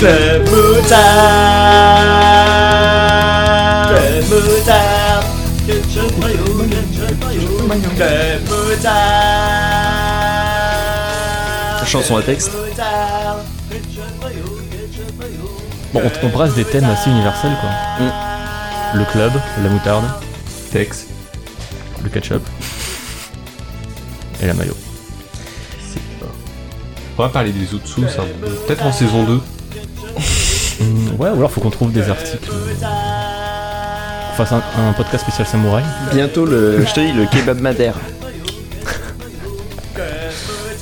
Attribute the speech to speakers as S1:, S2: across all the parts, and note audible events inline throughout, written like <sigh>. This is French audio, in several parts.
S1: Deux moutards Deux moutards Ketchup mayo, ketchup mayo Deux moutards
S2: Chanson à texte.
S1: Deux moutards. Ketchup mayo, ketchup mayo.
S3: Bon, on, on brasse des thèmes assez universels, quoi.
S2: Mm.
S3: Le club, la moutarde,
S2: Tex.
S3: le ketchup et la maillot.
S4: On va parler des autres sous, ça. Peut-être en saison 2.
S2: Mm.
S3: ouais, ou alors faut qu'on trouve des articles. On fasse un, un podcast spécial samouraï.
S2: Bientôt le, je te dis, le kebab madère.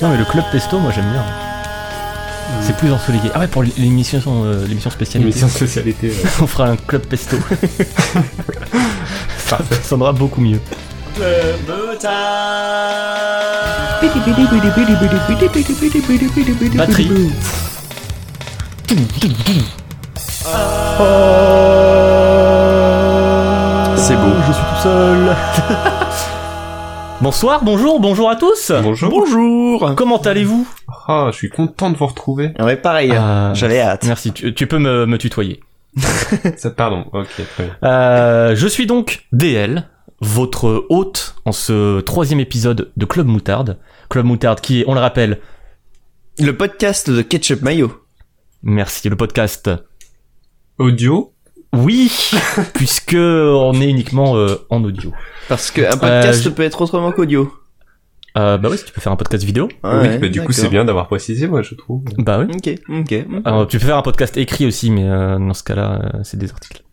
S3: Non, mais le club pesto, moi j'aime bien.
S2: Mm.
S3: C'est plus ensoleillé. Ah ouais, pour l'émission, euh, l'émission spéciale,
S4: Mais c'est une spécialité. euh,
S3: <laughs> on fera un club pesto. ça sonnera beaucoup mieux.
S1: Deux moutards
S3: Batterie.
S2: C'est beau.
S3: Oh, Je suis tout seul. <laughs> Bonsoir, bonjour, bonjour à tous.
S4: Bonjour.
S2: Bonjour
S3: Comment allez-vous
S4: Ah, je suis content de vous retrouver.
S2: Ouais, pareil,
S3: Ah.
S2: j'avais hâte.
S3: Merci, tu, tu peux me, me tutoyer.
S4: <laughs> Ça, pardon. Ok, très bien.
S3: Euh, je suis donc DL, votre hôte en ce troisième épisode de Club Moutarde. Club Moutarde qui est, on le rappelle,
S2: Le podcast de Ketchup Mayo.
S3: merci, le podcast
S4: Audio.
S3: Oui, <laughs> puisque on est uniquement euh, en audio.
S2: Parce qu'un podcast
S3: je-
S2: peut être autrement qu'audio.
S3: Euh, bah oui, si tu peux faire un podcast vidéo.
S2: Ah ouais,
S4: oui, bah, du coup,
S2: d'accord.
S4: c'est bien d'avoir précisé, moi, je trouve.
S3: Bah oui.
S2: Ok, ok.
S3: Alors, tu peux faire un podcast écrit aussi, mais euh, dans ce cas-là, euh, c'est des
S4: <laughs>
S3: articles.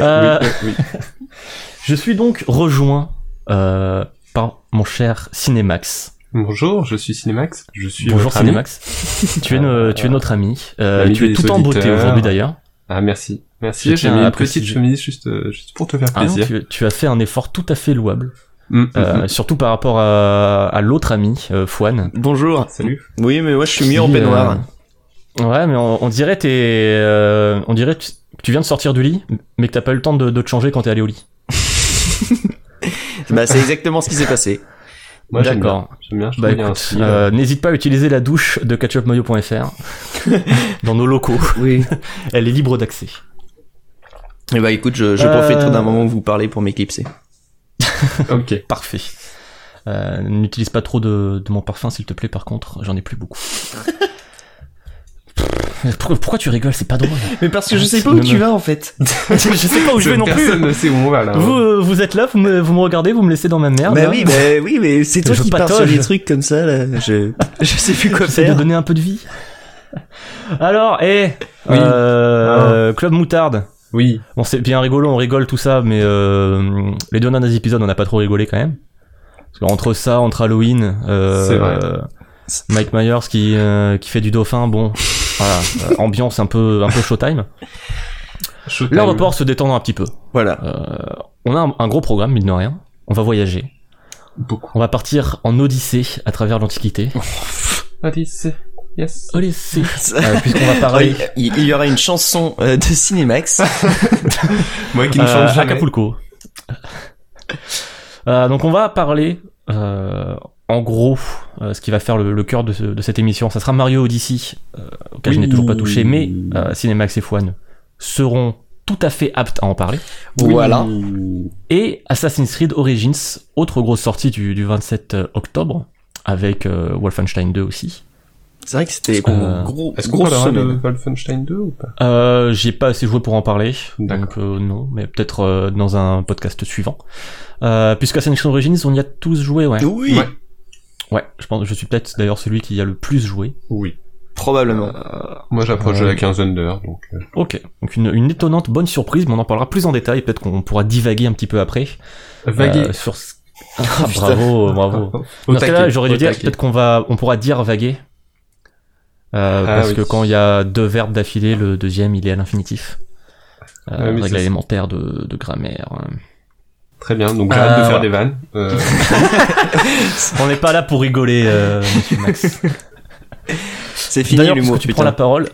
S3: Euh,
S4: Oui,
S3: <laughs> Je suis donc rejoint euh, par mon cher Cinémax.
S4: Bonjour, je suis Cinemax. Je suis
S3: Bonjour
S4: votre ami.
S3: Cinémax. tu, es no- tu es notre ami. Euh,
S4: L'ami
S3: tu es
S4: des
S3: tout en beauté
S4: auditeurs.
S3: aujourd'hui d'ailleurs.
S4: Ah, merci.
S3: Je
S4: Merci, j'ai
S3: tiens à
S4: mis une petite
S3: préciser.
S4: chemise juste, euh, juste pour te faire
S3: Ah non,
S4: plaisir.
S3: tu, tu as fait un effort tout à fait louable.
S4: Mm, mm,
S3: Euh,
S4: mm.
S3: Surtout par rapport à, à l'autre ami, euh, Fouane.
S2: Bonjour.
S4: Salut.
S2: Oui, mais moi je suis mieux en
S3: Qui,
S2: peignoir.
S3: euh, Ouais, mais on, on dirait t'es, euh, on dirait que tu- que tu viens de sortir du lit, mais que t'as pas eu le temps de, de te changer quand t'es allé au lit.
S2: Bah, c'est exactement ce qui s'est passé.
S4: Moi, j'aime bien.
S3: D'accord.
S4: J'aime bien, je trouve
S3: Bah
S4: qu'il y a un
S3: écoute,
S4: style.
S3: euh, n'hésite pas à utiliser la douche de
S2: <laughs>
S3: ketchupmayo.fr dans nos locaux.
S2: <laughs> Oui.
S3: Elle est libre d'accès.
S2: Et bah, écoute, je, je
S3: Euh.
S2: profiterai d'un moment où vous parlez pour m'éclipser.
S4: Ok.
S3: Parfait. Euh, N'utilise pas trop de, de mon parfum, s'il te plaît, par contre, j'en ai plus
S2: <laughs>
S3: beaucoup. Pff, pourquoi, pourquoi tu rigoles C'est pas drôle.
S2: Mais parce
S3: que je sais pas où tu
S2: vas en <laughs> fait.
S3: je sais pas où je vais non plus.
S4: Personne ne sait où on va, là. hein.
S3: Vous, euh, vous êtes là, vous me, vous me regardez, vous me laissez dans ma merde.
S2: Bah
S3: là.
S2: Ah oui, bah oui, mais c'est toi
S3: Je
S2: qui pars sur
S3: patauge.
S2: des trucs comme ça là.
S3: <laughs>
S2: Je, je sais plus quoi
S3: J'essaie de
S2: faire.
S3: donner un peu de vie. Alors, hé
S2: Ah.
S3: euh, Club Moutarde.
S4: Oui.
S3: Bon, c'est bien rigolo, on rigole tout ça, mais euh, les deux derniers épisodes, on n'a pas trop rigolé quand même. Parce qu'entre ça, entre Halloween, euh,
S4: C'est vrai.
S3: euh, Mike Myers qui, euh, qui fait du dauphin, bon, voilà, euh, ambiance un peu, un peu showtime.
S4: Showtime.
S3: Là, on va pouvoir se détendre un petit peu.
S2: Voilà.
S3: Euh, on a un, un gros programme, mine de rien. On va voyager.
S4: Beaucoup.
S3: On va partir en Odyssée à travers l'Antiquité.
S4: Allez, c'est... Yes.
S3: Odyssée.
S2: <laughs> Ça-
S3: Euh, Puisqu'on va parler
S2: Oui, Oh, il, il y aura une chanson euh, de
S3: <laughs>
S2: Cinémax.
S4: Moi qui ne
S3: euh,
S4: change jamais.
S3: Acapulco. Euh, donc on va parler euh, en gros euh, ce qui va faire le, le cœur de, ce- de cette émission. Ça sera Mario Odyssey, euh, auquel je n'ai
S4: Oui.
S3: toujours pas touché, mais euh, Cinemax et Fouane seront tout à fait aptes à en parler.
S2: Voilà.
S3: Et Assassin's Creed Origins, autre grosse sortie du, du 27 octobre, avec euh, Wolfenstein 2 aussi.
S2: C'est vrai que c'était
S3: qu'on-
S2: euh, gros,
S4: Est-ce qu'on
S2: grosse
S4: parlera de
S2: semaine.
S4: hein, Wolfenstein 2 ou pas
S3: Euh, j'ai pas assez joué pour en parler,
S4: D'accord.
S3: donc euh, non, mais peut-être euh, dans un podcast suivant. Euh, puisque Assassin's Creed Origins, on y a tous joué, ouais.
S2: Oui,
S4: Ouais.
S3: Ouais, je pense, je suis peut-être d'ailleurs celui qui y a le plus joué.
S4: Oui.
S2: probablement.
S4: Moi j'approche
S3: Euh,
S4: de la quinzaine d'heures, donc... euh,
S3: Ok, donc une, une étonnante bonne surprise, mais on en parlera plus en détail, peut-être qu'on pourra divaguer un petit peu après.
S4: Vaguer.
S3: Euh, sur
S4: <laughs>
S3: ce- Ah, bravo, bravo.
S4: Au
S3: Dans ce cas-là,
S4: taquet,
S3: j'aurais dû
S4: au
S3: dire
S4: taquet.
S3: peut-être qu'on va, on pourra dire vaguer. Euh,
S4: Ah,
S3: parce
S4: oui.
S3: que quand il y a deux verbes d'affilée, le deuxième il est à l'infinitif. Euh,
S4: Ah, oui,
S3: règle
S4: ça, c'est-
S3: élémentaire de, de grammaire.
S4: Très bien, donc
S3: Euh,
S4: j'arrête de faire
S3: voilà.
S4: des vannes. Euh, <laughs>
S3: On n'est pas là
S4: <laughs>
S3: pour rigoler, euh, monsieur Max.
S2: C'est fini
S3: D'ailleurs, puisque
S2: l'humour.
S3: tu
S2: putain.
S3: prends la parole,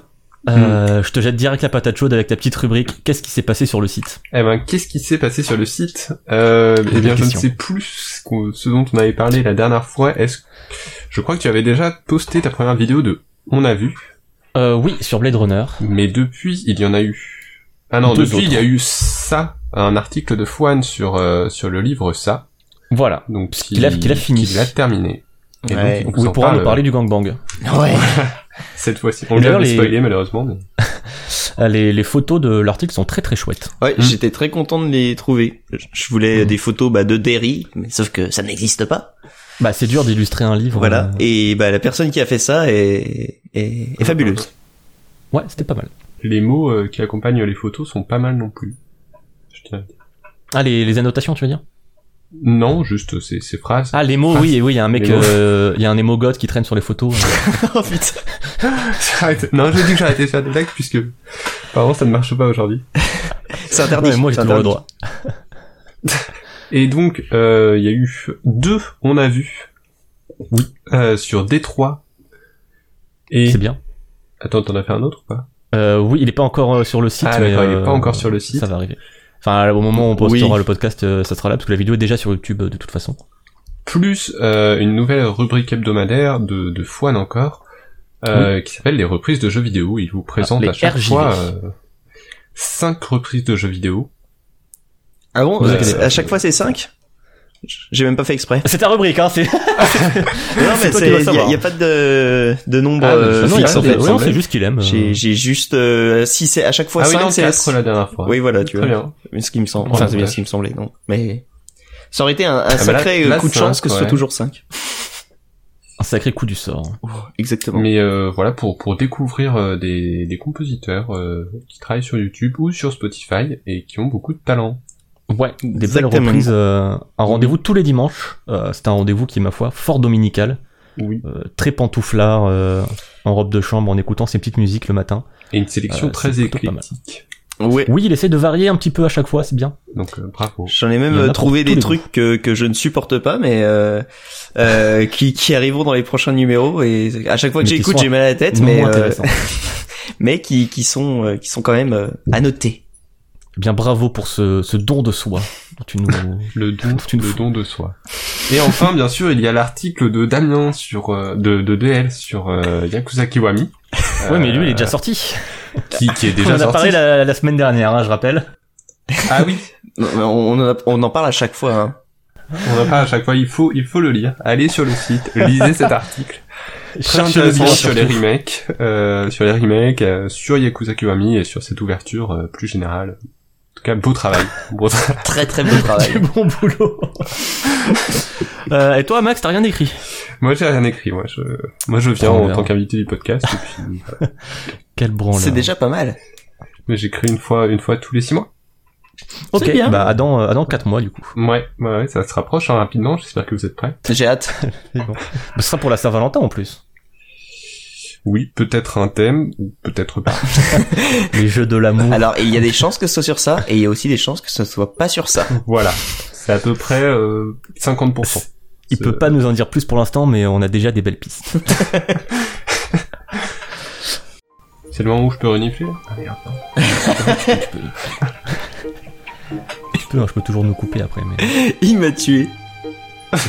S4: Hmm.
S3: Euh, Je te jette direct la patate chaude avec ta petite rubrique. Qu'est-ce qui s'est passé sur le site
S4: Eh ben, qu'est-ce qui s'est passé sur le site Euh, Eh
S3: Bonne
S4: bien, je ne
S3: question.
S4: sais plus ce, qu'on- ce dont on avait parlé la dernière fois. Est-ce, je crois que tu avais déjà posté ta première vidéo de On a vu,
S3: euh, Oui, sur Blade Runner.
S4: mais depuis, il y en a eu. Ah non,
S3: Deux
S4: depuis, il y a eu ça, un article de Fouane sur euh, sur le livre ça,
S3: Voilà.
S4: donc
S3: Parce qu'il a- qu'il a fini.
S4: qu'il a terminé. Et donc,
S2: Ouais.
S4: on
S3: Vous
S4: s'en
S3: pourra nous
S4: parle euh,
S3: parler du gangbang.
S2: Ouais.
S4: cette fois-ci.
S3: Et
S4: On lui
S3: d'ailleurs,
S4: avait
S3: les-
S4: spoilé malheureusement. mais-
S3: Euh, Les, les photos de l'article sont très très chouettes.
S2: Ouais,
S4: Hmm.
S2: j'étais très content de les trouver. Je- Je voulais
S3: Hmm.
S2: des photos bah, de Derry, mais sauf que ça n'existe pas.
S3: Bah, c'est dur d'illustrer un livre.
S2: Voilà.
S3: euh,
S2: Et bah la personne qui a fait ça est est, est
S3: <laughs>
S2: fabuleuse.
S3: Ouais, c'était pas mal.
S4: Les mots euh, qui accompagnent les photos sont pas mal non plus. Je tiens à dire.
S3: Ah, les, les annotations, tu veux dire
S4: Non, juste ces, ces phrases.
S3: Ah, les mots, oui, oui, il y a un mec,
S4: Les mots.
S3: euh, il y a un émogote qui traîne sur les photos.
S2: oh putain. Ah,
S4: J'arrête. Non, je dis que j'ai arrêté de faire des blagues puisque apparemment ça ne marche pas aujourd'hui.
S2: C'est interdit.
S3: Ouais, moi, j'ai
S2: C'est
S3: toujours le
S2: interdit.
S3: droit.
S4: Et donc euh, il y a eu deux, on a vu.
S3: Oui.
S4: Euh, sur Détroit. Et
S3: C'est bien.
S4: attends, t'en as fait un autre ou pas
S3: Euh, oui, il est pas encore euh, sur le site.
S4: Ah
S3: mais,
S4: d'accord, il est pas
S3: euh,
S4: encore sur le site.
S3: Ça va arriver. Enfin, au moment où on
S2: Oui.
S3: postera le podcast, euh, ça sera là, parce que la vidéo est déjà sur YouTube euh, de toute façon.
S4: Plus euh, une nouvelle rubrique hebdomadaire de, de Fouane encore, euh, qui s'appelle les reprises de jeux vidéo. Il vous présente
S3: Ah, les
S4: à chaque
S3: RJV.
S4: fois euh, cinq reprises de jeux vidéo.
S2: Ah bon
S4: Ouais,
S2: euh,
S4: c'est-
S2: À chaque fois c'est 5 J'ai même pas fait exprès.
S3: C'est ta rubrique, hein, <laughs> c'est.
S2: Non mais
S3: toi
S2: c'est-
S3: qui dois
S2: y, a-
S3: savoir.
S2: y a pas de de nombre
S4: Ah,
S2: euh,
S4: non,
S3: non,
S4: il y a
S2: fixe en
S4: pas de-
S2: fait.
S4: ouais,
S3: c'est juste qu'il aime.
S2: J'ai j'ai juste euh, si c'est à chaque fois
S4: ah oui,
S2: 5
S4: non,
S2: c'est
S4: quatre la dernière fois.
S2: Oui
S3: Bah,
S2: voilà, tu
S4: Très
S2: vois.
S4: bien.
S2: Ce qui me semble,
S4: Oh,
S2: enfin,
S4: la
S2: c'est bien
S4: vache.
S2: ce qui me semblait, non. Mais ça aurait été un, un
S3: Ah,
S4: bah là-
S2: sacré euh,
S4: là,
S2: coup de
S4: c'est
S2: chance
S4: un-
S2: que ce soit
S4: ouais.
S2: toujours 5.
S3: Un sacré coup du sort.
S2: Exactement.
S4: Mais euh, voilà, pour, pour découvrir euh, des, des compositeurs euh, qui travaillent sur YouTube ou sur Spotify et qui ont beaucoup de talent.
S3: Ouais, des belles
S2: Exactement.
S3: reprises. euh, un rendez-vous tous les dimanches. Euh, c'est un rendez-vous qui est, ma foi, fort dominical.
S4: Oui.
S3: Euh, très pantouflard, euh, en robe de chambre, en écoutant ses petites musiques le matin.
S4: Et une sélection
S3: Euh,
S4: très
S3: c'est plutôt pas mal.
S4: éclectique.
S2: Ouais.
S3: Oui, il essaie de varier un petit peu à chaque fois, c'est bien.
S4: Donc euh, bravo.
S2: J'en ai même
S3: Il y en a
S2: euh,
S3: pour
S2: trouvé
S3: tous
S2: des
S3: les
S2: trucs que, que je ne supporte pas, mais euh, euh, qui, qui arriveront dans les prochains numéros. Et à chaque fois que
S3: Mais qui
S2: j'écoute,
S3: sont
S2: j'ai mal à la tête,
S3: Non
S2: mais
S3: moins
S2: euh,
S3: intéressant.
S2: <laughs> mais qui, qui sont euh, qui sont quand même euh, annotés.
S3: Eh Bien bravo pour ce, ce don de soi dont tu <laughs> nous.
S4: Le don,
S3: Tu nous
S4: le
S3: fous.
S4: don de soi. Et enfin, bien sûr, il y a l'article de Damien sur euh, de, de DL sur euh, Yakuza Kiwami.
S3: ouais, mais lui, il est
S4: Euh,
S3: déjà sorti.
S4: qui, qui est
S3: <laughs> On en
S4: déjà
S3: a
S4: sorti.
S3: parlé la, la semaine dernière, hein, je rappelle.
S4: Ah oui,
S2: Non, mais On, on, en a- on en parle à chaque fois. Hein.
S4: on en parle à chaque fois. Il faut, il faut le lire. Allez sur le site, lisez cet article. Très
S3: Cherche-le
S4: intéressant
S3: bien,
S4: sur les
S3: surtout.
S4: remakes, euh, sur les remakes, euh, sur Yakuza Kiwami et sur cette ouverture euh, plus générale. En tout cas, beau travail.
S3: <laughs>
S4: Beau travail.
S2: Très très beau
S3: Du
S2: travail.
S3: bon boulot. <laughs> Euh, et toi, Max, t'as rien écrit
S4: <laughs> moi, j'ai rien écrit. Moi, je, moi, je viens
S3: Très
S4: en
S3: bien.
S4: tant qu'invité du podcast. <laughs> et puis, voilà.
S3: Quel branle.
S2: C'est déjà pas mal.
S4: Mais j'écris une fois, une fois tous les six mois.
S3: Ok,
S2: C'est bien.
S3: bah, à dans, euh, à dans 4 mois, du coup.
S4: Ouais, ouais, ouais, ça se rapproche hein, rapidement. J'espère que vous êtes prêts.
S2: J'ai hâte.
S3: C'est bon. Bah, Ce sera pour la Saint-Valentin, en plus.
S4: Oui, peut-être un thème ou
S3: <laughs>
S4: peut-être pas.
S3: Les jeux de l'amour.
S2: Alors il y a des chances que ce soit sur ça, et il y a aussi des chances que ce soit pas sur <laughs> ça.
S4: voilà. C'est à peu près euh, 50%.
S3: Il peut pas nous en dire plus pour l'instant, mais on a déjà des belles <laughs> pistes.
S4: C'est le moment où je
S3: <laughs>
S4: peux renifler. là Ah, merde.
S3: Je peux, hein, je peux toujours nous couper après, mais
S2: Il m'a tué.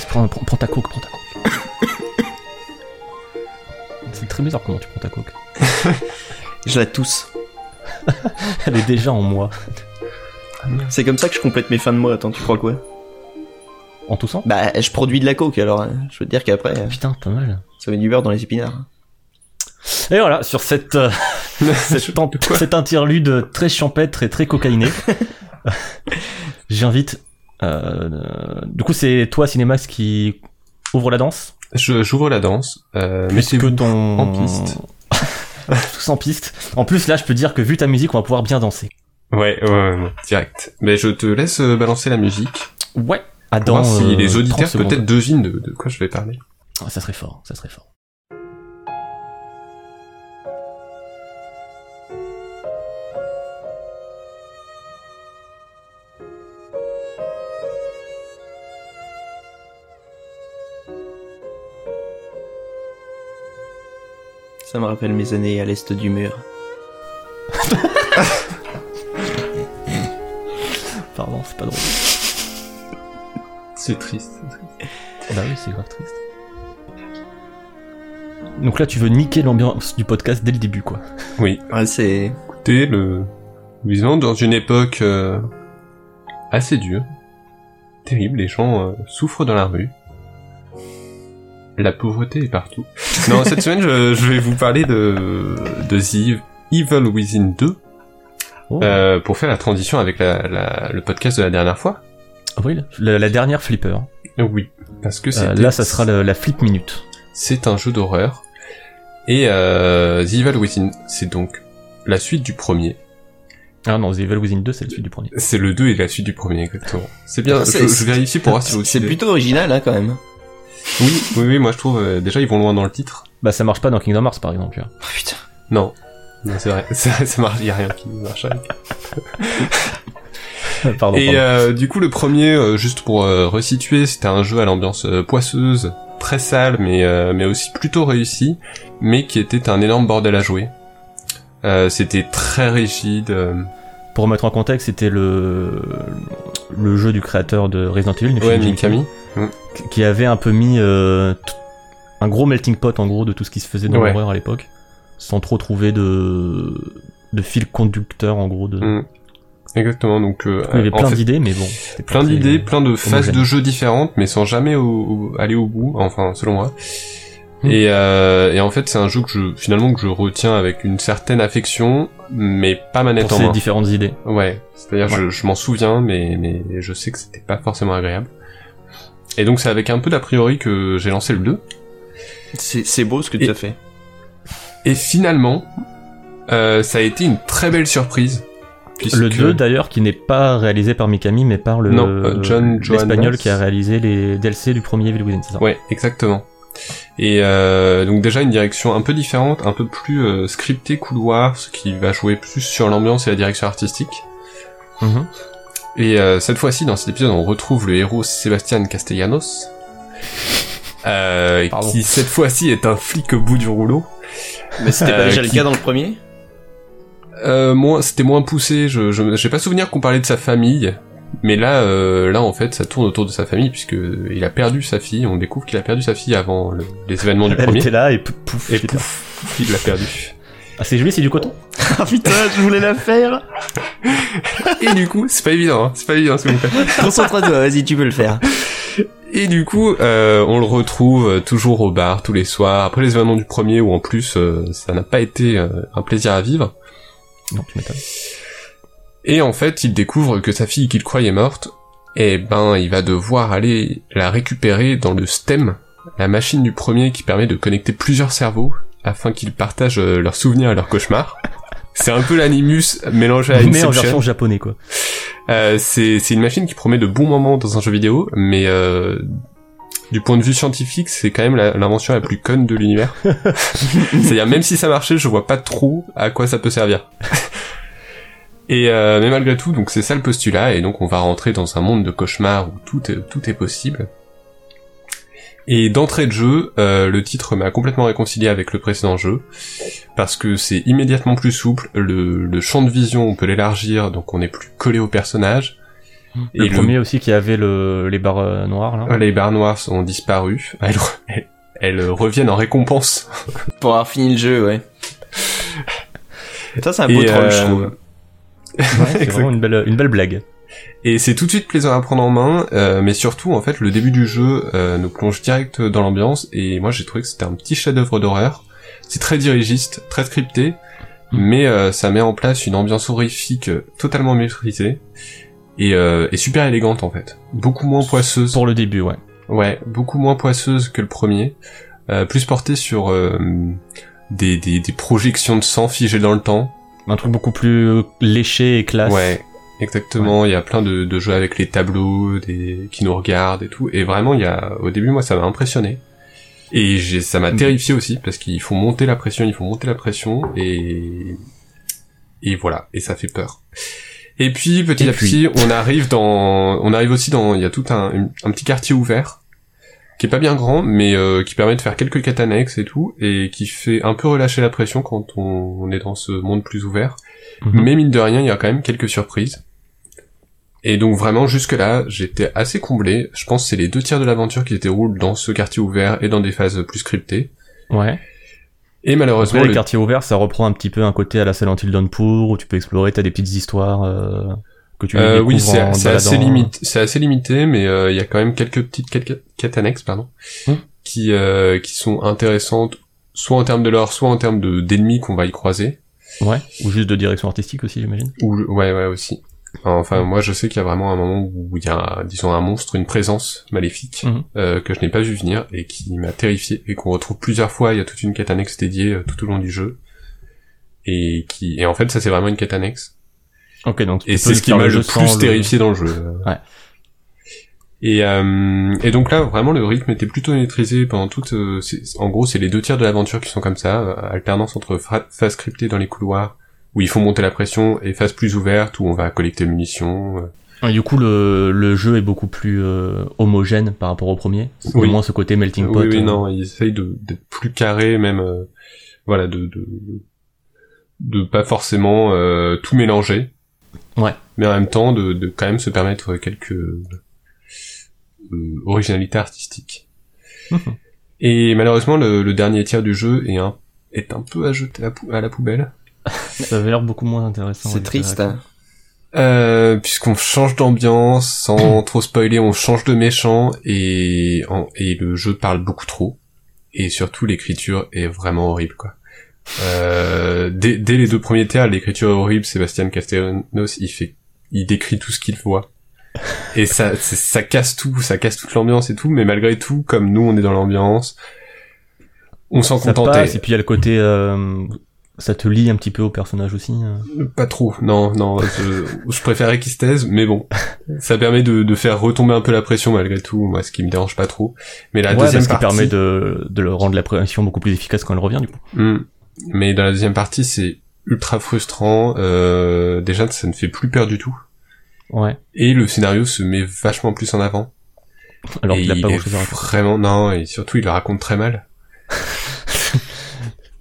S3: prends, prends- prends ta coke, prends ta coke. C'est très bizarre comment tu prends ta coke.
S2: Je la tousse.
S3: Elle est déjà en moi.
S2: C'est comme ça que je complète mes fins de mois. Attends, tu crois quoi
S3: En toussant
S2: Bah, je produis de la coke, alors euh, je veux te dire qu'après, euh,
S3: Putain, pas mal.
S2: ça met du beurre dans les épinards.
S3: Et voilà, sur cette, <laughs> euh, cette, pente-
S4: quoi
S3: cette interlude très champêtre et très <laughs> cocaïnée, j'invite. euh, euh, du coup, c'est toi, Cinémax, qui ouvre la danse
S4: <laughs> Je- J'ouvre la danse. Euh,
S3: Plus
S4: mettez-vous
S3: que ton...
S4: en piste.
S3: <laughs> Tous en piste. En plus, là, je peux dire que vu ta musique, on va pouvoir bien danser.
S4: Ouais, ouais, ouais, ouais, direct. Mais je te laisse euh, balancer la musique.
S3: Ouais. À
S4: Pour
S3: dans,
S4: voir
S3: euh,
S4: si les
S3: 30
S4: auditeurs
S3: secondes.
S4: peut-être devinent de, de quoi je vais parler.
S3: Ah, ça serait fort, ça serait fort.
S2: Ça me rappelle mes années à l'est du mur.
S3: Pardon, c'est pas drôle.
S4: C'est triste. c'est triste.
S3: Bah oui, c'est grave triste. Donc là, tu veux niquer l'ambiance du podcast dès le début, quoi.
S4: Oui.
S2: Ouais, c'est.
S4: Écoutez, le... nous vivons dans une époque euh, assez dure, terrible, les gens euh, souffrent dans la rue. La pauvreté
S3: <laughs>
S4: est partout. Non, cette semaine, je, je vais vous parler de, de The Evil Within 2,
S3: Oh,
S4: euh, pour faire la transition avec la- la- le podcast de la dernière fois.
S3: Oh, Avril, la, la dernière flipper.
S4: Oui, parce que
S3: Euh,
S4: c'était-
S3: là, ça sera la, la flip minute.
S4: c'est un jeu d'horreur. Et euh, The Evil Within, c'est donc la suite du premier.
S3: Ah non, The Evil Within 2, c'est la suite du premier.
S4: C'est le 2 et la suite du premier, exactement. C'est bien, je,
S2: C'est-
S4: je
S2: c'est-
S4: vérifie pour voir si vous
S2: C'est
S4: suivez.
S2: plutôt original, hein, quand même.
S4: Oui, oui, oui, moi je trouve, euh, déjà ils vont loin dans le titre.
S3: Bah, ça marche pas dans Kingdom Hearts, par exemple. tu vois. <laughs>
S2: Oh, putain.
S4: Non. Non, c'est vrai, <laughs> ça, ça marche, y a rien qui marche avec.
S3: Pardon, pardon.
S4: Et euh, du coup, le premier, euh, juste pour euh, resituer, c'était un jeu à l'ambiance euh, poisseuse, très sale, mais euh, mais aussi plutôt réussi, mais qui était un énorme bordel à jouer. Euh, c'était très rigide. euh,
S3: Pour remettre en contexte, c'était le le jeu du créateur de Resident Evil, Nobuo
S4: ouais,
S3: Jimmy,
S4: Mikami.
S3: qui avait un peu mis euh, tout- un gros melting pot en gros de tout ce qui se faisait dans
S4: Ouais.
S3: l'horreur à l'époque, sans trop trouver de de fil conducteur en gros. De...
S4: Mm. Exactement, donc euh,
S3: Il y avait
S4: en
S3: plein
S4: fait,
S3: d'idées, mais bon. c'était pas
S4: plein
S3: très-
S4: d'idées, plein de phases
S3: homogène.
S4: de jeu différentes, mais sans jamais au- au- aller au bout, enfin selon moi.
S3: Hmm.
S4: Et, euh, et en fait, c'est un jeu que je finalement que je retiens avec une certaine affection, mais pas manette
S3: pour
S4: en
S3: ces
S4: main.
S3: différentes idées.
S4: Ouais, c'est-à-dire je, je m'en souviens, mais mais je sais que c'était pas forcément agréable. Et donc c'est avec un peu d'a priori que j'ai lancé le 2.
S2: C'est c'est beau ce que
S4: Et-
S2: tu as fait.
S4: Et finalement, euh, ça a été une très belle surprise.
S3: Le
S4: puisque-
S3: 2 d'ailleurs qui n'est pas réalisé par Mikami mais par le
S4: Non, euh, John
S3: l'espagnol
S4: Johannes.
S3: qui a réalisé les DLC du premier Evil Within, c'est ça
S4: Ouais, exactement. Et euh, donc déjà une direction un peu différente, un peu plus euh, scriptée couloir, ce qui va jouer plus sur l'ambiance et la direction artistique.
S3: Mhm.
S4: Et euh, cette fois-ci, dans cet épisode, on retrouve le héros Sébastien Castellanos, euh,
S3: Pardon.
S4: qui cette fois-ci est un flic au bout du rouleau.
S2: Mais c'était pas
S4: Euh,
S2: déjà le
S4: qui-
S2: cas dans le premier
S4: Euh, moins, c'était moins poussé. Je, je, j'ai pas souvenir qu'on parlait de sa famille, mais là, euh, là en fait, ça tourne autour de sa famille puisque il a perdu sa fille. On découvre qu'il a perdu sa fille avant le- les événements du
S3: Elle
S4: premier.
S3: était là et pou- pouf.
S4: Et
S3: j'étais là.
S4: pouf, pouf, il l'a perdu.
S3: Ah c'est joli, c'est du coton.
S2: <laughs> Ah putain, je voulais la faire
S4: <laughs> Et du coup, c'est pas évident, hein, c'est pas évident ce que vous faites.
S2: Concentre-toi, vas-y, tu peux le faire.
S4: Et du coup, euh, on le retrouve euh, toujours au bar tous les soirs, après les événements du premier où en plus euh, ça n'a pas été euh, un plaisir à vivre.
S3: Non, tu m'étonnes.
S4: Et en fait, il découvre que sa fille qu'il croyait morte, eh ben, il va devoir aller la récupérer dans le STEM, la machine du premier qui permet de connecter plusieurs cerveaux afin qu'ils partagent euh, leurs souvenirs et leurs cauchemars. C'est un peu l'animus mélangé à
S3: mais en
S4: Inception.
S3: version japonais quoi.
S4: Euh, c'est c'est une machine qui promet de bons moments dans un jeu vidéo, mais euh, du point de vue scientifique, c'est quand même la- l'invention la, plus conne de l'univers. C'est-à-dire, même si ça marchait, je vois pas trop à quoi ça peut servir. Et euh, mais malgré tout, donc c'est ça le postulat, et donc on va rentrer dans un monde de cauchemar où tout est, tout est possible. Et d'entrée de jeu, euh, le titre m'a complètement réconcilié avec le précédent jeu, parce que c'est immédiatement plus souple, le, le champ de vision on peut l'élargir, donc on est plus collé au personnage.
S3: Le premier aussi qui avait le les barres euh, noires là.
S4: Ouais, les barres noires ont disparu. Elles, re- elles- elles reviennent en récompense.
S2: Pour avoir fini le jeu, ouais. Ça, c'est un beau
S4: Et,
S2: troll, je
S4: euh,
S2: trouve.
S3: Ouais, c'est vraiment une belle une belle blague.
S4: Et c'est tout de suite plaisant à prendre en main, euh, mais surtout, en fait, le début du jeu euh, nous plonge direct dans l'ambiance, et moi j'ai trouvé que c'était un petit chef-d'œuvre d'horreur. C'est très dirigiste, très scripté,
S3: Mm.
S4: mais euh, ça met en place une ambiance horrifique euh, totalement maîtrisée, et, euh, et super élégante en fait. Beaucoup moins poisseuse.
S3: Pour le début, ouais.
S4: Ouais, beaucoup moins poisseuse que le premier, euh, plus portée sur euh, des, des, des projections de sang figées dans le temps.
S3: Un truc beaucoup plus euh, léché et classe.
S4: Ouais, exactement. Il y a plein de, de jeux avec les tableaux, des qui nous regardent et tout. Et vraiment, il y a au début, moi, ça m'a impressionné. Et j'ai, ça m'a
S3: Mhm.
S4: terrifié aussi parce qu'ils font monter la pression, ils font monter la pression et et voilà. Et ça fait peur. Et puis petit
S3: Et
S4: à
S3: puis.
S4: petit, on arrive dans, on arrive aussi dans, il y a tout un, un petit quartier ouvert qui est pas bien grand, mais euh, qui permet de faire quelques quêtes annexes et tout, et qui fait un peu relâcher la pression quand on, on est dans ce monde plus ouvert.
S3: Mhm.
S4: Mais mine de rien, il y a quand même quelques surprises. Et donc vraiment jusque-là, j'étais assez comblé. Je pense que c'est les deux tiers de l'aventure qui se déroulent dans ce quartier ouvert et dans des phases plus scriptées.
S3: Ouais.
S4: Et
S3: Après,
S4: malheureusement,
S3: les
S4: le-
S3: quartiers ouverts, ça reprend un petit peu un côté à la Silent Hill Downpour où tu peux explorer, t'as des petites histoires euh, que tu
S4: Euh, oui,
S3: découvres en
S4: c'est c'est assez
S3: baladant.
S4: limité, c'est assez limité, mais euh, il y a quand même quelques petites quêtes, quêtes- quêtes annexes, pardon,
S3: Hmm.
S4: qui euh, qui sont intéressantes, soit en termes de lore, soit en termes de d'ennemis qu'on va y croiser.
S3: Ouais. Ou juste de direction artistique aussi, j'imagine.
S4: Ou ouais, ouais aussi. Enfin, moi, je sais qu'il y a vraiment un moment où il y a, disons, un monstre, une présence maléfique
S3: Mhm.
S4: euh, que je n'ai pas vu venir et qui m'a terrifié et qu'on retrouve plusieurs fois. Il y a toute une quête annexe dédiée euh, tout au long du jeu et qui et en fait, ça c'est vraiment une quête annexe.
S3: Ok, donc tu
S4: Et
S3: peux
S4: c'est ce qui
S3: faire
S4: m'a le
S3: jeu sans euh,
S4: plus terrifié dans le jeu.
S3: Ouais.
S4: Et, euh, et donc là, vraiment, le rythme était plutôt maîtrisé pendant toute... euh, c'est- en gros, c'est les deux tiers de l'aventure qui sont comme ça, euh, alternance entre fra- phases cryptées dans les couloirs, où ils font monter la pression, et phases plus ouvertes, où on va collecter munitions. euh.
S3: Et Ah, du coup, le, le jeu est beaucoup plus euh, homogène par rapport au premier. Au
S4: Oui.
S3: moins ce côté melting pot.
S4: Oui, oui,
S3: euh,
S4: non, ils essayent de- d'être plus carrés, même... euh, voilà, de, de... de pas forcément euh, tout mélanger.
S3: Ouais.
S4: Mais en même temps, de, de quand même se permettre quelques... euh, originalités artistiques.
S3: <laughs> Mhm.
S4: Et malheureusement, le, le dernier tiers du jeu est un, est un peu à jeter à, pou- à la poubelle.
S3: Ça avait l'air beaucoup moins intéressant.
S2: C'est
S3: ouais,
S2: triste.
S3: ça.
S2: hein.
S4: Euh, puisqu'on change d'ambiance,
S3: <clears throat>
S4: sans trop spoiler, on change de méchant, et, en- et le jeu parle beaucoup trop. Et surtout, l'écriture est vraiment horrible, quoi. Euh, dès, dès les deux premiers tiers, l'écriture est horrible. Sébastien Castellanos, il fait, il décrit tout ce qu'il voit. Et ça, c'est- ça casse tout, ça casse toute l'ambiance et tout, mais malgré tout, comme nous, on est dans l'ambiance, on s'en
S3: Ça
S4: contentait.
S3: passe, et puis il y a le côté. euh, ça te lie un petit peu au personnage aussi. euh.
S4: Pas trop, non, non, je, je préférais qu'il se taise, mais bon, ça permet de, de faire retomber un peu la pression malgré tout, moi, ce qui me dérange pas trop. Mais la
S3: Ouais,
S4: deuxième
S3: parce qu'il
S4: partie,
S3: permet de, de le rendre la pression beaucoup plus efficace quand elle revient, du coup.
S4: Hmm. mais dans la deuxième partie, c'est ultra frustrant. euh, déjà, ça ne fait plus peur du tout,
S3: Ouais.
S4: et le scénario se met vachement plus en avant.
S3: Alors
S4: et
S3: qu'il a pas
S4: est
S3: grand chose à raconter.
S4: vraiment non, et surtout, il le raconte très mal.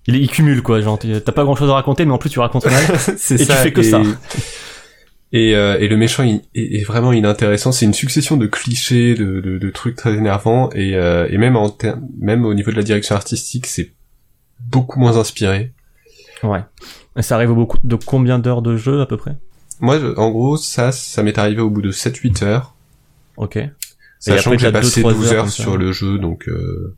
S3: Il, il cumule, quoi. Genre, tu- t'as pas grand chose à raconter, mais en plus tu racontes
S4: <laughs>
S3: mal.
S4: c'est
S3: Et tu fais que ça.
S4: Et, euh, et le méchant il- est, est vraiment inintéressant. C'est une succession de clichés, de, de, de trucs très énervants, et, euh, et même en ter- même au niveau de la direction artistique, c'est beaucoup moins inspiré.
S3: Et ça arrive au beaucoup de combien d'heures de jeu, à peu près
S4: Moi, je- en gros, ça, ça m'est arrivé au bout de 7-8 heures,
S3: Ok. Et
S4: sachant
S3: après,
S4: que j'ai
S3: t'as deux,
S4: passé
S3: trois
S4: 12 heures
S3: comme ça.
S4: sur le jeu, donc euh,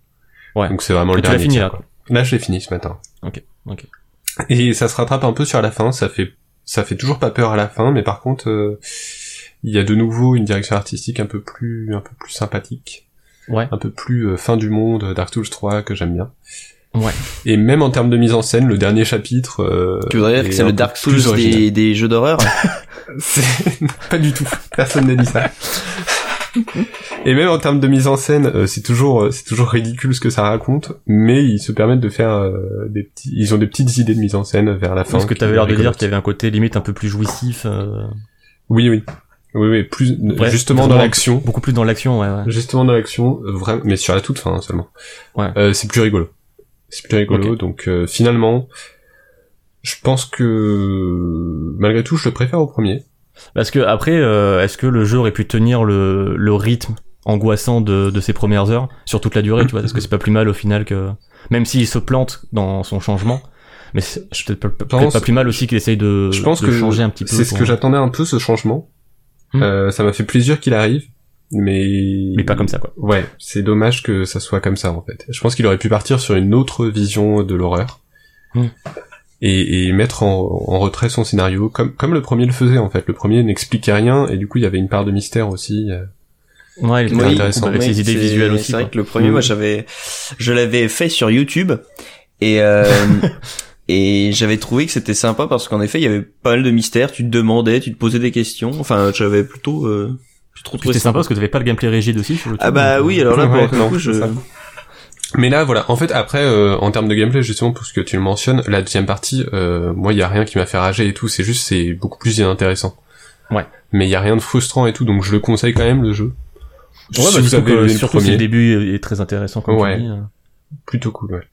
S3: Ouais.
S4: donc c'est vraiment
S3: Et
S4: le
S3: tu l'as
S4: dernier.
S3: fini,
S4: tiers,
S3: là,
S4: quoi. Là, je l'ai fini ce matin.
S3: Ok, ok.
S4: Et ça se rattrape un peu sur la fin. Ça fait ça fait toujours pas peur à la fin, mais par contre, euh, il y a de nouveau une direction artistique un peu plus un peu plus sympathique.
S3: Ouais.
S4: un peu plus euh, fin du monde euh, Dark Souls 3 que j'aime bien.
S3: Ouais.
S4: Et même en termes de mise en scène, le dernier chapitre. euh,
S2: Tu voudrais dire
S4: est
S2: que
S4: un
S2: c'est le
S4: peu
S2: Dark
S4: plus
S2: Souls
S4: original.
S2: des, des jeux d'horreur
S4: C'est- pas du tout. Personne n'a dit ça. Et même en termes de mise en scène, euh, c'est toujours euh, c'est toujours ridicule ce que ça raconte, mais ils se permettent de faire euh, des petits ils ont des petites idées de mise en scène vers la fin.
S3: Parce que
S4: qui
S3: t'avais l'air de dire
S4: rigolote.
S3: qu'il y avait un côté limite un peu plus jouissif, euh,
S4: Oui oui. Oui oui, plus
S3: Ouais,
S4: justement dans
S3: vraiment.
S4: l'action.
S3: beaucoup plus dans l'action, ouais, ouais.
S4: Justement dans l'action, euh, vraiment, mais sur la toute fin hein, seulement.
S3: Ouais.
S4: Euh, c'est plus rigolo. C'est plus rigolo. Donc euh, finalement, je pense que malgré tout, je le préfère au premier.
S3: Parce que après, euh, est-ce que le jeu aurait pu tenir le, le rythme angoissant de, de ses premières heures sur toute la durée, tu vois Parce que c'est pas plus mal au final que même s'il se plante dans son changement, mais c'est c'est peut-être pas, peut-être
S4: pense-
S3: pas plus mal aussi qu'il essaye de,
S4: je pense
S3: de
S4: que
S3: changer un petit peu.
S4: C'est ce
S3: pour-
S4: que j'attendais un peu, ce changement.
S3: Hmm.
S4: Euh, ça m'a fait plaisir qu'il arrive, mais
S3: mais pas comme ça, quoi.
S4: Ouais, c'est dommage que ça soit comme ça en fait. Je pense qu'il aurait pu partir sur une autre vision de l'horreur
S3: Hmm.
S4: et, et mettre en, en retrait son scénario, comme comme le premier le faisait en fait. Le premier n'expliquait rien et du coup il y avait une part de mystère aussi. euh.
S3: Ouais, il
S4: Oui,
S3: était
S4: intéressant.
S3: avec ses
S2: oui,
S3: idées
S2: c'est-
S3: visuelles aussi.
S2: C'est vrai
S3: quoi.
S2: que le premier,
S4: Mm.
S2: moi, j'avais, je l'avais fait sur YouTube et euh,
S3: <laughs>
S2: et j'avais trouvé que c'était sympa parce qu'en effet, il y avait pas mal de mystères. Tu te demandais, tu te posais des questions. Enfin, j'avais plutôt, euh, j'ai trop trouvé
S3: C'était sympa parce que t'avais pas le gameplay rigide aussi sur le
S2: Ah
S3: truc,
S2: bah
S3: donc, euh,
S2: oui, alors là, pour
S4: Ouais,
S2: le
S4: non,
S2: coup, je.
S4: c'est ça. Mais là voilà, en fait après euh, en termes de gameplay justement pour ce que tu le mentionnes, la deuxième partie, euh, moi il y a rien qui m'a fait rager et tout. C'est juste c'est beaucoup plus inintéressant.
S3: Ouais.
S4: Mais il y a rien de frustrant et tout, donc je le conseille quand même le jeu. si vous avez aimé le
S3: bah, surtout si
S4: premier,
S3: le début euh, est très intéressant comme
S4: Ouais.
S3: tu dis. hein.
S4: plutôt cool. Ouais.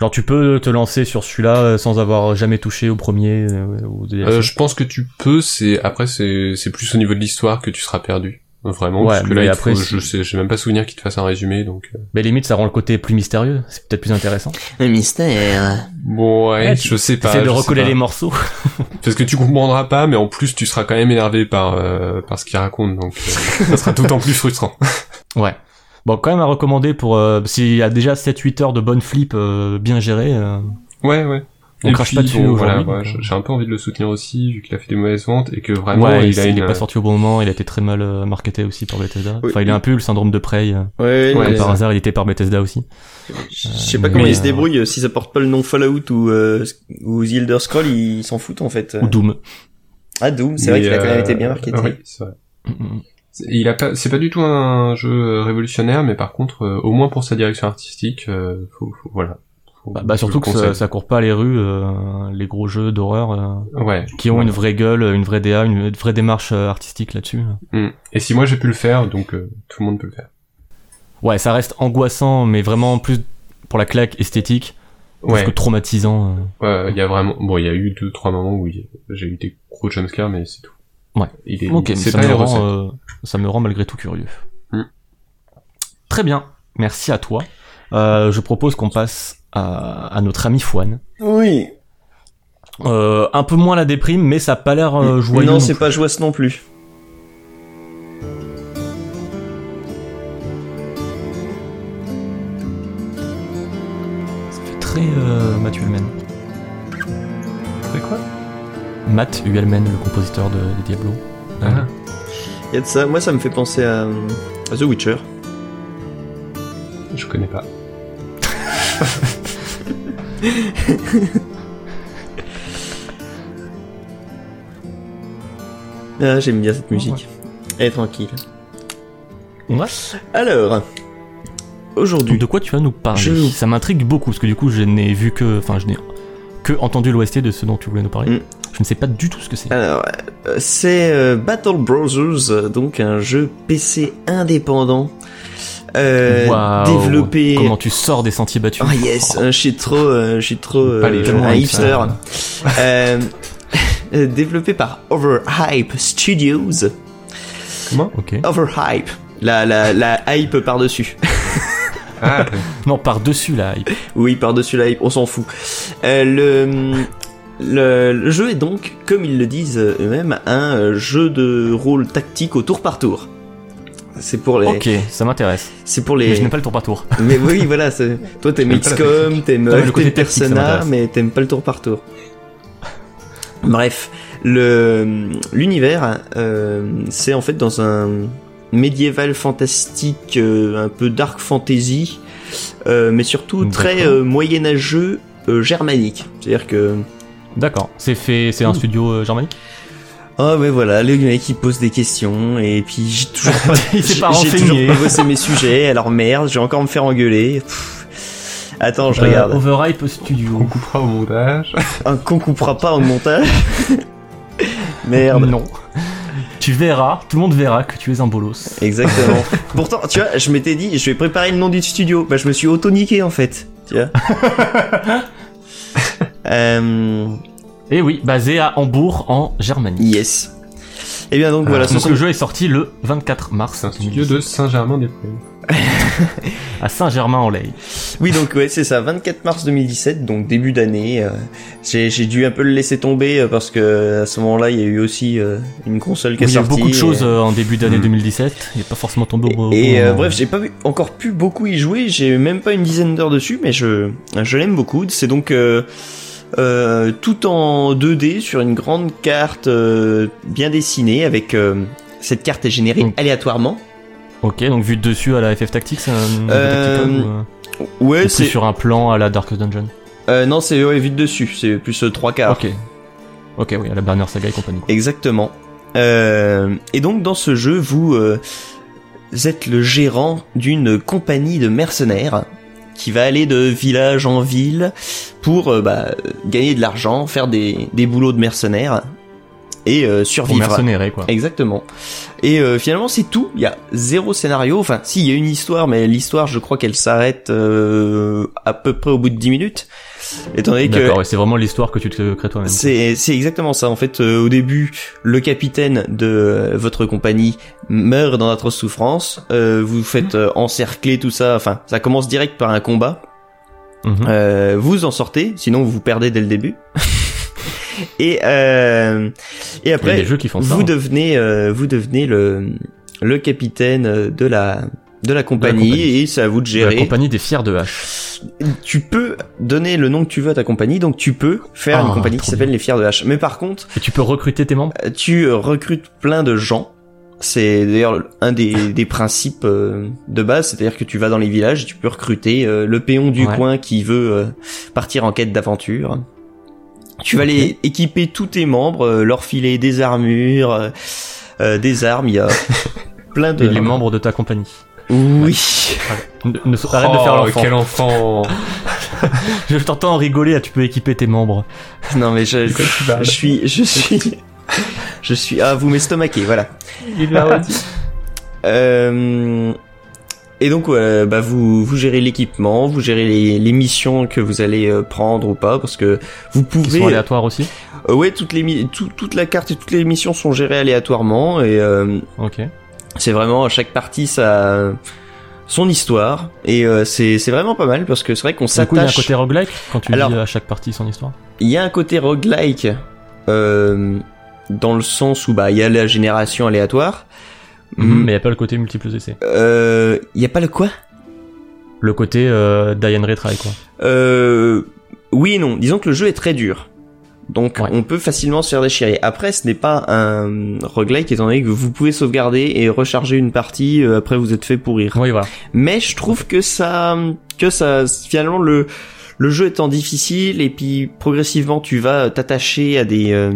S3: Genre tu peux te lancer sur celui-là euh, sans avoir jamais touché au premier euh, ou au deuxième.
S4: Euh, je pense que tu peux. C'est après, c'est c'est plus au niveau de l'histoire que tu seras perdu, vraiment.
S3: Ouais,
S4: parce que
S3: mais
S4: là,
S3: après,
S4: après,
S3: si-
S4: je sais, j'ai même pas souvenir qu'il te fasse un résumé, donc. euh,
S3: Mais limite ça rend le côté plus mystérieux, c'est peut-être plus intéressant.
S2: Le mystère.
S4: Bon, ouais,
S3: Ouais, tu-
S4: je sais pas.
S3: T'essaies de
S4: je sais
S3: recoller
S4: pas.
S3: les morceaux. <laughs>
S4: Parce que tu comprendras pas, mais en plus, tu seras quand même énervé par euh, par ce qu'il raconte, donc euh, ça sera d'autant plus frustrant. <laughs>
S3: ouais. Bon, quand même à recommander pour euh, s'il y a déjà 7-8 heures de bonne flip euh, bien gérée. euh,
S4: Ouais, ouais.
S3: On crache pas dessus
S4: bon, voilà,
S3: aujourd'hui,
S4: ouais,
S3: donc, euh.
S4: j'ai un peu envie de le soutenir aussi, vu qu'il a fait des mauvaises ventes et que vraiment
S3: ouais,
S4: Ah, il a
S3: il est
S4: une. euh,
S3: pas sorti au bon moment, il a été très mal euh, marketé aussi par Bethesda.
S2: Oui.
S3: Enfin, il a un peu eu le syndrome de Prey. euh,
S2: Ouais,
S4: Ouais,
S3: comme
S2: mais-
S3: par hasard, il était par Bethesda aussi.
S2: Je sais pas
S3: mais,
S2: comment ils se
S3: euh,
S2: débrouillent. euh, Si ça porte pas le nom Fallout ou, euh, ou The Elder Scroll, ils s'en foutent en fait.
S3: Ou Doom.
S2: Ah Doom, c'est vrai
S4: Mais,
S2: qu'il a quand même
S4: euh,
S2: été bien marketé.
S4: Oui, c'est vrai.
S3: Mm, mm.
S4: C'est- Il a pas, c'est pas du tout un jeu euh, révolutionnaire, mais par contre, euh, au moins pour sa direction artistique, euh, faut, faut- voilà. Faut-
S3: Bah, bah,
S4: je
S3: surtout que
S4: le
S3: ça,
S4: conseille.
S3: ça court pas les rues, euh, les gros jeux d'horreur euh,
S4: Ouais.
S3: qui ont
S4: Ouais.
S3: une vraie gueule, une vraie DA, une vraie démarche euh, artistique là-dessus.
S4: Mm. Et si moi j'ai pu le faire, donc euh, tout le monde peut le faire.
S3: Ouais, ça reste angoissant, mais vraiment plus pour la claque esthétique, plus
S4: Ouais.
S3: que traumatisant. euh.
S4: Ouais, il y a vraiment, bon, il y a eu deux, trois moments où il- j'ai eu des gros jumpscares, mais c'est tout.
S3: Ouais.
S4: Il est,
S3: Ok, mais
S4: c'est
S3: ça
S4: pas
S3: me,
S4: les
S3: rend,
S4: recettes.
S3: euh, ça me rend malgré tout curieux.
S2: Mm.
S4: Hmm.
S3: Très bien, merci à toi. Euh, je propose qu'on passe à, à notre ami Fouane.
S2: Oui.
S3: Euh, un peu moins la déprime, mais ça a pas l'air euh, joyeux.
S2: Mm. non,
S3: non
S2: c'est
S3: plus.
S2: pas joyeux non plus.
S3: Ça fait très euh, Matt Uelmen. euh,
S4: C'est quoi?
S3: Matt Uelmen, le compositeur de, de Diablo. Euh,
S4: Ah.
S2: Y a de ça. Moi, ça me fait penser à, euh, à The Witcher.
S4: Je connais pas.
S2: Ah, j'aime bien cette musique. Elle est tranquille.
S3: ouais.
S2: Alors, aujourd'hui,
S3: De quoi tu vas nous parler
S2: Je-
S3: Ça m'intrigue beaucoup parce que du coup, je n'ai vu que, enfin, je n'ai que entendu l'OST de ce dont tu voulais nous parler.
S2: Hmm.
S3: Je ne sais pas du tout ce que c'est.
S2: Alors, euh, c'est euh, Battle Brothers, euh, donc un jeu PC indépendant euh,
S3: Waouh.
S2: développé.
S3: Comment tu sors des sentiers battus
S2: Oh yes, euh, je suis trop, euh, je suis trop
S4: Pas les
S2: euh,
S4: gens,
S2: un
S3: ils
S2: hipster.
S3: savent.
S2: Euh, <laughs> euh, développé par Overhype Studios.
S3: Ok.
S2: Overhype, la la la hype par dessus.
S4: Ah,
S3: Non, par-dessus la hype.
S2: Oui, par-dessus la hype, on s'en fout. Euh, le, le, le jeu est donc, comme ils le disent eux-mêmes, un euh, jeu de rôle tactique au tour par tour. C'est pour les.
S3: Ok, ça m'intéresse.
S2: C'est pour
S3: Mais je
S2: les.
S3: n'aime pas le tour par tour.
S2: Mais oui, voilà. c'est- Toi, t'aimes
S4: J'aime pas la
S2: XCOM, t'aimes
S3: Non, mais le
S2: euh,
S3: côté
S2: t'aimes
S3: tactique, ça
S2: Persona,
S3: m'intéresse.
S2: mais t'aimes pas le tour par tour. Bref, le l'univers, euh, c'est en fait dans un médiéval fantastique, euh, un peu dark fantasy, euh, mais surtout très
S3: D'accord.
S2: euh, moyenâgeux euh, germanique. C'est-à-dire que
S3: D'accord. C'est fait, c'est un
S2: Hmm.
S3: studio
S2: <laughs>
S3: euh, germanique.
S2: Ah ouais voilà, le mec il pose des questions et puis j'ai toujours pas,
S3: <laughs> Il s'est
S2: j'ai-
S3: pas
S2: j'ai
S3: renseigné.
S2: toujours pas bossé mes sujets, alors merde, je vais encore me faire engueuler. Pff. Attends, je regarde.
S3: Euh, Overhype Studio.
S4: on coupera au montage.
S2: Un con coupera pas au montage. <laughs> merde.
S3: Non. Tu verras, tout le monde verra que tu es un bolos.
S2: Exactement. Pourtant, tu vois, je m'étais dit, je vais préparer le nom du studio. Bah, je me suis auto-niqué en fait. Tu
S3: <laughs>
S2: vois. euh,
S3: Et Eh oui, basé à Hambourg en Germanie.
S2: yes. Et bien donc voilà,
S4: Ah,
S2: ce
S3: Donc
S2: sont
S3: le jeu est sorti le 24 mars
S4: C'est un studio de Saint-Germain-des-Prés.
S3: à Saint-Germain-en-Laye.
S2: Oui, donc ouais, c'est ça, 24 mars 2017, donc début d'année. euh, j'ai j'ai dû un peu le laisser tomber euh, parce que à ce moment-là, il y a eu aussi euh, une console qui
S3: Oui,
S2: a
S3: Il y a
S2: sorti,
S3: beaucoup de choses
S2: et-
S3: euh, en début d'année
S4: Hmm.
S3: 2017. Il n'est pas forcément tombé au bon
S2: Et,
S3: bon
S2: euh,
S3: moment.
S2: bref, j'ai pas vu- encore pu beaucoup y jouer, j'ai même pas une dizaine d'heures dessus, mais je, je l'aime beaucoup. C'est donc euh, euh, tout en 2D sur une grande carte euh, bien dessinée avec... euh, cette carte est générée
S3: Mm.
S2: aléatoirement.
S3: Ok, donc vu de dessus à la FF Tactics, c'est un-
S2: Euh,
S3: Tactical ou, euh, ou
S2: Ouais,
S3: plus
S2: c'est
S3: sur un plan à la Darkest Dungeon.
S2: euh, non, c'est ouais, vite dessus, c'est plus 3 quarts.
S3: Ok. Ok, oui, à la Banner Saga et compagnie. quoi.
S2: Exactement. Euh, et donc dans ce jeu, vous, euh, vous êtes le gérant d'une compagnie de mercenaires qui va aller de village en ville pour euh, bah, gagner de l'argent, faire des, des boulots de mercenaires. et euh,
S3: Pour
S2: survivre.
S3: mercenaires, quoi.
S2: Exactement. Et euh, finalement, c'est tout. Il y a zéro scénario. Enfin, si, il y a une histoire, mais l'histoire, je crois qu'elle s'arrête euh, à peu près au bout de 10 minutes. Étant donné que
S3: D'accord, ouais, c'est vraiment l'histoire que tu te crées toi-même.
S2: euh, c'est c'est exactement ça. En fait, euh, au début, le capitaine de euh, votre compagnie meurt dans d'atroces souffrances. Euh, vous faites euh, encercler tout ça. Enfin, ça commence direct par un combat.
S3: Mhm.
S2: Euh, vous en sortez, sinon vous vous perdez dès le
S3: <laughs>
S2: début. et euh, et
S3: Il y a
S2: après,
S3: des jeux qui font ça.
S2: vous
S3: hein.
S2: devenez euh, vous devenez le le capitaine euh, de la de la compagnie,
S3: compagnie.
S2: et c'est à vous de
S3: De la
S2: gérer.
S3: compagnie des fiers de hache.
S2: tu peux donner le nom que tu veux à ta compagnie, donc tu peux faire
S3: Ah,
S2: une compagnie qui
S3: trop
S2: s'appelle les Fiers de H. Mais par contre,
S3: Et tu peux recruter tes membres
S2: euh, tu euh, recrutes plein de gens. C'est d'ailleurs un des, des principes euh, de base, c'est-à-dire que tu vas dans les villages, tu peux recruter euh, le péon du
S3: Ouais.
S2: coin qui veut euh, partir en quête d'aventure. Tu vas
S3: Ok.
S2: les équiper tous tes membres, euh, leur filer des armures, euh, euh, des armes,
S4: <laughs>
S2: il y a plein de...
S3: et les membres de ta compagnie.
S2: Oui.
S3: Ne, ne- arrête de
S4: Oh,
S3: faire l'enfant.
S4: quel enfant
S3: Je t'entends rigoler, ah, tu peux équiper tes membres.
S2: Non mais je,
S4: De quoi tu
S2: je
S4: parles
S2: suis... Je suis... Je suis... Ah, vous m'estomaquez, voilà.
S3: Il <laughs> l'a redit.
S2: Euh, et donc, euh, bah, vous, vous gérez l'équipement, vous gérez les, les missions que vous allez euh, prendre ou pas, parce que vous
S3: Qui sont
S2: pouvez.
S3: aléatoires aussi.
S2: Euh, ouais, toutes les mi- tout- toute la carte et toutes les missions sont gérées aléatoirement, et euh,
S3: Ok.
S2: c'est vraiment à chaque partie ça son histoire, et euh, c'est c'est vraiment pas mal parce que c'est vrai qu'on
S3: Du coup, il y a un
S2: s'attache.
S3: côté roguelike quand tu
S2: Alors-
S3: dis à chaque partie son histoire.
S2: Il y a un côté roguelike euh, dans le sens où bah il y a la génération aléatoire, Mhm.
S3: Mhm. Mais il n'y a pas le côté multiple essais.
S2: euh, il y a pas le quoi
S3: Le côté euh, die and retry, quoi.
S2: Euh, oui et non. Disons que le jeu est très dur. Donc
S3: Ouais.
S2: on peut facilement se faire déchirer. Après, ce n'est pas un roguelike étant donné que vous pouvez sauvegarder et recharger une partie, euh, après vous êtes fait pourrir.
S3: Oui, voilà.
S2: Mais je trouve que ça, que ça, finalement le le jeu étant difficile et puis progressivement tu vas t'attacher à des euh,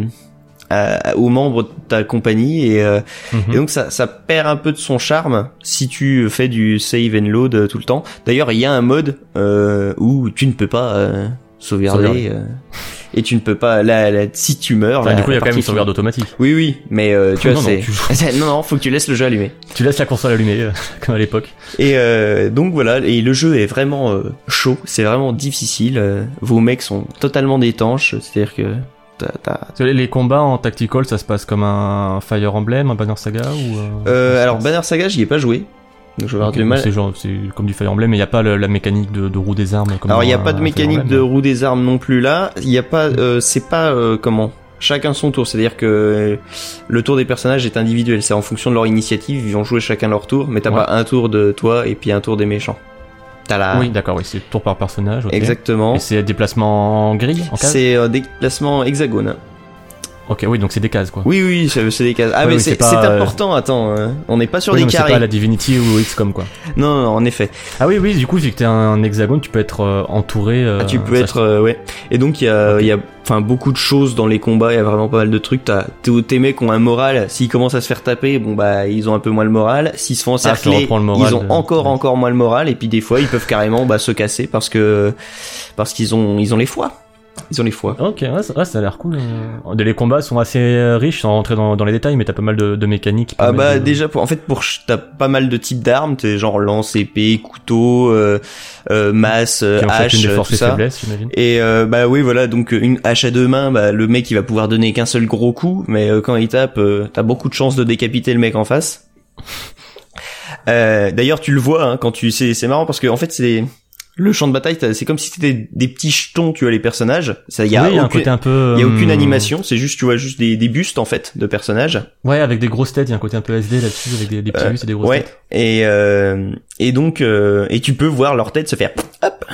S2: à- aux membres de ta compagnie et, euh,
S3: Mhm.
S2: et donc ça, ça perd un peu de son charme si tu fais du save and load euh, tout le temps. D'ailleurs, il y a un mode euh, où tu ne peux pas euh, sauvegarder,
S3: Sauvegarder.
S2: euh, et tu ne peux pas là, là, si tu meurs.
S3: Enfin,
S2: la-
S3: du coup, il y a
S2: la
S3: quand même
S2: partie
S3: une sauvegarde automatique.
S2: finit. Oui, oui, mais euh, tu
S3: <laughs> Non,
S2: vois,
S3: non,
S2: <laughs> c'est
S3: tu
S2: non, non, faut que tu laisses le jeu allumé.
S3: Tu laisses la console allumée, euh, <laughs> comme à l'époque.
S2: Et euh, donc voilà, et le jeu est vraiment euh, chaud, c'est vraiment difficile. euh, vos mecs sont totalement détanches, c'est-à-dire que t'as, t'as
S3: Parce que Les les combats en tactical, ça se passe comme un Fire Emblem, un Banner Saga ou. euh,
S2: Euh,
S3: ça
S2: alors
S3: se
S2: Banner Saga, j'y ai pas joué. Donc je vais avoir
S3: passe-
S2: du
S3: Ok,
S2: mal.
S3: C'est genre, c'est comme du Fire Emblem, mais il n'y a pas le- la mécanique de, de roue des armes. Comme
S2: Alors il
S3: n'y
S2: y a pas de mécanique de roue des armes non plus là, il y a pas euh, c'est pas euh, comment Chacun son tour, c'est-à-dire que euh, le tour des personnages est individuel, c'est en fonction de leur initiative, ils vont jouer chacun leur tour, mais t'as
S3: Ouais.
S2: pas un tour de toi et puis un tour des méchants. T'as la...
S3: Oui, d'accord, oui, c'est tour par personnage. ok.
S2: Exactement.
S3: Et c'est déplacement en grille, en case
S2: C'est euh, un déplacement hexagone.
S3: Ok, oui, donc c'est des cases, quoi.
S2: Oui, oui, c'est c'est des cases. Ah,
S3: Oui,
S2: mais
S3: oui,
S2: c'est
S3: c'est pas,
S2: c'est
S3: euh,
S2: important, attends, euh, on n'est pas sur
S3: Oui,
S2: des
S3: non, mais c'est
S2: carrés.
S3: pas la Divinity ou XCOM, quoi.
S2: Non, non, non, en effet.
S3: Ah oui, oui, du coup, vu que t'es un hexagone, tu peux être euh, entouré. euh,
S2: Ah, tu peux
S3: ça
S2: être euh, ouais. Et donc il y a
S3: Ok.
S2: il y a enfin beaucoup de choses dans les combats, il y a vraiment pas mal de trucs. T'as t'es- tes mecs ont un moral, s'ils commencent à se faire taper, bon bah ils ont un peu moins le moral, s'ils se font
S3: Ah, ça
S2: encercler,
S3: reprend le moral
S2: ils ont
S3: de-
S2: encore
S3: ouais.
S2: encore moins le moral et puis des fois ils peuvent carrément bah se casser parce que parce qu'ils ont ils ont les foies. Ils ont les foies.
S3: Ok, ouais, ça, ouais, ça a l'air cool. euh. Les combats sont assez euh, riches, sans rentrer dans, dans les détails, mais t'as pas mal de, de mécaniques. qui
S2: Ah
S3: permettent
S2: bah
S3: de-
S2: déjà pour en fait pour ch- t'as pas mal de types d'armes, t'es genre lance, épée, couteau, euh, euh, masse, euh,
S3: qui ont chacune
S2: hache,
S3: des
S2: euh,
S3: forces
S2: tout
S3: et
S2: ça.
S3: faiblesses, j'imagine.
S2: Et euh, bah oui voilà donc euh, une hache à deux mains bah le mec il va pouvoir donner qu'un seul gros coup mais euh, quand il tape euh, t'as beaucoup de chances de décapiter le mec en
S3: <laughs>
S2: face. Euh, D'ailleurs tu le vois hein, quand tu c'est c'est marrant parce que en fait c'est le champ de bataille t'as- c'est comme si c'était des petits jetons tu vois les personnages ça y a,
S3: oui, il y a un
S2: aucune-
S3: côté un peu.
S2: il y a aucune
S3: euh,
S2: animation c'est juste tu vois juste des, des bustes en fait de personnages
S3: Ouais, avec des grosses têtes, il y a un côté un peu SD là-dessus, avec des, des petits
S2: Euh,
S3: bus et des grosses
S2: ouais
S3: têtes.
S2: et euh, et donc euh, et tu peux voir leur tête se faire hop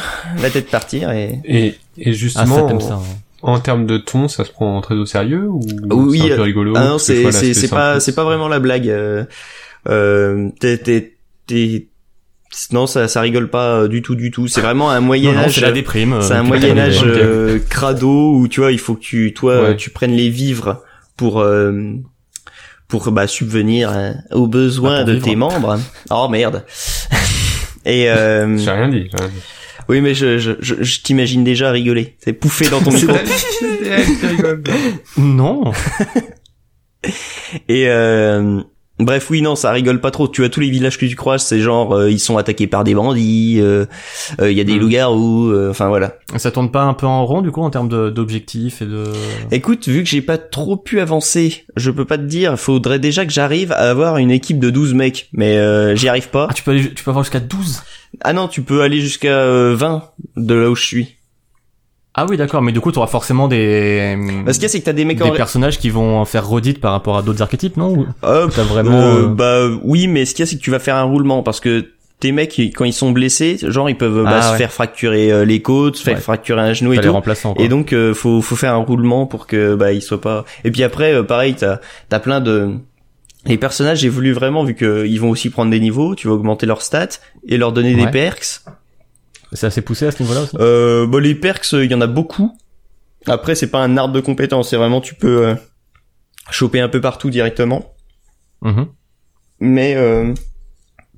S2: la tête partir et
S4: Et, et
S3: Ah, ça
S4: justement,
S3: t'aimes ça. hein.
S4: en termes de ton, ça se prend très au sérieux ou
S2: Oui,
S4: c'est un peu
S2: euh,
S4: rigolo
S2: Ah non,
S4: parce que je
S2: c'est
S4: vois
S2: c'est
S4: l'aspect
S2: c'est pas
S4: simple.
S2: c'est pas vraiment la blague. Euh, euh, t'es t'es t'es non ça ça rigole pas euh, du tout du tout. C'est vraiment un
S3: Non,
S2: Moyen
S3: non,
S2: Âge.
S3: c'est la déprime. euh,
S2: C'est un
S3: tu
S2: Moyen
S3: vois,
S2: Âge
S3: t'as des-
S2: euh, crado où tu vois il faut que tu toi
S4: Ouais.
S2: euh, tu prennes les vivres pour euh, pour bah subvenir euh, aux besoins
S3: Ah, pour
S2: de
S3: vivre.
S2: tes membres. Oh merde. <laughs> Et euh,
S4: J'ai rien dit. j'ai rien dit.
S2: oui mais je je, je, je t'imagine déjà rigoler. <laughs> C'est pouffé dans ton micro. euh,
S4: C'est elle qui rigole.
S3: Non.
S2: Et euh, bref, oui, non, ça rigole pas trop. Tu vois, tous les villages que tu croises, c'est genre, euh, ils sont attaqués par des bandits, euh, euh, il y a des
S3: Mm.
S2: loups-garous, euh, enfin voilà.
S3: Ça tourne pas un peu en rond, du coup, en termes de- d'objectifs et de...
S2: Écoute, vu que j'ai pas trop pu avancer, je peux pas te dire, faudrait déjà que j'arrive à avoir une équipe de 12 mecs, mais euh, j'y arrive pas.
S3: Ah, tu peux, aller- tu peux avoir jusqu'à 12
S2: Ah non, tu peux aller jusqu'à euh, 20 de là où je suis.
S3: Ah oui, d'accord, mais du coup, t'auras forcément des...
S2: Parce qu'il y a, c'est que t'as des mecs
S3: des
S2: en...
S3: personnages qui vont faire redite par rapport à d'autres archétypes, non Ou
S2: Hop,
S3: T'as vraiment...
S2: Euh,
S3: euh,
S2: bah oui, mais ce qu'il y a, c'est que tu vas faire un roulement parce que tes mecs, ils- quand ils sont blessés, genre ils peuvent bah,
S3: Ah,
S2: se
S3: ouais.
S2: faire fracturer euh, les côtes, se faire
S3: Ouais.
S2: fracturer un genou et
S3: t'as les
S2: tout.
S3: remplaçants, quoi.
S2: Et donc euh, faut faut faire un roulement pour que bah ils soient pas. Et puis après, euh, pareil, t'as t'as plein de les personnages. J'ai voulu vraiment vu que ils vont aussi prendre des niveaux. Tu vas augmenter leurs stats et leur donner des
S3: Ouais.
S2: perks.
S3: C'est assez poussé à ce niveau-là aussi
S2: Euh, bah les perks, euh, il y en a beaucoup. Après, c'est pas un arbre de compétences. C'est vraiment tu peux euh, choper un peu partout directement.
S3: Mhm.
S2: Mais euh,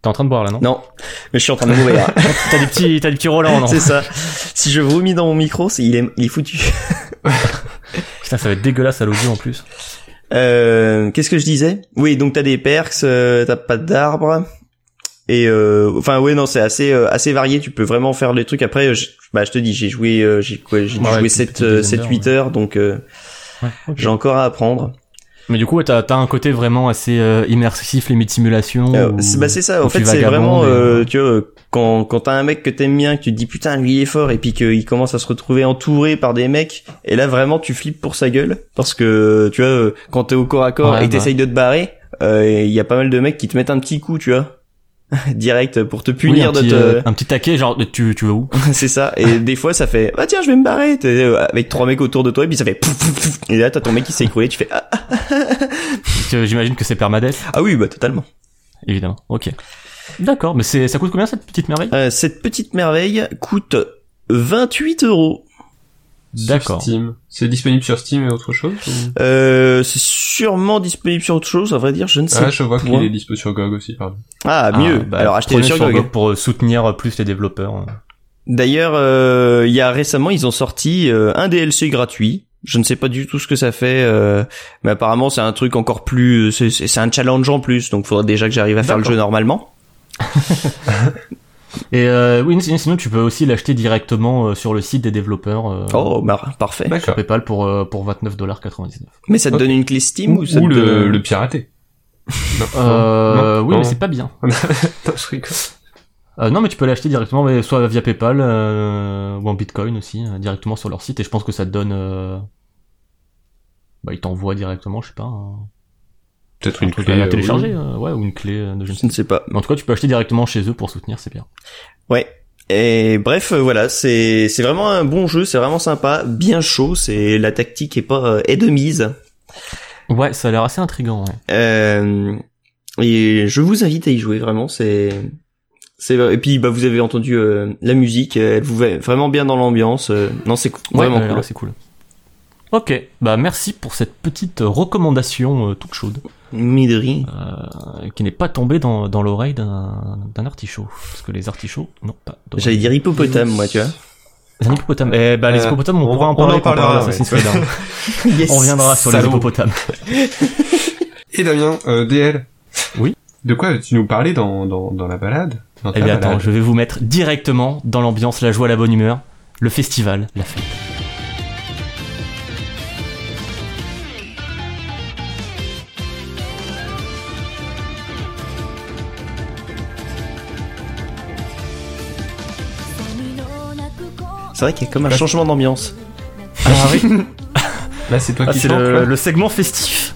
S3: T'es en train de boire, là, non
S2: non, mais je suis en train de mourir.
S3: <laughs> T'as des petits, t'as des petits Roland, Oh,
S2: <laughs>
S3: non
S2: C'est ça. Si je vomis dans mon micro, c'est- il, est, il est foutu.
S3: Putain, ça va être dégueulasse à l'audio, en plus.
S2: Euh, Qu'est-ce que je disais Oui, donc t'as des perks, euh, t'as pas d'arbres. Et euh, enfin ouais non c'est assez euh, assez varié tu peux vraiment faire des trucs après euh, je, bah je te dis j'ai joué euh, j'ai quoi j'ai dû
S3: Ouais,
S2: joué
S3: une
S2: 7
S3: petite dizaine
S2: 7
S3: d'heures,
S2: 8 heures donc euh,
S3: Ouais, ok.
S2: j'ai encore à apprendre.
S3: Mais du coup, ouais, t'as t'as un côté vraiment assez euh, immersif, limite simulation.
S2: Euh,
S3: ou-
S2: c'est bah c'est ça
S3: ou
S2: en
S3: tu
S2: fait c'est
S3: vagabondes
S2: vraiment
S3: et-
S2: euh, tu vois euh, quand quand t'as un mec que t'aimes bien que tu te dis putain lui il est fort et puis qu'il commence à se retrouver entouré par des mecs et là vraiment tu flippes pour sa gueule parce que tu vois euh, quand t'es au corps à corps
S3: Ouais,
S2: et que
S3: bah.
S2: t'essayes de te barrer euh, il y a pas mal de mecs qui te mettent un petit coup tu vois <laughs> direct pour te
S3: Oui,
S2: punir
S3: un petit,
S2: de te
S3: euh, <laughs> un petit taquet, genre, de- tu, tu vas où
S2: <laughs> c'est ça et des fois ça fait ah tiens je vais me barrer T'es, euh, avec trois mecs autour de toi et puis ça fait pouf, pouf, pouf. et là t'as ton mec qui s'est écroulé tu fais ah,
S3: Parce que J'imagine que c'est permadeath,
S2: ah oui bah totalement
S3: évidemment. Ok. D'accord, mais c'est ça coûte combien cette petite merveille
S2: Euh, cette petite merveille coûte 28 euros
S3: D'accord.
S4: Sur Steam. C'est disponible sur Steam et autre chose ou-
S2: Euh, c'est sûrement disponible sur autre chose, à vrai dire, je ne sais
S4: Ah,
S2: pas.
S4: je vois qu'il
S2: point.
S4: est dispo sur GOG aussi, pardon.
S2: Ah, mieux.
S3: bah,
S2: Alors achetez-le
S3: prenez
S2: sur
S3: sur
S2: GOG.
S3: GOG pour euh, soutenir euh, plus les développeurs. euh.
S2: D'ailleurs, euh, il y a récemment, ils ont sorti euh, un DLC gratuit. Je ne sais pas du tout ce que ça fait, euh, mais apparemment c'est un truc encore plus, euh, c'est- c'est c'est un challenge en plus, donc faudrait déjà que j'arrive à faire le jeu normalement.
S3: Et euh, oui, sinon, sinon, tu peux aussi l'acheter directement euh, sur le site des développeurs euh,
S2: Oh, bah, parfait.
S3: sur
S4: D'accord.
S3: PayPal pour euh, pour 29,99$.
S2: Mais ça te
S4: Ok.
S2: donne une clé Steam
S4: Ou,
S2: ou, euh, ça te
S4: le,
S2: donne-
S3: <laughs>
S4: le pirater. Non,
S2: Oh.
S3: Euh,
S4: non,
S3: oui,
S4: non.
S3: mais c'est pas bien.
S4: <laughs> non, je rigole.
S3: Euh, non, mais tu peux l'acheter directement, mais soit via PayPal euh, ou en Bitcoin aussi, euh, directement sur leur site. Et je pense que ça te donne. euh, Bah, ils t'envoient directement, je sais pas. un-
S4: Peut-être
S3: un
S4: une
S3: truc
S4: clé.
S3: à
S4: euh,
S3: télécharger,
S4: oui.
S3: euh, ouais, ou une clé euh, de je ne
S2: Je
S3: sais
S2: ne sais pas.
S3: Mais en tout cas, tu peux acheter directement chez eux pour soutenir, c'est bien.
S2: Ouais. Et bref, euh, voilà, c'est c'est vraiment un bon jeu, c'est vraiment sympa, bien chaud, c'est la tactique est pas euh, est de mise.
S3: Ouais, ça a l'air assez intriguant. ouais.
S2: Euh, et je vous invite à y jouer vraiment. C'est c'est et puis bah vous avez entendu euh, la musique, euh, elle vous va vraiment bien dans l'ambiance. euh, non c'est cou-
S3: Ouais,
S2: vraiment
S3: ça a l'air
S2: cool.
S3: assez cool. Ok, bah merci pour cette petite recommandation euh, toute chaude,
S2: Midori.
S3: euh, qui n'est pas tombée dans, dans l'oreille d'un d'un artichaut. Parce que les artichauts n'ont pas d'oreille.
S2: J'allais dire hippopotame moi tu vois.
S3: Les hippopotames. Eh bah, les
S4: Euh,
S3: hippopotames, on,
S4: on-
S3: pourra en
S4: on
S3: parler
S4: en
S3: quand on
S4: parlera,
S3: parlera d'Assassin's
S4: ouais.
S3: Creed, hein.
S2: <laughs> Yes.
S3: On reviendra sur les
S4: salaud.
S3: hippopotames.
S4: Et Damien, euh, DL.
S3: Oui.
S4: De quoi tu nous parlais dans, dans, dans la balade Dans ta
S3: Eh bien, attends,
S4: balade.
S3: je vais vous mettre directement dans l'ambiance, la joie, la bonne humeur, le festival, la fête.
S2: C'est vrai qu'il y a comme un changement d'ambiance. <laughs>
S3: Ah <laughs> oui,
S4: Là, c'est toi qui
S3: Ah, c'est
S4: chantes,
S3: le,
S4: là
S3: le segment festif.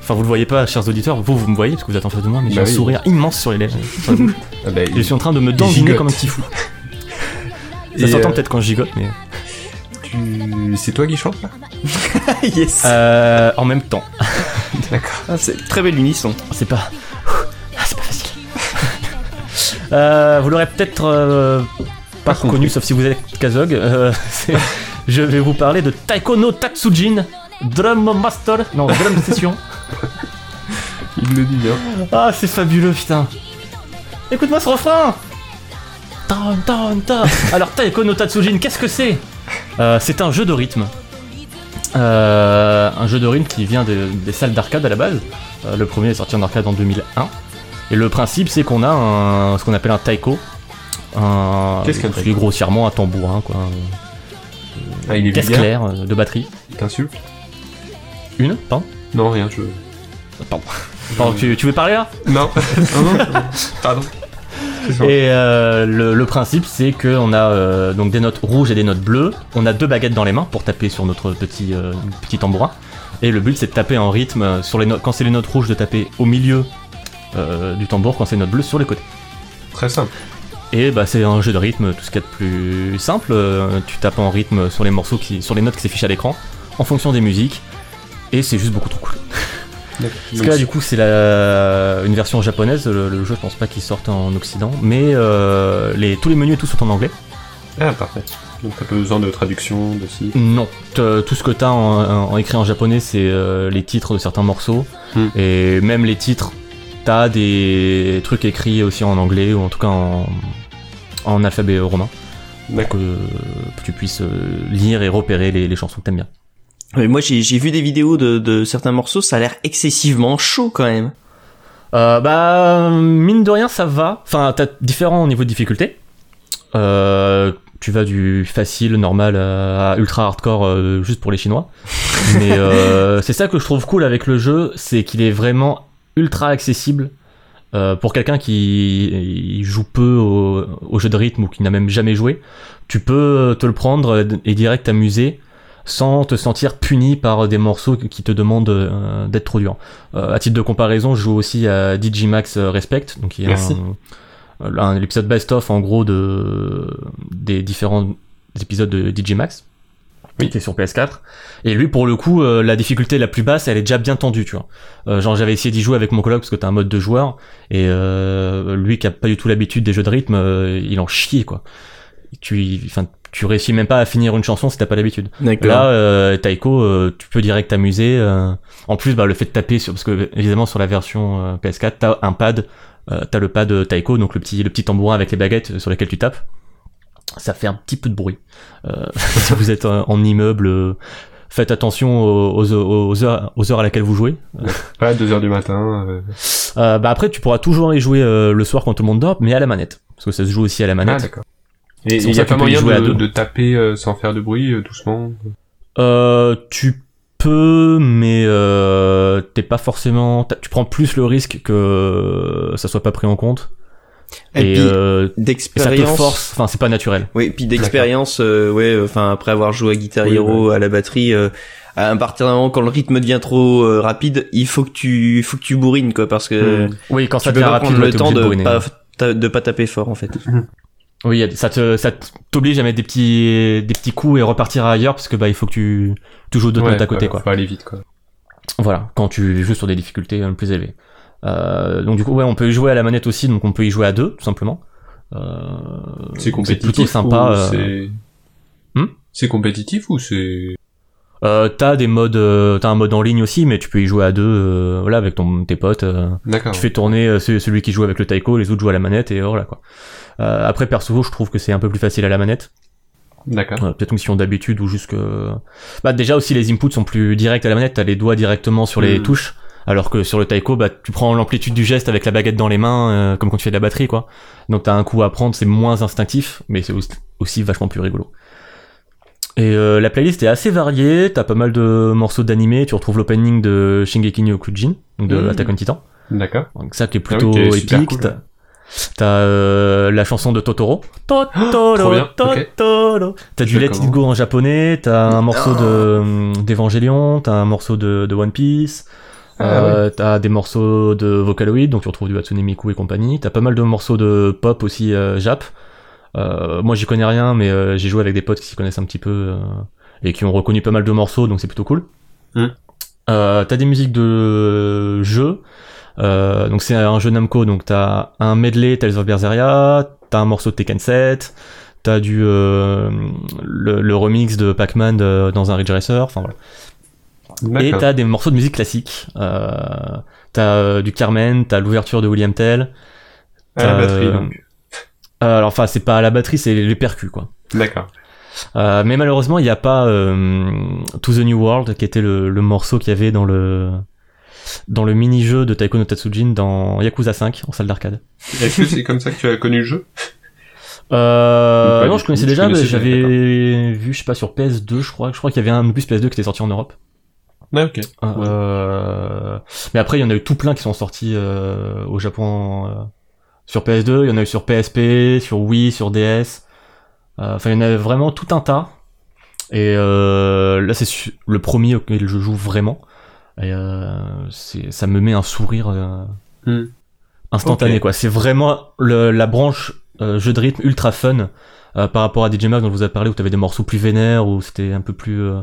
S3: Enfin, vous le voyez pas, chers auditeurs, vous, vous me voyez parce que vous êtes en face de moi, mais j'ai
S4: Bah
S3: un
S4: oui.
S3: sourire immense sur les lèvres. sur la bouche.
S4: Ah, bah,
S3: Je suis en train de me dandiner
S4: gigote.
S3: comme un petit <laughs> fou. Ça
S4: Et,
S3: s'entend
S4: euh,
S3: peut-être quand je gigote, mais.
S4: tu- C'est toi qui chantes, là
S2: yes.
S3: Euh, en même temps,
S4: D'accord.
S2: Ah, c'est très belle unisson.
S3: c'est pas. Ah, c'est pas facile. <laughs> Euh, vous l'aurez peut-être euh, pas reconnu, sauf si vous êtes Kazog. Euh, <laughs> c'est- je vais vous parler de Taiko no Tatsujin, Drum Master, non, Drum Session.
S4: Il le dit bien.
S3: Ah, c'est fabuleux, putain. Écoute-moi ce refrain Tan, tan, tan. Alors, Taiko no Tatsujin, qu'est-ce que c'est Euh, C'est un jeu de rythme Euh, un jeu de rythme qui vient des, des salles d'arcade à la base. Euh, le premier est sorti en arcade en 2001. Et le principe, c'est qu'on a un, ce qu'on appelle un taiko. Un,
S4: Qu'est-ce qu'un
S3: qui est
S4: taiko
S3: grossièrement un tambourin, quoi. un-
S4: Ah, il
S3: Une
S4: est
S3: caisse
S4: vulgaire.
S3: claire euh, de batterie.
S4: Il t'insulte
S3: Une Pardon
S4: Non, rien, je...
S3: Pardon. Pardon, tu, tu veux parler là <laughs>
S4: Non, non, non, pardon. Excuse-moi.
S3: Et euh, le, le principe, c'est qu'on a euh, donc des notes rouges et des notes bleues. On a deux baguettes dans les mains pour taper sur notre petit, euh, petit tambourin. Et le but, c'est de taper en rythme euh, sur les notes. Quand c'est les notes rouges, de taper au milieu euh, du tambour. Quand c'est les notes bleues, sur les côtés.
S4: Très simple.
S3: Et bah, c'est un jeu de rythme, tout ce qu'il y a de plus simple. Euh, tu tapes en rythme sur les morceaux, qui, sur les notes qui s'affichent à l'écran, en fonction des musiques. Et c'est juste beaucoup trop cool. Parce que là, du coup, c'est la... une version japonaise. Le, le jeu, je pense pas qu'il sorte en Occident. Mais euh, les... tous les menus et tout sont en anglais.
S4: Ah, parfait. Donc t'as pas besoin de traduction, de si...
S3: Non. T'as- Tout ce que t'as en, en- en écrit en japonais, c'est euh, les titres de certains morceaux.
S4: Hmm.
S3: Et même les titres, t'as des trucs écrits aussi en anglais, ou en tout cas en, en alphabet romain. Pour que
S4: D'accord.
S3: euh, tu puisses euh, lire et repérer les, les chansons que t'aimes bien.
S2: Mais moi, j'ai j'ai vu des vidéos de, de certains morceaux, ça a l'air excessivement chaud quand même.
S3: Euh, bah, mine de rien, ça va. Enfin, t'as différents niveaux de difficulté. Euh, tu vas du facile, normal à ultra hardcore euh, juste pour les Chinois. Mais euh, <laughs> c'est ça que je trouve cool avec le jeu, c'est qu'il est vraiment ultra accessible euh, pour quelqu'un qui joue peu au, au jeu de rythme ou qui n'a même jamais joué. Tu peux te le prendre et direct t'amuser sans te sentir puni par des morceaux qui te demandent euh, d'être trop dur. Euh, à titre de comparaison, je joue aussi à Digimax euh, Respect, donc qui est
S4: Merci.
S3: un, un- l'épisode best-of en gros de des différents épisodes de Digimax.
S4: Oui.
S3: Qui est sur PS4. Et lui, pour le coup, euh, la difficulté la plus basse, elle est déjà bien tendue, tu vois. Euh, genre, j'avais essayé d'y jouer avec mon coloc parce que t'as un mode de joueur, et euh, lui qui a pas du tout l'habitude des jeux de rythme, euh, il en chie, quoi. Tu, enfin, tu réussis même pas à finir une chanson si t'as pas l'habitude. Là,
S2: D'accord.
S3: euh, Taiko, euh, tu peux direct t'amuser. euh. En plus, bah, le fait de taper sur, parce que évidemment sur la version euh, PS4, t'as un pad, euh, t'as le pad euh, Taiko, donc le petit le petit tambourin avec les baguettes euh, sur lesquelles tu tapes. Ça fait un petit peu de bruit. Euh, <laughs> si vous êtes en, en immeuble, euh, faites attention aux, aux- aux heures aux heures à laquelle vous jouez.
S4: Ouais, 2h du matin... euh,
S3: Euh, bah après, tu pourras toujours y jouer euh, le soir quand tout le monde dort, mais à la manette, parce que ça se joue aussi à la
S4: Ah,
S3: manette.
S4: d'accord. Et
S3: C'est
S4: il
S3: pour
S4: n'y
S3: ça
S4: a
S3: que
S4: pas
S3: tu peux y
S4: moyen
S3: jouer à
S4: de,
S3: deux.
S4: de taper euh, sans faire de bruit, euh, doucement
S3: Euh, tu peux, mais euh, t'es pas forcément. t'as- Tu prends plus le risque que ça soit pas pris en compte.
S2: Et
S3: Et,
S2: puis,
S3: euh, et ça te
S2: d'expérience.
S3: force. Enfin, c'est pas naturel.
S2: Oui, puis d'expérience, euh, ouais, enfin après avoir joué à Guitar
S4: Oui,
S2: Hero à la batterie, euh, à partir d'un moment quand le rythme devient trop euh, rapide, il faut que tu, il faut que tu bourrines quoi, parce que
S4: Hmm.
S3: Oui, quand
S2: tu
S3: ça
S2: peux
S3: te
S2: pas
S3: rapide,
S2: prendre le temps de,
S3: bourriner.
S2: pas ta- de pas taper fort en fait.
S3: Oui, y a- ça te, ça t'oblige à mettre des petits, des petits coups et repartir ailleurs parce que bah il faut que tu, tu joues deux
S4: Ouais,
S3: notes à côté
S4: ouais,
S3: quoi.
S4: Faut aller vite, quoi.
S3: Voilà, quand tu joues sur des difficultés euh, plus élevées. Euh, donc du coup, ouais, on peut y jouer à la manette aussi, donc on peut y jouer à deux, tout simplement. Euh,
S4: C'est compétitif
S3: plutôt sympa.
S4: ou
S3: euh,
S4: c'est-
S3: Hmm
S4: C'est compétitif ou c'est...
S3: Euh, t'as des modes, euh, t'as un mode en ligne aussi, mais tu peux y jouer à deux, euh, voilà, avec ton tes potes. euh,
S4: D'accord.
S3: tu fais tourner euh, ce- celui qui joue avec le taiko, les autres jouent à la manette et voilà quoi. Euh, après perso, je trouve que c'est un peu plus facile à la manette.
S4: D'accord.
S3: Euh, Peut-être une question d'habitude ou juste que, bah déjà aussi les inputs sont plus directs à la manette, t'as les doigts directement sur les
S4: Mm.
S3: touches, alors que sur le taiko, bah tu prends l'amplitude du geste avec la baguette dans les mains, euh, comme quand tu fais de la batterie quoi. Donc t'as un coup à prendre, c'est moins instinctif, mais c'est aussi- aussi vachement plus rigolo. Et euh, la playlist est assez variée, t'as pas mal de morceaux d'animé, tu retrouves l'opening de Shingeki no Kyojin, donc de
S4: Mm.
S3: Attack on Titan,
S4: D'accord.
S3: donc ça qui est
S4: Ah oui,
S3: plutôt
S4: qui est super
S3: épique.
S4: cool.
S3: T'as- T'as euh, la chanson de Totoro. Totoro,
S4: trop bien, ok.
S3: Totoro. T'as
S4: Je
S3: du
S4: le
S3: Let It
S4: commande.
S3: Go en japonais, t'as un morceau
S2: Ah.
S3: de euh, d'Evangelion, t'as un morceau de, de One Piece,
S4: Ah
S3: euh, t'as des morceaux de Vocaloid, donc tu retrouves du Hatsune Miku et compagnie. T'as pas mal de morceaux de pop aussi euh, jap. Euh, moi j'y connais rien, mais euh, j'ai joué avec des potes qui s'y connaissent un petit peu euh, et qui ont reconnu pas mal de morceaux, donc c'est plutôt cool.
S4: Hmm.
S3: Euh, t'as des musiques de jeux, euh, donc c'est un jeu Namco, donc t'as un medley Tales of Berseria, t'as un morceau de Tekken 7, t'as du euh, le, le remix de Pac-Man de- dans un Ridge Racer, enfin voilà. Et
S4: D'accord.
S3: t'as des morceaux de musique classique, euh, t'as euh, du Carmen, t'as l'ouverture de William Tell.
S4: À Ah, la
S3: t'as,
S4: batterie,
S3: euh,
S4: donc.
S3: euh, alors enfin c'est pas à la batterie, c'est les percus quoi.
S4: D'accord.
S3: Euh, mais malheureusement, il n'y a pas euh, To the New World, qui était le, le morceau qu'il y avait dans le dans le mini-jeu de Taiko no Tatsujin dans Yakuza 5 en salle d'arcade.
S4: Est-ce que c'est comme ça que tu as connu le jeu
S3: Euh,
S4: Ou pas
S3: non,
S4: du
S3: je connaissais
S4: tout, tu
S3: déjà, mais
S4: connaissais déjà,
S3: j'avais vu, je sais pas, sur PS2, je crois. Je crois qu'il y avait un opus PS2 qui était sorti en Europe.
S4: Ah ok.
S3: Euh, mais après, il y en a eu tout plein qui sont sortis euh, au Japon euh, sur PS2. Il y en a eu sur PSP, sur Wii, sur DS. Euh, Enfin, il y en a vraiment tout un tas. Et euh, là, c'est su- le premier auquel je joue vraiment. Et euh, c'est- ça me met un sourire euh,
S4: Hmm.
S3: instantané,
S4: Ok.
S3: quoi. C'est vraiment le- la branche euh, jeu de rythme ultra fun euh, par rapport à DJ Mag dont je vous ai parlé, où t'avais des morceaux plus vénères, où c'était un peu plus euh,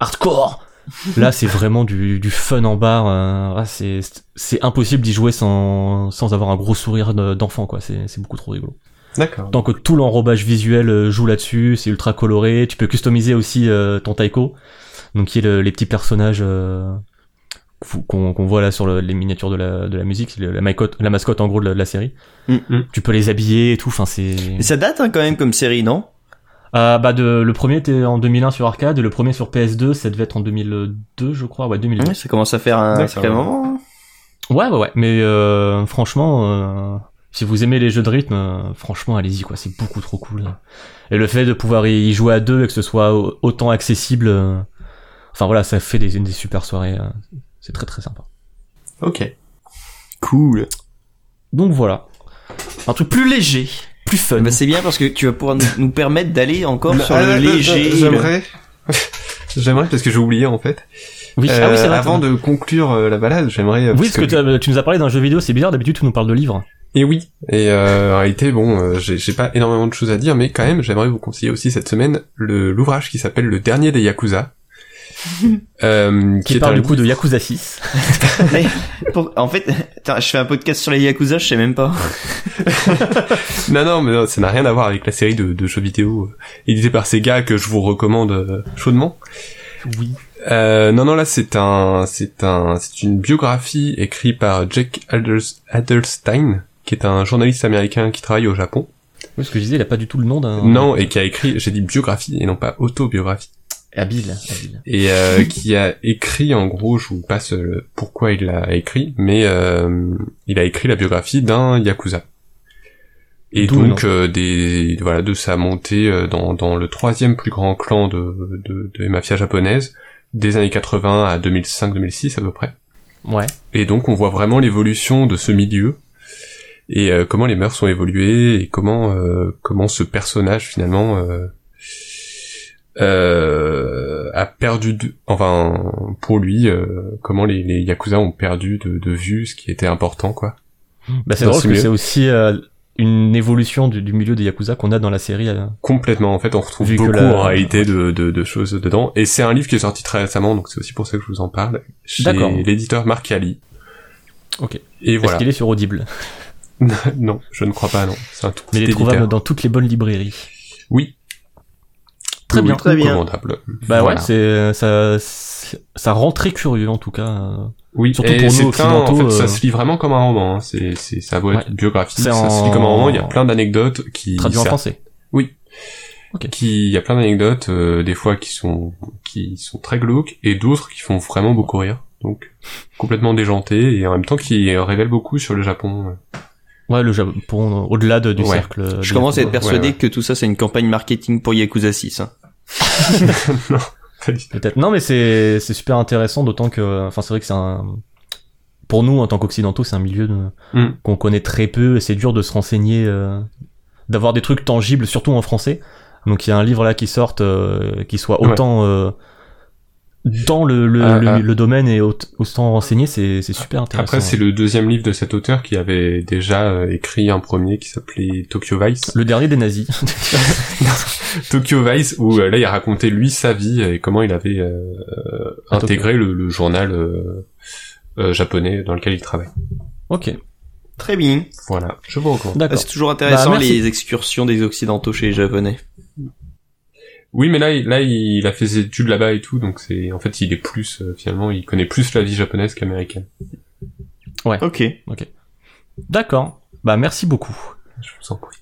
S3: hardcore.
S4: <laughs>
S3: Là, c'est vraiment du, du fun en barre. euh, ah, c'est c'est impossible d'y jouer sans, sans avoir un gros sourire de- d'enfant, quoi. C'est c'est beaucoup trop rigolo.
S4: D'accord.
S3: Tant que tout l'enrobage visuel euh, joue là-dessus, c'est ultra coloré. Tu peux customiser aussi euh, ton taiko, donc qui est le- les petits personnages euh, fou- qu'on qu'on voit là sur le- les miniatures de la, de la musique, c'est le- la, macotte- la mascotte en gros de la, de la série.
S2: Mm,
S4: mm.
S3: Tu peux les habiller et tout. Enfin, c'est
S2: Et ça date hein, quand même comme série, non
S3: Ah, bah de, le premier était en 2001 sur arcade, et le premier sur PS2, ça devait être en 2002, je crois, ouais 2002.
S2: Ouais, Ça commence à faire un
S4: D'accord.
S2: sacré moment. hein.
S3: Ouais, ouais, ouais. Mais euh, franchement, euh, si vous aimez les jeux de rythme, euh, franchement, allez-y, quoi. C'est beaucoup trop cool. Et le fait de pouvoir y jouer à deux et que ce soit au- autant accessible, euh, enfin voilà, ça fait des, des super soirées. euh, c'est très très sympa.
S4: Ok.
S2: Cool.
S3: Donc voilà. Un truc plus léger, plus fun.
S2: Bah, c'est bien parce que tu vas pouvoir nous, nous permettre d'aller encore sur
S4: Ah,
S2: le
S4: ah,
S2: léger.
S4: ah, J'aimerais. <laughs> J'aimerais parce que j'ai oublié en fait.
S3: oui,
S4: Euh,
S3: ah oui, c'est vrai.
S4: avant
S3: t'as-
S4: de conclure euh, la balade, j'aimerais.
S3: Oui,
S4: parce
S3: parce que t'as- tu nous as parlé d'un jeu vidéo, c'est bizarre, d'habitude tu nous parles de livres.
S4: Et oui. Et euh, en réalité, bon, euh, j'ai j'ai pas énormément de choses à dire, mais quand même, j'aimerais vous conseiller aussi cette semaine le l'ouvrage qui s'appelle Le dernier des
S3: <laughs>
S4: Yakuza. euh,
S3: Qui,
S4: est
S3: parle
S4: un
S3: du coup de Yakuza 6.
S2: Mais, pour- en fait, <laughs> attends, je fais un podcast sur les Yakuza, je sais même pas.
S4: Non, non, mais non, ça n'a rien à voir avec la série de, de jeux vidéo euh, éditée par Sega que je vous recommande euh, chaudement.
S3: oui.
S4: Euh, non, non, là, c'est un, c'est un, c'est une biographie écrite par Jack Adels- Adelstein, qui est un journaliste américain qui travaille au Japon.
S3: Oui, ce que je disais, il a pas du tout le nom d'un.
S4: Non, et qui a écrit, j'ai dit biographie et non pas autobiographie.
S3: Habile, habile.
S4: et
S3: <laughs>
S4: euh, qui a écrit en gros, je vous passe le pourquoi il l'a écrit, mais euh, il a écrit la biographie d'un yakuza. Et
S3: D'où le
S4: donc euh, des voilà de sa montée euh, dans, dans le troisième plus grand clan de de, de mafia japonaise des années 80 à 2005-2006 à peu près.
S3: Ouais.
S4: Et donc on voit vraiment l'évolution de ce milieu et euh, comment les mœurs ont évolué et comment euh, comment ce personnage finalement euh, euh, a perdu de, enfin pour lui euh, comment les, les yakuza ont perdu de, de vue ce qui était important quoi.
S3: Bah, c'est
S4: Dans
S3: drôle
S4: ce
S3: que
S4: milieu.
S3: c'est aussi euh, une évolution du, du milieu des Yakuza qu'on a dans la série. euh.
S4: Complètement en fait on retrouve
S3: Vu que
S4: beaucoup
S3: la-
S4: en réalité de, de, de choses dedans et c'est un livre qui est sorti très récemment donc c'est aussi pour ça que je vous en parle chez
S3: D'accord.
S4: l'éditeur Marcali.
S3: Ok.
S4: Et
S3: Est-ce
S4: voilà.
S3: qu'il est sur Audible
S4: <laughs> non, je ne crois pas non, c'est un tout
S3: Mais il
S4: petit
S3: est trouvable
S4: éditeur.
S3: dans toutes les bonnes librairies.
S4: Oui.
S3: Très
S4: Oui,
S3: bien.
S2: très bien.
S4: commandable.
S3: Bah
S4: Voilà.
S3: ouais, c'est ça, c'est- ça rend très curieux en tout cas. euh.
S4: Oui,
S3: Surtout
S4: et
S3: pour nous,
S4: c'est plein-
S3: occidentaux,
S4: En fait,
S3: euh,
S4: ça se lit vraiment comme un roman. Hein. C'est, c'est, ça doit être
S3: Ouais.
S4: biographique.
S3: C'est
S4: Ça se
S3: en-
S4: lit comme un roman. Il y a plein d'anecdotes qui,
S3: Traduit en
S4: ça-
S3: français.
S4: qui, il y a plein d'anecdotes euh, des fois qui sont, qui sont très glauques et d'autres qui font vraiment beaucoup rire. Donc complètement déjanté et en même temps qui euh, révèlent beaucoup sur le Japon. <laughs>
S3: Ouais, le Japon, euh, au-delà de- du
S4: Ouais.
S3: cercle. euh,
S2: Je
S3: des
S2: commence à être
S3: Yakuza.
S2: persuadé
S4: ouais.
S2: que tout ça c'est une campagne marketing pour Yakuza 6. hein.
S3: Peut-être. Non, mais c'est c'est super intéressant, d'autant que, enfin, c'est vrai que c'est un. Pour nous, en tant qu'occidentaux, c'est un milieu de-
S4: Mm.
S3: qu'on connaît très peu et c'est dur de se renseigner, euh, d'avoir des trucs tangibles, surtout en français. Donc il y a un livre là qui sorte, euh, qui soit
S4: Ouais.
S3: autant euh, dans le, le,
S4: Ah,
S3: le-
S4: ah.
S3: le domaine et aut- autant renseigné, c'est c'est super intéressant.
S4: Après, c'est le deuxième livre de cet auteur qui avait déjà euh, écrit un premier qui s'appelait Tokyo Vice.
S3: le dernier des nazis.
S4: <laughs> Tokyo Vice où euh, là il racontait lui sa vie et comment il avait euh, euh,
S3: À Tokyo.
S4: intégré le, le journal euh, euh, japonais dans lequel il travaille.
S3: ok,
S2: Très bien.
S4: Voilà, je vous recommande.
S2: Ah,
S3: d'accord.
S2: C'est toujours intéressant
S3: Bah, merci.
S2: les excursions des Occidentaux chez les Japonais.
S4: Oui, mais là, il- là il a fait ses études là-bas et tout, donc c'est en fait il est plus euh, finalement il connaît plus la vie japonaise qu'américaine.
S2: Ok.
S3: D'accord. Bah merci beaucoup.
S4: Je vous en prie.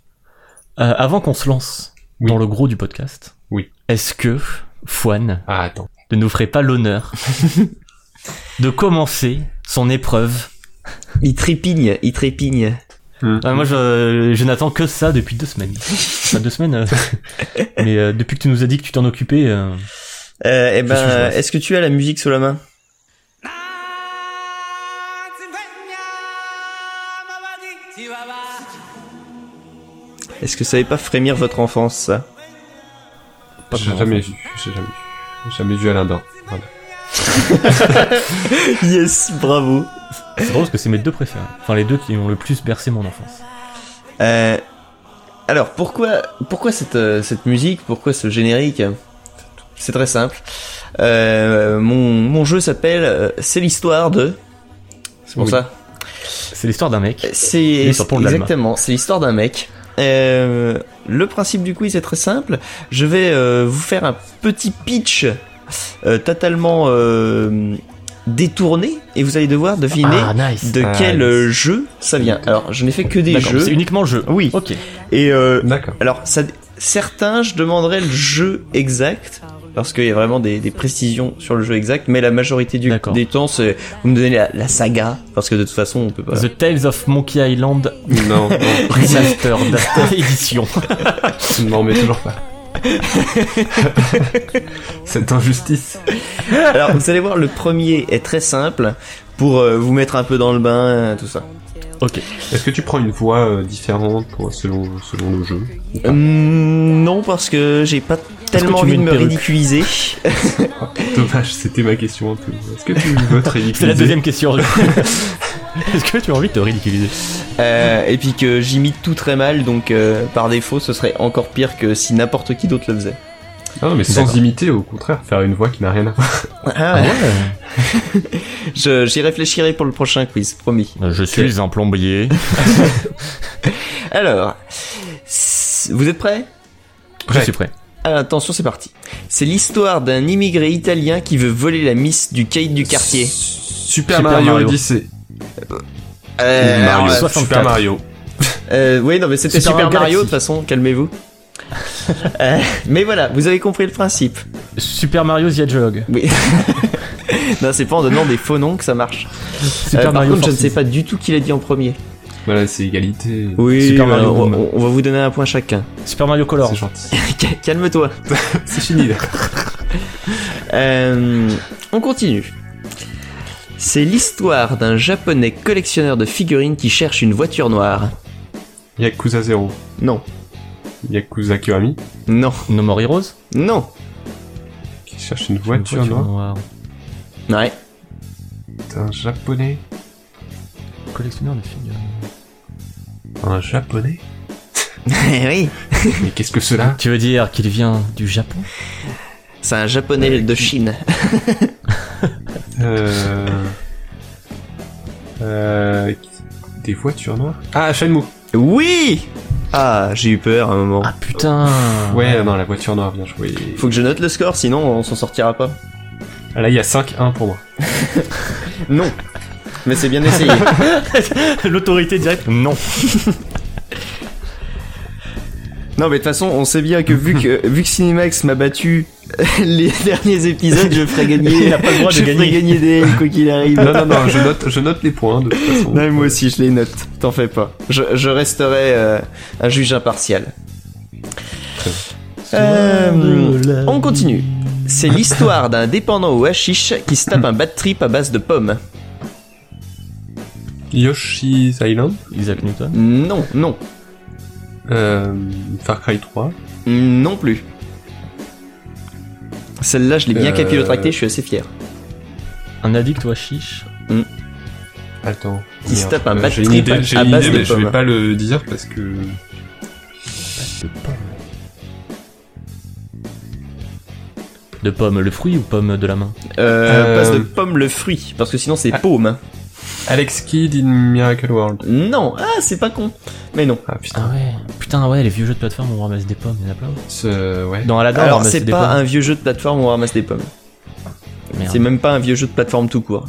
S3: Euh, avant qu'on se lance
S4: Oui.
S3: dans le gros du podcast,
S4: Oui.
S3: Est-ce que Fouane
S4: Ah, attends.
S3: ne nous ferait pas l'honneur de commencer son épreuve
S2: Il trépigne, il trépigne.
S3: Ah, Moi, je, je n'attends que ça depuis deux semaines. Pas deux semaines, euh, mais euh, depuis que tu nous as dit que tu t'en occupais, euh,
S2: Euh, eh
S3: Je suis
S2: ben,
S3: joyeuse.
S2: est-ce que tu as la musique sous la main Est-ce que ça n'est pas frémir votre enfance, ça
S3: pas
S4: J'ai
S3: comment-
S4: jamais vu. J'ai jamais vu. J'ai jamais vu Alain Dain. Voilà.
S2: <laughs> Yes, bravo.
S3: C'est drôle parce que c'est mes deux préférés. Enfin, les deux qui ont le plus bercé mon enfance.
S2: Euh, alors pourquoi pourquoi cette euh, cette musique pourquoi ce générique C'est très simple. Euh, mon mon jeu s'appelle euh, c'est l'histoire de c'est pour
S4: Oui.
S2: ça.
S3: C'est l'histoire d'un mec.
S2: C'est
S3: est sur le pont de l'Alma.
S2: exactement c'est l'histoire d'un mec. Euh, le principe du quiz est très simple. Je vais euh, vous faire un petit pitch euh, totalement euh, détourné et vous allez devoir deviner
S3: nice.
S2: de
S4: Ah,
S2: quel
S4: yes.
S2: euh, jeu ça vient. Alors je n'ai fait que des
S3: D'accord,
S2: jeux.
S3: c'est uniquement jeu.
S2: Oui.
S3: Ok.
S2: Et euh,
S4: D'accord.
S2: alors, ça, certains, je demanderais le jeu exact, parce qu'il y a vraiment des, des précisions sur le jeu exact, mais la majorité du,
S3: D'accord.
S2: des temps, c'est vous me donnez la, la saga, parce que de toute façon, on peut pas.
S3: The Tales of Monkey Island
S4: Non, non,
S3: <laughs> Remastered édition.
S4: non, mais toujours <laughs> pas. Cette injustice.
S2: Alors, vous allez voir, le premier est très simple pour euh, vous mettre un peu dans le bain, euh, tout ça.
S3: Ok.
S4: Est-ce que tu prends une voix euh, différente pour, selon, selon le jeu
S2: Euh, non, parce que j'ai pas tellement
S3: tu
S2: envie
S3: mets
S2: de
S3: une
S2: me
S3: perruque <laughs>
S2: ridiculiser.
S4: <laughs> Dommage, c'était ma question un peu. Est-ce que tu votes ridiculiser
S3: C'est la deuxième <laughs> question. Est-ce que tu as envie de te ridiculiser
S2: Euh, et puis que j'imite tout très mal, donc euh, par défaut, ce serait encore pire que si n'importe qui d'autre le faisait.
S4: Ah non, mais sans
S2: D'accord.
S4: imiter, au contraire, faire une voix qui n'a rien à voir.
S2: Ah Je- J'y réfléchirai pour le prochain quiz, promis.
S3: Je suis un plombier.
S2: Alors, s- vous êtes prêts
S3: Je
S4: Prêt.
S3: suis prêt.
S2: Alors, Attention, c'est parti. C'est l'histoire d'un immigré italien qui veut voler la miss du caïd du quartier.
S4: Super,
S3: Super
S4: Mario,
S3: Mario.
S4: Odyssey.
S2: Euh,
S4: Mario.
S2: alors,
S3: 64.
S4: Super Mario.
S2: euh, oui, non, mais c'était
S3: Super
S2: Super,
S3: Galaxy.
S2: Mario, de toute façon, <laughs> calmez-vous. Euh, mais voilà, vous avez compris le principe.
S3: Super Mario The Hedgehog.
S2: Oui. <laughs> non, c'est pas en donnant des faux noms que ça marche.
S3: Super
S2: Euh, par
S3: Mario
S2: contre, je ne
S3: Forces.
S2: sais pas du tout qui l'a dit en premier.
S4: Voilà, c'est égalité.
S2: Oui,
S3: Super
S2: voilà,
S3: Mario
S2: on-
S3: Room.
S2: on- on va vous donner un point chacun. <laughs>
S3: Super Mario Color.
S4: C'est gentil. <laughs>
S2: Calme-toi.
S4: C'est fini là.
S2: Euh, on continue. C'est l'histoire d'un japonais collectionneur de figurines qui cherche une voiture noire.
S4: Yakuza 0.
S2: Non.
S4: Yakuza Kiwami
S2: Non.
S3: No More Heroes.
S2: Non.
S4: qui cherche une voiture noire.
S3: noire.
S2: <laughs> Ouais.
S4: Un japonais.
S3: Collectionneur de euh. figurines.
S4: Un japonais
S2: Eh oui.
S4: Mais qu'est-ce que cela
S3: Tu veux dire qu'il vient du Japon
S2: C'est un japonais de Chine.
S4: Euh. Euh. Des voitures noires Ah, Shenmue
S2: Oui Ah, j'ai eu peur à un moment.
S3: Ah putain
S4: Ouais, non, la voiture noire, bien joué.
S2: Faut que je note le score, sinon on s'en sortira pas.
S4: Ah, Là, il y a 5-1 pour moi.
S2: Non. Mais c'est bien
S3: <laughs>
S2: essayé.
S3: <laughs> L'autorité directe Non.
S2: non, mais de toute façon, on sait bien que vu que, vu que Cinemax m'a battu <laughs> les derniers épisodes, je ferai gagner.
S3: Il a pas le droit de
S2: je ferai
S3: gagner.
S2: gagner des quoi qu'il arrive.
S4: Non, non, non, je note, je note les points de toute façon.
S2: Non, mais moi aussi, je les note. T'en fais pas. Je, je resterai euh, un juge impartial. Euh, on continue. C'est l'histoire d'un dépendant au hashish qui se tape un bad trip à base de pommes.
S4: Yoshi's Island,
S3: Isaac Newton.
S2: Non, non,
S4: euh, Far Cry 3,
S2: non plus. Celle-là, je l'ai bien
S4: Euh.
S2: capillotractée, je suis assez fier.
S3: Un addict ou à chiche
S4: Attends.
S2: Il se
S4: merde.
S2: tape un
S4: Euh,
S2: bad
S4: J'ai une
S2: trip
S4: idée,
S2: à-
S4: j'ai
S2: à
S4: une
S2: base
S4: idée,
S2: de
S4: mais je
S2: pommes.
S4: vais pas le dire parce que.
S3: De pomme, le fruit ou pomme de la main
S2: Euh,
S4: Euh.
S2: Base de pommes, le fruit, parce que sinon c'est
S4: Ah.
S2: paume.
S4: Alex Kidd in Miracle World.
S2: Non, ah, c'est pas con. Mais non.
S4: Ah putain.
S3: ouais Putain ouais, les vieux jeux de plateforme on ramasse des pommes, il y en a plein.
S2: Ah.
S4: Ce- ouais.
S3: Dans Aladdin, on
S2: Alors,
S3: ramasse
S2: c'est
S3: des
S2: pas
S3: pommes.
S2: un vieux jeu de plateforme où on ramasse des pommes.
S3: Merde.
S2: C'est même pas un vieux jeu de plateforme tout court.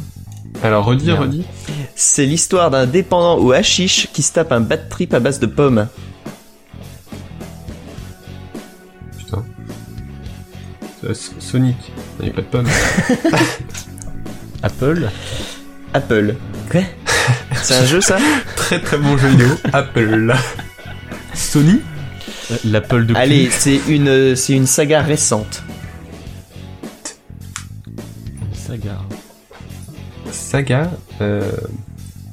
S4: Alors redis,
S3: Merde.
S4: redis.
S2: C'est l'histoire d'un dépendant au hashish qui se tape un bad trip à base de pommes.
S4: Putain. Euh, S- Sonic. Il n'y a pas de pomme. <laughs>
S3: Apple.
S2: Apple. Quoi C'est un jeu ça
S4: très très bon
S2: <laughs>
S4: jeu vidéo. Apple. Sony.
S3: L'Apple de cul.
S2: Allez, c'est une, euh, c'est une saga récente.
S3: Saga.
S4: Saga. Euh...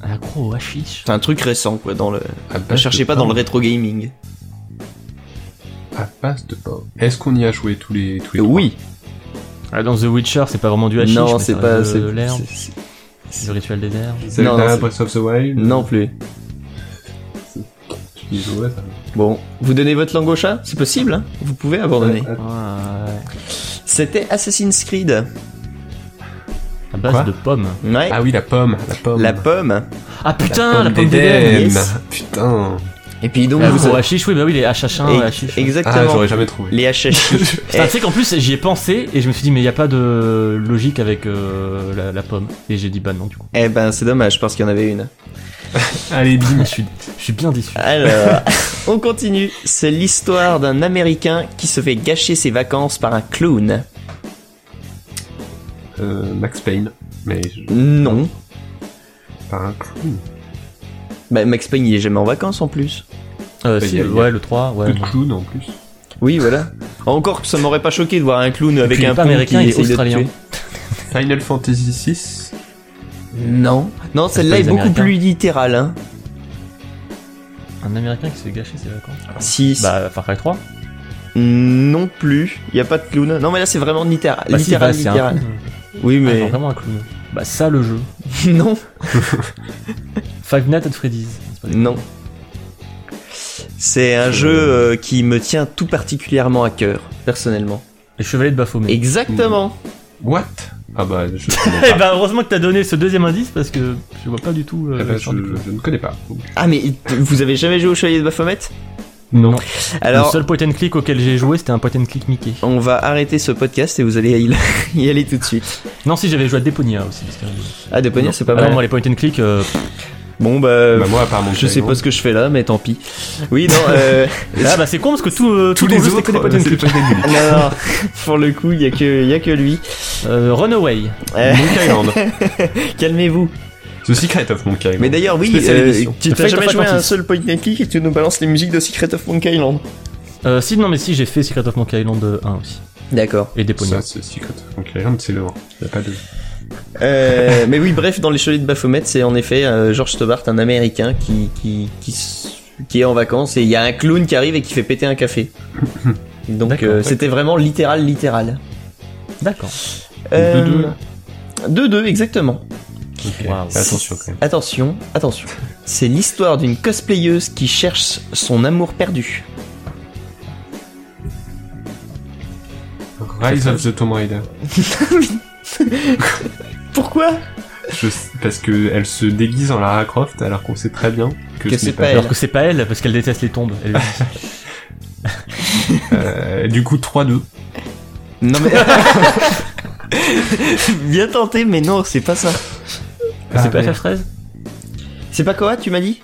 S3: Un gros hashish.
S2: C'est un truc récent quoi dans le.
S4: à
S2: Ne
S4: base
S2: cherchez
S4: de
S2: pas dans le
S4: pain.
S2: rétro gaming.
S4: À base de pain. Est-ce qu'on y a joué tous les tous les
S2: Oui.
S3: Ah, dans The Witcher, c'est pas vraiment du hashish.
S2: non,
S3: mais
S2: c'est
S3: ça
S2: pas.
S3: reste de
S2: c'est-
S3: l'herbe,
S2: c'est- c'est-
S3: du rituel des herbes.
S4: trois
S2: Non,
S4: Zelda
S2: non, c'est-
S4: Breath of the Wild.
S2: Non plus.
S4: Tu y jouais, ça.
S2: Bon, vous donnez votre langue au chat C'est possible, hein Vous pouvez abandonner.
S4: Ah,
S2: C'était Assassin's Creed.
S3: À base
S4: Quoi
S3: de pommes.
S2: Ouais.
S4: Ah oui, la pomme. La pomme.
S2: La pomme.
S3: Ah putain, la pomme
S4: d'Éden.
S3: d'Éden.
S2: yes.
S4: Putain.
S2: Et puis donc
S3: Le
S2: vous.
S3: gros hashish, oui, bah oui, les hachachins,
S2: Et-
S3: hashish.
S4: Ah,
S2: Exactement.
S4: j'aurais jamais
S2: <laughs>
S4: trouvé.
S2: Les
S3: <laughs>
S2: Eh, HHI.
S3: Putain, tu sais qu'en plus j'y ai pensé et je me suis dit mais il y a pas de logique avec euh, la, la pomme et j'ai dit bah non du coup.
S2: Eh ben, c'est dommage parce qu'il y en avait une.
S4: Allez, bim.
S3: Je suis, je suis bien déçu.
S2: Ah, Alors,
S3: <laughs>
S2: on continue. C'est l'histoire d'un Américain qui se fait gâcher ses vacances par un clown.
S4: <laughs> Euh, Max Payne. Mais je-
S2: Non.
S4: pas un clown.
S2: Bah, Max Payne, il est jamais en vacances en plus.
S3: Euh,
S4: Bah,
S3: si,
S4: y a-
S3: le-
S4: y a-
S3: ouais le 3,
S2: <clears throat>
S3: ouais.
S4: Plus de clown en plus.
S2: Oui, voilà. Encore que ça m'aurait pas choqué de voir un clown avec
S3: puis, il
S2: un
S3: est pas
S2: pont
S3: américain,
S2: qui
S3: il est
S2: essaye de te
S3: australien.
S2: tuer.
S4: Final Fantasy 6.
S2: Non. Non, celle-là
S3: pas
S2: est
S3: les
S2: beaucoup
S3: Américains.
S2: plus littérale, hein.
S3: Un américain qui s'est gâché ses vacances.
S2: Si.
S3: Bah Far Cry 3.
S2: Non plus. Il y a pas de clown. Non, mais là, c'est vraiment littéral.
S3: Bah, si,
S2: littéral,
S3: bah, c'est un
S2: littéral.
S3: clown.
S2: Oui,
S3: Ah,
S2: mais.
S3: non, vraiment un clown. Bah ça le jeu.
S2: <laughs> non.
S3: Five Nights at Freddy's. C'est pas des-
S2: Non. C'est un jeu euh, qui me tient tout particulièrement à cœur, personnellement.
S3: Les Chevaliers de Baphomet.
S2: Exactement.
S4: What Ah bah, je
S2: <laughs>
S4: connais
S3: Eh
S4: pas.
S3: bah heureusement que t'as donné ce deuxième indice parce que je vois pas du tout. euh,
S4: Ah bah,
S3: le
S4: je,
S3: sens du jeu.
S4: je ne connais pas.
S2: Ah mais t- vous avez jamais joué au Chevalier de Baphomet
S4: Non.
S2: Alors
S3: Le seul point and click auquel j'ai joué c'était un point and click Mickey.
S2: on va arrêter ce podcast et vous allez y- <laughs> y aller tout de suite.
S3: Non si j'avais joué à Deponia aussi. parce que-
S2: Ah de poignard c'est pas
S3: Ah
S2: mal.
S3: non, moi les point and click. euh,
S2: Bon bah,
S4: bah, moi, à part mon
S2: je sais
S4: Playground.
S2: pas ce que je fais là mais tant pis. Oui non euh,
S3: Là, bah c'est con parce que tout, euh,
S4: tous
S3: tout ton
S4: les
S3: jeu, c'est
S4: autres,
S3: que des
S4: euh,
S3: point and
S4: c'est des
S3: click.
S4: point and click.
S2: non, non, <laughs> pour le coup il y a que il y a que lui.
S3: Euh, Runaway.
S2: Euh, <laughs>
S4: Monkey Island.
S2: Calmez-vous.
S4: The Secret of Monkey Island.
S2: Mais d'ailleurs oui
S4: Spécial
S2: euh,
S4: édition.
S2: tu t'as
S3: Fate
S2: jamais
S3: of
S2: joué à un
S3: Atlantis.
S2: seul point and click et tu nous balances les musiques de Secret of Monkey Island.
S3: Euh, si, non, mais si, j'ai fait Secret of Monkey Island euh, 1 aussi.
S2: D'accord.
S3: Et Deponia.
S4: Ça, c'est Secret of Monkey Island, c'est le 1. Y a pas de.
S2: Euh, mais oui, bref, dans les Chevaliers de Baphomet, c'est en effet euh, George Stobart, un Américain qui qui, qui s- qui est en vacances et il y a un clown qui arrive et qui fait péter un <laughs> café. Donc euh,
S3: D'accord, d'accord.
S2: c'était vraiment littéral, littéral.
S3: D'accord.
S2: Euh,
S4: deux, là.
S2: 2-2, exactement.
S4: Ok.
S3: Waouh.
S4: Attention quand même.
S2: Attention, attention. C'est l'histoire d'une cosplayeuse qui cherche son amour perdu.
S4: Rise of the Tomb Raider.
S2: <laughs> Pourquoi
S4: Je- Parce que elle se déguise en Lara Croft alors qu'on sait très bien que,
S2: Que
S4: ce
S2: c'est
S4: n'est
S2: pas
S3: Alors
S2: Elle.
S3: que c'est pas elle, parce qu'elle déteste les tombes. Elle-
S4: Euh, du coup, 3-2.
S2: Non mais... <laughs> Bien tenté, mais non, c'est pas ça.
S3: Ah, c'est pas
S4: merde.
S3: FF13
S2: C'est pas quoi, tu m'as dit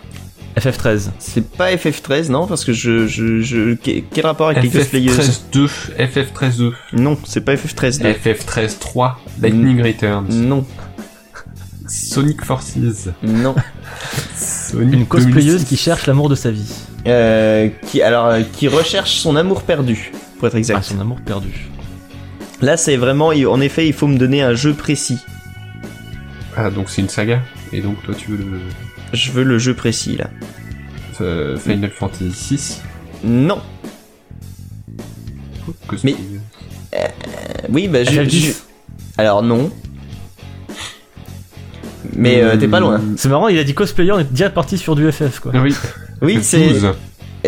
S3: FF13.
S2: C'est pas FF13, non Parce que je... je, je... que- Quel
S3: Ah,
S2: rapport avec les cosplayeuses
S4: FF13-2, FF13-2,
S2: Non, c'est pas FF13. non.
S4: FF13-3,
S2: Mm.
S4: Lightning Returns,
S2: Non, Mm.
S4: Sonic Forces,
S2: non.
S4: Sonic
S3: Une cosplayeuse
S4: 2006.
S3: qui cherche l'amour de sa vie.
S2: Euh, qui, alors, euh, qui recherche son amour perdu, pour être
S3: Ah,
S2: exact.
S3: son amour perdu.
S2: Là, c'est vraiment, il- en effet, il faut me donner un jeu précis.
S4: Ah, donc c'est une saga. Et donc, toi, tu veux le
S2: Je veux le jeu précis, là.
S4: euh, Final Fantasy 6
S2: Non. Mais- Euh, oui, bah, je, je-
S3: FF10.
S2: Alors, non. Mais euh, t'es pas
S4: Hum,
S2: loin.
S3: C'est marrant, il a dit cosplayer, on est déjà parti sur du FF, quoi.
S4: Ah Oui,
S2: Oui, c'est, eh,
S4: 12,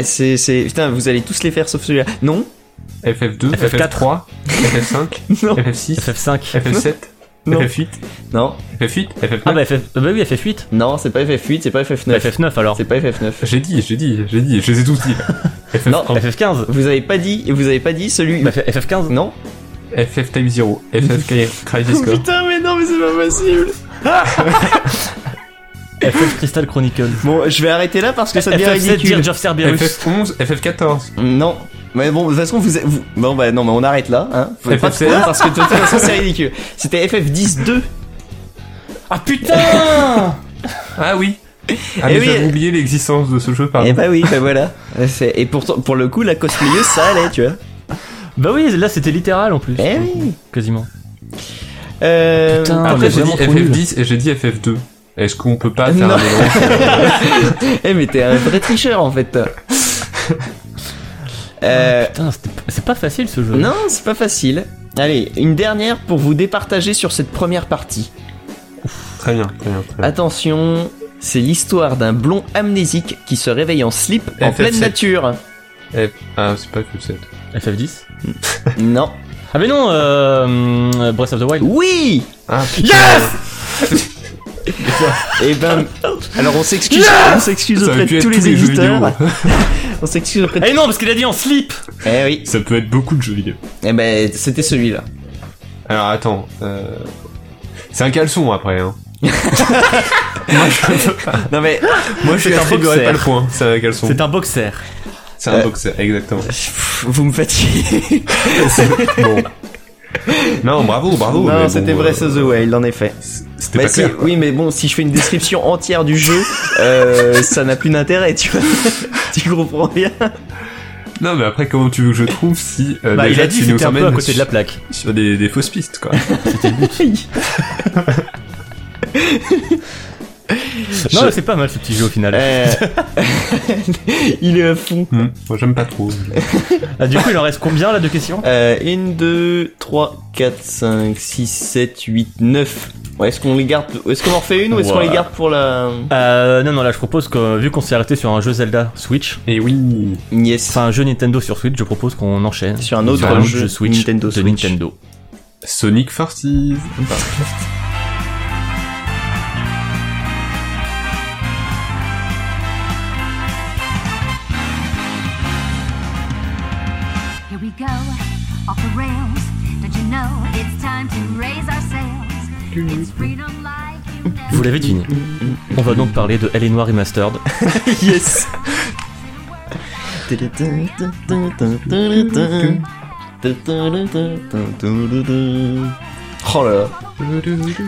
S2: c'est, c'est, putain, vous allez tous les faire sauf celui-là. Non, <laughs>
S4: FF2,
S3: FF4.
S4: FF3, FF5,
S2: non,
S4: FF6,
S3: FF5.
S4: FF7,
S2: Non.
S4: FF8,
S2: non,
S4: FF8, FF9.
S3: Ah bah, FF... bah oui, FF8.
S2: non, c'est pas FF8, c'est pas
S3: Bah,
S2: FF9.
S3: FF9 alors.
S2: C'est pas FF9.
S4: J'ai dit, j'ai dit, j'ai dit, je les ai tous dit.
S2: Non,
S3: FF15.
S2: vous avez pas dit, vous avez pas dit celui.
S3: Bah, FF15.
S2: Non
S4: FF Type 0, FF Crisis
S2: <laughs>
S4: Core.
S2: Putain, mais non, mais c'est pas possible.
S3: FF Crystal Chronicle.
S2: Bon, je vais arrêter là parce que ça devient
S3: FF7
S2: ridicule.
S3: Dirge of Cerberus.
S4: FF11, FF14,
S2: Non, Mais bon, de toute façon, vous, vous- Bon, bah non, mais on arrête là, hein. Faut pas trop,
S4: FF16.
S2: parce que de toute façon, c'est ridicule. C'était FF10-2.
S3: Ah
S2: <laughs>
S3: putain
S4: Ah oui Ah
S2: Eh
S4: mais
S2: oui.
S4: j'avais oublié l'existence de ce jeu,
S2: Et
S4: pardon.
S2: bah oui, bah voilà. C'est- Et pour, pour le coup, la cosplayeuse, ça allait, tu vois.
S3: Bah oui, là c'était littéral en plus.
S2: Eh oui.
S3: Quasiment.
S2: Euh,
S3: Putain. Ah,
S4: Après
S3: mais
S4: j'ai dit
S3: vraiment trop nul.
S4: FF10 et j'ai dit FF2. Est-ce qu'on peut pas faire
S2: Non.
S4: un mélange
S2: Eh, mais t'es un vrai tricheur en fait. toi. Euh,
S3: Putain, c'était- c'est pas facile ce jeu.
S2: non, c'est pas facile. Allez, une dernière pour vous départager sur cette première partie.
S4: Très bien, très bien, très bien.
S2: Attention, c'est l'histoire d'un blond amnésique qui se réveille en slip en
S4: FF7.
S2: pleine nature.
S4: F- Ah, c'est pas que le 7.
S3: FF10
S2: Non.
S3: Ah mais non, euh, hum, Breath of the Wild.
S2: Oui
S4: Ah putain.
S2: Eh ben, <laughs> alors on s'excuse, on s'excuse
S4: Ça aurait
S2: auprès
S4: pu
S2: de
S4: être
S2: tous les
S4: jeux vidéo. <laughs>
S2: éditeurs. On s'excuse auprès de...
S3: Eh non, parce qu'il a dit en slip
S2: Eh oui.
S4: Ça peut être beaucoup de jeux vidéo.
S2: Eh ben, c'était celui-là.
S4: Alors attends, euh... c'est un caleçon après. Hein. Moi je,
S2: Non mais, moi je suis
S4: je
S2: un
S4: t'attribuerai pas le
S2: boxer.
S4: point. C'est un caleçon.
S3: C'est un boxer.
S4: C'est un
S2: Euh.
S4: boxer, exactement.
S2: Pff, Vous me fatiguez.
S4: bon. Non, bravo, bravo. mais
S2: non,
S4: bon,
S2: c'était
S4: euh,
S2: vrai, c'est The Wild, en effet.
S4: C'était
S2: Bah
S4: pas
S2: si,
S4: clair.
S2: oui, mais bon, si je fais une description <laughs> entière du jeu, euh, ça n'a plus d'intérêt, tu vois. <laughs> tu comprends rien.
S4: Non, mais après, comment tu veux que je trouve si
S2: ben,
S4: euh,
S3: Bah il
S4: déjà,
S3: a dit
S4: tu nous
S3: c'était un peu à
S4: emmènes
S3: côté de la plaque.
S2: <laughs>
S4: sur- sur des, des fausses pistes, quoi.
S3: Non,
S2: Je-
S3: mais c'est pas mal ce petit jeu au final.
S2: Euh, <laughs> Il est à fond.
S4: <laughs> Hmm, Moi, j'aime pas trop.
S3: Ah, du coup, il en reste combien là de questions
S2: Euh, 1, 2, 3, 4, 5, 6, 7, 8, 9. Ouais, est-ce qu'on les garde Est-ce qu'on en fait une ou est-ce qu'on
S3: Ouais.
S2: les garde pour la.
S3: euh, Non, non, là je propose que vu qu'on s'est arrêté sur un jeu Zelda Switch,
S4: Et Eh oui.
S2: Yes.
S3: enfin un jeu Nintendo sur Switch, je propose qu'on enchaîne
S2: Sur un autre
S3: sur un
S2: jeu
S3: Switch
S2: Nintendo
S3: de
S2: Switch.
S3: Nintendo.
S4: Sonic Forces. Enfin,
S5: Here we go, off the rails. Don't you know it's time to raise our sails? It's freedom like you
S3: <laughs>
S5: never
S3: Vous l'avez deviné. On va donc parler de Elle est
S2: <laughs>
S3: Noire Remastered.
S2: yes. Oh là là.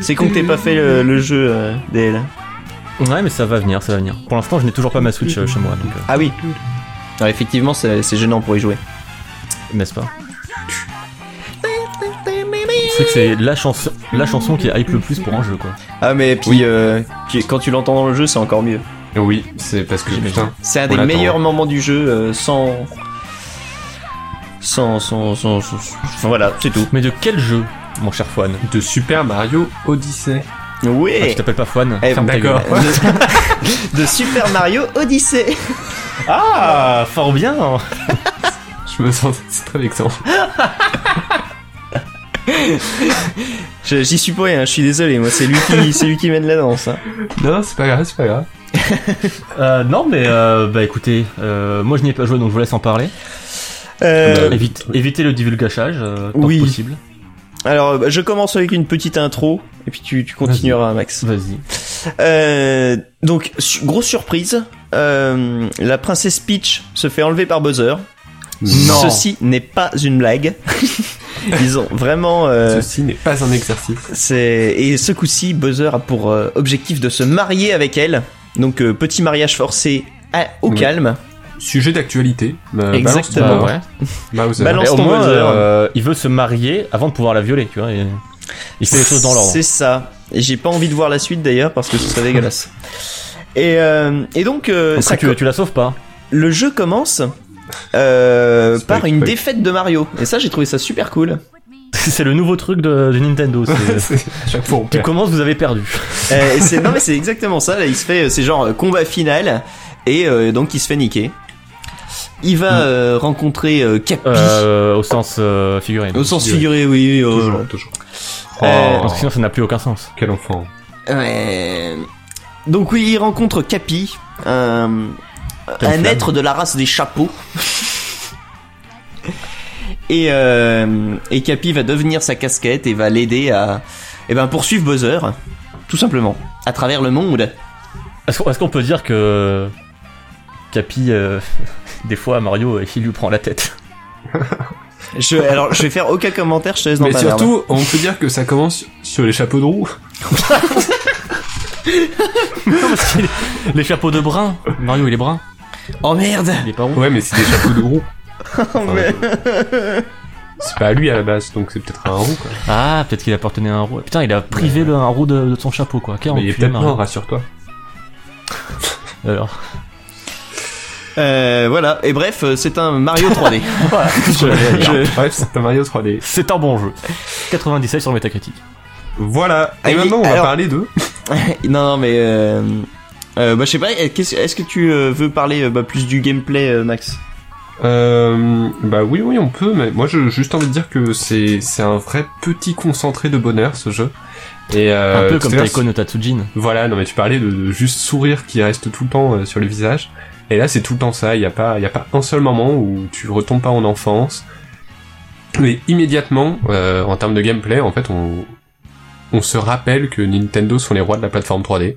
S2: C'est con que t'aies pas fait le, le jeu euh, DL.
S3: Ouais, mais ça va venir, ça va venir. Pour l'instant, je n'ai toujours pas ma Switch euh, chez moi, donc euh,
S2: Ah oui. Non, effectivement, c'est c'est gênant pour y jouer.
S3: euh, n'est-ce pas C'est que c'est la chanson, la chanson qui hype le plus pour un jeu, quoi.
S2: Ah mais puis euh, qui- quand tu l'entends dans le jeu, c'est encore mieux.
S4: Eh oui, c'est parce que putain.
S2: C'est un
S4: On
S2: des
S4: l'attend.
S2: meilleurs moments du jeu euh, sans... Sans, sans, sans, sans- enfin, voilà, c'est tout.
S3: Mais de quel jeu, mon cher Fouane
S4: De Super Mario Odyssey.
S3: Ah,
S2: Ouais.
S3: tu t'appelles pas Fouane
S2: Eh,
S3: Ferme ta gueule.
S4: d'accord.
S2: <laughs> de, de Super Mario Odyssey.
S3: Ah, fort bien hein.
S4: Je me sens. <laughs> C'est très vexant.
S2: Je- J'y suis pour rien, je suis désolé, moi c'est lui qui c'est lui qui mène la danse. hein.
S4: Non, c'est pas grave, c'est pas grave.
S3: Euh, non, mais euh, bah écoutez, euh, moi je n'y ai pas joué donc je vous laisse en parler.
S2: Euh,
S4: Bah,
S3: Évite- évitez le divulgachage euh, tant
S2: Oui.
S3: que possible.
S2: alors bah, je commence avec une petite intro et puis tu, tu continueras Max.
S3: Vas-y.
S2: Euh, donc su- grosse surprise, euh, la princesse Peach se fait enlever par Buzzer.
S3: Non.
S2: Ceci n'est pas une blague. Ils ont vraiment euh,
S4: Ceci n'est pas un exercice.
S2: c'est et ce coup-ci Buzzer a pour euh, objectif de se marier avec elle. Donc euh, petit mariage forcé à- au
S4: Oui.
S2: calme.
S4: Sujet d'actualité. Euh,
S2: Exactement. Bah
S4: balance ton-
S3: ouais.
S4: Balance ton-
S2: Balance
S3: Et au
S2: ton
S3: moins,
S2: buzzer.
S3: euh, il veut se marier avant de pouvoir la violer, tu vois. et- il fait les choses dans l'ordre.
S2: C'est ça. Et j'ai pas envie de voir la suite d'ailleurs parce que ce serait
S3: <laughs>
S2: dégueulasse. Et, euh, et donc, euh,
S3: Après,
S2: ça
S3: tu,
S2: co-
S3: tu la sauves pas. <laughs>
S2: le jeu commence euh,
S4: Spoil,
S2: par une
S4: spoil.
S2: défaite de Mario. Et ça, j'ai trouvé ça super cool.
S5: with me.
S3: c'est le nouveau truc de, de Nintendo. c'est- euh,
S4: C'est- à chaque fois, on
S3: tu
S4: perd.
S3: commences, vous avez perdu.
S2: Euh, et c'est- non, mais c'est exactement ça. Là, il se fait, euh, c'est genre euh, combat final. Et euh, donc, il se fait niquer. Il va euh, rencontrer euh, Capi.
S3: Mm. Euh, au sens euh, figuré.
S2: au sens figuré, oui. euh,
S4: Toujours, toujours.
S2: Euh,
S4: Oh,
S3: Parce que sinon, ça n'a plus aucun sens.
S4: quel enfant.
S2: ouais. Donc, oui, il rencontre Capi, un,
S3: Quelle
S2: un
S3: flamme.
S2: être de la race des chapeaux. <laughs> et, euh, et Capi va devenir sa casquette et va l'aider à eh ben, poursuivre Bowser, tout simplement, à travers le monde.
S3: Est-ce qu'on est-ce qu'on euh, <laughs> peut dire que Capi, euh, des fois, Mario, euh, il lui prend la tête <laughs>
S2: Je, alors, je vais faire aucun commentaire, je te laisse dans
S4: Mais
S2: ta merde.
S4: surtout, on peut dire que ça commence sur les chapeaux de roue.
S3: Parce qu'il- les chapeaux de brun. Mario, il est brun.
S2: Oh merde
S3: Il est pas roux.
S4: Ouais, mais c'est des chapeaux de
S2: <laughs>
S4: roue.
S2: Oh, mais-
S4: C'est pas à lui à la base, donc c'est peut-être un roux. Quoi.
S3: Ah, peut-être qu'il appartenait à un roux. Putain, il a privé le, un roux de, de son chapeau, quoi. Quel
S4: Mais il est
S3: enculé,
S4: peut-être
S3: Mario.
S4: mort,
S3: <laughs>
S4: rassure-toi.
S3: Alors,
S2: Euh, voilà, et bref, euh, c'est un Mario 3D. <laughs> Voilà. Je-
S4: <laughs> Bref, c'est un Mario 3D.
S3: c'est un bon jeu. 97 sur Metacritic.
S4: Voilà.
S2: Ah
S4: Et
S2: oui,
S4: maintenant, on va
S2: alors-
S4: parler de.
S2: je- non, non, mais... Euh... euh, bah, je sais pas, euh, qu'est-ce- est-ce que tu euh, veux parler euh, bah, plus du gameplay, euh, Max
S4: Euh, bah oui, oui, on peut, mais moi j'ai juste envie de dire que c'est c'est un vrai petit concentré de bonheur ce jeu. Et euh,
S3: un peu
S4: tout
S3: comme
S4: à l'heure,
S3: Taiko no Tatsujin.
S4: Voilà, non mais tu parlais de, de juste sourire qui reste tout le temps euh, sur le visage. Et là, c'est tout le temps ça. Il n'y a pas, il y a pas un seul moment où tu retombes pas en enfance. Mais immédiatement, euh, en termes de gameplay, en fait, on, on se rappelle que Nintendo sont les rois de la plateforme 3D.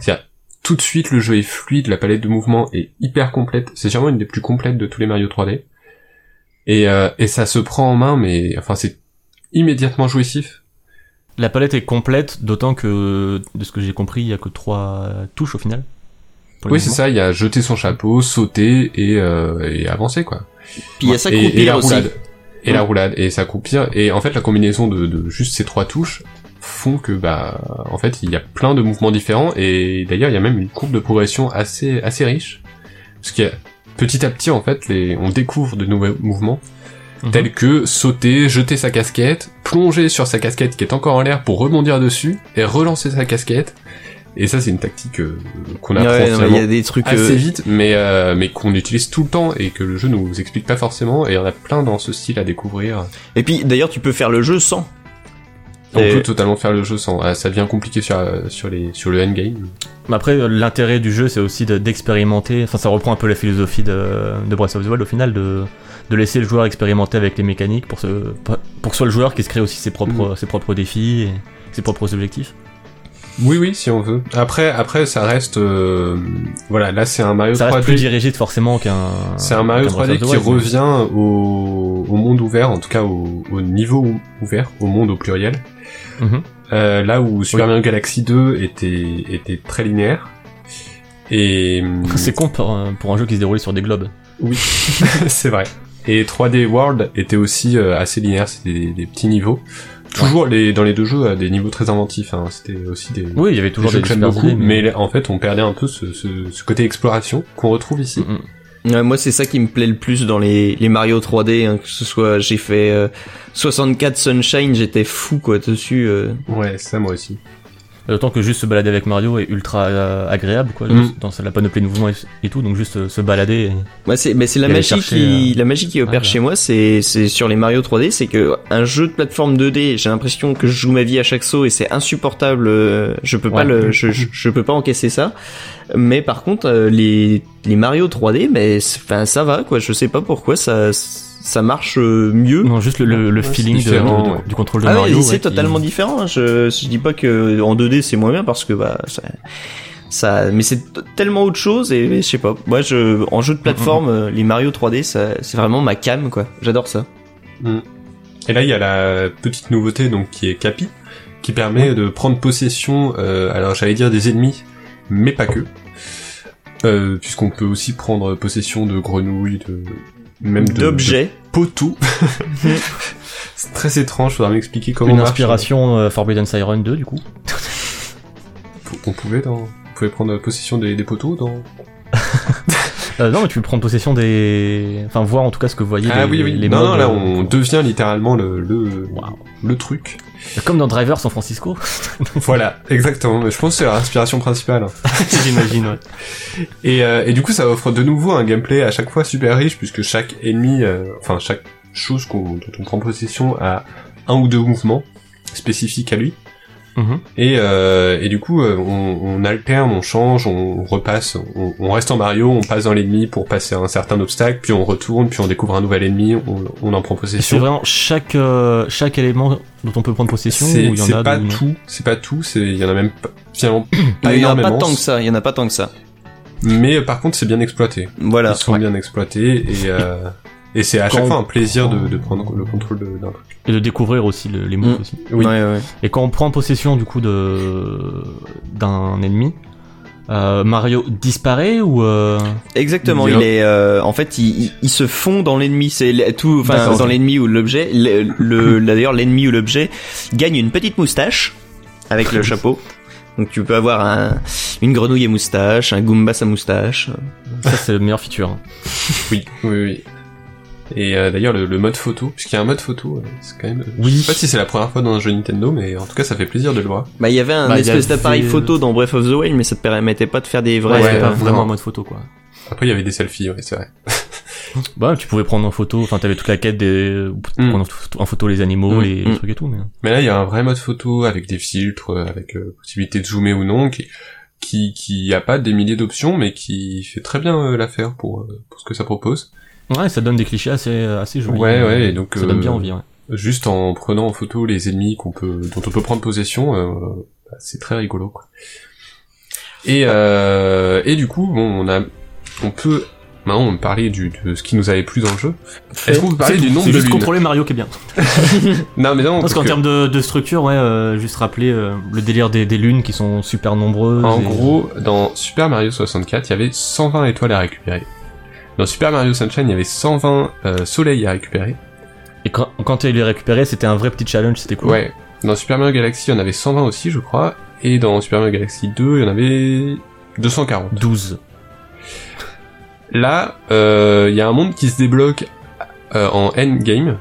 S4: C'est-à-dire, tout de suite, le jeu est fluide, la palette de mouvements est hyper complète. C'est sûrement une des plus complètes de tous les Mario 3D. Et, euh, et ça se prend en main, mais enfin, c'est immédiatement jouissif.
S3: La palette est complète, d'autant que, de ce que j'ai compris, il y a que 3 touches au final. Pour le
S4: Oui, c'est
S3: moment.
S4: ça, il y a jeter son chapeau, sauter et, euh, et avancer, quoi.
S2: Puis il y a ça
S4: et, et la
S2: croupir aussi.
S4: roulade. Et la roulade, et s'accroupir. Et en fait, la combinaison de, de juste ces trois touches font que, bah, en fait, il y a plein de mouvements différents, et d'ailleurs, il y a même une courbe de progression assez, assez riche. Parce qu'il y a, petit à petit, en fait, les, on découvre de nouveaux mouvements,
S3: Mhm.
S4: tels que sauter, jeter sa casquette, plonger sur sa casquette qui est encore en l'air pour rebondir dessus, et relancer sa casquette. Et ça, c'est une tactique euh, qu'on apprend
S2: Ouais, non, mais il
S4: finalement
S2: y a des trucs... euh,
S4: assez Ah, vite, mais euh, mais qu'on utilise tout le temps et que le jeu nous explique pas forcément. Et on a plein dans ce style à découvrir.
S2: Et puis, d'ailleurs, tu peux faire le jeu sans.
S4: On
S2: Et-
S4: peut totalement faire le jeu sans. ah, ça devient compliqué sur euh, sur les sur le endgame.
S3: Mais après, euh, l'intérêt du jeu, c'est aussi de- d'expérimenter. enfin, ça reprend un peu la philosophie de, de Breath of the Wild au final, de, de laisser le joueur expérimenter avec les mécaniques pour, ce, pour que ce soit le joueur qui se crée aussi ses propres, ses propres défis et ses propres objectifs.
S4: Oui oui si on veut. Après après ça reste euh, voilà là c'est un Mario
S3: Ça reste plus
S4: 3D.
S3: dirigé forcément qu'un.
S4: C'est un Mario
S3: qu'un Breath
S4: 3D
S3: of the
S4: qui
S3: Wild, mais-
S4: revient au, au monde ouvert, en tout cas au, au niveau ou- ouvert, au monde au pluriel.
S3: Mhm.
S4: Euh, là où Super Mario Galaxy 2 était, était très linéaire. Et
S3: <laughs> <laughs> C'est con pour, un- pour un jeu qui se déroulait sur des globes.
S4: Oui, <laughs> c'est vrai. Et 3D World était aussi euh, assez linéaire, c'était des, des petits niveaux. Toujours les, dans les deux jeux, euh, des niveaux très inventifs. Hein. C'était aussi des,
S3: Oui, il y avait
S4: des
S3: toujours
S4: jeux
S3: des
S4: que j'aime
S3: super
S4: beaucoup,
S3: idées,
S4: mais... en fait, on perdait un peu ce, ce- ce côté exploration qu'on retrouve ici.
S3: Mm, mm.
S2: Ouais, moi, c'est ça qui me plaît le plus dans les, les Mario 3D, hein, que ce soit... J'ai fait euh, 64 Sunshine, j'étais fou, quoi, dessus. euh.
S3: Mm.
S4: Ouais, ça moi aussi.
S3: D'autant Euh, que juste se balader avec Mario est ultra euh, agréable, quoi,
S4: Mm.
S3: dans sa- la panoplie de mouvements et, et tout, donc juste euh, se balader. et-
S2: Moi, c'est, mais c'est la
S3: Et aller
S2: magie
S3: chercher,
S2: qui, la magie qui opère
S3: voilà.
S2: chez moi, c'est, c'est sur les Mario 3D, c'est que un jeu de plateforme 2D, j'ai l'impression que je joue ma vie à chaque saut et c'est insupportable. euh, Je peux pas
S3: Ouais.
S2: le, je, je, je peux pas encaisser ça. Mais par contre, euh, les, les Mario 3D, mais c'est- enfin, ça va, quoi. Je sais pas pourquoi ça, ça marche euh, mieux.
S3: Non, juste le, le- le
S4: Ouais, c'est
S3: feeling de-
S4: différent,
S3: de- de-
S4: ouais.
S3: du contrôle de
S2: Ah
S3: Mario.
S2: oui, c'est
S3: ouais, qui-
S2: totalement différent. hein. Je, je dis pas que en 2D c'est moins bien parce que bah ça, ça mais c'est t- tellement autre chose et, je sais pas. Moi je en jeu de
S3: Mm,
S2: plateforme euh, les Mario 3D ça c'est vraiment ma cam quoi. J'adore ça.
S4: Et là, il y a la petite nouveauté donc qui est Capi, qui permet de prendre possession, euh, alors j'allais dire des ennemis, mais pas que. Euh, puisqu'on peut aussi prendre possession de grenouilles, de même de- de
S2: D'objets.
S4: potou. <laughs> c'est très étrange, faudra m'expliquer comment
S3: Une
S4: marche.
S3: inspiration euh, Forbidden Siren 2, du coup.
S4: euh, On pouvait dans on pouvait prendre possession des, des poteaux dans
S3: Euh, non, mais tu peux prendre possession des. Enfin, voir en tout cas ce que voyaient les, les
S4: Ah non,
S3: mobs,
S4: non, là
S3: euh,
S4: on devient littéralement le le,
S3: Waouh.
S4: le truc.
S3: Comme dans Driver San Francisco,
S4: <laughs> voilà, exactement. Mais je pense que c'est l'inspiration principale.
S3: <laughs> j'imagine, ouais.
S4: Et, euh, et du coup, ça offre de nouveau un gameplay à chaque fois super riche, puisque chaque ennemi, euh, enfin chaque chose qu'on, dont on prend possession a un ou deux mouvements spécifiques à lui.
S3: Mhm.
S4: Et, euh, et du coup, euh, on, on alterne, on change, on repasse, on, on reste en Mario, on passe dans l'ennemi pour passer un certain obstacle, puis on retourne, puis on découvre un nouvel ennemi, on, on en prend
S3: Et C'est
S4: possession.
S3: vraiment chaque, euh, chaque élément dont on peut prendre possession,
S4: C'est,
S3: ou il y en
S4: c'est
S3: a
S4: pas
S3: d'où-
S4: tout, c'est pas tout, c'est, il y en a même pas- finalement pas
S2: Ah, il y en a pas
S4: énormément.
S2: tant que ça. Il y en a pas tant que ça.
S4: Mais euh, par contre, c'est bien exploité.
S2: Voilà.
S4: Ils sont bien exploités et euh, Et c'est à
S3: Quand
S4: chaque
S3: on-
S4: fois un plaisir de, de prendre le contrôle de- d'un truc.
S3: Et de découvrir aussi le- les moves
S2: Mm.
S3: aussi.
S4: Oui.
S2: Ouais, ouais.
S3: Et quand on prend possession du coup de d'un ennemi, euh, Mario disparaît ou euh,
S2: Exactement,
S4: Il y a-
S2: il est euh, en fait il, il- il se fond dans l'ennemi, c'est l- tout enfin
S3: D'accord,
S2: dans
S3: ok.
S2: l'ennemi ou l'objet, le,
S3: <laughs>
S2: le- là, d'ailleurs l'ennemi ou l'objet gagne une petite moustache avec
S3: <laughs>
S2: le chapeau. Donc tu peux avoir un, une grenouille à moustache, un Goomba sa moustache.
S3: ça c'est le meilleur feature. hein.
S4: Oui, oui, oui. Et euh, d'ailleurs, le, le mode photo, puisqu'il y a un mode photo, euh, c'est quand même. Je
S3: Oui.
S4: sais pas si c'est la première fois dans un jeu Nintendo, mais en tout cas, ça fait plaisir de le voir.
S2: Bah il y avait un
S3: Bah, il y
S2: espèce
S3: avait-
S2: d'appareil photo dans Breath of the Wild mais ça te permettait pas de faire des
S3: Ouais,
S2: vrais euh,
S3: c'est
S4: ouais,
S3: pas
S4: ouais,
S3: vraiment
S4: non.
S3: en mode photo quoi.
S4: Après, il y avait des selfies, ouais, c'est vrai.
S3: Bah tu pouvais prendre en photo, enfin t'avais toute la quête des
S4: Mm.
S3: prendre en photo- en photo les animaux,
S2: Mm,
S3: les,
S2: mm.
S3: les trucs et tout. Mais...
S4: Mais là, il y a un vrai mode photo avec des filtres, euh, avec euh, possibilité de zoomer ou non, qui qui qui a pas des milliers d'options, mais qui fait très bien euh, l'affaire pour euh, pour ce que ça propose.
S3: Ouais, ça donne des clichés assez assez jolis.
S4: Ouais, ouais, et donc,
S3: ça donne
S4: euh,
S3: bien envie. Ouais.
S4: Juste en prenant en photo les ennemis qu'on peut dont on peut prendre possession, euh, bah, c'est très rigolo. Quoi. Et euh, et du coup, bon, on a on peut maintenant on parlait du de ce qui nous avait plu dans le jeu. Est-ce qu'on peut parler
S3: C'est
S4: du
S3: tout.
S4: nombre
S3: C'est
S4: de
S3: juste
S4: lunes
S3: contrôler Mario qui est bien.
S4: Non, mais non,
S3: Parce
S4: parce
S3: qu'en
S4: que-
S3: termes de, de structure, ouais, euh, juste rappeler euh, le délire des, des lunes qui sont super nombreuses.
S4: En
S3: et-
S4: gros, dans Super Mario 64, il y avait 120 étoiles à récupérer. Dans Super Mario Sunshine, il y avait 120 euh, soleils à récupérer.
S3: Et quand, quand il les récupérait, c'était un vrai petit challenge, c'était cool.
S4: Ouais. Dans Super Mario Galaxy, il y en avait 120 aussi, je crois. Et dans Super Mario Galaxy 2, il y en avait 240.
S3: 12.
S4: Là, euh, il y a un monde qui se débloque euh, en endgame,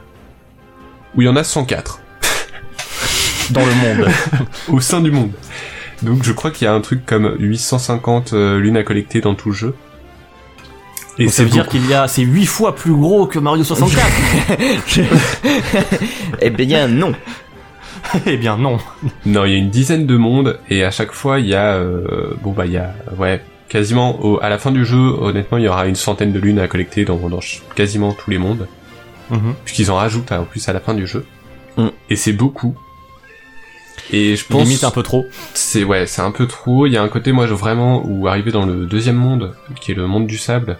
S4: où il y en a 104.
S3: Dans le monde.
S4: au sein du monde. Donc je crois qu'il y a un truc comme 850 euh, lunes à collecter dans tout le jeu.
S3: Et ça
S4: c'est
S3: veut dire qu'il y a, c'est 8 fois plus gros que Mario 64.
S2: eh bien non.
S3: <laughs> eh bien, non.
S4: Non, il y a une dizaine de mondes et à chaque fois il y a euh, bon bah il y a ouais quasiment au- à la fin du jeu honnêtement il y aura une centaine de lunes à collecter dans, dans ch- quasiment tous les mondes
S3: Mhm.
S4: puisqu'ils en rajoutent hein, en plus à la fin du jeu
S2: Mm.
S4: et c'est beaucoup et je pense
S3: Limite un peu trop.
S4: c'est ouais c'est un peu trop il y a un côté moi je vraiment où arrivé dans le deuxième monde qui est le monde du sable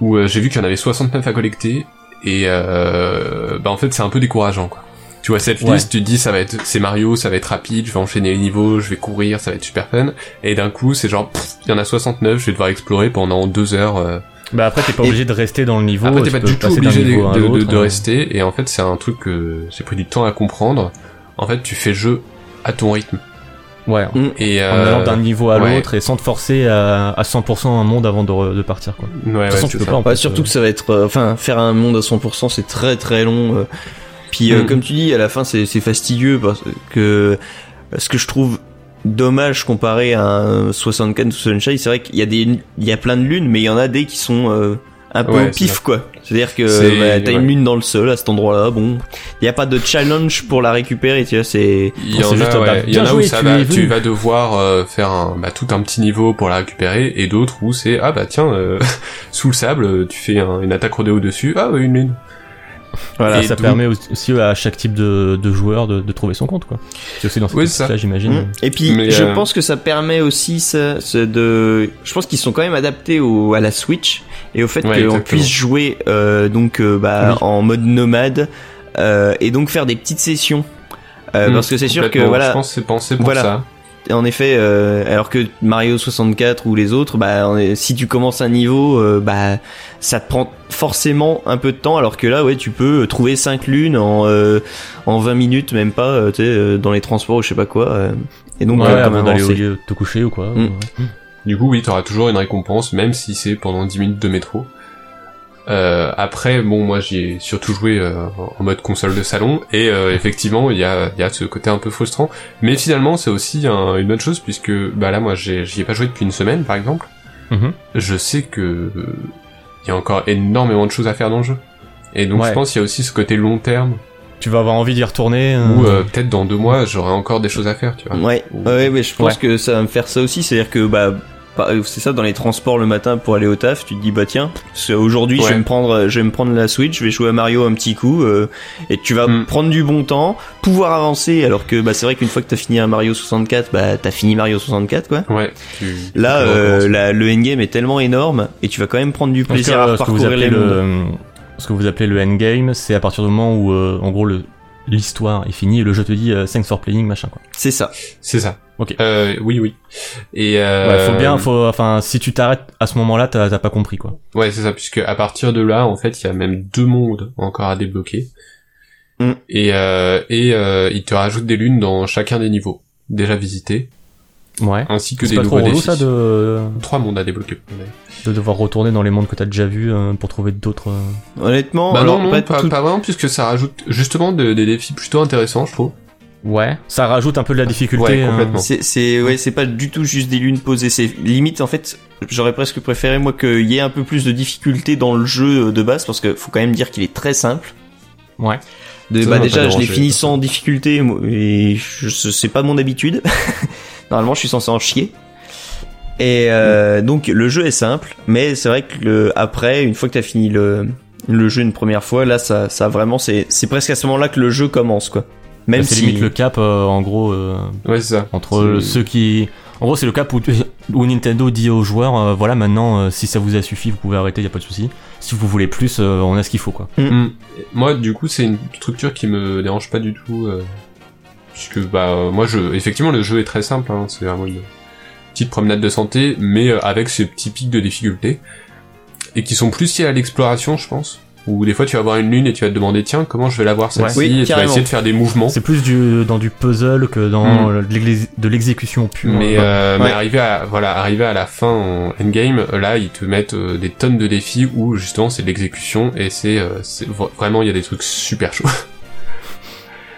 S4: où euh, j'ai vu qu'il y en avait 69 à collecter et euh, bah en fait c'est un peu décourageant quoi tu vois cette
S3: Ouais.
S4: liste tu te dis ça va être c'est Mario ça va être rapide je vais enchaîner les niveaux je vais courir ça va être super fun et d'un coup c'est genre pff, il y en a 69 je vais devoir explorer pendant deux heures euh.
S3: Bah après, t'es pas
S2: Et-
S3: obligé de rester dans le niveau.
S4: après t'es
S3: tu
S4: pas
S3: peux
S4: du tout
S3: passer d'un
S4: obligé de,
S3: niveau à un
S4: de- de-
S3: autre,
S4: de
S3: hein.
S4: rester et en fait c'est un truc que j'ai pris du temps à comprendre en fait tu fais le jeu à ton rythme
S3: Ouais.
S4: et
S3: En allant d'un niveau à
S4: Euh, ouais.
S3: l'autre et sans te forcer à, à 100% un monde avant de, re- de partir quoi. De
S4: ouais, ouais,
S3: toute façon,
S4: c'est
S3: tu peux
S4: ça.
S3: pas. en
S2: Ouais,
S3: fait,
S2: surtout
S3: euh,
S2: que ça va être, euh, enfin, faire un monde à 100%, c'est très très long. euh. Puis euh,
S4: Mm.
S2: comme tu dis, à la fin, c'est c'est fastidieux parce que ce que je trouve dommage comparé à un 64 ou Sunshine, c'est vrai qu'il y a des, il y a plein de lunes, mais il y en a des qui sont euh, un peu
S4: Ouais,
S2: au pif
S4: c'est
S2: quoi. C'est-à-dire que
S4: C'est-
S2: bah, t'as
S4: ouais.
S2: une lune dans le sol à cet endroit-là, bon, il y a pas de challenge pour la récupérer, tu vois, c'est
S4: Il y
S3: Oh,
S4: en
S3: c'est
S4: a,
S3: juste,
S4: ouais,
S3: bah,
S4: il y en
S3: bien
S4: a où
S3: joué,
S4: ça
S3: tu
S4: va,
S3: es
S4: tu
S3: venu.
S4: vas devoir euh, faire un, bah, tout un petit niveau pour la récupérer, et d'autres où c'est ah bah tiens euh, <laughs> sous le sable euh, tu fais un- une attaque rodéo dessus, ah ouais, une lune.
S3: Voilà,
S4: Et
S3: ça
S4: d'où-
S3: permet aussi à chaque type de, de joueur de, de trouver son compte quoi. C'est aussi dans cette
S4: Oui, c'est
S3: là j'imagine.
S2: Mm. Et puis,
S4: Mais,
S2: je
S4: euh,
S2: pense que ça permet aussi ça, ce de. Je pense qu'ils sont quand même adaptés au, à la Switch et au fait
S4: Ouais,
S2: qu'on
S4: exactement.
S2: puisse jouer euh, donc euh, bah,
S3: Oui.
S2: en mode nomade euh, et donc faire des petites sessions. Euh,
S4: Mm,
S2: parce que c'est sûr que
S4: Complètement, je
S2: voilà,
S4: pense que c'est pensé pour
S2: Voilà.
S4: ça.
S2: en effet, euh, alors que Mario 64 ou les autres, bah, on est- si tu commences un niveau, euh, bah, ça te prend forcément un peu de temps. Alors que là, ouais, tu peux euh, trouver 5 lunes en euh, en 20 minutes, même pas, euh, tu sais, euh, dans les transports ou je sais pas quoi. euh. et donc,
S3: Ouais,
S2: euh, quand
S3: avant
S2: même
S3: d'aller au
S2: avancer.
S3: lieu de te coucher ou quoi.
S2: Mm.
S4: Mmh.
S3: ouais.
S4: Du coup oui, t'auras toujours une récompense, même si c'est pendant 10 minutes de métro. Euh, après bon moi j'ai surtout joué euh, en mode console de salon et euh, effectivement il y a, il y a ce côté un peu frustrant mais finalement c'est aussi un- une bonne chose puisque bah là moi j'ai- j'y ai pas joué depuis une semaine par exemple
S3: Mhm.
S4: je sais que il y a encore énormément de choses à faire dans le jeu. Et donc
S3: Ouais.
S4: je pense qu'il y a aussi ce côté long terme
S3: Tu vas avoir envie d'y retourner.
S2: Mmh.
S3: euh,
S4: où euh, peut-être dans deux mois j'aurai encore des choses à faire, tu vois.
S2: Ouais,
S4: Ou-
S2: ouais, mais je pense
S3: Ouais.
S2: que ça va me faire ça aussi, c'est-à-dire que bah par- c'est ça dans les transports le matin pour aller au taf, tu te dis bah tiens, parce que aujourd'hui je
S4: Ouais.
S2: vais me prendre je vais me prendre la Switch, je vais jouer à Mario un petit coup euh, et tu vas
S3: Hmm.
S4: Mm.
S2: prendre du bon temps, pouvoir avancer alors que bah c'est vrai qu'une fois que t'as fini un Mario 64, bah t'as fini Mario 64 quoi.
S4: Ouais. Tu,
S2: Là
S4: tu
S2: euh,
S4: recommences.
S2: la- le endgame est tellement énorme et tu vas quand même prendre du
S3: Parce que,
S2: plaisir à
S3: euh, ce que vous
S2: parcourir
S3: appelez
S2: les mondes.
S3: le, ce que vous appelez le endgame, c'est à partir du moment où, euh, en gros, le- l'histoire est finie et le jeu te dit euh, thanks for playing, machin quoi.
S2: C'est ça.
S4: C'est ça.
S3: Ok.
S4: Euh, oui, oui. Et
S3: Ouais,
S4: euh,
S3: faut bien, faut, enfin, si tu t'arrêtes à ce moment-là, t'as t'as pas compris quoi.
S4: Ouais, c'est ça, puisque à partir de là, en fait, il y a même deux mondes encore à débloquer.
S2: Mm.
S4: Et, euh, et euh, il te rajoute des lunes dans chacun des niveaux déjà visités,
S3: Ouais.
S4: ainsi que
S3: C'est
S4: des
S3: pas trop
S4: nouveaux
S3: relou
S4: défis.
S3: ça de,
S4: Trois mondes à débloquer.
S3: de devoir retourner dans les mondes que t'as déjà vus euh, pour trouver d'autres. euh,
S2: Honnêtement,
S4: bah
S2: alors
S4: non, non,
S2: pas
S4: pas,
S2: tout-
S4: pas vraiment, puisque ça rajoute justement de- des défis plutôt intéressants, je trouve.
S3: Ouais. Ça rajoute un peu de la difficulté. euh,
S4: Ouais, complètement.
S2: C'est, c'est, ouais, c'est pas du tout juste des lunes posées. C'est limite, en fait, j'aurais presque préféré, moi, qu'il y ait un peu plus de difficulté dans le jeu de base, parce que faut quand même dire qu'il est très simple.
S3: Ouais.
S2: De,
S4: Ça
S2: bah,
S4: m'a pas
S2: déjà, je l'ai
S4: dérangé,
S2: fini
S4: ça.
S2: sans difficulté, moi, et je, je- c'est pas mon habitude. <laughs> Normalement, je suis censé en chier. Et euh, donc, le jeu est simple, mais c'est vrai que le, après, une fois que t'as fini le, le jeu une première fois, là, ça, ça vraiment, c'est, c'est presque à ce moment-là que le jeu commence, quoi. Même
S4: Bah,
S3: c'est
S2: si.
S3: limite le cap, euh, en gros, euh,
S4: Ouais, c'est ça.
S3: entre
S4: C'est-
S3: ceux qui. En gros, c'est le cap où, où Nintendo dit aux joueurs, euh, voilà, maintenant, euh, si ça vous a suffi, vous pouvez arrêter, y a pas de souci. Si vous voulez plus, euh, on a ce qu'il faut, quoi.
S4: Mm. Moi, du coup, c'est une structure qui me dérange pas du tout, euh, puisque bah euh, moi, je effectivement, le jeu est très simple. hein, c'est vraiment une petite promenade de santé, mais euh, avec ces petits pics de difficulté et qui sont plus liés à l'exploration, je pense. Où des fois, tu vas voir une lune et tu vas te demander tiens, comment je vais la voir celle-ci,
S2: Ouais. Oui,
S4: et tu vas
S2: carrément.
S4: essayer de faire des mouvements.
S3: C'est plus du, dans du puzzle que dans
S4: Mm.
S3: euh, de l'exé- de l'exécution pure.
S4: Mais,
S3: Ouais.
S4: euh,
S2: Ouais.
S4: mais arrivé à voilà, arrivé à la fin en endgame, là ils te mettent euh, des tonnes de défis où justement c'est de l'exécution et c'est euh, c'est- vra- vraiment il y a des trucs super chauds.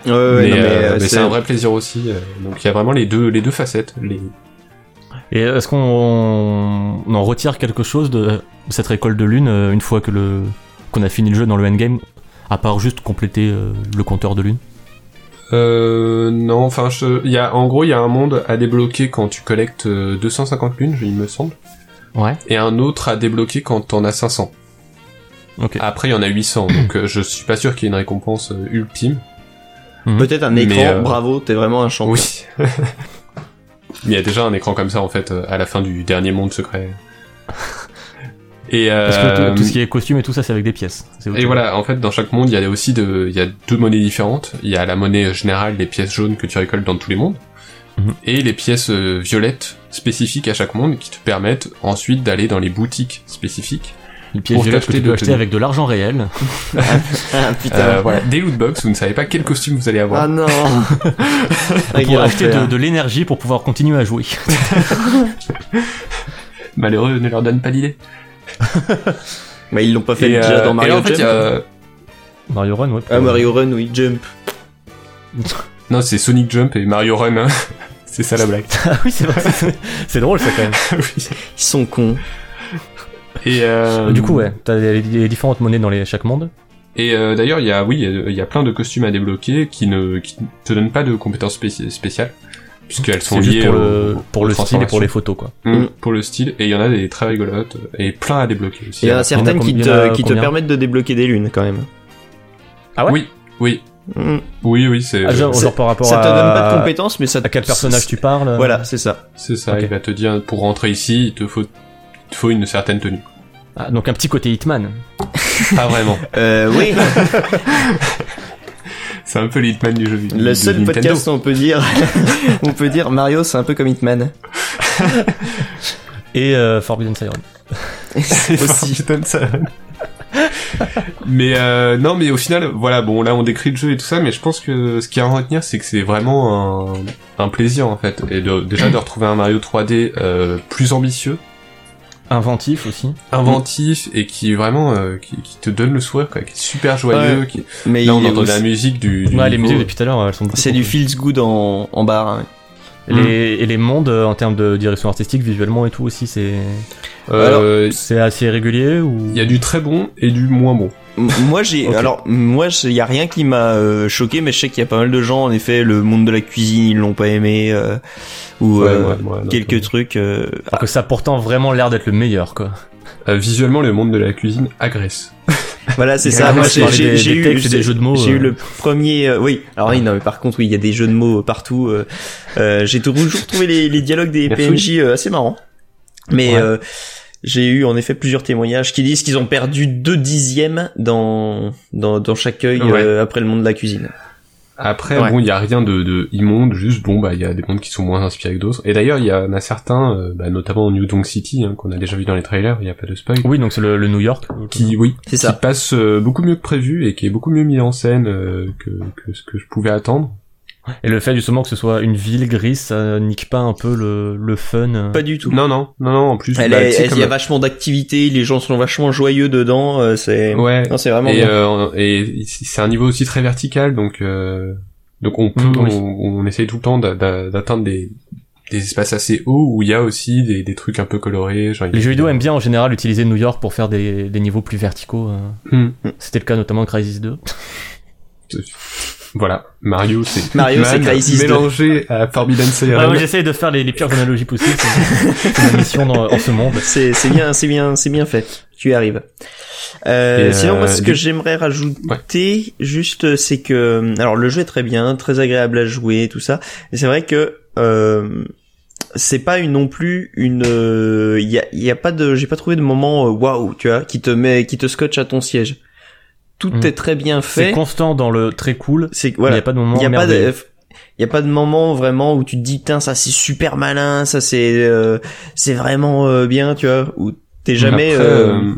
S2: Ouais, ouais,
S4: mais
S2: non, mais,
S4: euh,
S2: euh,
S4: mais c'est
S2: c'est-
S4: un vrai plaisir aussi. euh, donc il y a vraiment les deux les deux facettes. Les...
S3: Et est-ce qu'on on en retire quelque chose de cette récolte de lune euh, une fois que le qu'on a fini le jeu dans le endgame, à part juste compléter euh, le compteur de lune
S4: Euh, non, enfin je- il y a en gros il y a un monde à débloquer quand tu collectes euh, 250 lunes, il me semble,
S3: Ouais.
S4: et un autre à débloquer quand t'en as 500.
S3: Ok.
S4: Après il y en a 800, donc euh, je suis pas sûr qu'il y ait une récompense euh, ultime.
S2: Peut-être un
S4: Mais,
S2: écran,
S4: euh,
S2: bravo, t'es vraiment un champion.
S4: Oui. <laughs> Il y a déjà un écran comme ça en fait euh, à la fin du dernier
S3: <laughs>
S4: monde secret. Et, euh,
S3: Parce que tout- tout ce qui est costume et tout ça, c'est avec des pièces. C'est autre
S4: et
S3: chose.
S4: voilà, en fait, dans chaque monde, il y a aussi de, il y a deux monnaies différentes. Il y a la monnaie générale, les pièces jaunes que tu récoltes dans tous les mondes,
S3: Mhm.
S4: et les pièces euh, violettes spécifiques à chaque monde qui te permettent ensuite d'aller dans les boutiques spécifiques.
S3: Les pièces
S4: pour
S3: violettes que
S4: t'acheter
S3: tu peux
S4: de
S3: acheter
S4: tenue.
S3: avec de l'argent réel.
S2: <laughs> Ah putain.
S4: Euh, voilà, des lootbox, vous ne savez pas quel costume vous allez avoir.
S2: Ah
S4: <laughs>
S2: non. <laughs>
S3: pour acheter de, de l'énergie pour pouvoir continuer à jouer. Ah.
S4: Malheureux, ne leur donne pas d'idée.
S2: Mais ils l'ont pas fait
S4: Et,
S2: déjà
S4: euh,
S2: dans
S4: et
S2: Mario
S4: là, en fait, il y
S2: Jump.
S4: a-
S3: Mario Run, ouais.
S2: Ah Mario Run, oui, Jump.
S4: non, c'est Sonic Jump et Mario Run. hein. <laughs> c'est ça la blague.
S3: <laughs> Ah oui, c'est vrai. c'est- <laughs> C'est drôle, ça, quand même.
S4: Oui.
S2: Ils sont cons.
S4: Et euh,
S3: Bah, Du coup, ouais, t'as les, les différentes monnaies dans les, chaque monde.
S4: Et euh, d'ailleurs, il y a oui, il y a- il y a plein de costumes à débloquer qui ne qui ne te donnent pas de compétences spéci- spéciales puisqu'elles sont
S3: C'est
S4: liées
S3: juste pour
S4: au-
S3: le,
S4: au-
S3: pour
S4: aux
S3: le style et pour les
S4: transformations.
S3: photos, quoi.
S4: Mm, pour le style. Et il y en a des très rigolotes et plein à débloquer aussi.
S2: Il y en a
S3: il y
S2: certaines
S3: en a
S2: qui
S3: combien- il y en
S2: te,
S3: a
S2: qui te
S3: combien
S2: permettent de débloquer des lunes quand même.
S3: Ah ouais
S4: Oui, oui,
S2: Mm.
S4: oui, oui, c'est
S3: Ah, genre,
S2: ça-
S3: genre par rapport
S2: ça
S3: à,
S2: te donne pas
S4: euh,
S2: de compétences, mais ça.
S3: à quel personnage
S2: c'est-
S3: tu parles.
S2: <laughs> Voilà, c'est ça.
S4: c'est ça.
S3: Ok.
S4: Il va te dire pour rentrer ici, il te faut il te faut une certaine tenue.
S3: Ah, donc un petit côté Hitman.
S4: Pas vraiment.
S2: Euh,
S4: <laughs>
S2: oui,
S4: C'est un peu l'hitman du jeu vidéo.
S2: le
S4: de
S2: seul
S4: Nintendo.
S2: podcast où on peut dire, <laughs> on peut dire Mario, c'est un peu comme
S4: <laughs>
S2: Hitman. <laughs>
S3: Et euh, Forbidden Siren.
S2: Aussi.
S4: Putain de ça. mais euh, non, mais au final, voilà, bon, là on décrit le jeu et tout ça, mais je pense que ce qu'il y a à retenir, c'est que c'est vraiment un, un plaisir en fait, et de, déjà de retrouver un Mario 3D euh, plus ambitieux,
S3: Inventif aussi.
S4: inventif et qui vraiment euh, qui, qui te donne le sourire, quoi, qui est super joyeux.
S2: Ouais.
S4: qui-
S2: Mais
S4: Là on
S2: il-
S4: entend la musique du. du
S3: Ouais, les
S4: niveau.
S3: musiques depuis tout à l'heure, elles sont beaucoup
S2: c'est
S3: trop
S2: du
S3: cool.
S2: feels good en, en barre. hein.
S3: Les, et les mondes euh, en termes de direction artistique, visuellement et tout aussi, c'est
S4: Euh,
S3: c'est assez régulier ou
S4: Il y a du très bon et du moins bon.
S2: M- moi j'ai
S3: Ok.
S2: alors moi il y a rien qui m'a euh, choqué mais je sais qu'il y a pas mal de gens en effet le monde de la cuisine ils l'ont pas aimé euh, ou
S4: Ouais,
S2: euh,
S4: ouais, ouais, non,
S2: quelques trucs euh,
S3: Alors que ça a pourtant vraiment l'air d'être le meilleur quoi. <laughs>
S4: Euh, visuellement, le monde de la cuisine agresse.
S2: ah, voilà c'est
S3: Il y a
S2: ça
S3: un
S2: moi
S3: mec qui
S2: j'ai j'ai-
S3: parlait des-
S2: j'ai
S3: des
S2: eu
S3: textes et des
S2: j'ai-
S3: jeux de mots,
S2: j'ai eu
S3: euh.
S2: le premier euh, oui alors oui non mais par contre oui il y a des jeux de mots euh, partout euh, euh, j'ai toujours trouvé les, les dialogues des
S4: Merci.
S2: PNJ euh, assez marrants mais
S3: Ouais.
S2: euh, J'ai eu en effet plusieurs témoignages qui disent qu'ils ont perdu deux dixièmes dans dans, dans chaque œil
S4: Ouais.
S2: euh, après le monde de la cuisine.
S4: Après,
S3: Ouais.
S4: bon, il y a rien de, de immonde, juste bon, bah, il y a des mondes qui sont moins inspirés que d'autres. Et d'ailleurs, il y en a certains, euh, bah, notamment New Donk City, hein, qu'on a déjà vu dans les trailers, il n'y a pas de spoil,
S3: Oui, donc c'est le, le New York.
S4: qui, oui,
S2: C'est
S4: qui
S2: ça.
S4: passe euh, beaucoup mieux que prévu et qui est beaucoup mieux mis en scène euh, que, que ce que je pouvais attendre.
S3: Et le fait justement que ce soit une ville grise, ça nique pas un peu le, le fun. euh.
S2: Pas du tout.
S4: Non, non, non, non. En plus,
S2: Elle
S4: bah,
S2: est-
S4: tu sais,
S2: elle- il
S4: comme-
S2: y a vachement d'activité, les gens sont vachement joyeux dedans. euh, c'est
S4: ouais.
S2: non, c'est vraiment
S4: Et,
S2: bien.
S4: euh, et c'est un niveau aussi très vertical, donc euh, donc on peut,
S3: Mm, oui.
S4: on, on essaye tout le temps d'a- d'a- d'atteindre des des espaces assez hauts où il y a aussi des, des trucs un peu colorés. Genre, il y a-
S3: Les jeux vidéo aiment bien en général utiliser New York pour faire des, des niveaux plus verticaux. euh.
S4: Hmm.
S3: C'était le cas notamment de Crisis 2.
S4: Voilà, Mario c'est
S2: Mario, c'est
S4: Hitman
S2: Crisis deux.
S4: mélangé à Forbidden Siren.
S3: Ah Ouais, ouais, J'essaye de faire les, les pires analogies possibles. C'est c'est ma mission dans- en
S2: <laughs>
S3: ce
S4: euh,
S3: monde.
S2: C'est c'est bien, c'est bien, c'est bien fait. Tu y arrives. Euh,
S4: Et,
S2: sinon, moi,
S4: euh,
S2: ce
S4: du-
S2: que j'aimerais rajouter, juste, c'est que, euh, alors, le jeu est très bien, très agréable à jouer, tout ça. Et c'est vrai que euh, c'est pas une non plus une, il y a, y a pas de, j'ai pas trouvé de moment euh, waouh, tu vois, qui te met, qui te scotche à ton siège. Tout
S3: Mm.
S2: est très bien
S3: C'est
S2: fait.
S3: constant dans le très cool.
S2: C'est
S3: Il
S2: voilà.
S3: n'y a pas de moment
S2: Il y a pas
S3: merveilleux.
S2: de il y a pas de moment vraiment où tu te dis tiens ça c'est super malin, ça c'est euh, c'est vraiment euh, bien, tu vois, où t'es jamais
S4: Après,
S2: euh,
S4: euh,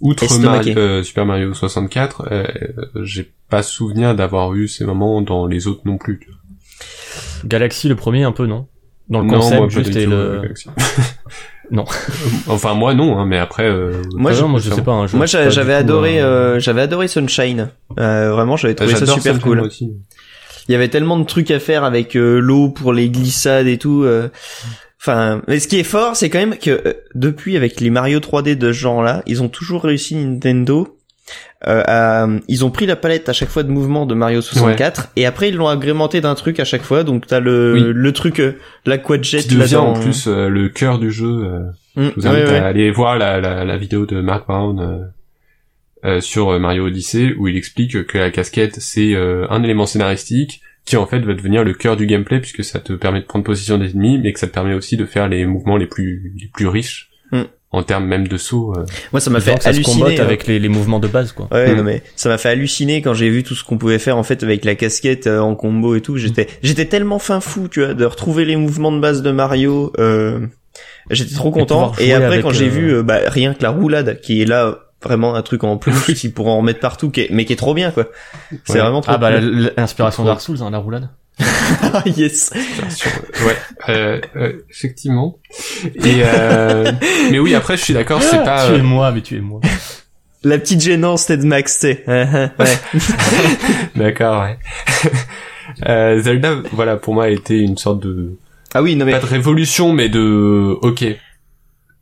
S4: outre
S2: estomaqué.
S4: Mario- euh, Super Mario 64, euh, euh, j'ai pas souvenir d'avoir eu ces moments dans les autres non plus. tu vois.
S3: Galaxy le premier un peu non Dans le
S4: non,
S3: concept
S4: moi, pas
S3: juste
S4: du
S3: et
S4: tout,
S3: le.
S4: euh, Galaxy.
S3: <laughs> Non.
S4: <laughs> enfin moi non, hein, mais après. euh,
S2: Moi,
S3: Ah
S2: je-
S3: non, moi je sais pas. hein, je-
S2: moi
S3: pas
S2: j'a-
S3: du
S2: j'avais
S3: tout,
S2: adoré
S3: euh,
S2: euh, j'avais adoré Sunshine. Euh, vraiment j'avais trouvé ça
S4: j'adore
S2: super
S4: ce film
S2: cool.
S4: aussi.
S2: Il y avait tellement de trucs à faire avec euh, l'eau pour les glissades et tout. euh. Enfin, mais ce qui est fort, c'est quand même que euh, depuis avec les Mario 3D de ce genre-là, ils ont toujours réussi Nintendo. euh, à- ils ont pris la palette à chaque fois de mouvement de Mario 64 et après ils l'ont agrémenté d'un truc à chaque fois. Donc t'as le
S4: Oui.
S2: le truc euh, la quadjet
S4: qui devient
S2: là Mmh.
S4: en plus euh, le cœur du jeu. euh, je vous invite à aller voir la, la, la vidéo de Mark Brown euh, euh, sur euh, Mario Odyssey où il explique que la casquette c'est euh, un élément scénaristique qui en fait va devenir le cœur du gameplay puisque ça te permet de prendre position des ennemis mais que ça te permet aussi de faire les mouvements les plus les plus riches
S3: Hmm.
S2: Mm.
S4: en termes même de saut. euh.
S2: Moi ça m'a
S3: genre que
S2: fait
S3: ça se combote
S2: halluciner. hein.
S3: avec les, les mouvements de base quoi.
S2: Ouais,
S4: Mm.
S2: non, mais ça m'a fait halluciner quand j'ai vu tout ce qu'on pouvait faire en fait avec la casquette euh, en combo et tout. J'étais, j'étais tellement fin fou, tu vois, de retrouver les mouvements de base de Mario. euh, j'étais trop content.
S3: pouvoir
S2: Et,
S3: jouer
S2: après,
S3: avec,
S2: quand j'ai
S3: euh,
S2: vu euh, bah, rien que la roulade, qui est là vraiment un truc en
S3: <laughs>
S2: plus, qui pourront en remettre partout, qui est- mais qui est trop bien quoi. C'est
S4: Ouais.
S2: vraiment trop.
S3: Ah bah la-
S2: cool.
S3: la- l'inspiration Dark Souls, hein, la roulade.
S2: <laughs> Ah, yes.
S3: <laughs>
S4: sur- ouais, euh, euh, effectivement. Et
S3: <laughs>
S4: euh, mais oui après je suis d'accord c'est pas
S3: Ah, tu
S4: euh,
S3: es moi, mais tu es moi.
S2: La petite gênance Ted Max, tu sais. <laughs> ouais.
S4: d'accord ouais. <laughs> Euh, Zelda voilà pour moi a été une sorte de
S2: Ah oui, non mais
S4: pas de révolution, mais de ok.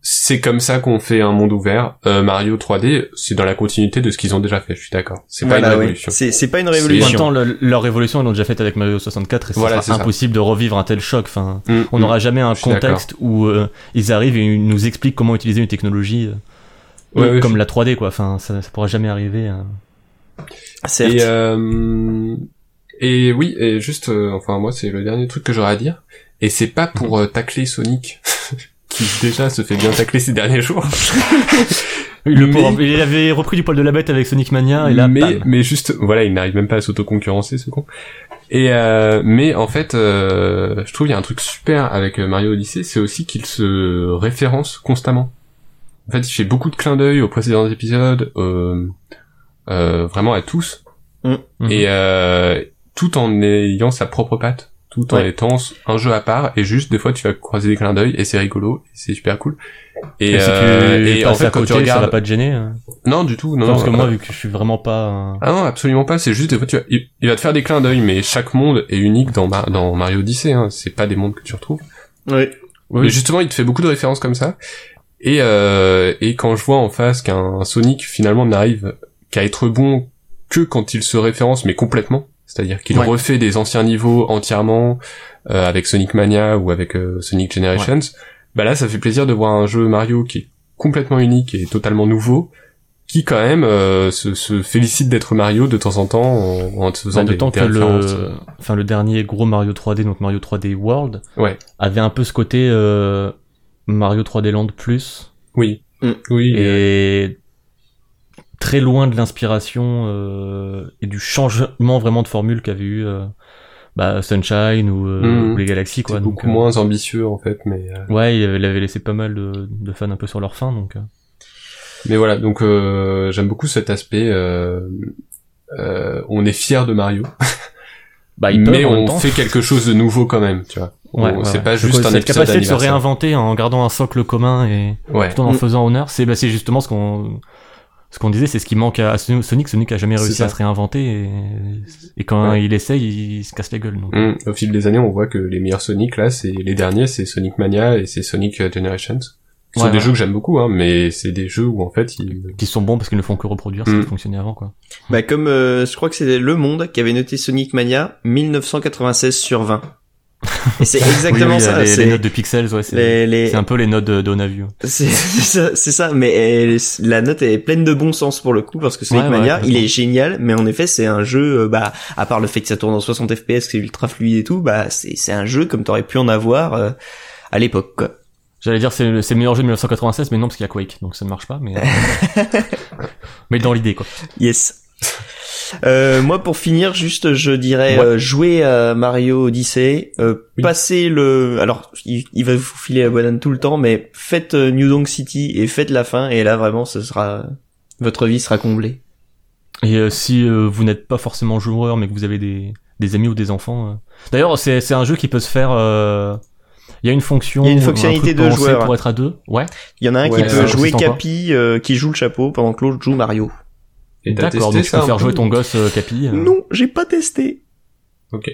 S4: C'est comme ça qu'on fait un monde ouvert. Euh, Mario 3D, c'est dans la continuité de ce qu'ils ont déjà fait. Je suis d'accord. C'est pas
S2: voilà,
S4: une
S2: ouais.
S4: révolution.
S2: C'est, c'est pas une
S3: En
S4: C'est-
S3: même
S2: révolution.
S3: temps, le- leur révolution, ils l'ont déjà faite avec Mario 64 et
S4: Voilà,
S3: c'est
S4: c'est ça.
S3: impossible de revivre un tel choc. Enfin,
S4: Mm,
S3: on
S4: mm.
S3: n'aura jamais un
S4: Je suis d'accord.
S3: contexte où euh, ils arrivent et ils nous expliquent comment utiliser une technologie euh,
S4: Ouais, ouais,
S3: comme
S4: je-
S3: la 3D quoi. Enfin, ça, ça pourra jamais arriver. hein.
S2: Certes.
S4: Et, euh, et oui, et juste, euh, enfin moi c'est le dernier truc que j'aurais à dire. Et c'est pas pour euh, tacler Sonic, <laughs> qui déjà se fait bien tacler ces derniers jours.
S3: Le
S4: Mais-
S3: pauvre, il avait repris du poil de la bête avec Sonic Mania et là,
S4: mais,
S3: bam.
S4: mais juste, voilà, il n'arrive même pas à s'autoconcurrencer, ce con. Et euh, mais en fait, euh, je trouve il y a un truc super avec euh, Mario Odyssey, c'est aussi qu'il se référence constamment. En fait, il fait beaucoup de clins d'œil aux précédents épisodes, euh, euh, vraiment à tous,
S2: Mm.
S3: Mhm.
S4: et euh, tout en ayant sa propre patte, tout en
S2: Ouais.
S4: étant un jeu à part, et juste des fois tu vas croiser des clins d'œil et c'est rigolo, et c'est super cool. Et,
S3: Et si tu
S4: euh, et
S3: passes
S4: en fait,
S3: à
S4: quand
S3: côté,
S4: tu
S3: ça va
S4: regardes,
S3: pas te gêner. hein.
S4: non du tout, non,
S3: Non, parce que
S4: euh,
S3: moi, vu que je suis vraiment pas. un-
S4: ah non, absolument pas. C'est juste des fois, tu vas- il, il va te faire des clins d'œil, mais chaque monde est unique dans, Mar- dans Mario Odyssey. Hein. C'est pas des mondes que tu retrouves.
S2: Ouais.
S4: Mais justement, il te fait beaucoup de références comme ça. Et, euh, et quand je vois en face qu'un Sonic finalement n'arrive qu'à être bon que quand il se référence, mais complètement. C'est-à-dire qu'il
S3: Ouais.
S4: refait des anciens niveaux entièrement euh, avec Sonic Mania ou avec euh, Sonic Generations. Bah là, ça fait plaisir de voir un jeu Mario qui est complètement unique et totalement nouveau, qui quand même euh, se, se félicite d'être Mario de temps en temps en, en te faisant
S3: Bah,
S4: des,
S3: D'autant
S4: des
S3: que
S4: références.
S3: le, enfin le dernier gros Mario 3D, donc Mario 3D World,
S4: Ouais.
S3: avait un peu ce côté euh, Mario 3D Land plus.
S4: Oui. Oui. euh,
S3: et très loin de l'inspiration euh, et du changement vraiment de formule qu'avait eu euh, bah, Sunshine ou, euh,
S4: Mhm.
S3: ou les Galaxies quoi.
S4: C'est
S3: donc,
S4: beaucoup
S3: euh,
S4: moins ambitieux en fait, mais euh,
S3: Ouais, il avait, il avait laissé pas mal de, de fans un peu sur leur fin donc. euh.
S4: mais voilà. Donc euh, j'aime beaucoup cet aspect. euh, euh, on est fier de Mario,
S3: Bah, ils
S4: mais
S3: peuvent, en même
S4: on
S3: temps.
S4: fait quelque chose de nouveau quand même, tu vois. On-
S3: Ouais, ouais,
S4: c'est
S3: ouais.
S4: pas
S3: Donc,
S4: juste
S3: euh,
S4: un
S3: cette
S4: épisode
S3: capacité de se
S4: anniversaire.
S3: réinventer en gardant un socle commun et
S4: Ouais.
S3: tout en
S2: Mm.
S3: faisant honneur, c'est bah, c'est justement ce qu'on ce qu'on disait, c'est ce qui manque à à Sonic. Sonic a jamais
S4: C'est
S3: réussi
S4: ça.
S3: à se réinventer et, et quand
S4: Ouais.
S3: il essaye, il, se casse la gueule. Donc.
S4: Mm. Au fil des années, on voit que les meilleurs Sonic là, c'est les derniers, c'est Sonic Mania et c'est Sonic euh, Generations. Ce sont
S3: Ouais,
S4: des
S3: ouais.
S4: jeux que j'aime beaucoup, hein, mais c'est des jeux où en fait, ils...
S3: Qui sont bons parce qu'ils ne font que reproduire ce
S4: Mm.
S3: qui fonctionnait avant quoi.
S2: Bah comme euh, je crois que c'était Le Monde qui avait noté Sonic Mania 1996 sur 20. Et c'est exactement
S3: <laughs> Oui, oui,
S2: ça.
S3: Les,
S2: c'est
S3: les notes de pixels, ouais, c'est
S2: les- les- <laughs>
S3: c'est un peu les notes de- d'Onavio.
S2: c'est- c'est ça, c'est ça, mais elle- la note est pleine de bon sens pour le coup parce que Sonic
S3: Ouais, ouais,
S2: Mania, il
S3: complètement.
S2: est génial, mais en effet c'est un jeu, euh, bah à part le fait que ça tourne en 60 FPS, que c'est ultra fluide et tout, bah c'est c'est un jeu comme t'aurais pu en avoir euh, à l'époque. quoi.
S3: J'allais dire c'est le c'est le meilleur jeu de 1996, mais non parce qu'il y a Quake, donc ça ne marche pas. Mais euh,
S2: <laughs>
S3: mais dans l'idée quoi.
S2: Yes. Euh, moi, pour finir, juste, je dirais
S3: Ouais.
S2: euh, jouer à Mario Odyssey, euh,
S4: Oui.
S2: passer le. Alors, il, il va vous filer la banane tout le temps, mais faites euh, New Donk City et faites la fin, et là vraiment, ce sera votre vie sera comblée.
S3: Et euh, si euh, vous n'êtes pas forcément joueur, mais que vous avez des, des amis ou des enfants. euh. D'ailleurs, c'est, c'est un jeu qui peut se faire. euh, Il y a une fonction.
S2: Il y a une
S3: un truc
S2: fonctionnalité de
S3: pensé
S2: joueur.
S3: Pour être à deux. Ouais.
S2: Il y en a un
S4: Ouais,
S2: qui
S4: ça,
S2: peut jouer
S3: c'est sympa.
S2: Capi, euh, qui joue le chapeau, pendant que l'autre joue Mario.
S4: Et t'as
S3: D'accord.
S4: testé
S3: Donc tu
S4: ça hein.
S3: peux
S4: un
S3: faire
S4: peu
S3: jouer ton gosse euh, Capi. euh.
S2: Non, j'ai pas testé.
S4: Ok.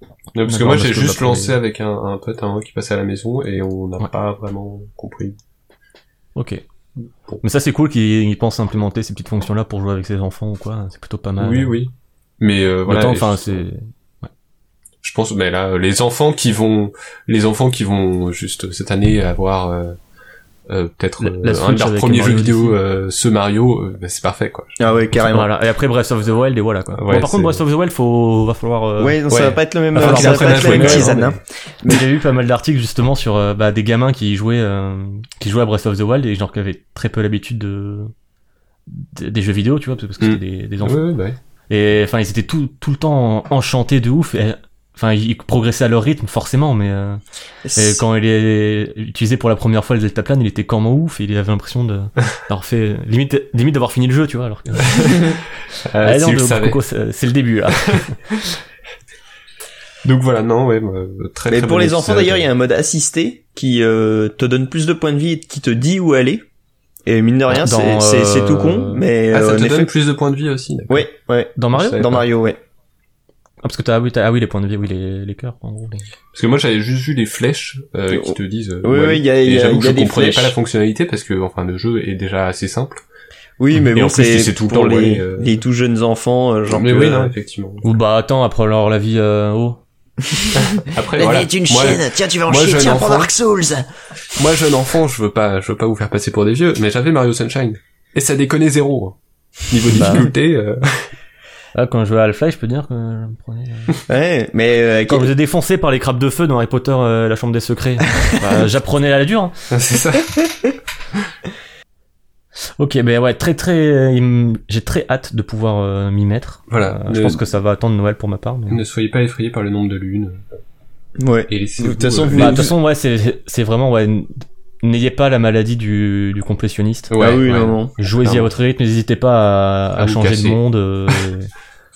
S4: Non, parce que
S3: D'accord,
S4: moi
S3: parce
S4: j'ai
S3: que
S4: juste
S3: bah,
S4: lancé
S3: les-
S4: avec un, un pote un qui passait à la maison et on n'a
S3: Ouais.
S4: pas vraiment compris.
S3: Ok. Mais ça c'est cool qu'ils ils pensent implémenter ces petites fonctions là pour jouer avec ses enfants ou quoi. C'est plutôt pas mal.
S4: Oui, oui. Mais euh,
S3: Le
S4: voilà.
S3: temps,
S4: et
S3: enfin
S4: je-
S3: c'est.
S4: Je pense, mais là, euh, les enfants qui vont, les enfants qui vont juste euh, cette année avoir euh, euh, peut-être
S3: La-
S4: euh,
S3: la
S4: un de
S3: Switch
S4: leurs
S3: avec
S4: premiers
S3: Mario
S4: jeux vidéo,
S3: Odyssey.
S4: euh, ce Mario, euh, bah, c'est parfait quoi.
S2: Ah ouais, carrément.
S3: Voilà. Et après Breath of the Wild et voilà quoi.
S4: Ouais,
S3: Bon, par
S4: c'est-
S3: contre Breath of the Wild faut va falloir. euh,
S2: Ouais, non,
S4: Ouais.
S2: ça va pas être le même,
S3: Va
S2: euh,
S3: falloir
S2: ça va
S3: s'entraîner
S2: pas
S3: à
S2: être la
S3: jouer,
S2: même
S3: ouais,
S2: tisane.
S4: mais-
S2: hein.
S3: Mais j'ai eu pas mal d'articles justement sur euh, bah, des gamins qui jouaient euh, qui jouaient à Breath of the Wild et genre qui avaient très peu l'habitude de, de- des jeux vidéo, tu vois, parce que
S4: Mm.
S3: c'était des, des enfants.
S4: Ouais, ouais, bah ouais.
S3: Et enfin, ils étaient tout tout le temps enchantés de ouf. et, Enfin, ils progressaient à leur rythme forcément, mais euh, et quand il est utilisé pour la première fois le deltaplane, il était comme en ouf. Et il avait l'impression de d'avoir fait limite limite d'avoir fini le jeu, tu vois. Alors que
S4: Ah,
S3: Ah
S4: si
S3: non,
S4: je
S3: le
S4: le savais.
S3: Coco, c'est c'est le début là.
S4: Donc voilà, non, ouais, euh, très.
S2: Mais
S4: très
S2: pour
S4: bon
S2: les enfants
S4: épisode.
S2: d'ailleurs, il y a un mode assisté qui euh, te donne plus de points de vie et qui te dit où aller. Et mine de rien,
S3: Dans,
S2: c'est- c'est
S3: euh,
S2: c'est tout con, mais
S4: Ah,
S2: euh,
S4: ça
S2: en
S4: te
S2: effet-
S4: donne plus de points de vie aussi. d'accord.
S2: Ouais, ouais.
S3: Dans Mario
S4: Je savais
S2: Dans
S4: pas.
S2: Mario, ouais.
S3: Ah, parce que t'as ah oui, t'as- ah oui les points de vie, oui les les cœurs en gros. les-
S4: Parce que moi j'avais juste vu les flèches euh, qui te disent. euh,
S2: Oui,
S4: où
S2: oui,
S4: aller.
S2: il y a, il
S4: Et
S2: y a,
S4: j'avoue
S2: il
S4: que
S2: y a
S4: je
S2: des
S4: comprenais
S2: flèches.
S4: pas la fonctionnalité parce que enfin le jeu est déjà assez simple.
S2: Oui, mais
S4: Et en
S2: bon,
S4: plus, si c'est
S2: c'est
S4: tout le
S2: pour
S4: temps,
S2: les,
S4: ouais, euh,
S2: les tout jeunes enfants, euh, genre.
S4: mais
S2: que,
S4: oui,
S2: euh,
S4: non, effectivement.
S3: Ou bah attends, après alors la vie euh, oh.
S4: Après voilà, moi,
S1: tiens tu vas
S4: en moi, chier, jeune tiens, prends enfant. Dark
S1: Souls
S4: moi jeune enfant, je veux pas, je veux pas vous faire passer pour des vieux, mais j'avais Mario Sunshine et ça déconnait zéro hein. niveau
S3: Bah.
S4: difficulté. euh, <laughs>
S3: Ah, quand je jouais à Half-Life, je peux dire que je me prenais. euh,
S2: Ouais, mais euh,
S3: Quand je me faisais défoncer par les crabes de feu dans Harry Potter, euh, la chambre des
S4: <laughs>
S3: secrets, bah, j'apprenais à la dure. hein.
S4: c'est ça.
S3: Ok, ben ouais, très très. euh, il me- J'ai très hâte de pouvoir euh, m'y mettre.
S4: Voilà.
S3: Euh, Je
S4: ne,
S3: pense que ça va attendre Noël pour ma part. mais-
S4: ne soyez pas effrayés par le nombre de lunes.
S2: ouais.
S4: Et laissez-vous,
S2: De toute façon,
S4: euh,
S2: vous-
S3: Bah, De toute façon, ouais, c'est c'est vraiment. ouais, n- N'ayez pas la maladie du, du complétionniste.
S4: Ouais,
S2: ah oui,
S4: ouais.
S2: non, non.
S3: Jouez-y à votre rythme, n'hésitez pas à,
S4: À
S3: à
S4: vous
S3: changer
S4: casser.
S3: de monde.
S4: <laughs>
S3: euh,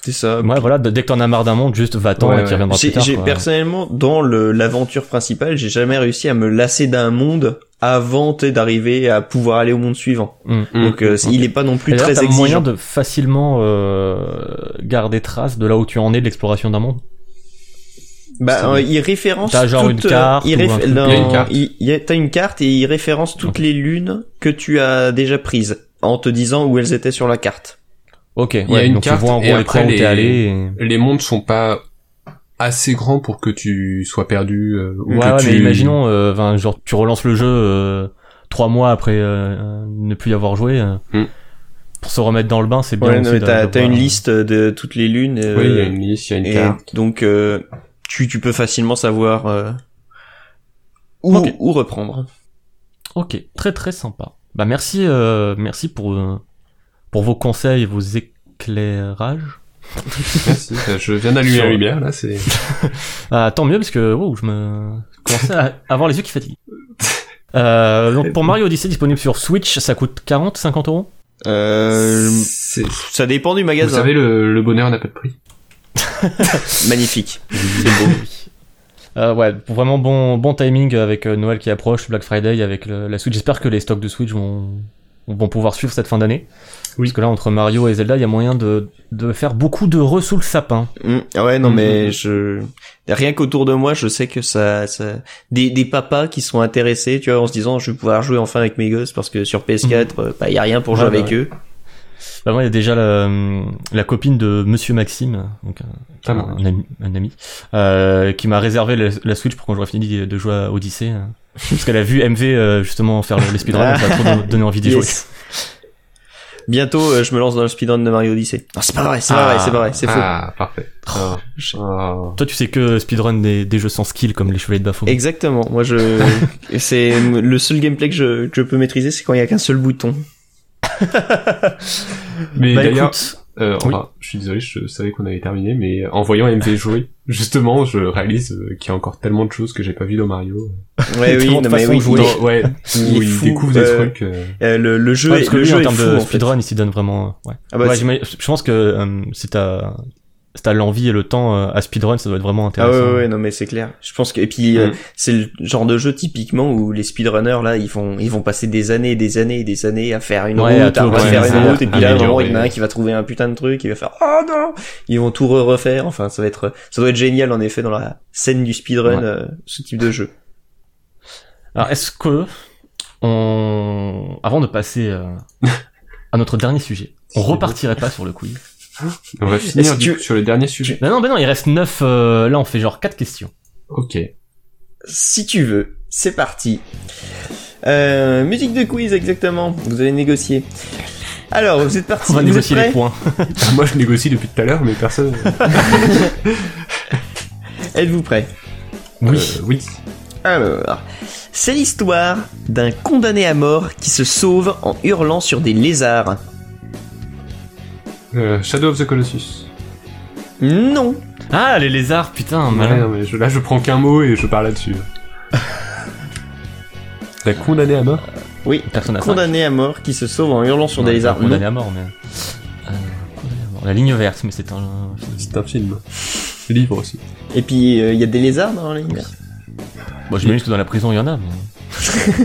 S2: C'est ça.
S3: ouais, voilà, d- dès que t'en as marre d'un monde, juste va-t'en
S4: Ouais,
S3: et tu
S4: ouais.
S3: reviendras plus
S2: J'ai
S3: tard.
S2: j'ai-
S3: quoi.
S2: personnellement dans le- l'aventure principale, j'ai jamais réussi à me lasser d'un monde avant t'sais, d'arriver à pouvoir aller au monde suivant.
S3: Hum.
S4: Mm.
S2: Donc euh, il est pas non plus
S3: Et d'ailleurs,
S2: très
S3: t'as moyen
S2: exigeant.
S3: de facilement euh, garder trace de là où tu en es de l'exploration d'un monde.
S2: Bah,
S3: C'est-
S2: euh, il référence.
S3: T'as genre
S2: toutes,
S3: une carte
S2: euh, il
S3: ou un
S2: réf-
S3: truc.
S2: non,
S4: Il y a une carte.
S2: il- il y a- T'as une carte et il référence toutes
S3: Ok.
S2: les lunes que tu as déjà prises en te disant où elles étaient sur la carte.
S3: Ok, ouais,
S4: y a une
S3: donc
S4: carte
S3: tu vois en
S4: et
S3: gros les
S4: après
S3: coins où
S4: les-
S3: t'es allé. et-
S4: Les mondes sont pas assez grands pour que tu sois perdu. euh, ou
S3: Ouais,
S4: que
S3: ouais,
S4: tu-
S3: mais imaginons, euh, ben, genre tu relances le jeu euh, trois mois après euh, euh, ne plus y avoir joué. euh,
S4: Hmm.
S3: Pour se remettre dans le bain, c'est bien.
S2: Ouais,
S3: aussi
S2: non, mais
S3: de-
S2: t'as
S3: de
S2: t'as
S3: voir,
S2: une
S3: euh,
S2: liste de toutes les lunes. euh,
S4: Oui, il y a une liste, il y a une
S2: et
S3: <laughs>
S4: carte.
S2: donc euh, tu tu peux facilement savoir euh, où
S3: Ok.
S2: où reprendre.
S3: Ok, très très sympa. Bah merci, euh, merci pour euh, pour vos conseils, et vos éclairages.
S4: Merci. Euh, Je viens d'allumer la lumière, là, c'est...
S3: Ah, tant mieux parce que wow, je me commençais à avoir les yeux qui fatiguent. Euh, donc pour Mario Odyssey disponible sur Switch, ça coûte 40, 50 euros.
S2: Euh,
S4: c'est-
S2: ça dépend du
S4: Vous
S2: magasin.
S4: savez, le, le bonheur n'a pas de prix.
S2: Magnifique.
S3: Euh, ouais, pour vraiment bon bon timing avec euh, Noël qui approche, Black Friday avec le- la Switch. J'espère que les stocks de Switch vont vont pouvoir suivre cette fin d'année.
S4: Oui.
S3: Parce que là entre Mario et Zelda, il y a moyen de de faire beaucoup de re sous le sapin.
S2: Mm, ah ouais, non,
S4: Mm.
S3: Mhm.
S2: mais je... Rien qu'autour de moi, je sais que ça... ça... Des, des papas qui sont intéressés, tu vois, en se disant, je vais pouvoir jouer enfin avec mes gosses, parce que sur PS4, euh, bah, y a rien pour jouer
S3: Ouais, bah
S2: avec
S3: ouais.
S2: eux.
S3: Bah moi, il y a déjà la, hum, la copine de Monsieur Maxime, donc un,
S4: Ah bon.
S3: un ami, un ami, euh, qui m'a réservé la, la Switch pour quand j'aurais fini de jouer à Odyssey. euh, parce qu'elle a vu MV euh, justement faire le- les speedruns, et ça a trop don- donné envie d'y jouer.
S2: Yes. Bientôt, euh, je me lance dans le speedrun de Mario Odyssey. Non, c'est pas vrai, c'est pas
S3: Ah.
S2: vrai, c'est pas vrai, c'est faux.
S4: Ah, parfait.
S3: Oh,
S4: Ah, ah.
S3: Toi, tu sais que speedrun des, des jeux sans skill comme les Chevaliers de Baphomet.
S2: Exactement. Moi,
S3: <laughs>
S2: je, c'est le seul gameplay que je, que je peux maîtriser, c'est quand il y a qu'un seul bouton.
S4: Mais
S3: Bah
S4: d'ailleurs,
S3: écoute,
S4: euh,
S3: oui.
S4: ah, je suis désolé, je savais qu'on avait terminé, mais en voyant MV jouer, <laughs> justement, je réalise euh, qu'il y a encore tellement de choses que j'ai pas vu dans Mario.
S2: Ouais, oui,
S3: Tellement de
S2: non, mais
S3: façons
S2: oui.
S3: de jouer.
S2: dans-
S4: <laughs> ouais,
S2: Il
S4: où
S2: est
S4: il
S2: fou,
S4: découvre des
S2: euh,
S4: trucs. euh,
S2: euh, le, le jeu,
S3: ouais,
S2: est,
S3: parce que
S2: le
S3: lui,
S2: jeu
S3: en
S2: est
S3: termes
S2: fou.
S3: de
S2: en fait.
S3: speedrun, il s'y donne vraiment. euh, Ouais,
S2: Ah bah,
S3: Ouais,
S2: c'est-
S3: j'ima- je pense que euh, si t'as si t'as l'envie et le temps euh, à speedrun, ça doit être vraiment
S2: Ah
S3: intéressant.
S2: ouais, ouais, ouais, non mais c'est clair. Je pense que et puis euh,
S4: Mm.
S2: c'est le genre de jeu typiquement où les speedrunners là ils vont ils vont passer des années et des années et des années à faire une
S3: Ouais, à
S2: route, à,
S3: tout
S2: refaire
S4: optimiser,
S2: une route et puis là à un moment, il y en a un
S4: améliorer.
S2: qui va trouver un putain de truc, il va faire oh non, ils vont tout re- refaire. Enfin ça va être ça doit être génial en effet dans la scène du speedrun
S3: Ouais.
S2: euh, ce type de jeu.
S3: Alors, est-ce que, on... avant de passer euh, à notre dernier sujet,
S2: <laughs>
S3: on repartirait pas sur le quiz
S4: On va
S2: Est-ce
S4: finir du
S2: que-
S4: coup sur le dernier sujet.
S3: Bah Non, non, mais non, il reste 9. là, on fait genre 4 questions.
S4: Ok.
S2: Si tu veux, c'est parti. Euh, musique de quiz exactement. Vous avez négocié. Alors vous êtes parti.
S3: On va
S2: vous êtes
S3: négocier
S2: prêts
S3: les points.
S4: Moi, je négocie depuis tout à l'heure, mais personne.
S2: Êtes-vous prêts
S4: Euh, <laughs> oui.
S2: Alors, c'est l'histoire d'un condamné à mort qui se sauve en hurlant sur des lézards.
S4: Euh, Shadow of the Colossus.
S2: Non,
S3: Ah, les lézards, putain,
S4: Ouais,
S3: malin.
S4: non, mais je- là, je prends qu'un mot et je parle <laughs> là-dessus. T'as condamné à mort
S2: oui,
S3: Personne à
S2: condamné à mort qui se sauve en hurlant sur des lézards.
S3: Condamné
S2: Non.
S3: à mort, mais. Euh, condamné à mort. La ligne verte, mais c'est un.
S4: C'est un film. Livre aussi.
S2: Et puis euh, il y a des lézards dans les lézards.
S3: Bon, j'imagine que dans la prison, il y en a. Mais...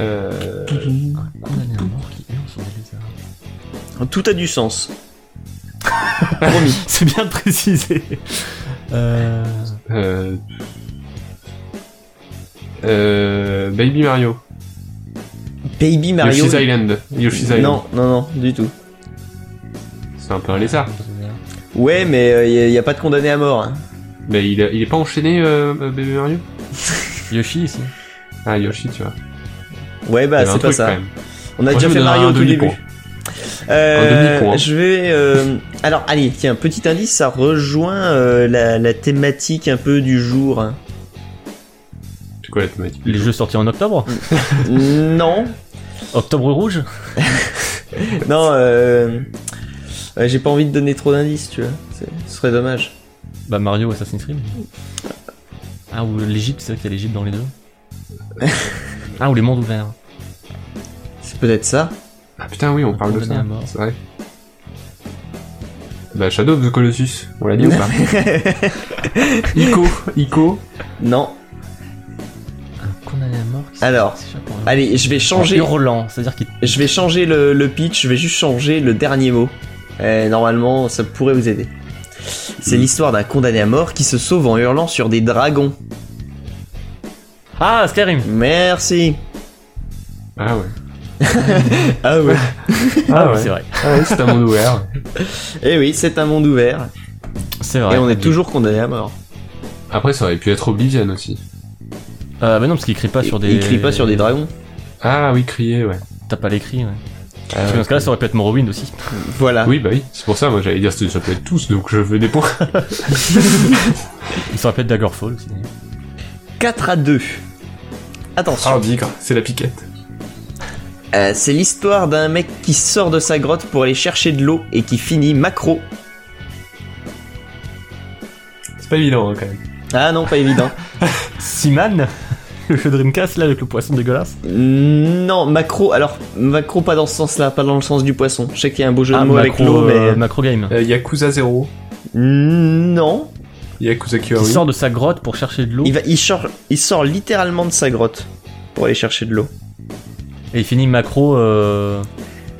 S4: Euh...
S3: Un condamné à mort qui hurle sur des lézards.
S2: Oh, Tout a du sens. Promis.
S3: C'est bien de préciser. Euh...
S4: Euh... euh, Baby Mario.
S2: Baby Mario.
S4: Yoshi's Island. Yoshi's Island.
S2: Non, non, non, du tout.
S4: C'est un peu un lézard.
S2: Ouais, mais il n'y a, pas de condamné à mort. hein.
S4: Mais il, a- il est pas enchaîné, euh, euh, Baby Mario
S3: Yoshi ici.
S4: Ah, Yoshi, tu vois.
S2: Ouais,
S4: Il y
S2: bah
S4: avait un
S2: c'est pas
S4: truc,
S2: ça.
S4: quand même.
S2: On a
S4: Moi, je
S2: déjà
S4: me
S2: fait
S4: donne
S2: Mario
S4: un
S2: au tout
S4: demi-point.
S2: début. Euh,
S4: demi-point, hein.
S2: Je vais. euh, alors, allez, tiens, petit indice, ça rejoint euh, la, la thématique un peu du jour. hein.
S4: C'est quoi la thématique
S3: Les jeux sortis en octobre.
S2: non,
S3: Octobre rouge.
S2: non, euh, ouais, j'ai pas envie de donner trop d'indices, tu vois. C'est- Ce serait dommage.
S3: Bah Mario Assassin's Creed. Ah ou l'Egypte, c'est vrai qu'il y a l'Egypte dans les deux. ah ou les mondes ouverts.
S2: C'est peut-être ça.
S4: Ah putain, oui, on parle de
S3: Condamné
S4: ça.
S3: à mort.
S4: C'est vrai. Bah, Shadow of the Colossus, on l'a dit
S2: <laughs>
S4: ou pas Ico, Ico.
S2: non.
S3: Un condamné à mort. Qui
S2: Alors,
S3: s'échappe en-
S2: Allez, je vais
S3: en
S2: changer.
S3: hurlant, c'est-à-dire qu'il.
S2: Je vais changer le, le pitch. Je vais juste changer le dernier mot. Euh, normalement, ça pourrait vous aider. C'est l'histoire d'un condamné à mort qui se sauve en hurlant sur des dragons.
S3: Ah Skyrim.
S2: Merci.
S4: Ah ouais.
S2: Ah ouais.
S4: Ah
S3: C'est vrai.
S4: Ah ouais, c'est un monde ouvert.
S2: <laughs> Eh oui, c'est un monde ouvert.
S3: C'est vrai.
S2: et on est
S3: Oblivion.
S2: toujours condamné à mort.
S4: Après, ça aurait pu être Oblivion aussi.
S3: Euh, bah non parce qu'il crie pas sur des.
S2: Il crie pas sur des dragons.
S4: Ah oui, crier, ouais.
S3: T'as pas les cris. Ouais.
S4: Ah,
S3: Parce que
S4: ouais.
S3: dans ce cas-là, ça aurait pu être Morrowind aussi.
S2: Voilà.
S4: Oui, bah oui, c'est pour ça, moi j'allais dire ça ça peut être tous, donc je veux des points.
S3: Il aurait pu être Daggerfall aussi. d'ailleurs.
S2: 4 à 2. Attention.
S4: Hardy, quoi. c'est la piquette.
S2: Euh, c'est l'histoire d'un mec qui sort de sa grotte pour aller chercher de l'eau et qui finit macro.
S4: C'est pas évident, hein, quand même.
S2: Ah non, pas
S3: <laughs>
S2: évident.
S3: Seaman <laughs> Le jeu Dreamcast, là, avec le poisson dégueulasse
S2: Non, macro, alors macro pas dans ce sens-là, pas dans le sens du poisson. Je sais qu'il y a un beau jeu de mots avec l'eau,
S3: Ah, macro,
S2: mais
S3: euh, macro Game.
S4: Euh, Yakuza 0,
S2: mm, non.
S4: Yakuza
S3: Il
S4: Kiwami.
S3: sort de sa grotte pour chercher de l'eau
S2: Il va, il sort, il sort littéralement de sa grotte pour aller chercher de l'eau.
S3: et il finit macro. euh,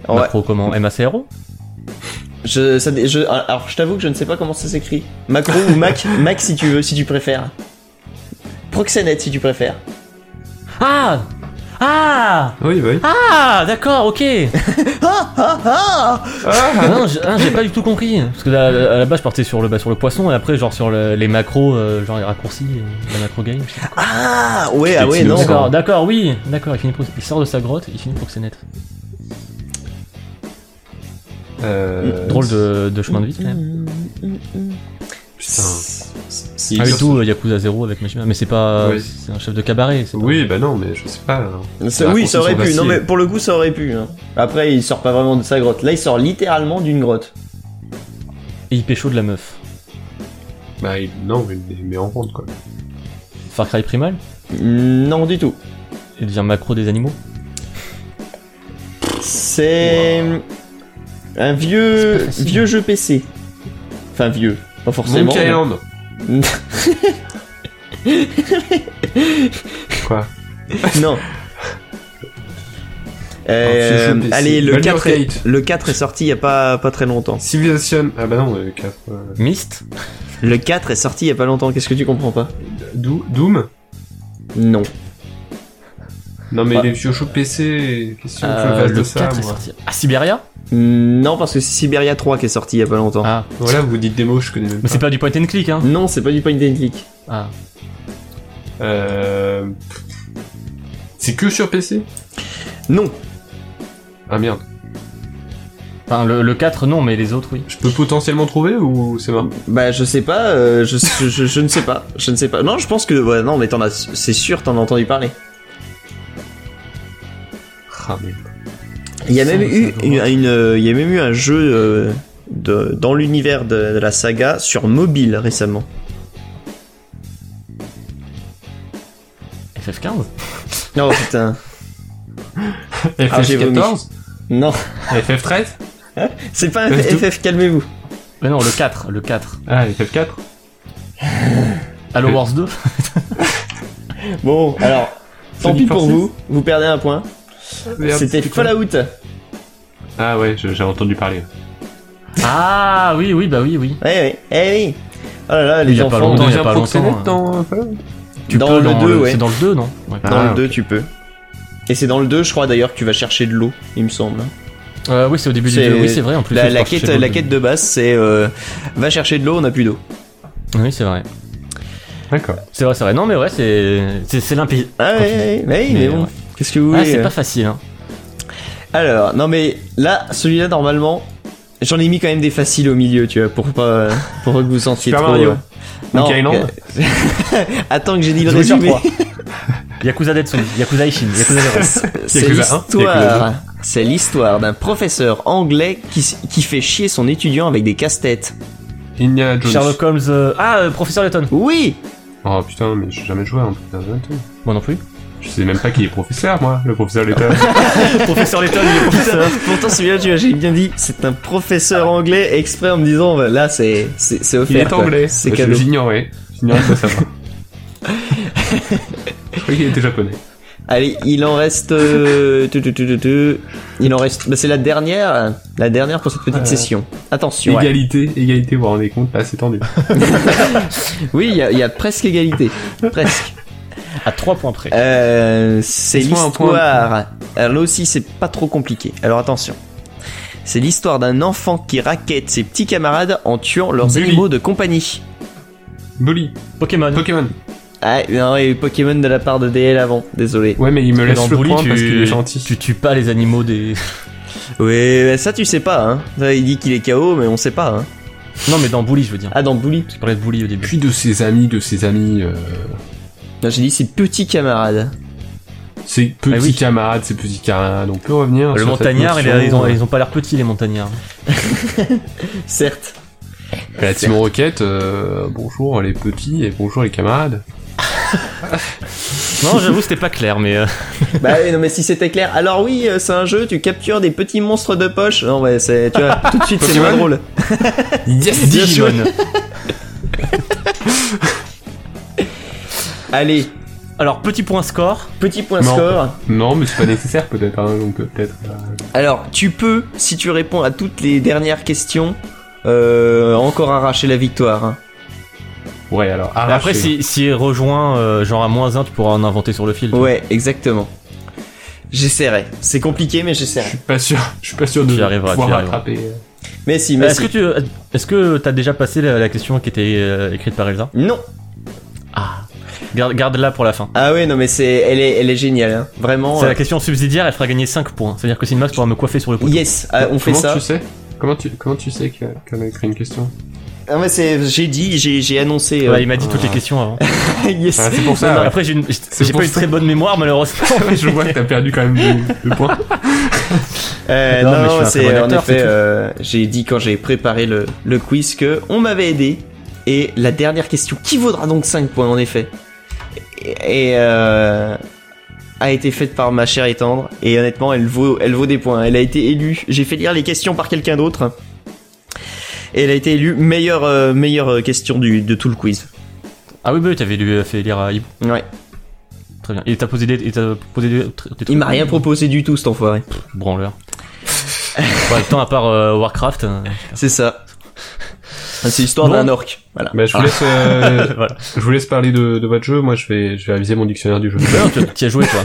S2: Ouais.
S3: Macro comment MACRO
S2: Je, ça, dé- je, alors je t'avoue que je ne sais pas comment ça s'écrit. Macro ou
S3: <laughs>
S2: Mac, Mac si tu veux, si tu préfères. Proxénète si tu préfères.
S3: Ah Ah
S4: Oui, bah oui.
S3: Ah D'accord, ok
S2: Ah ah ah
S3: Ah non, j'ai ah, j'ai pas du tout compris. Parce que là, à la base, je partais sur le, bah, sur le poisson et après, genre sur le- les macros, euh, genre les raccourcis, euh, la macro game. je sais pas.
S2: Ah ouais, ah ouais, non.
S3: D'accord, d'accord, oui, d'accord. Il, finit pro- il sort de sa grotte, il finit proxénète.
S4: Euh, Mm.
S3: Drôle de, de chemin de vie, quand même.
S4: Putain.
S3: Ah oui,
S4: sur-
S3: d'où euh, Yakuza 0 avec Majima. Mais c'est pas.
S4: Oui.
S3: C'est un chef de cabaret. c'est pas-
S4: Oui, bah non, mais je sais pas. hein.
S2: Ça-
S4: Les
S2: oui,
S4: raccourcis
S2: ça aurait
S4: sont
S2: pu. Non,
S4: faciles.
S2: mais pour le coup, ça aurait pu. hein. Après, il sort pas vraiment de sa grotte. Là, il sort littéralement d'une grotte.
S3: Et il pécho de la meuf.
S4: Bah il- non, mais, mais en compte, quoi.
S3: Far Cry Primal
S2: Mm, Non, du tout.
S3: Il devient macro des animaux
S2: C'est un
S3: C'est
S2: vieux,
S3: pas facile.
S2: vieux jeu PC. Enfin, vieux. Pas forcément.
S3: <laughs>
S4: Monkey Island.
S2: mais-
S4: Quoi
S2: non. Euh,
S4: vieux jeu PC.
S2: allez, le
S4: Baldur's
S2: 4,
S4: Gate.
S2: est, le 4 est sorti il y a pas, pas très longtemps.
S4: Civilization. Ah bah non, euh, quatre, euh,
S3: Myst
S2: Le 4 est sorti il y a pas longtemps, qu'est-ce que tu comprends pas
S4: Dou- Doom
S2: Non.
S4: Non, mais
S2: Bah.
S4: les vieux jeux PC, qu'est-ce que je
S3: Euh,
S4: me fasse
S3: Le
S4: de ça,
S3: 4 est
S4: moi
S3: sorti. Ah, Siberia
S2: Non, parce que c'est Siberia 3 qui est sorti il y a pas longtemps.
S3: Ah.
S4: Voilà, vous dites des mots, je connais même
S3: Mais c'est
S4: pas.
S3: pas du point and click, hein
S4: Mm.
S2: Non, c'est pas du point and click.
S3: Ah.
S4: Euh, C'est que sur PC
S2: Non.
S4: Ah merde.
S3: Enfin, le, le 4, non, mais les autres, oui.
S4: Je peux potentiellement trouver ou c'est mort
S2: Bah je sais pas, euh, je, je, je- je ne sais pas, je ne sais pas. Non, je pense que ouais, non, mais t'en as, c'est sûr, t'en as entendu parler.
S4: Ah merde.
S2: Il y a même
S4: Ça, ça
S2: eu
S4: doit
S2: une,
S4: être.
S2: une, euh, il y a même eu un jeu euh, de, dans l'univers de, de la saga sur mobile récemment.
S3: FF15
S2: Non <laughs> putain, Ah, j'ai vomi.
S4: FF14
S2: non,
S4: FF13
S2: c'est pas un
S4: Pas du tout.
S2: FF, calmez-vous.
S3: Mais Euh, non, le 4, le 4.
S4: Ah, FF4
S3: Halo
S4: Euh.
S3: Wars 2
S2: Bon, alors, tant
S4: Sony
S2: pis pour
S4: Forces.
S2: vous, vous perdez un point.
S4: Merde,
S2: C'était
S4: c'est quoi
S2: Fallout.
S4: Ah ouais, je- j'ai entendu parler.
S3: Ah, oui, oui, bah oui, oui.
S2: Eh oui, eh oui. Oh là là,
S3: Il
S2: les
S3: y a pas
S2: enfants.
S3: longtemps,
S2: dans
S3: il y a pas longtemps. hein.
S4: dans euh, Fallout
S2: Dans le
S3: dans
S2: deux, ouais.
S3: C'est dans le 2, non Ouais.
S4: Ah.
S2: le 2 tu peux. Et c'est dans le 2 je crois d'ailleurs que tu vas chercher de l'eau, il me semble.
S3: Euh, oui, c'est au début du
S2: C'est-
S3: 2. Oui, c'est vrai, en plus.
S2: La,
S3: je
S2: la
S3: crois que
S2: quête,
S3: c'est
S2: la
S3: le
S2: quête de base, c'est euh, va chercher de l'eau, on a plus d'eau.
S3: deux. Oui, c'est vrai.
S4: D'accord.
S3: C'est vrai, c'est vrai. Non, mais ouais, c'est c'est- c'est limpide.
S2: Ah ouais, ouais, ouais, mais
S3: Mais
S2: bon,
S3: ouais.
S2: qu'est-ce que vous
S3: Ah,
S2: voulez
S3: c'est
S2: euh.
S3: pas facile, hein.
S2: Alors, non mais là, celui-là normalement, j'en ai mis quand même des faciles au milieu, tu vois, pour pas pour pas que vous sentiez
S4: Super
S2: trop.
S4: Mario.
S2: euh.
S4: Monkey Island.
S2: que- <laughs> Attends que j'ai dit le
S3: Je vous jure,
S2: résumé.
S3: quoi. Yakuza Dead Souls, Yakuza Ishin,
S2: <laughs>
S3: Yakuza Zero.
S2: C'est
S4: Yakuza un,
S2: l'histoire. C'est l'histoire d'un professeur anglais qui, s- qui fait chier son étudiant avec des casse-têtes.
S4: Indiana Jones.
S3: Sherlock Holmes. euh, Ah, euh, Professeur Letton.
S2: Oui,
S4: Oh putain, mais j'ai jamais joué à un putain de jeu.
S3: Moi
S2: <laughs>
S3: non plus.
S4: Je sais même pas qui est professeur, moi, le professeur l'État.
S3: professeur Letton, il est professeur.
S2: Pourtant celui-là, tu vois, j'ai bien dit, c'est un professeur anglais exprès en me disant, bah, là c'est c'est c'est offert.
S4: Il est
S2: quoi. <laughs>
S4: anglais.
S2: c'est
S4: Bah, je-
S2: cadeau.
S4: J'ignorais. J'ignorais
S2: <laughs>
S4: pas ça. je croyais qu'il était japonais.
S2: Allez, il en reste, euh, tu, tu, tu, tu, tu. il en reste, bah, c'est la dernière, la dernière pour cette petite
S4: Ah.
S2: session. Attention.
S4: Égalité, égalité, vous vous rendez compte, là c'est tendu.
S2: Oui, il y, a- il y a presque égalité,
S4: <laughs>
S2: presque.
S3: À 3 points près.
S2: Euh, c'est
S4: Laisse-moi un point.
S2: l'histoire. Alors là aussi, c'est pas trop compliqué. Alors attention. C'est l'histoire d'un enfant qui raquette ses petits camarades en tuant leurs
S4: Bully.
S2: animaux de compagnie.
S4: Bully,
S3: Pokémon.
S4: Pokémon.
S2: Ah, non, il y a eu Pokémon de la part de DL avant. Désolé.
S4: Ouais, mais il me
S3: Mais
S4: laisse
S3: dans
S4: le
S3: Bully,
S4: point
S3: tu-
S4: parce qu'il est gentil.
S3: Tu tues pas les animaux des. <laughs>
S2: Oui, bah, ça tu sais pas, hein. Ça, Il dit qu'il est KO, mais on sait pas, hein.
S3: Non, mais dans Bully, je veux dire.
S2: Ah, dans Bully.
S3: Tu parlais de Bully au début.
S4: Puis de ses amis, de ses amis. euh,
S2: Non, j'ai dit ses petits camarades.
S4: Ses petits
S3: Ah oui.
S4: camarades, ses petits camarades, on peut revenir.
S3: Le
S4: sur cette
S3: montagnard, il a- ils,
S4: notion,
S3: ont,
S4: euh,
S3: ils ont pas l'air petits, les montagnards.
S2: Certes.
S4: La Team Rocket, euh, bonjour les petits et bonjour les camarades.
S3: Non, j'avoue, c'était pas clair, mais. euh,
S2: <laughs> Bah oui, non mais si c'était clair. Alors oui, euh, c'est un jeu, tu captures des petits monstres de poche. Non mais c'est tu vois, tout de suite c'est moins
S4: Pokémon
S2: drôle.
S4: Yes,
S2: Digimon. <laughs> Allez,
S3: Alors, petit point score.
S2: petit point
S4: Non.
S2: score.
S4: Non, mais c'est pas nécessaire peut-être, hein, donc euh, peut-être. euh,
S2: Alors, tu peux, si tu réponds à toutes les dernières questions, euh, encore arracher la victoire. hein.
S4: Ouais, alors.
S3: Mais
S4: arracher.
S3: Après, si, si il rejoint, euh, genre à moins 1, tu pourras en inventer sur le fil.
S2: Ouais, exactement. J'essaierai. C'est compliqué, mais
S4: Je
S2: j'essaierai.
S4: suis pas sûr, je suis pas sûr de
S3: Tu y arriveras,
S4: pouvoir
S3: tu y arriveras.
S4: rattraper. euh.
S2: Mais si, mais
S3: Est-ce
S2: si.
S3: que tu est-ce que t'as déjà passé la, la question qui était euh, écrite par Elsa
S2: Non.
S3: Ah, garde garde la pour la fin.
S2: Ah ouais, non, mais c'est, elle est, elle est géniale, hein. Vraiment.
S3: C'est
S2: euh,
S3: la question subsidiaire, elle fera gagner 5 points. C'est-à-dire que Sinmax pourra me coiffer sur le coup.
S2: Yes, ah, on fait
S4: comment
S2: ça.
S4: tu sais Comment tu comment tu sais que- qu'on a écrit une question
S2: Ah mais c'est, j'ai dit, j'ai, j'ai annoncé. euh,
S3: Ouais, il m'a dit toutes les questions avant.
S2: <laughs> yes.
S4: Ah, C'est pour
S3: Non,
S4: ça. ouais.
S3: Après, j'ai une-
S4: C'est
S3: j'ai
S4: pour
S3: pas une
S4: ça.
S3: très bonne mémoire, malheureusement. <laughs>
S4: <laughs> je vois que t'as perdu quand même deux, deux points.
S2: Euh,
S3: Non,
S2: non,
S3: mais je suis un très
S2: c'est
S3: bon
S2: en
S3: acteur,
S2: effet,
S3: c'est tout.
S2: euh, j'ai dit quand j'ai préparé le, le quiz que on m'avait aidé. Et la dernière question, qui vaudra donc 5 points en effet Et, et, euh, a été faite par ma chère et tendre. Et honnêtement, elle vaut, elle vaut des points. Elle a été élue. J'ai fait lire les questions par quelqu'un d'autre. Et elle a été élue meilleure, euh, meilleure euh, question du, de tout le quiz.
S3: Ah oui, bah oui, t'avais lui fait lire à Yves.
S2: Ouais.
S3: Très bien. Il t'a posé des, il t'a posé des, des trucs.
S2: Il m'a rien proposé du tout cet enfoiré.
S3: Branleur. Pour le temps, à part euh, Warcraft. euh, <laughs>
S2: C'est ça.
S3: Ah,
S2: C'est l'histoire
S3: Bon.
S2: d'un orc. Voilà.
S4: Bah, je vous laisse, euh,
S3: <laughs> voilà.
S4: je vous laisse parler de, de votre jeu. Moi, je vais, je vais réviser mon
S3: <laughs>
S4: dictionnaire du jeu.
S3: bah Non, tu tu y as joué, toi.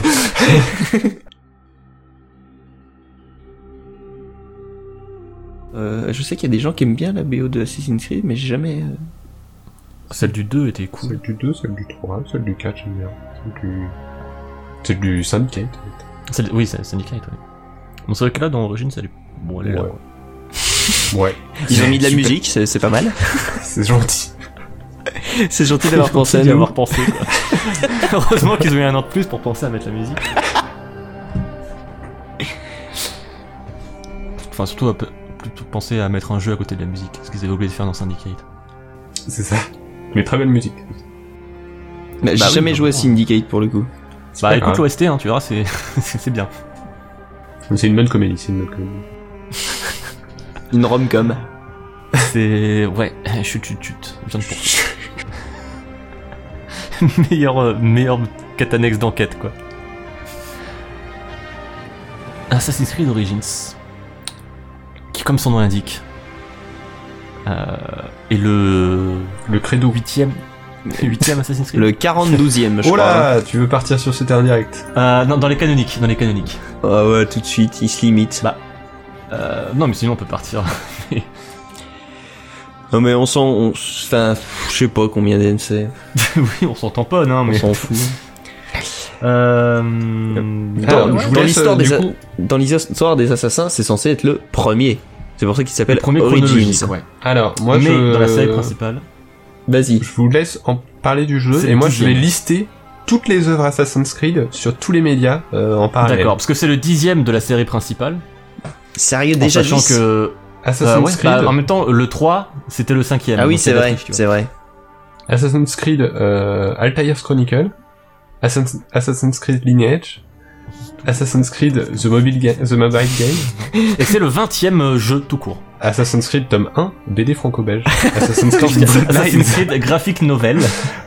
S2: Euh, je sais qu'il y a des gens qui aiment bien la BO de Assassin's Creed, mais j'ai jamais. euh,
S3: Celle du 2 était cool.
S4: Celle du 2, celle du 3, celle du 4, j'aime bien. Celle du, celle du Syndicate.
S3: Celle- oui, c'est Syndicate, ouais. Bon, c'est vrai que là, dans Origin, ça lui. Bon, elle est là.
S4: Ouais. Ouais,
S2: Ils ont mis de la
S4: Super.
S2: musique, c'est c'est pas mal.
S4: c'est gentil.
S2: <laughs> C'est gentil
S3: <laughs>
S2: d'avoir pensé à
S3: d'y
S2: nous.
S3: avoir pensé, quoi. <laughs> Heureusement qu'ils ont eu un an de plus pour penser à mettre la musique. Enfin, surtout, à pe- plutôt penser à mettre un jeu à côté de la musique, ce qu'ils avaient oublié de faire dans Syndicate.
S4: C'est ça. Mais très belle musique.
S2: Bah, J'ai
S3: Bah oui,
S2: jamais
S3: bah,
S2: joué à
S3: bon.
S2: Syndicate pour le coup.
S3: Bah,
S4: pas
S3: écoute
S4: grave.
S3: l'OST, hein, tu verras, c'est <laughs> c'est bien.
S4: C'est une bonne comédie, c'est une bonne comédie.
S2: Une rom-com.
S3: C'est. Ouais, <laughs> chut chut chut. Bien de pour. <laughs> meilleur, euh, meilleur quête annexe d'enquête, quoi. Assassin's Creed Origins. Qui, comme son nom l'indique, euh, est le
S4: Le credo.
S3: <laughs> 8ème, 8ème Assassin's Creed.
S2: Le 42ème, je
S4: Oh
S2: crois.
S4: là, tu veux partir sur cet air direct
S3: Euh, non, dans les canoniques. Dans les canoniques.
S2: Ah ouais, tout de suite, il se limite.
S3: Bah. Euh, non, mais sinon on peut partir. <laughs>
S2: Non mais on s'en... on- Enfin, je sais pas combien d'NC.
S3: oui, on s'entend pas, non,
S2: On
S3: mais.
S2: s'en fout.
S3: Euh,
S4: Alors,
S2: Dans
S4: je vous
S2: dans
S4: laisse,
S2: l'histoire
S4: euh,
S2: des,
S4: du
S2: a-
S4: coup-
S2: dans l'histoire des assassins, c'est censé être le premier. C'est pour ça qu'il s'appelle
S3: le premier
S2: Euh, Origins.
S3: chronologique, ouais.
S4: Alors, moi,
S3: mais
S4: je...
S3: dans la série principale.
S2: Vas-y.
S4: je vous laisse en parler du jeu,
S3: C'est
S4: et
S3: le
S4: moi, je vais
S3: dixième.
S4: lister toutes les œuvres Assassin's Creed sur tous les médias euh, en parallèle.
S3: D'accord, parce que c'est le dixième de la série principale.
S2: Sérieux,
S3: en
S2: déjà
S3: sachant
S2: 10
S3: que.
S4: Assassin's
S3: Euh, ouais,
S4: Creed,
S3: bah, en même temps, le 3, c'était le cinquième.
S2: Ah oui,
S3: donc
S2: c'est vrai,
S3: d'affiche, tu vois.
S2: c'est vrai.
S4: Assassin's Creed euh, Altair's Chronicle, Assassin's, Assassin's Creed Lineage, Assassin's Creed The Mobile, Ga- The Mobile Game,
S3: Et c'est le 20 e jeu tout
S4: <laughs>
S3: court.
S4: Assassin's Creed tome 1, BD franco-belge, Assassin's
S3: <laughs>
S4: Creed <laughs>
S3: Assassin's
S4: Bloodlines,
S3: Creed graphique novel.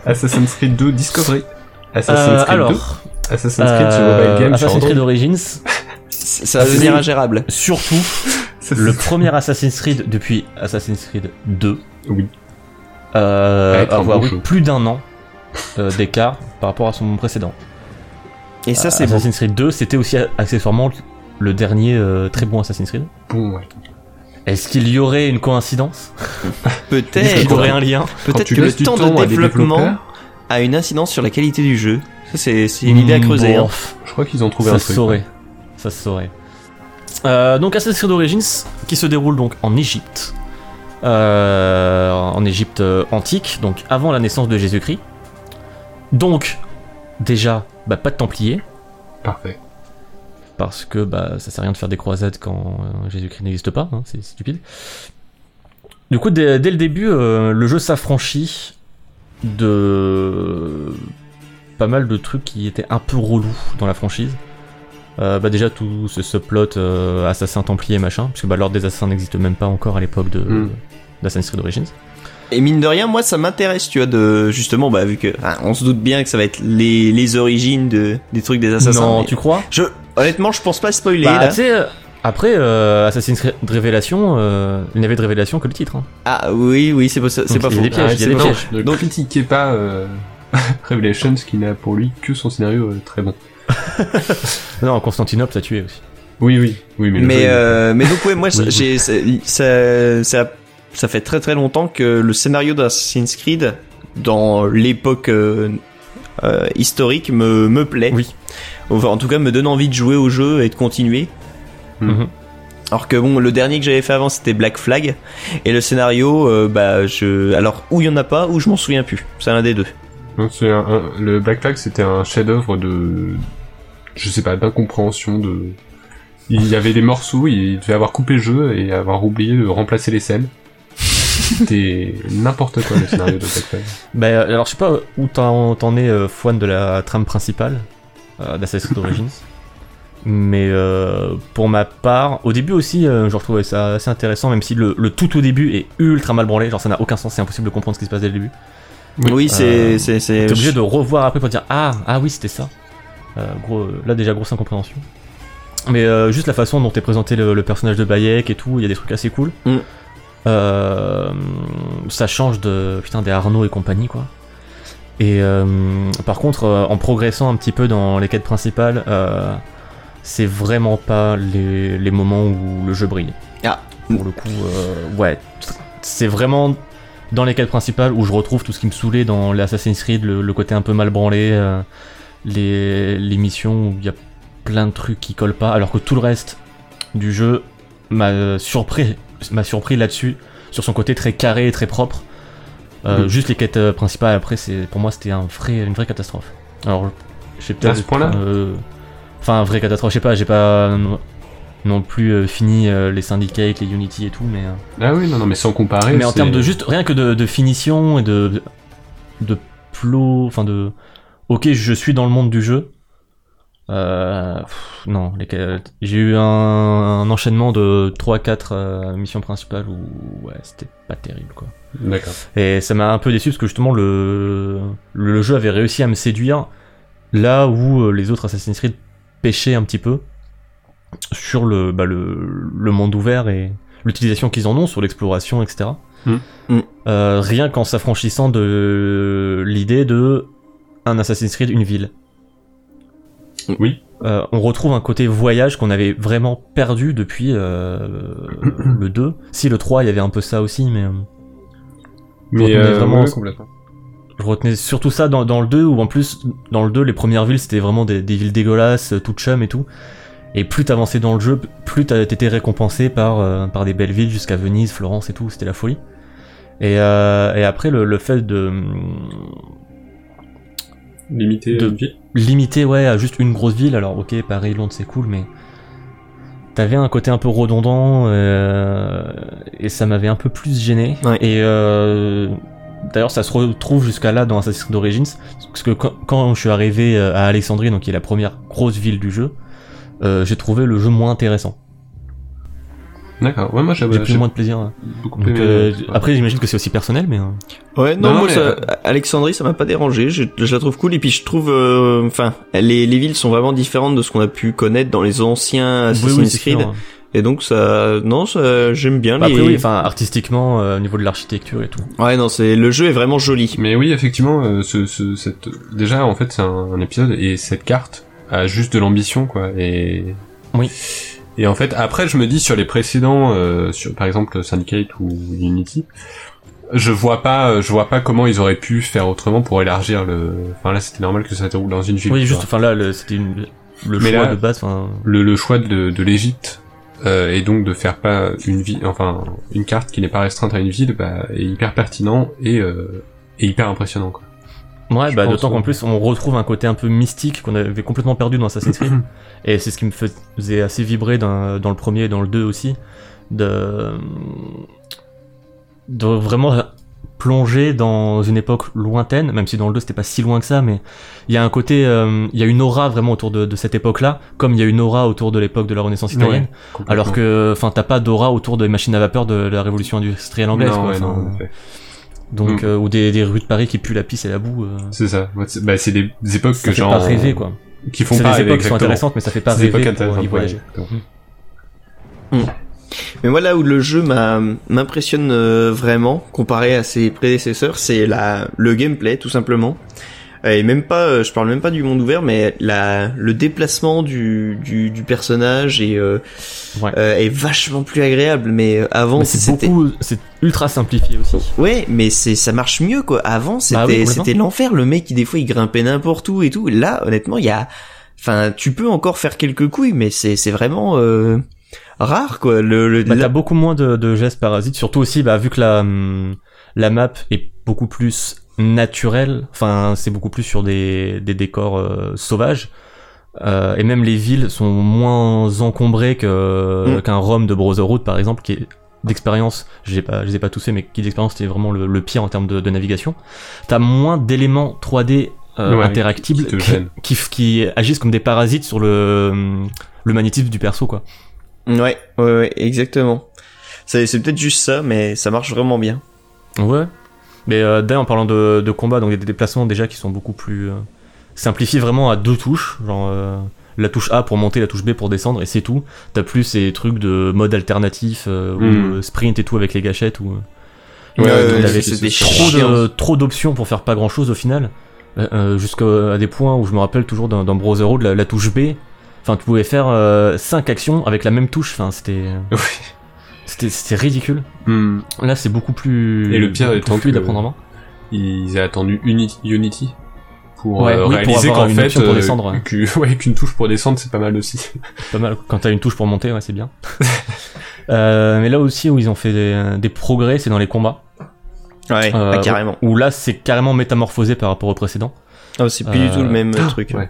S4: Assassin's Creed 2 Discovery, Assassin's
S3: Euh,
S4: Creed 2,
S3: alors,
S4: Assassin's Creed The
S3: euh,
S4: Mobile Game sur
S3: Assassin's Creed
S4: Android,
S3: Origins,
S2: C'est- Ça va devenir
S3: C'est-
S2: ingérable.
S3: surtout
S4: Assassin's-
S3: le premier Assassin's Creed depuis Assassin's Creed 2.
S4: Oui.
S3: Euh,
S4: Avec un
S3: avoir
S4: bon
S3: eu
S4: jeu.
S3: plus d'un an euh, d'écart par rapport à son précédent.
S2: Et ça, c'est bon.
S3: Assassin's Creed 2, c'était aussi accessoirement le dernier euh, très bon Assassin's Creed.
S4: Bon, ouais.
S3: Est-ce qu'il y aurait une coïncidence Est-ce qu'il Eh, y
S2: Peut-être.
S3: aurait un lien
S4: Quand
S2: Peut-être
S4: tu
S2: que le
S4: laisses du
S2: temps
S4: temps à
S2: de
S4: des
S2: développement
S4: développeurs,
S2: a une incidence sur la qualité du jeu. Ça, c'est c'est une idée à
S3: Hmm,
S2: creuser.
S3: bon,
S2: hein.
S4: Je crois qu'ils ont trouvé
S3: ça
S4: un
S3: se
S4: truc.
S3: saurait. Ça se saurait. Euh, donc Assassin's Creed Origins, qui se déroule donc en Égypte, Euh, en Égypte euh, antique, donc avant la naissance de Jésus-Christ. Donc déjà, bah, pas de Templiers,
S4: Parfait.
S3: parce que bah ça sert à rien de faire des croisades quand euh, Jésus-Christ n'existe pas, hein, c'est stupide. Du coup, dès, dès le début, euh, le jeu s'affranchit de pas mal de trucs qui étaient un peu relous dans la franchise. Euh, bah déjà tout ce, ce plot euh, assassin templier machin, puisque bah, l'ordre des assassins n'existe même pas encore à l'époque de
S2: Hmm.
S4: Mm.
S3: d'Assassin's Creed Origins.
S2: Et mine de rien, moi, ça m'intéresse, tu vois, de justement, bah, vu que enfin, on se doute bien que ça va être les, les origines de, des trucs des assassins.
S3: non,
S2: mais
S3: tu crois
S2: je, honnêtement, je pense pas spoiler.
S3: Bah,
S2: là.
S3: tu sais, euh, après euh, Assassin's Creed Révélation, euh, il n'avait de révélation que le titre. hein.
S2: Ah oui, oui, c'est pas, ça- c'est
S3: Donc,
S2: pas
S3: il y
S2: faux.
S3: a des pièges,
S2: Ah,
S3: il y a
S2: c'est
S3: des
S2: pas
S3: pièges.
S2: faux.
S4: Ne
S2: Donc-
S4: critiquez pas euh, <laughs> Revelations qui n'a pour lui que son scénario euh, très bon.
S3: Non, Constantinople, ça tué aussi.
S4: Oui, oui, oui, mais, le
S2: Mais
S4: jeu,
S2: euh, mais donc ouais, moi,
S4: Oui, oui.
S2: j'ai ça, ça ça ça fait très très longtemps que le scénario d'Assassin's Creed dans l'époque euh, euh, historique me me plaît.
S3: Oui.
S2: Enfin, en tout cas, me donne envie de jouer au jeu et de continuer.
S4: Mhm.
S2: Alors que bon, le dernier que j'avais fait avant c'était Black Flag et le scénario, euh, bah je, alors où il y en a pas, ou je m'en souviens plus. C'est l'un des deux.
S4: Non, c'est un- un- le Black Flag, c'était un chef-d'œuvre de, je sais pas, d'incompréhension. De, il y avait des morceaux, il devait avoir coupé le jeu et avoir oublié de remplacer les scènes. C'était n'importe quoi le scénario de Black Flag.
S3: Bah, euh, alors je sais pas où t'en t'en es, euh, Fouane, de la trame principale euh, d'Assassin's Creed Origins. Mais euh, pour ma part, au début aussi, euh, je retrouvais ça assez intéressant, même si le, le tout au début est ultra mal branlé. Genre ça n'a aucun sens, c'est impossible de comprendre ce qui se passe dès le début.
S4: Oui,
S2: Oui, c'est
S3: euh,
S2: c'est c'est.
S3: T'es obligé de revoir après pour dire ah ah oui c'était ça. Euh, gros, euh, là déjà grosse incompréhension. Mais euh, juste la façon dont est présenté le, le personnage de Bayek et tout, il y a des trucs assez cool.
S2: Mm.
S3: Euh, ça change de putain des Arnaud et compagnie quoi. Et euh, par contre, euh, en progressant un petit peu dans les quêtes principales, euh, c'est vraiment pas les, les moments où le jeu brille.
S2: Ah.
S3: Pour le coup, euh, ouais, c'est vraiment dans les quêtes principales où je retrouve tout ce qui me saoulait dans les Assassin's Creed, le, le côté un peu mal branlé, euh, les, les missions où il y a plein de trucs qui collent pas, alors que tout le reste du jeu m'a euh, surpris, m'a surpris là-dessus, sur son côté très carré et très propre. Euh,
S4: Mhm.
S3: Juste les quêtes euh, principales après, c'est pour moi c'était un vrai, une vraie catastrophe. Alors, je sais peut-être
S4: À ce point-là
S3: euh, Enfin, un vrai catastrophe, je sais pas, j'ai pas euh, non- non plus euh, fini euh, les syndicates, les Unity et tout, mais. euh,
S4: Ah oui, non, non, mais sans comparer.
S3: mais en
S4: c'est-
S3: termes de juste, rien que de, de finition et de de plot, enfin de, ok, je suis dans le monde du jeu. Euh, pff, non, les ca- j'ai eu un, un enchaînement de 3-4 missions principales où ouais, c'était pas terrible quoi.
S4: D'accord.
S3: Et ça m'a un peu déçu parce que justement le, le jeu avait réussi à me séduire là où euh, les autres Assassin's Creed pêchaient un petit peu sur le, bah, le, le monde ouvert et l'utilisation qu'ils en ont sur l'exploration, etc.
S4: Mm.
S2: Mm.
S3: Euh, rien qu'en s'affranchissant de l'idée de un Assassin's Creed, une ville.
S4: Oui.
S3: Euh, on retrouve un côté voyage qu'on avait vraiment perdu depuis euh, le 2. Si le 3, il y avait un peu ça aussi, mais... euh,
S4: Mais
S3: retenez
S4: euh,
S3: vraiment
S4: ouais,
S3: ce-
S4: complètement.
S3: je retenais surtout ça dans, dans le 2, où en plus, dans le 2, les premières villes, c'était vraiment des, des villes dégueulasses, euh, toutes chum et tout. Et plus t'avançais dans le jeu, plus t'as- t'étais récompensé par, euh, par des belles villes jusqu'à Venise, Florence et tout, c'était la folie. Et, euh, et après, le, le fait de hum,
S4: Limité euh,
S3: de-
S4: une vie.
S3: limiter ouais, à juste une grosse ville, alors ok, Paris, Londres, c'est cool, mais t'avais un côté un peu redondant, euh, et ça m'avait un peu plus gêné.
S2: Ouais.
S3: Et euh, D'ailleurs, ça se retrouve jusqu'à là dans Assassin's Creed Origins, parce que quand, quand je suis arrivé euh, à Alexandrie, donc qui est la première grosse ville du jeu, euh, j'ai trouvé le jeu moins intéressant.
S4: D'accord. Ouais, moi
S3: J'ai
S4: j'avais
S3: plus
S4: j'ai
S3: ou moins de plaisir. ouais.
S4: beaucoup
S3: Donc,
S4: aimé.
S3: euh,
S4: ouais.
S3: après, j'imagine que c'est aussi personnel, mais euh,
S2: Ouais, non,
S4: Non, non,
S2: moi,
S4: mais,
S2: ça-
S4: euh,
S2: Alexandrie, ça m'a pas dérangé. Je, je la trouve cool. Et puis, je trouve, euh, enfin, les, les villes sont vraiment différentes de ce qu'on a pu connaître dans les anciens Ah, Assassin's
S3: c'est
S2: Creed.
S3: sûr, hein.
S2: Et donc, ça, non, ça, j'aime bien
S3: Bah,
S2: les.
S3: après, oui, enfin, artistiquement, euh, au niveau de l'architecture et tout.
S2: ouais, non, c'est le jeu est vraiment joli.
S4: Mais oui, effectivement, euh, ce, ce- cette... déjà, en fait, c'est un, un épisode et cette carte a juste de l'ambition, quoi. Et...
S3: Oui.
S4: Et en fait, après, je me dis sur les précédents, euh, sur par exemple Syndicate ou Unity, je vois pas, euh, je vois pas comment ils auraient pu faire autrement pour élargir le. Enfin là, c'était normal que ça déroule dans une ville.
S3: Oui,
S4: tu
S2: hein.
S3: juste, enfin
S4: vois.
S3: là, le- c'était une- le
S4: Mais
S3: choix
S4: là-
S3: de base. enfin,
S4: Le, le choix de, de l'Égypte euh, et donc de faire pas une ville, enfin une carte qui n'est pas restreinte à une ville, bah, est hyper pertinent et, euh, et hyper impressionnant, quoi.
S3: Ouais,
S4: Je
S3: bah
S4: pense,
S3: d'autant
S4: ouais.
S3: qu'en plus on retrouve un côté un peu mystique qu'on avait complètement perdu dans Assassin's
S4: Mm-hmm.
S3: Creed. et c'est ce qui me faisait assez vibrer dans, dans le premier et dans le deux aussi. De, de vraiment plonger dans une époque lointaine, même si dans le 2 c'était pas si loin que ça, mais il y a un côté, euh, il y a une aura vraiment autour de, de cette époque-là, comme il y a une aura autour de l'époque de la Renaissance italienne, alors que, enfin, t'as pas d'aura autour des machines à vapeur de la révolution industrielle anglaise,
S4: Non,
S3: quoi,
S4: ouais,
S3: enfin, euh.
S4: non, en effet.
S3: donc
S4: Mm.
S3: euh, ou des, des rues de Paris qui puent la pisse et la boue. euh,
S4: c'est ça. Moi, c'est- Bah, c'est des, des époques
S3: ça
S4: que
S3: fait
S4: genre euh,
S3: pas rêver quoi.
S4: qui font
S3: C'est
S4: pas
S3: des
S4: rêver,
S3: époques qui sont
S4: exactement.
S3: intéressantes, mais ça fait pas
S4: C'est des
S3: rêver
S4: époques
S3: pour y
S4: intéressantes, ouais,
S3: voyager.
S4: exactement.
S2: Mais moi là où le jeu m'a m'impressionne euh, vraiment comparé à ses prédécesseurs, c'est la le gameplay tout simplement. Euh, Et même pas, euh, je parle même pas du monde ouvert, mais la le déplacement du du, du personnage est euh,
S3: Ouais.
S2: euh, est vachement plus agréable. Mais euh, avant
S3: Mais c'est
S2: c'était
S3: beaucoup, c'est ultra simplifié aussi.
S2: Ouais, mais c'est ça marche mieux quoi. Avant, c'était
S3: Bah oui, complètement.
S2: c'était l'enfer. Le mec, il, des fois, il grimpait n'importe où et tout. Là, honnêtement, il y a, enfin, tu peux encore faire quelques couilles, mais c'est c'est vraiment euh, rare quoi. Le, le
S3: Bah,
S2: la-
S3: t'as beaucoup moins de, de gestes parasites, surtout aussi bah, vu que la hum, la map est beaucoup plus naturelle. Enfin, c'est beaucoup plus sur des des décors euh, sauvages. Euh, et même les villes sont moins encombrées que
S2: Mm.
S3: qu'un Rome de Brotherhood par exemple, qui est d'expérience, je les ai pas, je les ai pas tous fait, mais qui d'expérience c'était vraiment le, le pire en termes de, de navigation. T'as moins d'éléments 3D euh,
S4: Ouais,
S3: interactibles
S4: qui te
S3: qui,
S4: gênent.
S3: qui, qui agissent comme des parasites sur le hum, le magnétisme du perso quoi.
S2: Ouais, ouais, ouais, exactement. C'est c'est peut-être juste ça, mais ça marche vraiment bien.
S3: Ouais. Mais euh, d'ailleurs, en parlant de, de combat, donc il y a des déplacements déjà qui sont beaucoup plus euh, simplifiés vraiment à deux touches. Genre euh, la touche A pour monter, la touche B pour descendre, et c'est tout. T'as plus ces trucs de mode alternatif euh,
S4: Mm.
S3: ou euh, sprint et tout avec les gâchettes ou.
S4: Ouais,
S2: Euh,
S4: ouais,
S2: c'était
S4: c'est-
S2: c'était
S4: c'est
S3: trop
S2: chiant.
S3: de- trop d'options pour faire pas grand chose au final Euh, euh, jusqu'à à des points où je me rappelle toujours dans, dans Brotherhood la, la touche B enfin tu pouvais faire 5 actions avec la même touche enfin c'était
S4: Oui.
S3: c'était c'était ridicule
S4: Hmm.
S3: là c'est beaucoup plus
S4: Et le pire
S3: beaucoup
S4: étant
S3: plus fluide
S4: que-
S3: à prendre en main
S4: ils avaient attendu Uni- Unity pour
S3: Ouais,
S4: euh,
S3: oui, pour
S4: réaliser
S3: avoir
S4: qu'en
S3: une
S4: fait
S3: option pour
S4: euh,
S3: descendre, ouais.
S4: que- <laughs> ouais, qu'une touche pour descendre c'est pas mal aussi <laughs>
S3: Pas mal. Quand t'as une touche pour monter, ouais, c'est bien. <laughs> Euh, mais là aussi où ils ont fait des, des progrès, c'est dans les combats.
S2: Ouais,
S3: Euh,
S2: ah, carrément.
S3: Où là, c'est carrément métamorphosé par rapport au précédent.
S2: Ah, c'est plus du tout
S3: euh,
S2: le même euh, truc.
S4: ouais.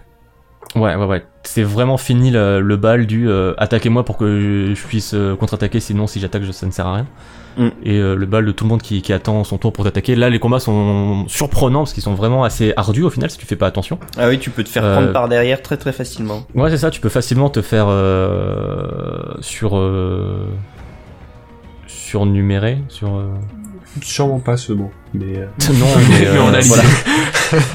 S3: Ouais, ouais, ouais. C'est vraiment fini le, le bal du euh, attaquez-moi pour que je, je puisse euh, contre-attaquer, sinon si j'attaque, je- ça ne sert à rien.
S2: Mm.
S3: Et euh, le bal de tout le monde qui, qui attend son tour pour t'attaquer. Là, les combats sont surprenants parce qu'ils sont vraiment assez ardus au final si tu fais pas attention.
S2: Ah oui, tu peux te faire
S3: Euh,
S2: prendre par derrière très très facilement.
S3: Ouais, c'est ça, tu peux facilement te faire euh, sur. Euh, surnumérer, sur. euh,
S4: sûrement pas ce mot mais euh,
S3: Non, mais,
S4: mais
S3: euh,
S4: on a l'idée.
S3: voilà. <laughs>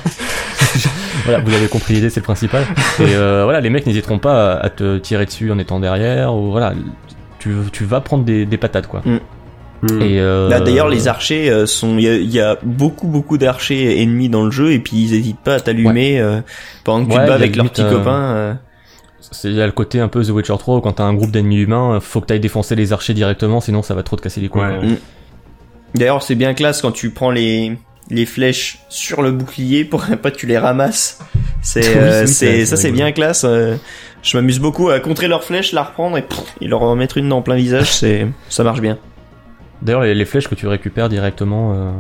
S3: Voilà, vous avez compris l'idée, c'est le principal. Et euh, voilà, les mecs n'hésiteront pas à, à te tirer dessus en étant derrière, ou voilà, tu, tu vas prendre des, des patates, quoi.
S4: Hmm.
S3: Et euh,
S2: Là, d'ailleurs, les archers euh, sont. Il y, a- il y a beaucoup, beaucoup d'archers ennemis dans le jeu, et puis ils hésitent pas à t'allumer euh, pendant que tu
S3: Ouais,
S2: te
S3: il y
S2: bats
S3: a
S2: avec leurs
S3: limite,
S2: petits
S3: euh,
S2: copains. euh.
S3: c'est- Il y a le côté un peu The Witcher 3, où quand t'as un groupe d'ennemis humains, euh, faut que t'ailles défoncer les archers directement, sinon ça va trop te casser les couilles.
S4: Ouais.
S3: quoi.
S2: D'ailleurs, c'est bien classe quand tu prends les les flèches sur le bouclier pour <laughs> pas que tu les ramasses. C'est
S3: Oui,
S2: euh,
S3: c'est
S2: c'est
S3: classe,
S2: ça, c'est
S3: rigolo.
S2: bien classe. euh, Je m'amuse beaucoup à contrer leurs flèches, la reprendre et pff, et leur en mettre une en plein visage. C'est ça marche bien.
S3: D'ailleurs, les, les flèches que tu récupères directement, euh,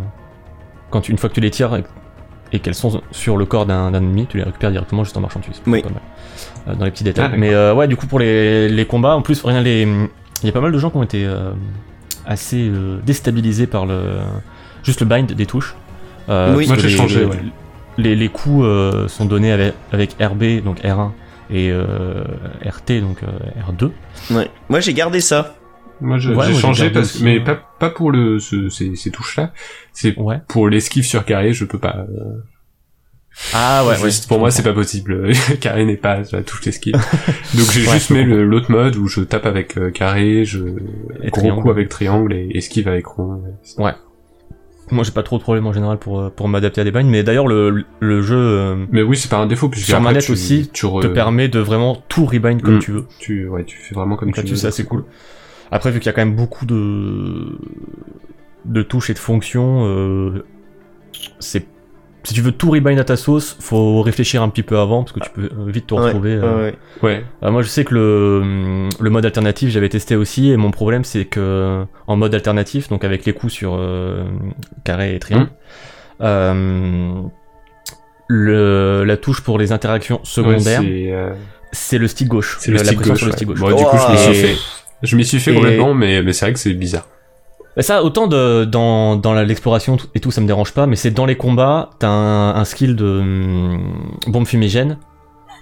S3: quand tu- une fois que tu les tires et, et qu'elles sont sur le corps d'un d'un ennemi, tu les récupères directement juste en marchant dessus. c'est
S2: Oui.
S3: pas mal. Euh, dans les petits détails.
S4: Ah, d'accord.
S3: Mais euh, ouais, du coup, pour les, les combats, en plus, rien, les, il y a pas mal de gens qui ont été euh, assez euh, déstabilisés par le juste le bind des touches. Euh,
S2: Oui.
S3: parce que
S4: Moi, j'ai
S3: les-
S4: changé,
S3: les,
S4: ouais.
S3: les- les coups euh, sont donnés avec, avec RB, donc R1, et euh, RT, donc euh, R2.
S2: Ouais. Moi, j'ai gardé ça.
S4: moi je-
S3: Ouais,
S4: j'ai
S3: moi, j'ai
S4: changé
S3: gardé
S4: parce
S3: aussi,
S4: mais
S3: ouais.
S4: pas pas pour le ce- ces, ces touches là c'est
S3: Ouais.
S4: pour l'esquive sur carré je peux pas
S3: Ah
S4: Juste, pour moi c'est pas possible <laughs> carré n'est pas euh, la touche d'esquive donc j'ai
S3: Ouais,
S4: juste
S3: je
S4: mis
S3: comprends.
S4: le- l'autre mode où je tape avec euh, carré je
S3: Et
S4: gros
S3: triangle.
S4: coup avec triangle et esquive avec rond
S3: Moi j'ai pas trop de problèmes en général pour, euh, pour m'adapter à des bagnes, mais d'ailleurs le, le jeu euh,
S4: mais oui c'est pas un défaut puisque
S3: Sur
S4: après,
S3: manette
S4: tu-
S3: aussi,
S4: tu re-
S3: te permet de vraiment tout rebind comme
S4: Mm.
S3: tu veux.
S4: tu ouais tu fais vraiment comme
S3: Donc
S4: tu
S3: là-dessus
S4: veux
S3: c'est assez cool. Après vu qu'il y a quand même beaucoup de, de touches et de fonctions, euh, c'est si tu veux tout rebind à ta sauce, faut réfléchir un petit peu avant parce que tu peux euh, vite te
S2: Ouais,
S3: retrouver. euh,
S2: ouais, ouais.
S4: ouais
S3: Ah, moi, je sais que le, hum, le mode alternatif, j'avais testé aussi, et mon problème, c'est que en mode
S4: Hum.
S3: alternatif, donc avec les coups sur euh, carré et triangle, euh, le, la touche pour les interactions secondaires,
S4: c'est euh,
S3: c'est le stick gauche. Euh,
S4: c'est le
S3: la
S4: stick
S3: pression
S4: gauche.
S3: sur le stick
S4: ouais.
S3: gauche. Oh,
S4: Bon, du coup, je m'y
S2: Ouah.
S4: suis fait. Je m'y suis fait
S3: Et-
S4: complètement, mais, mais c'est vrai que c'est bizarre.
S3: Bah ça, autant de, dans, dans la- l'exploration tout- et tout, ça me dérange pas, mais c'est dans les combats, t'as un, un skill de hum, bombe fumigène,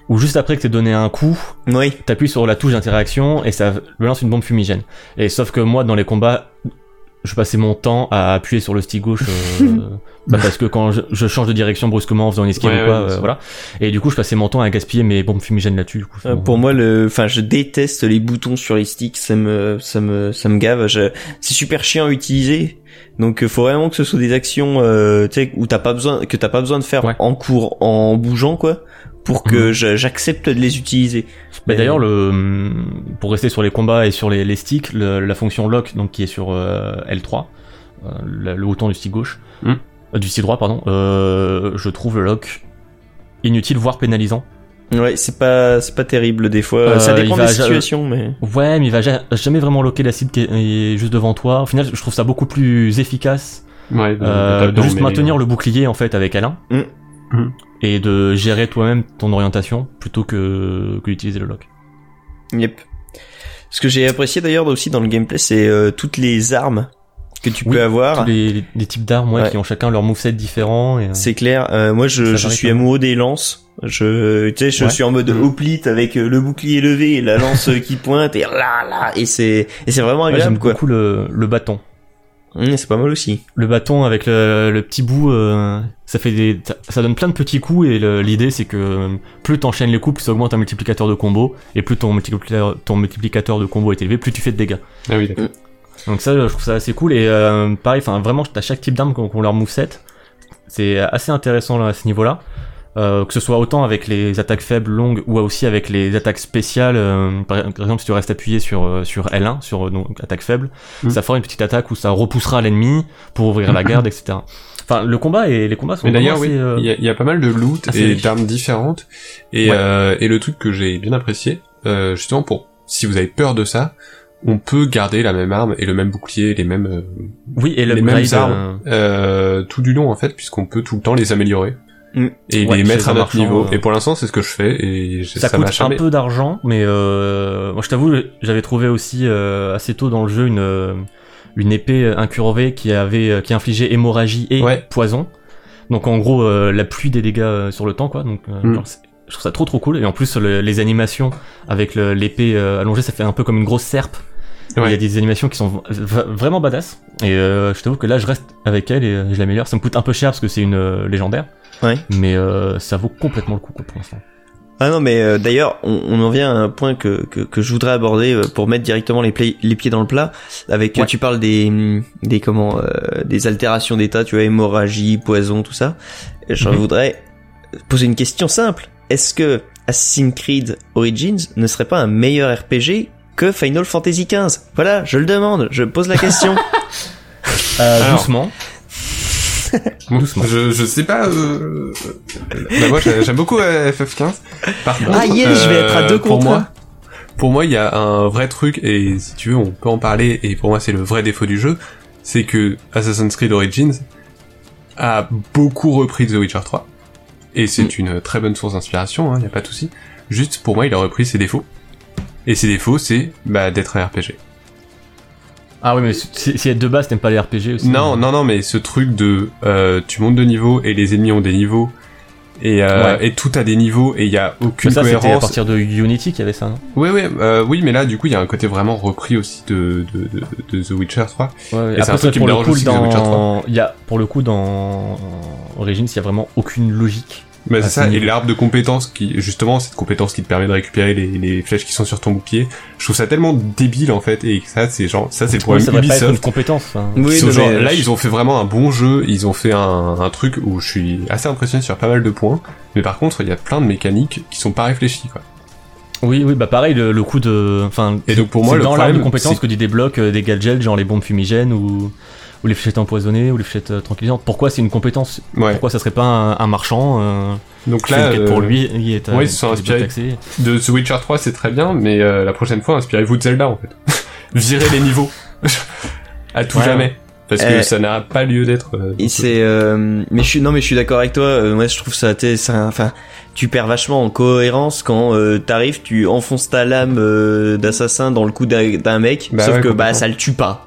S3: où juste après que t'aies donné un coup,
S2: Oui.
S3: t'appuies sur la touche d'interaction et ça lance une bombe fumigène. Et sauf que moi, dans les combats, je passais mon temps à appuyer sur le stick gauche,
S2: <laughs>
S3: euh, bah, parce que quand je, je change de direction brusquement en faisant une esquive
S4: Ouais,
S3: ou quoi,
S4: ouais, bien
S3: euh,
S4: sûr.
S3: voilà. Et du coup, je passais mon temps à gaspiller mes bombes fumigènes là-dessus. du coup,
S2: Euh,
S3: bon.
S2: Pour moi, le, enfin, je déteste les boutons sur les sticks. Ça me, ça me, ça me gave. Je- C'est super chiant à utiliser. Donc, euh, faut vraiment que ce soit des actions, euh, tu sais, où t'as pas besoin, que t'as pas besoin de faire
S3: Ouais. Mhm.
S2: en cours, en bougeant, quoi, pour que je- j'accepte de les utiliser.
S3: Mais
S2: Mais-
S3: d'ailleurs, le, hum, pour rester sur les combats et sur les, les sticks, le- la fonction lock, donc qui est sur euh, L3, euh, le, le bouton du stick gauche,
S4: Hmm.
S3: euh, du stick droit, pardon, euh, je trouve le lock inutile, voire pénalisant.
S2: Ouais, c'est pas, c'est pas terrible des fois.
S3: Euh,
S2: ça dépend
S3: il va-
S2: des situations, mais.
S3: Ouais, mais il va ja- jamais vraiment locker la cible qui est est juste devant toi. Au final, je trouve ça beaucoup plus efficace
S4: Ouais, de-
S3: euh,
S4: de-
S3: de juste
S4: mais-
S3: maintenir le bouclier en fait avec Alain
S2: Mm.
S4: hein. Mm.
S3: et de gérer toi-même ton orientation plutôt que, que d'utiliser le lock.
S2: Yep. Ce que j'ai apprécié d'ailleurs aussi dans le gameplay, c'est euh, toutes les armes que tu
S3: Oui,
S2: peux avoir.
S3: Tous les, les- les types d'armes ouais,
S2: Ouais.
S3: qui ont chacun leur moveset différent. Et, euh,
S2: C'est clair. euh, moi, je,
S3: Ça
S2: je
S3: varie
S2: suis
S3: quand même.
S2: amoureux des lances. Je, tu sais, je
S3: Ouais. Mm.
S2: suis en mode
S4: Mhm.
S2: hoplite avec euh, le bouclier levé et la lance <laughs> euh, qui pointe et là là et c'est et c'est vraiment
S3: ouais,
S2: agréable
S3: J'aime
S2: quoi.
S3: beaucoup le, le bâton.
S2: Mmh, c'est pas mal aussi.
S3: Le bâton avec le, le petit bout, euh, ça fait des, ça- ça donne plein de petits coups et le- l'idée c'est que euh, plus t'enchaînes les coups, plus ça augmente un multiplicateur de combo et plus ton multiplicateur, ton multiplicateur de combo est élevé, plus tu fais de dégâts.
S4: Ah oui, d'accord.
S3: Donc ça, je trouve ça assez cool et euh, pareil, enfin vraiment, t'as chaque type d'arme qu'on qu'on leur moveset, c'est assez intéressant là, à ce niveau-là. Euh, que ce soit autant avec les attaques faibles, longues, ou aussi avec les attaques spéciales. euh, par par exemple, si tu restes appuyé sur, euh, sur L1, sur euh, donc, attaque faible,
S4: Mm.
S3: ça fera une petite attaque où ça repoussera l'ennemi pour ouvrir
S4: <coughs>
S3: la garde, etc. Enfin, le combat et les combats sont
S4: Mais d'ailleurs,
S3: vraiment
S4: oui,
S3: assez, euh,
S4: il y, a- il y a pas mal de loot
S3: assez
S4: et
S3: riche.
S4: d'armes différentes. Et,
S3: Ouais.
S4: euh, et le truc que j'ai bien apprécié, euh, justement, pour si vous avez peur de ça, on peut garder la même arme et le même bouclier, les mêmes euh,
S3: oui, et
S4: les
S3: l'upgrade,
S4: mêmes armes.
S3: euh,
S4: euh, tout du long en fait, puisqu'on peut tout le temps les améliorer
S2: Mm.
S4: et
S3: Ouais,
S4: les
S3: chez
S4: mettre à
S3: un marchand,
S4: notre niveau.
S3: euh,
S4: Et pour l'instant, c'est ce que je fais et je-
S3: ça,
S4: ça m'a
S3: coûte un
S4: charmé.
S3: peu d'argent, mais euh, moi je t'avoue, j'avais trouvé aussi euh, assez tôt dans le jeu une, euh, une épée euh, incurvée qui avait euh, qui infligeait hémorragie et
S4: Ouais.
S3: poison. Donc en gros euh, la pluie des dégâts euh, sur le temps quoi. Donc euh,
S4: Mm.
S3: genre, c'est- je trouve ça trop trop cool et en plus le- les animations avec le- l'épée euh, allongée ça fait un peu comme une grosse serpe. Il y a
S4: Ouais.
S3: des animations qui sont v- v- vraiment badass et euh, je t'avoue que là je reste avec elle et euh, je l'améliore. Ça me coûte un peu cher parce que c'est une euh, légendaire.
S2: Ouais.
S3: Mais euh, ça vaut complètement le coup quoi, pour l'instant.
S2: Ah non mais euh, d'ailleurs on, on en vient à un point que, que, que je voudrais aborder euh, pour mettre directement les, play- les pieds dans le plat avec euh,
S3: Ouais.
S2: tu parles des hum, des comment euh, des altérations d'état tu vois hémorragie poison tout ça je
S3: Mhm.
S2: voudrais poser une question simple est-ce que Assassin's Creed Origins ne serait pas un meilleur RPG que Final Fantasy XV voilà je le demande je pose la question
S3: Euh,
S4: Alors, <laughs>
S3: doucement.
S4: Bon,
S3: Doucement.
S4: Je, je sais pas. Euh... bah, moi, j'ai- j'aime beaucoup euh, FF15. Par contre, euh,
S2: Ah, yeah, je vais être à deux
S4: pour
S2: contre
S4: moi.
S2: un.
S4: Pour moi, il y a un vrai truc et si tu veux, on peut en parler. Et pour moi, c'est le vrai défaut du jeu, c'est que Assassin's Creed Origins a beaucoup repris The Witcher 3 et c'est
S2: Mm.
S4: une très bonne source d'inspiration. Il n'y a pas de souci. Juste pour moi, il a repris ses défauts. Et ses défauts, c'est bah, d'être un RPG.
S3: Ah oui, mais si, si de base t'aimes pas les RPG aussi.
S4: Non, non, non, mais ce truc de euh, tu montes de niveau et les ennemis ont des niveaux et, euh, et tout a des niveaux et il y a aucune
S3: Mais ça c'était à
S4: cohérence.
S3: partir de Unity qu'il y avait ça, non
S4: Oui, oui, euh, oui, mais là du coup il y a un côté vraiment repris aussi de, de, de, de The Witcher 3.
S3: Ouais,
S4: Et c'est un
S3: après,
S4: truc qui me
S3: pour le
S4: dérange
S3: coup,
S4: aussi que The Witcher
S3: dans... il y a, pour le coup, dans Origins, il y a vraiment aucune logique.
S4: Bah,
S3: Ah,
S4: c'est
S3: c'est
S4: ça. Et
S3: nul.
S4: l'arbre de compétences qui justement cette compétence qui te permet de récupérer les, les flèches qui sont sur ton bouclier. Je trouve ça tellement débile en fait et ça c'est genre ça c'est le
S3: Ouais,
S4: problème
S3: ça devrait pas être une
S4: Ubisoft.
S3: compétence. hein. enfin.
S2: Oui,
S4: Ils sont
S2: non,
S4: genre-
S2: mais-
S4: là, ils ont fait vraiment un bon jeu. Ils ont fait un, un truc où je suis assez impressionné sur pas mal de points. Mais par contre, il y a plein de mécaniques qui sont pas réfléchies. Quoi.
S3: Oui, oui, bah pareil, le, le coup de. Enfin,
S4: Et donc pour moi,
S3: c'est
S4: le
S3: dans l'arme
S4: problème,
S3: de compétence que tu débloques euh, des gadgets, genre les bombes fumigènes ou, ou les fléchettes empoisonnées ou les fléchettes euh, tranquillisantes. Pourquoi c'est une compétence
S4: Ouais.
S3: Pourquoi ça serait pas un, un marchand euh,
S4: Donc
S3: qui fait
S4: là,
S3: une quête pour
S4: euh,
S3: lui, il est
S4: ouais,
S3: euh,
S4: ils se sont
S3: il est
S4: inspirés.
S3: taxé.
S4: de The Witcher 3, c'est très bien, mais <laughs> euh, la prochaine fois, inspirez-vous de Zelda en fait. Virez les niveaux <laughs> à tout
S3: Ouais.
S4: jamais. Parce que
S2: Euh,
S4: ça n'a pas lieu d'être. euh,
S2: Et c'est, euh, mais je suis, non, mais je suis d'accord avec toi. euh, ouais, je trouve ça, t'es, ça- enfin, tu perds vachement en cohérence quand euh, t'arrives, tu enfonces ta lame euh, d'assassin dans le cou d'un d'un mec,
S4: Bah
S2: sauf
S4: ouais,
S2: que bah
S4: complètement.
S2: ça le tue pas.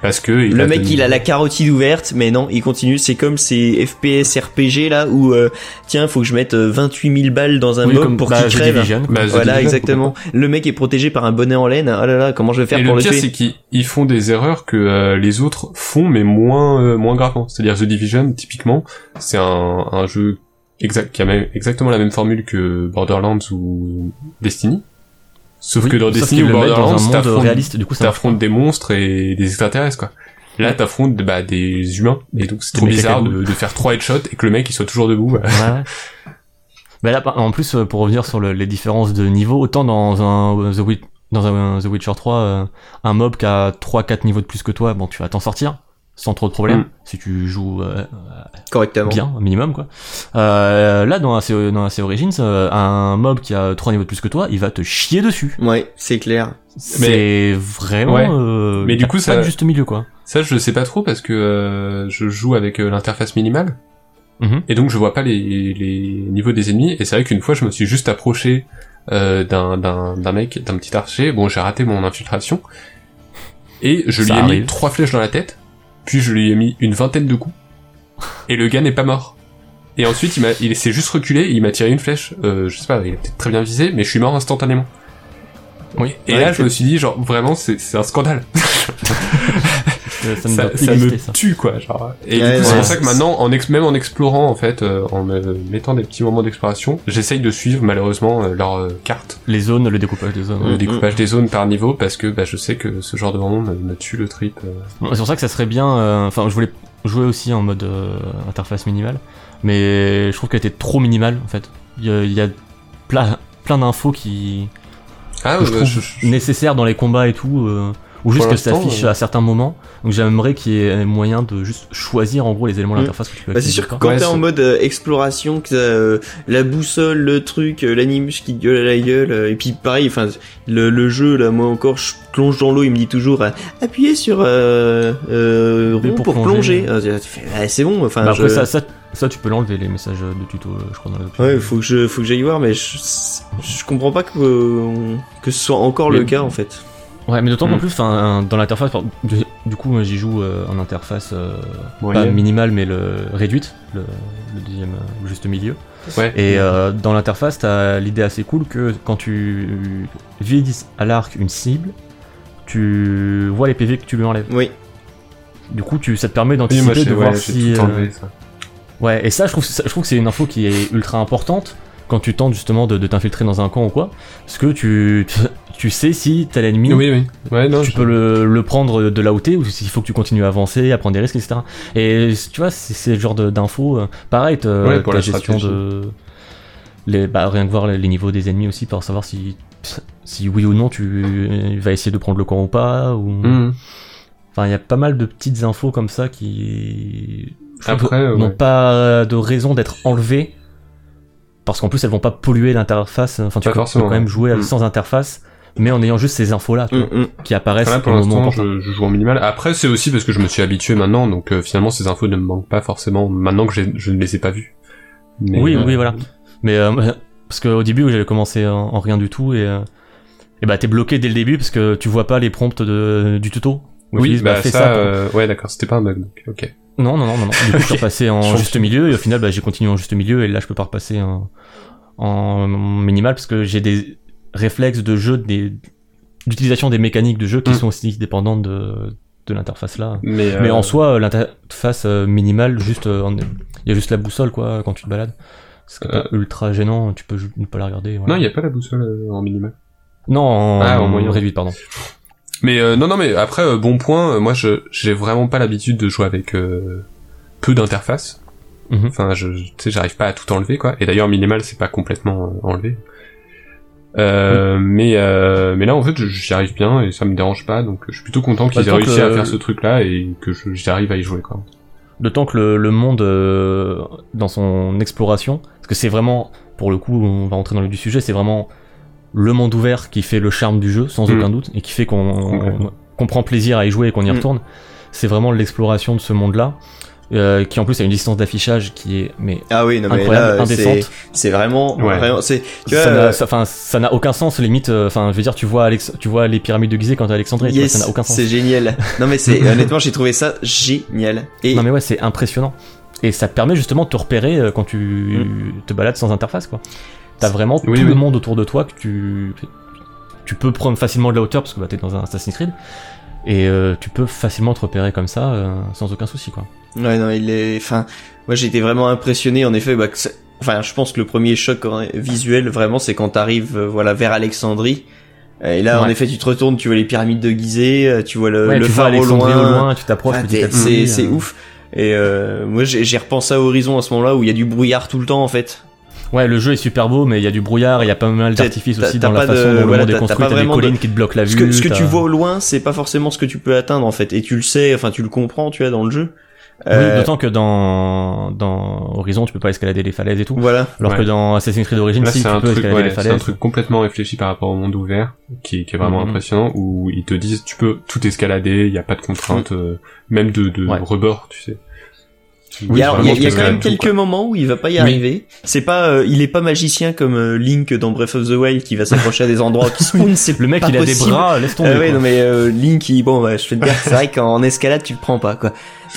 S4: Parce que
S2: le mec, il a
S4: tenu-
S2: la carotide ouverte, mais non, il continue. C'est comme ces FPS RPG là où euh, tiens, faut que je mette euh, 28 000 balles dans un
S3: Oui,
S2: mob
S3: comme
S2: pour
S3: bah,
S2: qu'il
S3: The
S2: crève.
S3: Division, quoi.
S4: Bah, The
S2: Voilà,
S4: Division,
S2: exactement. Le mec est protégé par un bonnet en laine. Oh là là, comment je vais faire
S4: Et
S2: pour
S4: le
S2: le
S4: pire,
S2: tuer
S4: c'est qu'ils ils font des erreurs que euh, les autres font, mais moins euh, moins gravement. C'est-à-dire The Division, typiquement, c'est un, un jeu exact qui a même, exactement la même formule que Borderlands ou Destiny. Sauf
S3: Oui,
S4: que dans
S3: sauf
S4: Destiny
S3: qu'ils
S4: ou
S3: le mettent dans un
S4: Borderlands,
S3: monde
S4: t'affrontes
S3: réaliste, du coup, ça marche
S4: t'affrontes des monstres et des extraterrestres, quoi. Là, t'affrontes bah, des humains, et donc c'est
S3: Des
S4: trop
S3: mecs à
S4: bizarre
S3: cagoule.
S4: de, de faire trois headshots et que le mec il soit toujours debout. bah.
S3: Ouais, ouais. Bah là, par- en plus, euh, pour revenir sur le- les différences de niveau, autant dans un euh, The, Wit- dans un The Witcher 3, euh, un mob qui a 3-4 niveaux de plus que toi, bon, tu vas t'en sortir sans trop de problèmes,
S4: Mm.
S3: si tu joues euh,
S2: Correctement.
S3: bien, un minimum, quoi. Euh, là, dans AC, dans AC Origins, euh, un mob qui a 3 niveaux de plus que toi, il va te chier dessus.
S2: Ouais, c'est clair.
S3: C'est vraiment...
S4: Ouais.
S3: euh,
S4: Mais du
S3: t'as
S4: coup,
S3: pas
S4: ça-
S3: de juste milieu, quoi.
S4: Ça, je sais pas trop parce que euh, je joue avec euh, l'interface minimale.
S3: Mhm.
S4: Et donc, je vois pas les, les niveaux des ennemis. Et c'est vrai qu'une fois, je me suis juste approché euh, d'un, d'un, d'un mec, d'un petit archer. Bon, j'ai raté mon infiltration. Et je
S3: Ça
S4: lui ai
S3: arrive.
S4: mis trois flèches dans la tête. Puis je lui ai mis une vingtaine de coups. Et le gars n'est pas mort. Et ensuite, il, m'a, il s'est juste reculé et il m'a tiré une flèche. Euh, je sais pas, il a peut-être très bien visé, mais je suis mort instantanément.
S3: Oui.
S4: Et
S2: Ouais,
S4: là, je
S2: c'est-
S4: me suis dit, genre, vraiment, c'est, c'est un scandale
S3: Euh, Ça, ça ne
S4: ça,
S3: doit pas
S4: ça me
S3: exister, ça.
S4: tue quoi genre et
S2: Ouais,
S4: du coup c'est
S2: ouais.
S4: pour ça que maintenant en ex- même en explorant en fait euh, en me mettant des petits moments d'exploration j'essaye de suivre malheureusement euh, leur euh, carte
S3: Les zones, le découpage des zones.
S4: le
S2: Mhm.
S4: découpage des zones par niveau parce que bah, je sais que ce genre de moment me, me tue le trip euh.
S3: Bon, C'est pour ça que ça serait bien. euh, Enfin, je voulais jouer aussi en mode euh, interface minimale, mais je trouve qu'elle était trop minimale en fait. Il y a, il y a plein, plein d'infos qui
S4: ah
S3: que je
S4: ouais,
S3: trouve
S4: je- je-
S3: nécessaires dans les combats et tout, euh, ou juste
S4: Pour
S3: que ça
S4: l'instant,
S3: affiche
S4: euh,
S3: à certains moments. Donc j'aimerais qu'il y ait moyen de juste choisir en gros les
S4: Mm.
S3: éléments de l'interface que tu veux.
S2: Bah c'est
S3: activer
S2: sûr que
S3: ou
S2: quand
S3: pas.
S4: Ouais,
S2: t'es en
S4: c'est-
S2: mode euh, exploration, que t'as euh, la boussole, le truc, euh, l'animus qui gueule à la gueule, euh, et puis pareil, enfin le, le jeu là, moi encore, je plonge dans l'eau, il me dit toujours euh, appuyez sur euh, euh,
S3: Oui,
S2: rond
S3: pour
S2: pour
S3: plonger.
S2: plonger. Ah, c'est- tu fais, ah, c'est bon, enfin
S3: Bah, après
S2: je-
S3: ça, ça, ça, tu peux l'enlever les messages de tuto, euh, je crois dans la.
S2: ouais, faut que je faut que j'aille voir, mais je, je comprends pas que euh, que ce soit encore le
S4: Mais-
S2: cas en fait.
S3: Ouais, mais d'autant
S4: Mm.
S3: qu'en plus, enfin, dans l'interface, par- du, du coup, moi, j'y joue euh, en interface euh, pas
S4: Moyenne.
S3: minimale, mais le réduite, le, le deuxième, euh, le juste milieu.
S4: ouais.
S3: Et euh, dans l'interface, t'as l'idée assez cool que quand tu vises à l'arc une cible, tu vois les PV que tu lui enlèves.
S2: Oui,
S3: Du coup, tu, ça te permet
S4: Oui,
S3: d'anticiper,
S4: moi, j'ai-
S3: de
S4: ouais,
S3: voir
S4: j'ai
S3: si.
S4: tout
S3: euh,
S4: enlevé, ça.
S3: Ouais, et ça, je trouve, ça- je trouve que c'est une info qui est ultra importante quand tu tentes justement de, de t'infiltrer dans un camp ou quoi, parce que tu, <laughs> tu sais si t'as l'ennemi
S4: oui oui ouais non
S3: tu
S4: je-
S3: peux le, le prendre de là où t'es ou s'il faut que tu continues à avancer, à prendre des risques, etc. Et tu vois, c'est c'est le genre de- d'infos. euh, Pareil, t'as-
S4: Ouais, pour
S3: ta
S4: la
S3: gestion de. Les, bah, rien que voir les, les niveaux des ennemis aussi pour savoir si, si oui ou non tu vas essayer de prendre le camp ou pas. Ou...
S4: Mhm.
S3: Enfin, il y a pas mal de petites infos comme ça qui. je trouve,
S4: Après, euh, ouais.
S3: n'ont pas de raison d'être enlevées. Parce qu'en plus, elles vont pas polluer l'interface. Enfin, tu
S4: Pas
S3: peux, peux
S4: forcément,
S3: quand même
S4: ouais.
S3: jouer
S4: Mm.
S3: sans interface, mais en ayant juste ces infos-là tu
S2: Mm,
S3: vois,
S2: mm.
S3: qui apparaissent
S4: Là, pour
S3: au Ah, moment
S4: l'instant,
S3: opportun.
S4: je, je joue en minimal. Après, c'est aussi parce que je me suis habitué maintenant, donc euh, finalement, ces infos ne me manquent pas forcément maintenant que j'ai- je ne les ai pas vues. Mais,
S3: Oui,
S4: euh,
S3: oui, voilà. Mais euh, <laughs> parce qu'au début, j'avais commencé en, en rien du tout et, euh, et bah t'es bloqué dès le début parce que tu vois pas les prompts de, du tuto. Où ils
S4: Oui,
S3: disent,
S4: bah,
S3: fais
S4: ça,
S3: pour-
S4: euh, ouais, d'accord, c'était pas un bug, donc, ok.
S3: Non, non, non, non. non. Du coup,
S4: <laughs>
S3: je suis repassé en
S4: Champion.
S3: juste milieu et au final, bah, j'ai continué en juste milieu et là, je peux pas repasser en, en minimal parce que j'ai des réflexes de jeu, des d'utilisation des mécaniques de jeu qui
S4: Mm.
S3: sont aussi dépendantes de, de l'interface là.
S4: Mais, euh,
S3: Mais en soi, euh, l'interface euh, minimale, juste, euh, en- il y a juste la boussole quoi quand tu te balades. C'est pas ultra gênant, tu peux ju- ne pas la regarder. voilà.
S4: Euh, Non, il n'y a pas la boussole euh, en minimal.
S3: Non, en,
S4: Ah, en
S3: en
S4: moyen.
S3: réduite, pardon.
S4: Mais euh, non, non, mais après, euh, bon point, euh, moi, je j'ai vraiment pas l'habitude de jouer avec euh, peu d'interfaces.
S3: Mhm.
S4: Enfin, je, je- tu sais, j'arrive pas à tout enlever, quoi. Et d'ailleurs, minimal, c'est pas complètement euh, enlevé. Euh, mais euh, mais là en fait je- j'y arrive bien et ça me dérange pas donc je suis plutôt content qu'ils aient
S3: Bah, tant que
S4: réussi à
S3: le-
S4: faire ce truc là et que je- j'arrive à y jouer quoi.
S3: D'autant que le, le monde, euh, dans son exploration, parce que c'est vraiment, pour le coup, on va rentrer dans le vif du sujet, c'est vraiment le monde ouvert qui fait le charme du jeu, sans
S4: Mm.
S3: aucun doute, et qui fait qu'on
S4: Complètement.
S3: qu'on prend plaisir à y jouer et qu'on y
S2: Mm.
S3: retourne. c'est vraiment l'exploration de ce monde-là, euh, qui en plus a une distance d'affichage qui est mais
S2: Ah oui, non mais
S3: incroyable,
S2: là, c'est,
S3: indécente.
S2: c'est vraiment,
S4: Ouais.
S2: vraiment, c'est, tu vois,
S3: Ça
S2: euh,
S3: n'a- ça- Enfin, ça n'a aucun sens limite. euh, Enfin, je veux dire, tu vois, Alex, tu vois les pyramides de Gizeh quand t'es à Alexandrie, tu vois,
S2: yes,
S3: ça n'a aucun sens.
S2: c'est génial. Non mais
S3: <laughs>
S2: c'est, honnêtement, j'ai trouvé ça génial. Et
S3: Non mais ouais, c'est impressionnant. Et ça te permet justement de te repérer euh, quand
S2: Mm.
S3: tu te balades sans interface, quoi. T'as vraiment
S4: Oui,
S3: tout le
S4: oui.
S3: monde autour de toi que tu tu peux prendre facilement de la hauteur parce que bah, t'es dans un Assassin's Creed et euh, tu peux facilement te repérer comme ça euh, sans aucun souci, quoi.
S2: Ouais, non, il est. Enfin, moi j'ai été vraiment impressionné en effet. Bah, que c'est- enfin, je pense que le premier choc en- visuel vraiment, c'est quand t'arrives, euh, voilà, vers Alexandrie. Euh, Et là, en
S3: Ouais.
S2: effet, tu te retournes, tu vois les pyramides de Gizeh, euh, tu vois le,
S3: Ouais,
S2: le
S3: tu vois
S2: phare au
S3: Alexandrie
S2: loin.
S3: au loin, tu t'approches,
S2: Enfin,
S3: petit
S2: t'es-
S3: à petit,
S2: c'est
S3: euh,
S2: c'est ouf. Et euh, moi, j'ai j'ai repensé à Horizon à ce moment-là où il y a du brouillard tout le temps en fait.
S3: Ouais, le jeu est super beau, mais il y a du brouillard, il y a pas mal
S2: T'as-
S3: d'artifices
S2: t'as-
S3: aussi
S2: t'as
S3: dans la
S2: pas de-
S3: façon dont le
S2: voilà,
S3: monde
S2: t'as-
S3: est
S2: t'as
S3: construit.
S2: pas
S3: T'as des
S2: vraiment de-
S3: collines qui te bloquent la vue.
S2: Ce que, ce que
S3: t'as-
S2: tu vois au loin, c'est pas forcément ce que tu peux atteindre en fait, et tu le sais, enfin tu le comprends, tu vois, dans le jeu.
S3: Oui,
S2: Euh,
S3: d'autant que dans dans Horizon, tu peux pas escalader les falaises et tout.
S2: voilà.
S3: Alors que
S4: Ouais.
S3: dans Assassin's Creed Origins,
S4: Là,
S3: si,
S4: c'est
S3: tu
S4: un,
S3: peux
S4: truc,
S3: escalader
S4: ouais,
S3: les
S4: c'est un
S3: falaises.
S4: truc complètement réfléchi par rapport au monde ouvert, qui, qui est vraiment
S3: Mhm.
S4: impressionnant, où ils te disent tu peux tout escalader, il n'y a pas de contraintes,
S2: Mhm.
S4: euh, même de, de
S3: Ouais.
S4: rebord, tu sais.
S2: Il y a, il y a- il y a
S4: vraiment,
S2: quand même
S4: tout,
S2: quelques
S4: quoi.
S2: moments où il va pas y
S4: Oui.
S2: arriver. C'est pas, euh, il est pas magicien comme euh, Link dans Breath of the Wild qui va s'accrocher à des endroits qui spawn, c'est
S3: Le mec,
S2: pas
S3: il a des
S2: possible.
S3: bras, laisse tomber.
S2: Ah ouais,
S3: quoi.
S2: non mais euh, Link, il, bon, bah, je fais le dire, c'est vrai qu'en escalade, tu le prends pas, quoi.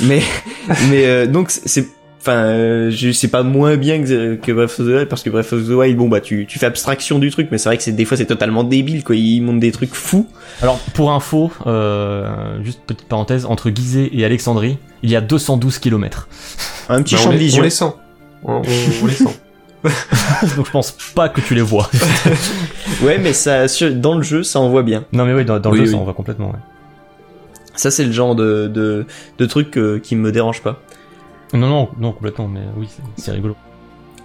S2: Mais, <laughs> mais euh, donc c'est, enfin, euh, je- c'est pas moins bien que, que Breath of the Wild parce que Breath of the Wild, bon bah, tu, tu fais abstraction du truc, mais c'est vrai que c'est des fois c'est totalement débile, quoi. Il monte des trucs fous.
S3: Alors, pour info, euh, juste petite parenthèse, entre Gizeh et Alexandrie, il y a 212 km.
S2: Un petit
S4: Bah,
S2: champ de
S4: on, les- on
S2: vision.
S4: les sent. On, on- on
S2: <laughs>
S4: les sent.
S3: <laughs> Donc, je pense pas que tu les vois. <laughs>
S2: Ouais, mais ça, sur- dans le jeu, ça envoie bien.
S3: non, mais oui, dans, dans
S4: Oui,
S3: le jeu,
S4: oui.
S3: ça, on voit complètement. ouais.
S2: Ça, c'est le genre de, de, de truc euh, qui me dérange pas.
S3: Non, non, non, complètement, mais oui, c'est- c'est rigolo.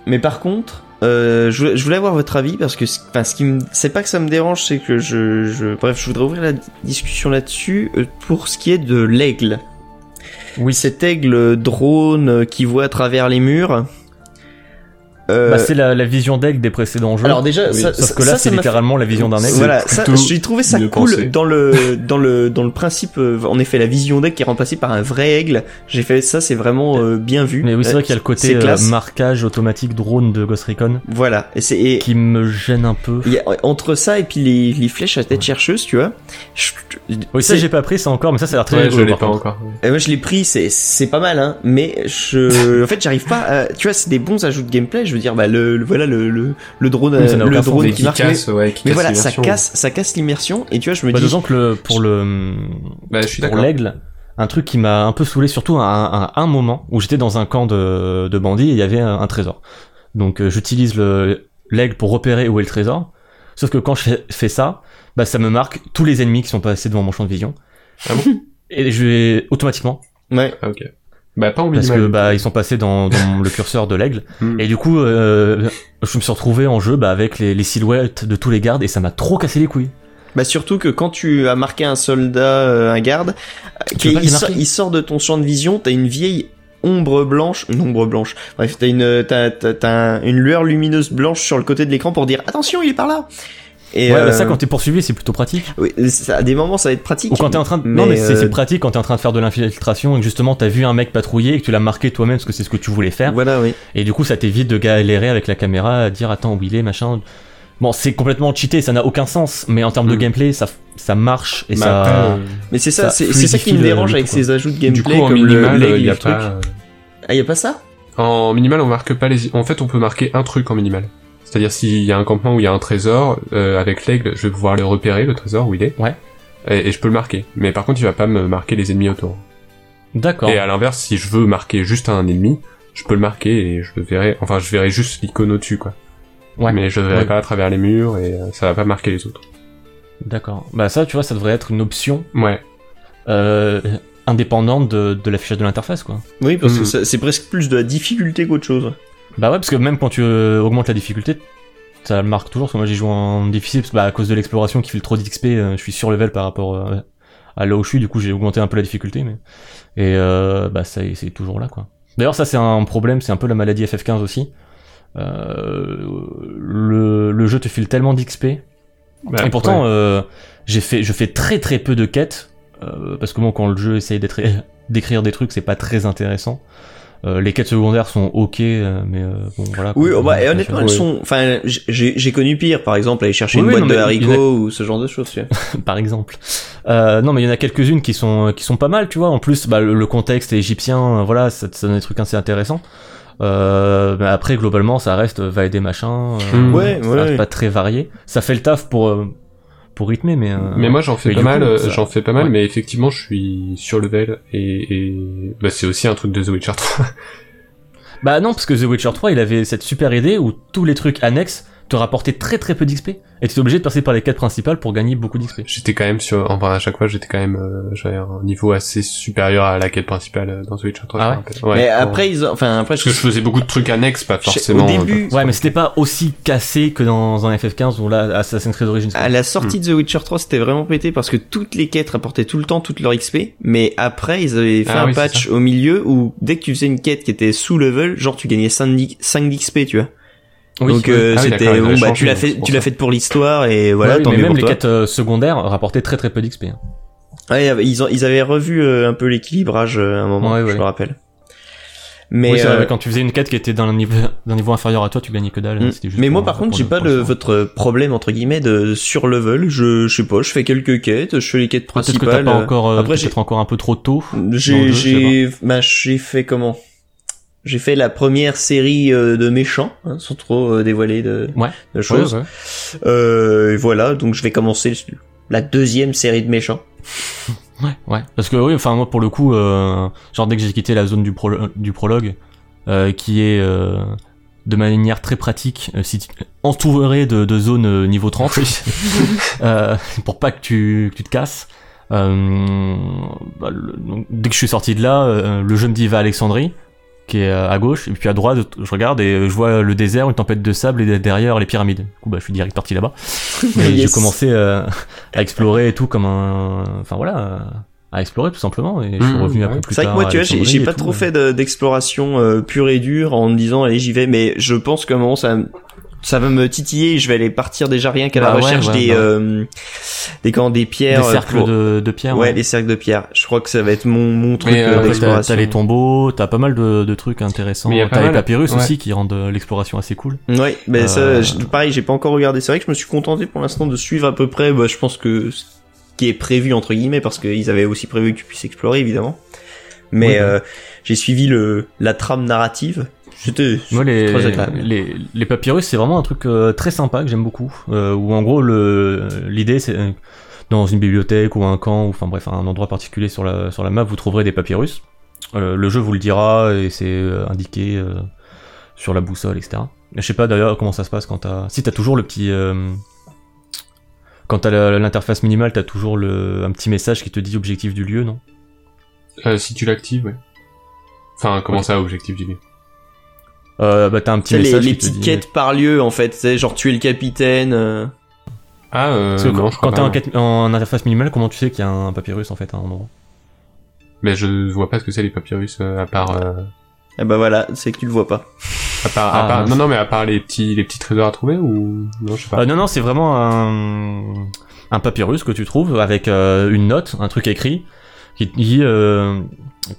S2: Mais par contre, euh, je, voulais- je voulais avoir votre avis parce que, ce- enfin, ce qui me, c'est pas que ça me dérange, c'est que je, je, bref, je voudrais ouvrir la discussion là-dessus euh, pour ce qui est de l'aigle. Oui, cet aigle drone euh, qui voit à travers les murs. Euh,
S3: Bah, c'est la, la vision d'aigle des précédents jeux.
S2: alors déjà,
S4: oui,
S2: ça,
S3: Sauf
S2: ça-
S3: que là,
S2: ça,
S3: c'est
S2: ça m'a fait-
S3: littéralement la vision d'un aigle.
S2: Voilà, ça,
S4: plutôt
S2: j'ai trouvé ça
S4: une
S2: cool
S4: pensée.
S2: dans le dans le dans le principe. euh, En effet, la vision d'aigle qui est remplacée par un vrai aigle. J'ai fait ça, c'est vraiment euh, bien vu.
S3: Mais oui, c'est vrai qu'il y a le
S2: C'est
S3: côté euh,
S2: classe.
S3: marquage automatique drone de Ghost Recon
S2: Voilà, et c'est et-
S3: qui me gêne un peu.
S2: Il y a- entre ça et puis les, les flèches à tête chercheuse, tu vois. Je,
S3: Oui, ça,
S2: c'est-
S3: j'ai pas pris ça encore, mais ça, ça a l'air très
S4: Ouais, je
S3: rigolo.
S4: l'ai
S3: par
S4: pas
S3: contre.
S4: encore.
S2: euh, moi je l'ai pris, c'est c'est pas mal, hein. Mais je, en fait, j'arrive pas. À, tu vois, c'est des bons ajouts de gameplay. Je veux dire, bah le, le- voilà le le, le drone, euh,
S3: Oui, ça n'a
S2: le
S3: aucun sens,
S2: drone
S3: mais
S2: qui marque. Mais,
S4: ouais, qui
S2: mais voilà, ça casse, ça casse l'immersion. Et tu vois, je me
S3: Bah,
S2: dis,
S3: d'autant que le, pour le,
S4: Bah, je suis
S3: pour
S4: d'accord.
S3: l'aigle, un truc qui m'a un peu saoulé, surtout à un, à un moment où j'étais dans un camp de, de bandits et il y avait un, un trésor. Donc euh, j'utilise le l'aigle pour repérer où est le trésor. Sauf que quand je fais, fais ça, bah ça me marque tous les ennemis qui sont passés devant mon champ de vision.
S4: Ah bon
S3: <laughs> et je vais automatiquement
S2: ouais,
S4: Ah, ok. Bah, pas en
S3: parce
S4: minimal.
S3: que bah ils sont passés dans, dans le curseur de l'aigle
S4: <laughs> Hmm.
S3: et du coup euh, je me suis retrouvé en jeu bah, avec les, les silhouettes de tous les gardes et ça m'a trop cassé les couilles.
S2: bah surtout que quand tu as marqué un soldat, euh, un garde,
S3: peux
S2: qu'il-
S3: pas le
S2: il, sort,
S3: marquer.
S2: il sort de ton champ de vision, t'as une vieille ombre blanche, une ombre blanche. Bref, t'as une euh, t'as t'as- t'as un- une lueur lumineuse blanche sur le côté de l'écran pour dire attention, il est par là. Et
S3: ouais, bah,
S2: euh,
S3: ça quand t'es poursuivi c'est plutôt pratique.
S2: Oui, ça- à des moments ça va être pratique.
S3: Ou quand t'es en train de... non mais c'est
S2: euh,
S3: c'est pratique quand t'es en train de faire de l'infiltration et que justement t'as vu un mec patrouiller et que tu l'as marqué toi-même parce que c'est ce que tu voulais faire
S2: Voilà, oui.
S3: et du coup ça t'évite de galérer avec la caméra à dire attends où il est machin. Bon c'est complètement cheaté ça n'a aucun sens mais en termes de
S4: Mm.
S3: gameplay ça ça marche et
S4: Bah, après,
S3: ça.
S4: euh,
S2: Mais c'est ça,
S3: Ça
S2: c'est c'est ça qui
S3: fluidifie
S2: me
S3: le-
S2: dérange
S3: le
S2: avec
S3: tout, quoi.
S2: ces ajouts de
S4: du coup,
S2: gameplay
S4: en
S2: comme le-
S4: minimal, euh, il
S2: l'aigle
S4: y
S2: et
S4: a
S2: le truc.
S4: pas.
S2: Ah, y a pas ça
S4: En minimal, on marque pas les. En fait, on peut marquer un truc en minimal. C'est-à-dire s'il y a un campement où il y a un trésor, euh, avec l'aigle, je vais pouvoir le repérer, le trésor où il est.
S3: Ouais.
S4: Et, et je peux le marquer. Mais par contre, il va pas me marquer les ennemis autour.
S3: D'accord.
S4: Et à l'inverse, si je veux marquer juste un ennemi, je peux le marquer et je le verrai. Enfin, je verrai juste l'icône au-dessus, quoi.
S3: Ouais.
S4: Mais je le verrai
S3: Ouais.
S4: pas à travers les murs et euh, ça va pas marquer les autres.
S3: D'accord. Bah ça tu vois ça devrait être une option
S4: Ouais.
S3: euh, indépendante de, de l'affichage de l'interface quoi.
S2: Oui, parce que
S4: Mhm.
S2: ça- c'est presque plus de la difficulté qu'autre chose. hein.
S3: Bah ouais parce que même quand tu euh, augmentes la difficulté ça le marque toujours parce que moi j'ai joué en difficile parce que, bah, à cause de l'exploration qui file trop d'XP euh, je suis sur level par rapport euh, à là où je suis du coup j'ai augmenté un peu la difficulté mais et euh, bah ça c'est toujours là quoi. D'ailleurs ça c'est un problème c'est un peu la maladie FF15 aussi. Euh, le, le jeu te file tellement d'XP
S4: Bah,
S3: et pourtant,
S4: ouais.
S3: euh, j'ai fait, je fais très très peu de quêtes euh, parce que bon, quand le jeu essaye d'être- <laughs> d'écrire des trucs, c'est pas très intéressant. Euh, les quêtes secondaires sont ok, euh, mais euh, bon voilà.
S2: Oui,
S3: quoi.
S2: oh, bah, et
S3: Ouais.
S2: honnêtement,
S4: Ouais.
S2: elles sont. Enfin, j'ai j'ai connu pire, par exemple, aller chercher
S3: Oui,
S2: une
S3: oui,
S2: boîte
S3: non,
S2: de
S3: mais il y en a-
S2: haricots ou ce genre de choses. Tu vois.
S3: par exemple. Euh, non, mais il y en a quelques-unes qui sont euh, qui sont pas mal, tu vois. En plus, bah, le, le contexte est égyptien, euh, voilà, ça, ça donne des trucs assez intéressants. Euh, mais après, globalement, ça reste euh, va et des machins. euh,
S4: Mm.
S2: Hmm. Ouais,
S3: ça
S2: ouais,
S3: reste
S2: ouais.
S3: pas très varié. Ça fait le taf pour euh, pour rythmer, mais. euh,
S4: Mais moi j'en fais,
S3: Mais
S4: pas
S3: du
S4: mal,
S3: coup,
S4: euh,
S3: ça-
S4: j'en fais pas mal,
S3: ouais.
S4: mais effectivement je suis sur level et, et... Bah, c'est aussi un truc de The Witcher 3.
S3: Bah non, parce que The Witcher 3, il avait cette super idée où tous les trucs annexes te rapportaient très très peu d'XP. Et tu obligé de passer par les quêtes principales pour gagner beaucoup d'XP.
S4: j'étais quand même sur, enfin à chaque fois j'étais quand même, euh, j'avais un niveau assez supérieur à la quête principale euh, dans The Witcher 3.
S3: Ah ouais
S4: je me rappelle. Ouais,
S2: mais
S4: pour-
S2: après, ils ont... enfin après,
S4: parce que je faisais beaucoup de trucs annexes, pas forcément. euh,
S2: au début,
S3: euh, Ouais, mais c'était pas aussi cassé que dans un FF15 ou là Assassin's Creed Origins.
S2: à la sortie
S3: Mm.
S2: de The Witcher 3, c'était vraiment pété parce que toutes les quêtes rapportaient tout le temps toute leur XP, mais après, ils avaient fait
S4: Ah
S2: un
S4: oui, c'est
S2: patch au milieu où dès que tu faisais une quête qui était sous level, genre tu gagnais 5 d'XP, tu vois.
S3: Oui.
S2: Donc euh,
S4: Ah oui,
S2: c'était
S4: d'accord, ils
S2: bon,
S4: avaient
S2: bah
S4: changé,
S2: tu l'as
S4: donc,
S2: fait,
S4: c'est pour
S2: tu l'as
S4: ça.
S2: fait pour l'histoire et voilà,
S3: Ouais, oui,
S2: tant
S3: mais
S2: mieux
S3: même
S2: pour
S3: les
S2: toi.
S3: quêtes euh, secondaires rapportaient très très peu d'XP. hein.
S2: Ouais, ils, ont- ils avaient revu euh, un peu l'équilibrage euh, à un moment,
S3: Ouais, ouais.
S2: je me rappelle. Mais
S3: Oui, c'est vrai,
S2: euh,
S3: mais quand tu faisais une quête qui était d'un niveau, <laughs> d'un niveau inférieur à toi, tu gagnais que dalle. hein,
S2: Mm.
S3: Euh, c'était juste
S2: Mais
S3: pour-
S2: moi, par
S3: pour
S2: contre, j'ai
S3: le-
S2: pas
S3: pour
S2: le,
S3: le savoir.
S2: votre problème entre guillemets de surlevel. Je, je sais pas, je fais quelques quêtes, je fais les quêtes
S3: Ah, Peut-être que t'as
S2: principales.
S3: pas encore, euh,
S2: Après, j'ai-
S3: peut-être encore un peu trop tôt. dans
S2: J'ai,
S3: le jeu,
S2: j'ai, bah, j'ai fait comment J'ai fait la première série euh, de méchants, hein, sans trop euh, dévoiler de,
S3: Ouais.
S2: de choses. Euh, et voilà, donc je vais commencer la deuxième série de méchants.
S3: Ouais, ouais. Parce que oui, enfin moi pour le coup, euh, genre dès que j'ai quitté la zone du, prolo- du prologue, euh, qui est euh, de manière très pratique euh, si- entourée de, de zones euh, niveau 30, <laughs> euh, pour pas que tu, que tu te casses. euh, bah, le- donc, dès que je suis sorti de là, euh, le jeu me dit va à Alexandrie, qui est euh, à gauche, et puis à droite, je regarde et euh, je vois le désert, une tempête de sable et derrière les pyramides. Du coup, bah, je suis direct parti
S4: <laughs>
S3: là-bas. Mais
S2: Yes.
S3: j'ai commencé euh, à explorer et tout comme un... Enfin voilà, euh, à explorer tout simplement. Et je suis
S4: Mmh,
S3: revenu un
S4: ouais.
S3: peu plus
S2: C'est vrai
S3: tard.
S2: que moi,
S3: à
S2: tu vois, j'ai,
S3: Alexandrie
S2: j'ai
S3: et
S2: pas
S3: tout,
S2: trop
S3: euh.
S2: fait de- d'exploration euh, pure et dure en me disant allez j'y vais, mais je pense qu'à un moment ça, ça va me titiller. et Je vais aller partir déjà rien qu'à la
S3: Bah ouais,
S2: recherche
S3: ouais,
S2: des,
S3: bah ouais.
S2: euh, des comment, des
S3: Des
S2: pierres euh,
S3: cercles
S2: pour-
S3: de, de pierre.
S2: Ouais, les cercles de pierre. Je crois que ça va être mon, mon truc
S4: Mais,
S2: euh,
S4: euh, après,
S3: Après, t'as-
S2: d'exploration.
S3: t'as les tombeaux, t'as pas mal de, de trucs intéressants.
S4: Mais y a pas
S3: T'as les
S4: mal-
S3: papyrus
S4: ouais.
S3: aussi qui rendent euh, l'exploration assez cool.
S2: Ouais, mais ça,
S3: Euh,
S2: je- pareil, j'ai pas encore regardé. C'est vrai que je me suis contenté pour l'instant de suivre à peu près, bah, je pense que ce qui est prévu, entre guillemets, parce qu'ils avaient aussi prévu que tu puisses explorer, évidemment. Mais
S3: Oui, bah.
S2: euh, j'ai suivi le, la trame narrative. C'était
S3: Moi, les,
S2: très agréable.
S3: les, les papyrus, c'est vraiment un truc euh, très sympa que j'aime beaucoup. Euh, où en gros, le- l'idée, c'est euh, dans une bibliothèque ou un camp, ou enfin bref, un endroit particulier sur la, sur la map, vous trouverez des papyrus. Euh, le jeu vous le dira et c'est euh, indiqué euh, sur la boussole, etc. Je sais pas d'ailleurs comment ça se passe quand t'as. Si t'as toujours le petit. euh, Quand t'as la- l'interface minimale, t'as toujours le, un petit message qui te dit objectif du lieu, non
S4: Euh, si tu l'actives, ouais. Enfin, comment
S3: Ok.
S4: ça, objectif du lieu
S3: euh, Bah t'as un petit
S2: Tu sais, les,
S3: message
S2: les
S3: qui te
S2: petites
S3: dit-
S2: quêtes par lieu, en fait. C'est genre tuer le capitaine. euh.
S4: Ah, euh,
S3: Parce que
S4: non, je crois
S3: quand t'es
S4: pas.
S3: en, quête- en interface minimale, comment tu sais qu'il y a un papyrus en fait à un endroit
S4: Mais je vois pas ce que c'est les papyrus euh, à part, euh,
S2: Ah bah voilà, c'est que tu le vois pas.
S4: à part,
S3: Ah,
S4: à part.
S3: mince.
S4: Non, non, mais à part les petits, les petits trésors à trouver ou non, je sais pas.
S3: Euh, Non, non, c'est vraiment un, un papyrus que tu trouves avec euh, une note, un truc écrit qui te dit, euh,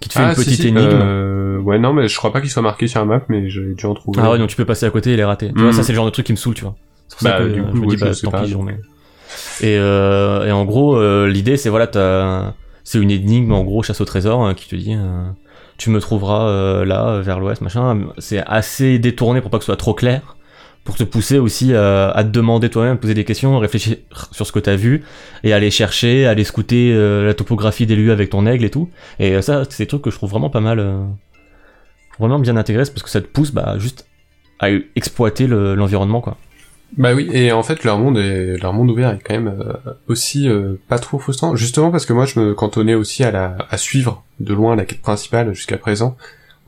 S3: qui te fait une
S4: Ah, si,
S3: petite
S4: si,
S3: énigme.
S4: euh, ouais, non, mais je crois pas qu'il soit marqué sur la map, mais j'ai dû en trouver.
S3: Ah ouais, donc tu peux passer à côté et les rater. Tu vois,
S4: Mm.
S3: ça c'est le genre de truc qui me saoule, tu vois. C'est pour
S4: Bah,
S3: ça que
S4: du
S3: euh,
S4: coup,
S3: je me
S4: ouais,
S3: dis,
S4: je
S3: bah,
S4: sais
S3: tant
S4: pas,
S3: pis, je
S4: donc.
S3: remets. Et, euh, et en gros, euh, l'idée, c'est voilà, t'as- c'est une énigme, en gros, chasse au trésor, hein, qui te dit, euh, tu me trouveras euh, là, euh, vers l'ouest, machin. C'est assez détourné pour pas que ce soit trop clair, pour te pousser aussi euh, à te demander toi-même, poser des questions, réfléchir sur ce que t'as vu, et aller chercher, aller scouter euh, la topographie des lieux avec ton aigle et tout. Et euh, ça, c'est des trucs que je trouve vraiment pas mal, euh, vraiment bien intégrés, c'est parce que ça te pousse, bah, juste à exploiter le- l'environnement, quoi.
S4: Bah oui, et en fait leur monde est, leur monde ouvert est quand même euh, aussi euh, pas trop frustrant, justement parce que moi je me cantonnais aussi à la à suivre de loin la quête principale jusqu'à présent,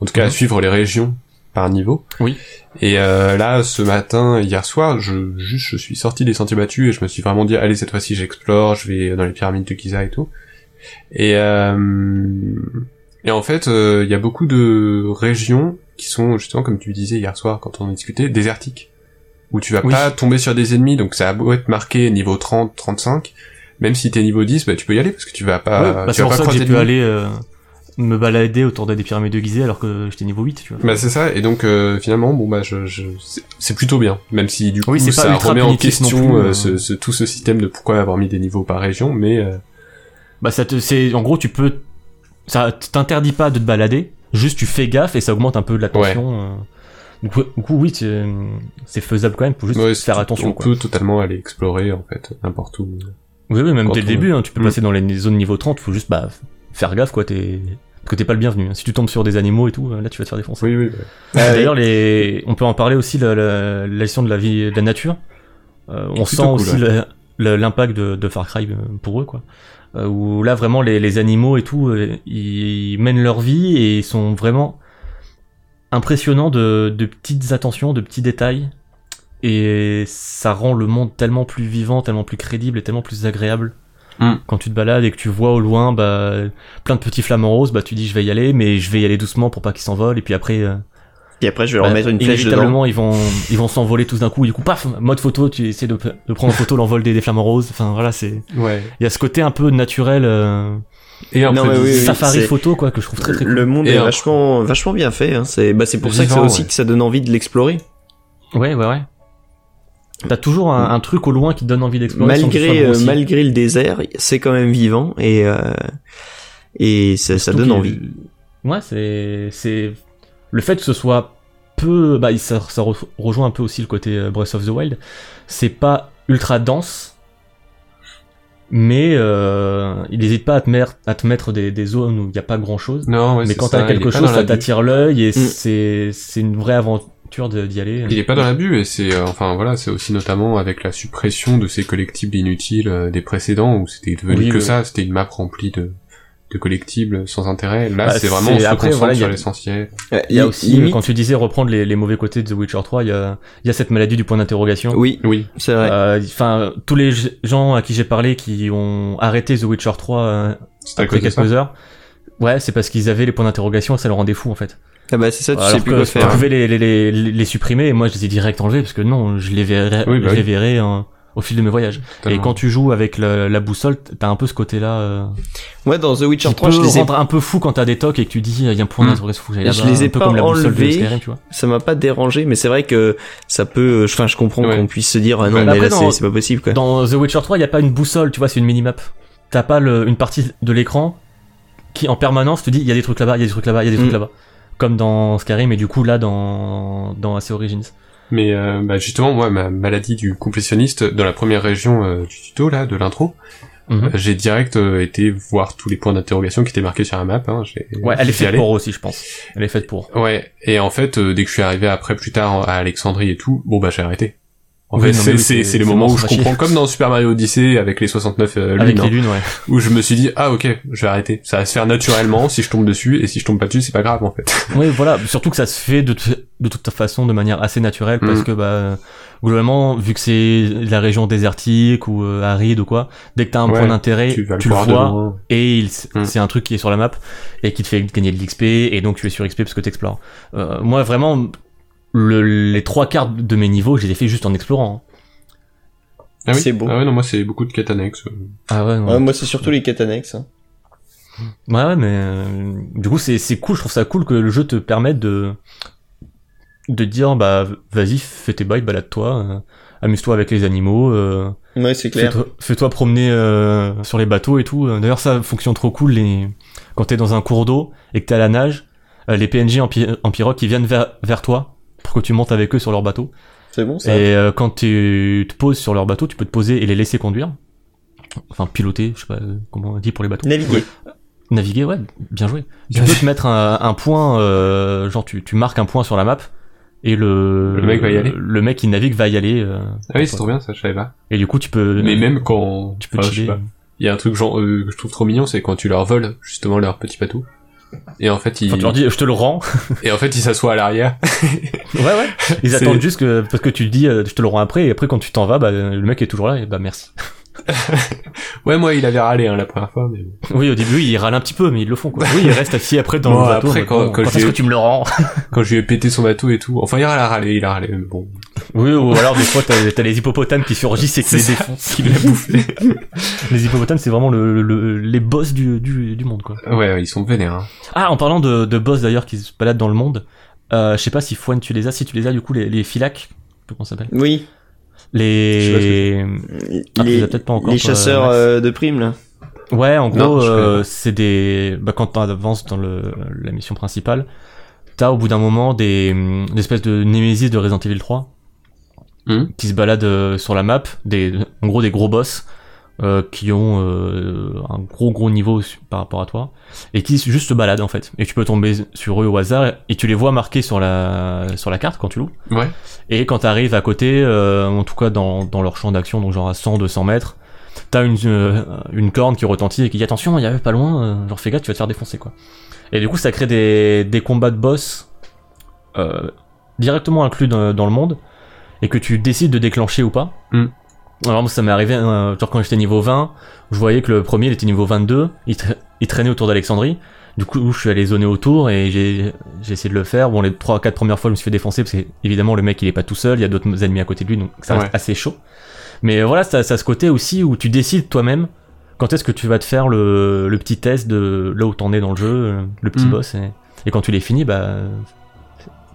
S4: en tout cas à
S3: Mhm.
S4: suivre les régions par niveau.
S3: Oui.
S4: Et euh, là ce matin, hier soir, je juste je suis sorti des sentiers battus et je me suis vraiment dit allez cette fois-ci j'explore, je vais dans les pyramides de Giza et tout. Et euh, et en fait, euh, il y a beaucoup de régions qui sont justement comme tu disais hier soir quand on en discutait désertiques où tu vas
S3: Oui.
S4: pas tomber sur des ennemis, donc ça a beau être marqué niveau 30, 35, même si t'es niveau 10, bah, tu peux y aller parce que tu vas
S3: Ouais,
S4: pas,
S3: bah,
S4: Euh, tu
S3: c'est
S4: vas
S3: pour
S4: pas
S3: ça que
S4: croiser
S3: j'ai
S4: de
S3: pu
S4: limite.
S3: aller euh, me balader autour des pyramides de Gizeh alors que j'étais niveau 8, tu vois.
S4: Bah c'est ça et donc euh, finalement bon bah je, je c'est- c'est plutôt bien même si du coup
S3: Oui, c'est pas
S4: ça
S3: ultra
S4: remet en
S3: punitif non
S4: question
S3: plus,
S4: euh,
S3: euh.
S4: ce, ce- tout ce système de pourquoi avoir mis des niveaux par région mais euh,
S3: Bah ça te, c'est, en gros, tu peux, ça t'interdit pas de te balader, juste tu fais gaffe et ça augmente un peu de la tension. euh. Du coup, du coup, oui, c'est, c'est faisable quand même, faut juste
S4: ouais,
S3: faire
S4: on-
S3: attention.
S4: on
S3: quoi.
S4: peut totalement aller explorer en fait n'importe où
S3: Oui, oui, même
S4: Quand
S3: dès le
S4: on-
S3: début, hein, tu peux
S4: Mm.
S3: passer dans les zones niveau 30, faut juste bah, f- faire gaffe, quoi, t'es... parce que t'es pas le bienvenu. hein. Si tu tombes sur des animaux et tout, euh, là tu vas te faire défoncer.
S4: Ah oui oui
S3: Et D'ailleurs, les... on peut en parler aussi, la, la, la gestion de la vie, de la nature. Euh, on
S4: Plutôt
S3: sent
S4: cool,
S3: aussi
S4: ouais.
S3: la- la- l'impact de, de Far Cry euh, pour eux, quoi. Euh, où là, vraiment, les, les animaux et tout, euh, ils, ils mènent leur vie et ils sont vraiment impressionnants de, de petites attentions, de petits détails. Et ça rend le monde tellement plus vivant, tellement plus crédible et tellement plus agréable.
S4: Mm.
S3: Quand tu te balades et que tu vois au loin bah, plein de petits flamants roses, bah, tu dis je vais y aller, mais je vais y aller doucement pour pas qu'ils s'envolent. Et puis après, euh,
S2: Et après, je vais leur
S3: bah,
S2: mettre une flèche dedans.
S3: inévitablement, ils vont, ils vont s'envoler tous d'un coup. Et du coup, paf, mode photo, tu essaies de, de prendre en photo
S2: <laughs>
S3: l'envol des, des flamants roses. Enfin, voilà, c'est,
S4: ouais
S3: il y a ce côté un peu naturel, euh,
S4: et un
S2: Non,
S4: peu
S2: mais
S4: de-
S2: oui, oui.
S3: safari
S2: c'est-
S3: photo, quoi, que je trouve très très cool.
S2: Le monde
S4: Et
S2: est
S4: un-
S2: vachement, vachement bien fait. Hein. C'est, bah, c'est pour ça que c'est
S4: Vivant,
S2: aussi
S4: ouais.
S2: que ça donne envie de l'explorer.
S3: Ouais, ouais, ouais. T'as toujours un, un truc au loin qui te donne envie d'explorer. sans que ce soit
S2: malgré, euh,
S3: grossier.
S2: malgré le désert, c'est quand même vivant et euh, et ça, ça
S3: Surtout
S2: donne envie.
S3: qu'il- Ouais, c'est, c'est, le fait que ce soit peu, bah, ça, ça re- rejoint un peu aussi le côté euh, Breath of the Wild. C'est pas ultra dense, mais euh, il n'hésite pas à te, mer- à te mettre des, des zones où il n'y a pas grand chose.
S4: non ouais,
S3: mais
S4: c'est
S3: quand
S4: ça,
S3: t'as
S4: il est
S3: quelque
S4: pas
S3: chose,
S4: dans
S3: ça
S4: l'abus.
S3: t'attire l'œil et
S2: Mm.
S3: c'est, c'est une vraie aventure de- d'y aller.
S4: il est pas dans l'abus et c'est euh, enfin voilà c'est aussi notamment avec la suppression de ces collectibles inutiles euh, des précédents où c'était devenu
S3: Oui,
S4: que
S3: le-
S4: ça c'était une map remplie de de collectibles sans intérêt là
S3: Bah,
S4: c'est vraiment on
S3: c'est-
S4: se
S3: après,
S4: concentre
S3: voilà, il y
S4: sur
S3: a-
S4: l'essentiel
S3: Il y a aussi, euh, quand tu disais reprendre les, les mauvais côtés de The Witcher 3, il y a, il y a cette maladie du point d'interrogation.
S2: Oui,
S4: oui
S2: c'est vrai.
S3: Euh, Enfin, tous les g- gens à qui j'ai parlé qui ont arrêté The Witcher 3 euh,
S4: c'est à
S3: après
S4: cause de ça
S3: quelques heures, ouais, c'est parce qu'ils avaient les points d'interrogation et ça leur rendait fou en fait.
S2: Ah bah c'est ça, tu
S3: Alors
S2: sais plus
S3: que
S2: quoi
S3: je
S2: faire.
S3: pouvais les, les, les, les supprimer et moi je les ai direct enlevés parce que non, je les verrai,
S4: Oui, bah
S3: je
S4: oui.
S3: les verrai hein, au fil de mes voyages. Et
S4: Totalement.
S3: quand tu joues avec la, la boussole, t'as un peu ce côté-là. Euh,
S2: Ouais, dans The Witcher
S3: qui
S2: 3,
S3: peut
S2: je les ai...
S3: rendre un peu fou quand t'as des tocs et que tu dis il y a un point
S4: Mm.
S3: d'interrogation, faut que j'aille
S2: Je
S3: là-bas,
S2: les ai
S3: un peu
S2: pas
S3: comme la boussole de
S2: enlevés.
S3: Skyrim, tu vois.
S2: ça m'a pas dérangé, mais c'est vrai que ça peut. euh, Enfin, je comprends
S4: Ouais.
S2: qu'on puisse se dire ah non,
S4: Bah,
S2: mais
S3: après,
S2: là
S3: dans-
S2: c'est- c'est pas possible quoi.
S3: <laughs> Dans The Witcher 3, il n'y a pas une boussole, tu vois, c'est une minimap. T'as pas le- une partie de l'écran qui en permanence te dit il y a des trucs là-bas, il y a des trucs là-bas, il y a des trucs
S2: Mm.
S3: là-bas. Comme dans Skyrim et du coup là dans, dans AC Origins.
S4: Mais euh, bah justement, moi, ma maladie du complétionniste, dans la première région euh, du tuto, là, de l'intro,
S3: Mhm.
S4: euh, j'ai direct euh, été voir tous les points d'interrogation qui étaient marqués sur la map. Hein, j'ai-
S3: Ouais, elle est
S4: j'y
S3: faite
S4: allais.
S3: pour aussi, je pense. Elle est faite pour.
S4: Ouais, et en fait, euh, dès que je suis arrivé après, plus tard, en- à Alexandrie et tout, bon, bah, j'ai arrêté. En
S3: Oui, non,
S4: fait,
S3: mais
S4: c'est
S3: oui,
S4: c'est-
S3: c'est-
S4: c'est les
S3: c'est
S4: moments
S3: bon,
S4: où
S3: ça va
S4: je
S3: chier.
S4: comprends, comme dans Super Mario Odyssey, avec les 69 euh,
S3: Avec
S4: lunes,
S3: les
S4: hein, <laughs>
S3: lunes, ouais.
S4: où je me suis dit, ah, ok, je vais arrêter. Ça va se faire naturellement si je tombe dessus, et si je tombe pas dessus, c'est pas grave, en fait.
S3: Oui, voilà, surtout que ça se fait de, t- de toute façon de manière assez naturelle parce
S4: Mm.
S3: que bah globalement, vu que c'est la région désertique ou euh, aride ou quoi, dès que t'as un
S4: Ouais,
S3: point d'intérêt, tu, le
S4: voir de
S3: vois
S4: loin.
S3: et il s-
S4: Mm.
S3: c'est un truc qui est sur la map et qui te fait gagner de l'XP et donc tu es sur XP parce que t'explores. Euh, moi vraiment le- les trois quarts de mes niveaux, je les ai fait juste en explorant. hein.
S4: Ah oui
S2: C'est beau.
S4: Ah ouais, non, moi, c'est beaucoup de quêtes annexes.
S3: Ah ouais, non.
S2: moi, c'est surtout les quêtes annexes. hein.
S3: Ouais, ouais, mais euh, du coup, c'est c'est cool. Je trouve ça cool que le jeu te permette de de dire bah vas-y, fais tes bails, balade-toi, euh, amuse-toi avec les animaux, euh,
S2: Ouais, c'est
S3: fais-toi fais-toi promener euh, sur les bateaux et tout. Euh, D'ailleurs, ça fonctionne trop cool les quand t'es dans un cours d'eau et que t'es à la nage, euh, les PNJ en, pi- en pirogue qui viennent vers vers toi pour que tu montes avec eux sur leur bateau.
S2: C'est bon
S3: Et euh, quand tu te poses sur leur bateau, tu peux te poser et les laisser conduire. Enfin, piloter, je sais pas euh, comment on dit pour les bateaux.
S2: Naviguer.
S3: Naviguer, ouais, bien joué. Tu
S4: Bien
S3: peux
S4: joué.
S3: te mettre un, un point, euh, genre tu, tu marques un point sur la map et le,
S4: Le mec va y aller.
S3: Le mec qui navigue va y aller. euh,
S4: Ah oui, c'est trop bien, ça, je savais pas.
S3: Et du coup, tu peux.
S4: Mais même quand...
S3: Euh, Tu peux
S4: enfin, je sais
S3: chiller.
S4: pas. Il y a un truc genre, euh, que je trouve trop mignon, c'est quand tu leur voles justement leur petit bateau. Et en fait, ils,
S3: Enfin, tu leur dis, je te le rends.
S4: et en fait, ils s'assoient à l'arrière. <laughs>
S3: ouais, <laughs> ouais. Ils
S4: C'est-
S3: attendent juste que, parce que tu dis, euh, je te le rends après. Et après, quand tu t'en vas, bah, le mec est toujours là. Et bah, merci.
S4: Ouais, moi, il avait râlé hein, la première fois, mais bon.
S3: <laughs> Oui, au début, ils râlent un petit peu, mais ils le font, quoi. Oui, ils restent assis après dans
S4: Bon,
S3: le bateau.
S4: après,
S3: en mode,
S4: quand-
S3: bon,
S4: quand
S3: quand est-ce
S4: j'ai-
S3: que tu me le rends? <laughs>
S4: quand je lui ai pété son bateau et tout, enfin, il a râlé, il a râlé. mais Bon,
S3: <laughs> Oui, ou alors des fois t'as t'as les hippopotames qui surgissent et qui
S4: C'est
S3: les
S4: ça,
S3: défoncent.
S4: qui
S3: <laughs>
S4: l'a bouffé.
S3: Les hippopotames, c'est vraiment le, le- les boss du, du, du monde, quoi.
S4: <laughs> Ouais, ouais, ils sont vénères. hein.
S3: Ah, en parlant de, de boss d'ailleurs qui se baladent dans le monde, euh, je sais pas si Fouane tu les as, si tu les as du coup, les, les filacs, comment ça s'appelle
S2: Oui. Je sais pas ce
S3: Les. Ah, tu les as peut-être pas encore,
S2: les
S3: toi,
S2: chasseurs
S3: Max.
S2: euh, de primes là.
S3: Ouais, en
S4: Non,
S3: gros,
S4: je
S3: euh, c'est des. Bah, quand t'avances dans le, la mission principale, t'as au bout d'un moment des, hum, des espèces de némésis de Resident Evil 3
S4: Hmm.
S3: qui se baladent euh, sur la map, des, en gros des gros boss euh, qui ont euh, un gros gros niveau su- par rapport à toi et qui s- juste se baladent en fait. Et tu peux tomber sur eux au hasard et tu les vois marqués sur la sur la carte quand tu loues.
S4: Ouais.
S3: Et quand t'arrives à côté, euh, en tout cas dans, dans leur champ d'action, donc genre à 100, 200 mètres, t'as une, euh, une corne qui retentit et qui dit attention, il y a eux pas loin, euh, genre fais gaffe, tu vas te faire défoncer quoi. Et du coup, ça crée des, des combats de boss euh, directement inclus dans, dans le monde et que tu décides de déclencher ou pas.
S4: Mm.
S3: Alors moi, ça m'est arrivé, euh, genre quand j'étais niveau 20, je voyais que le premier il était niveau 22, il, tra- il traînait autour d'Alexandrie. Du coup, je suis allé zoner autour et j'ai j'ai essayé de le faire. Bon, les 3-4 premières fois, je me suis fait défoncer parce que, évidemment, le mec, il est pas tout seul, il y a d'autres ennemis à côté de lui, donc ça reste
S4: Ouais.
S3: assez chaud. Mais voilà, ça, ça a ce côté aussi où tu décides toi-même quand est-ce que tu vas te faire le, le petit test de là où t'en es dans le jeu, euh, le petit
S4: Mhm.
S3: boss. Et, et quand tu l'es fini, bah,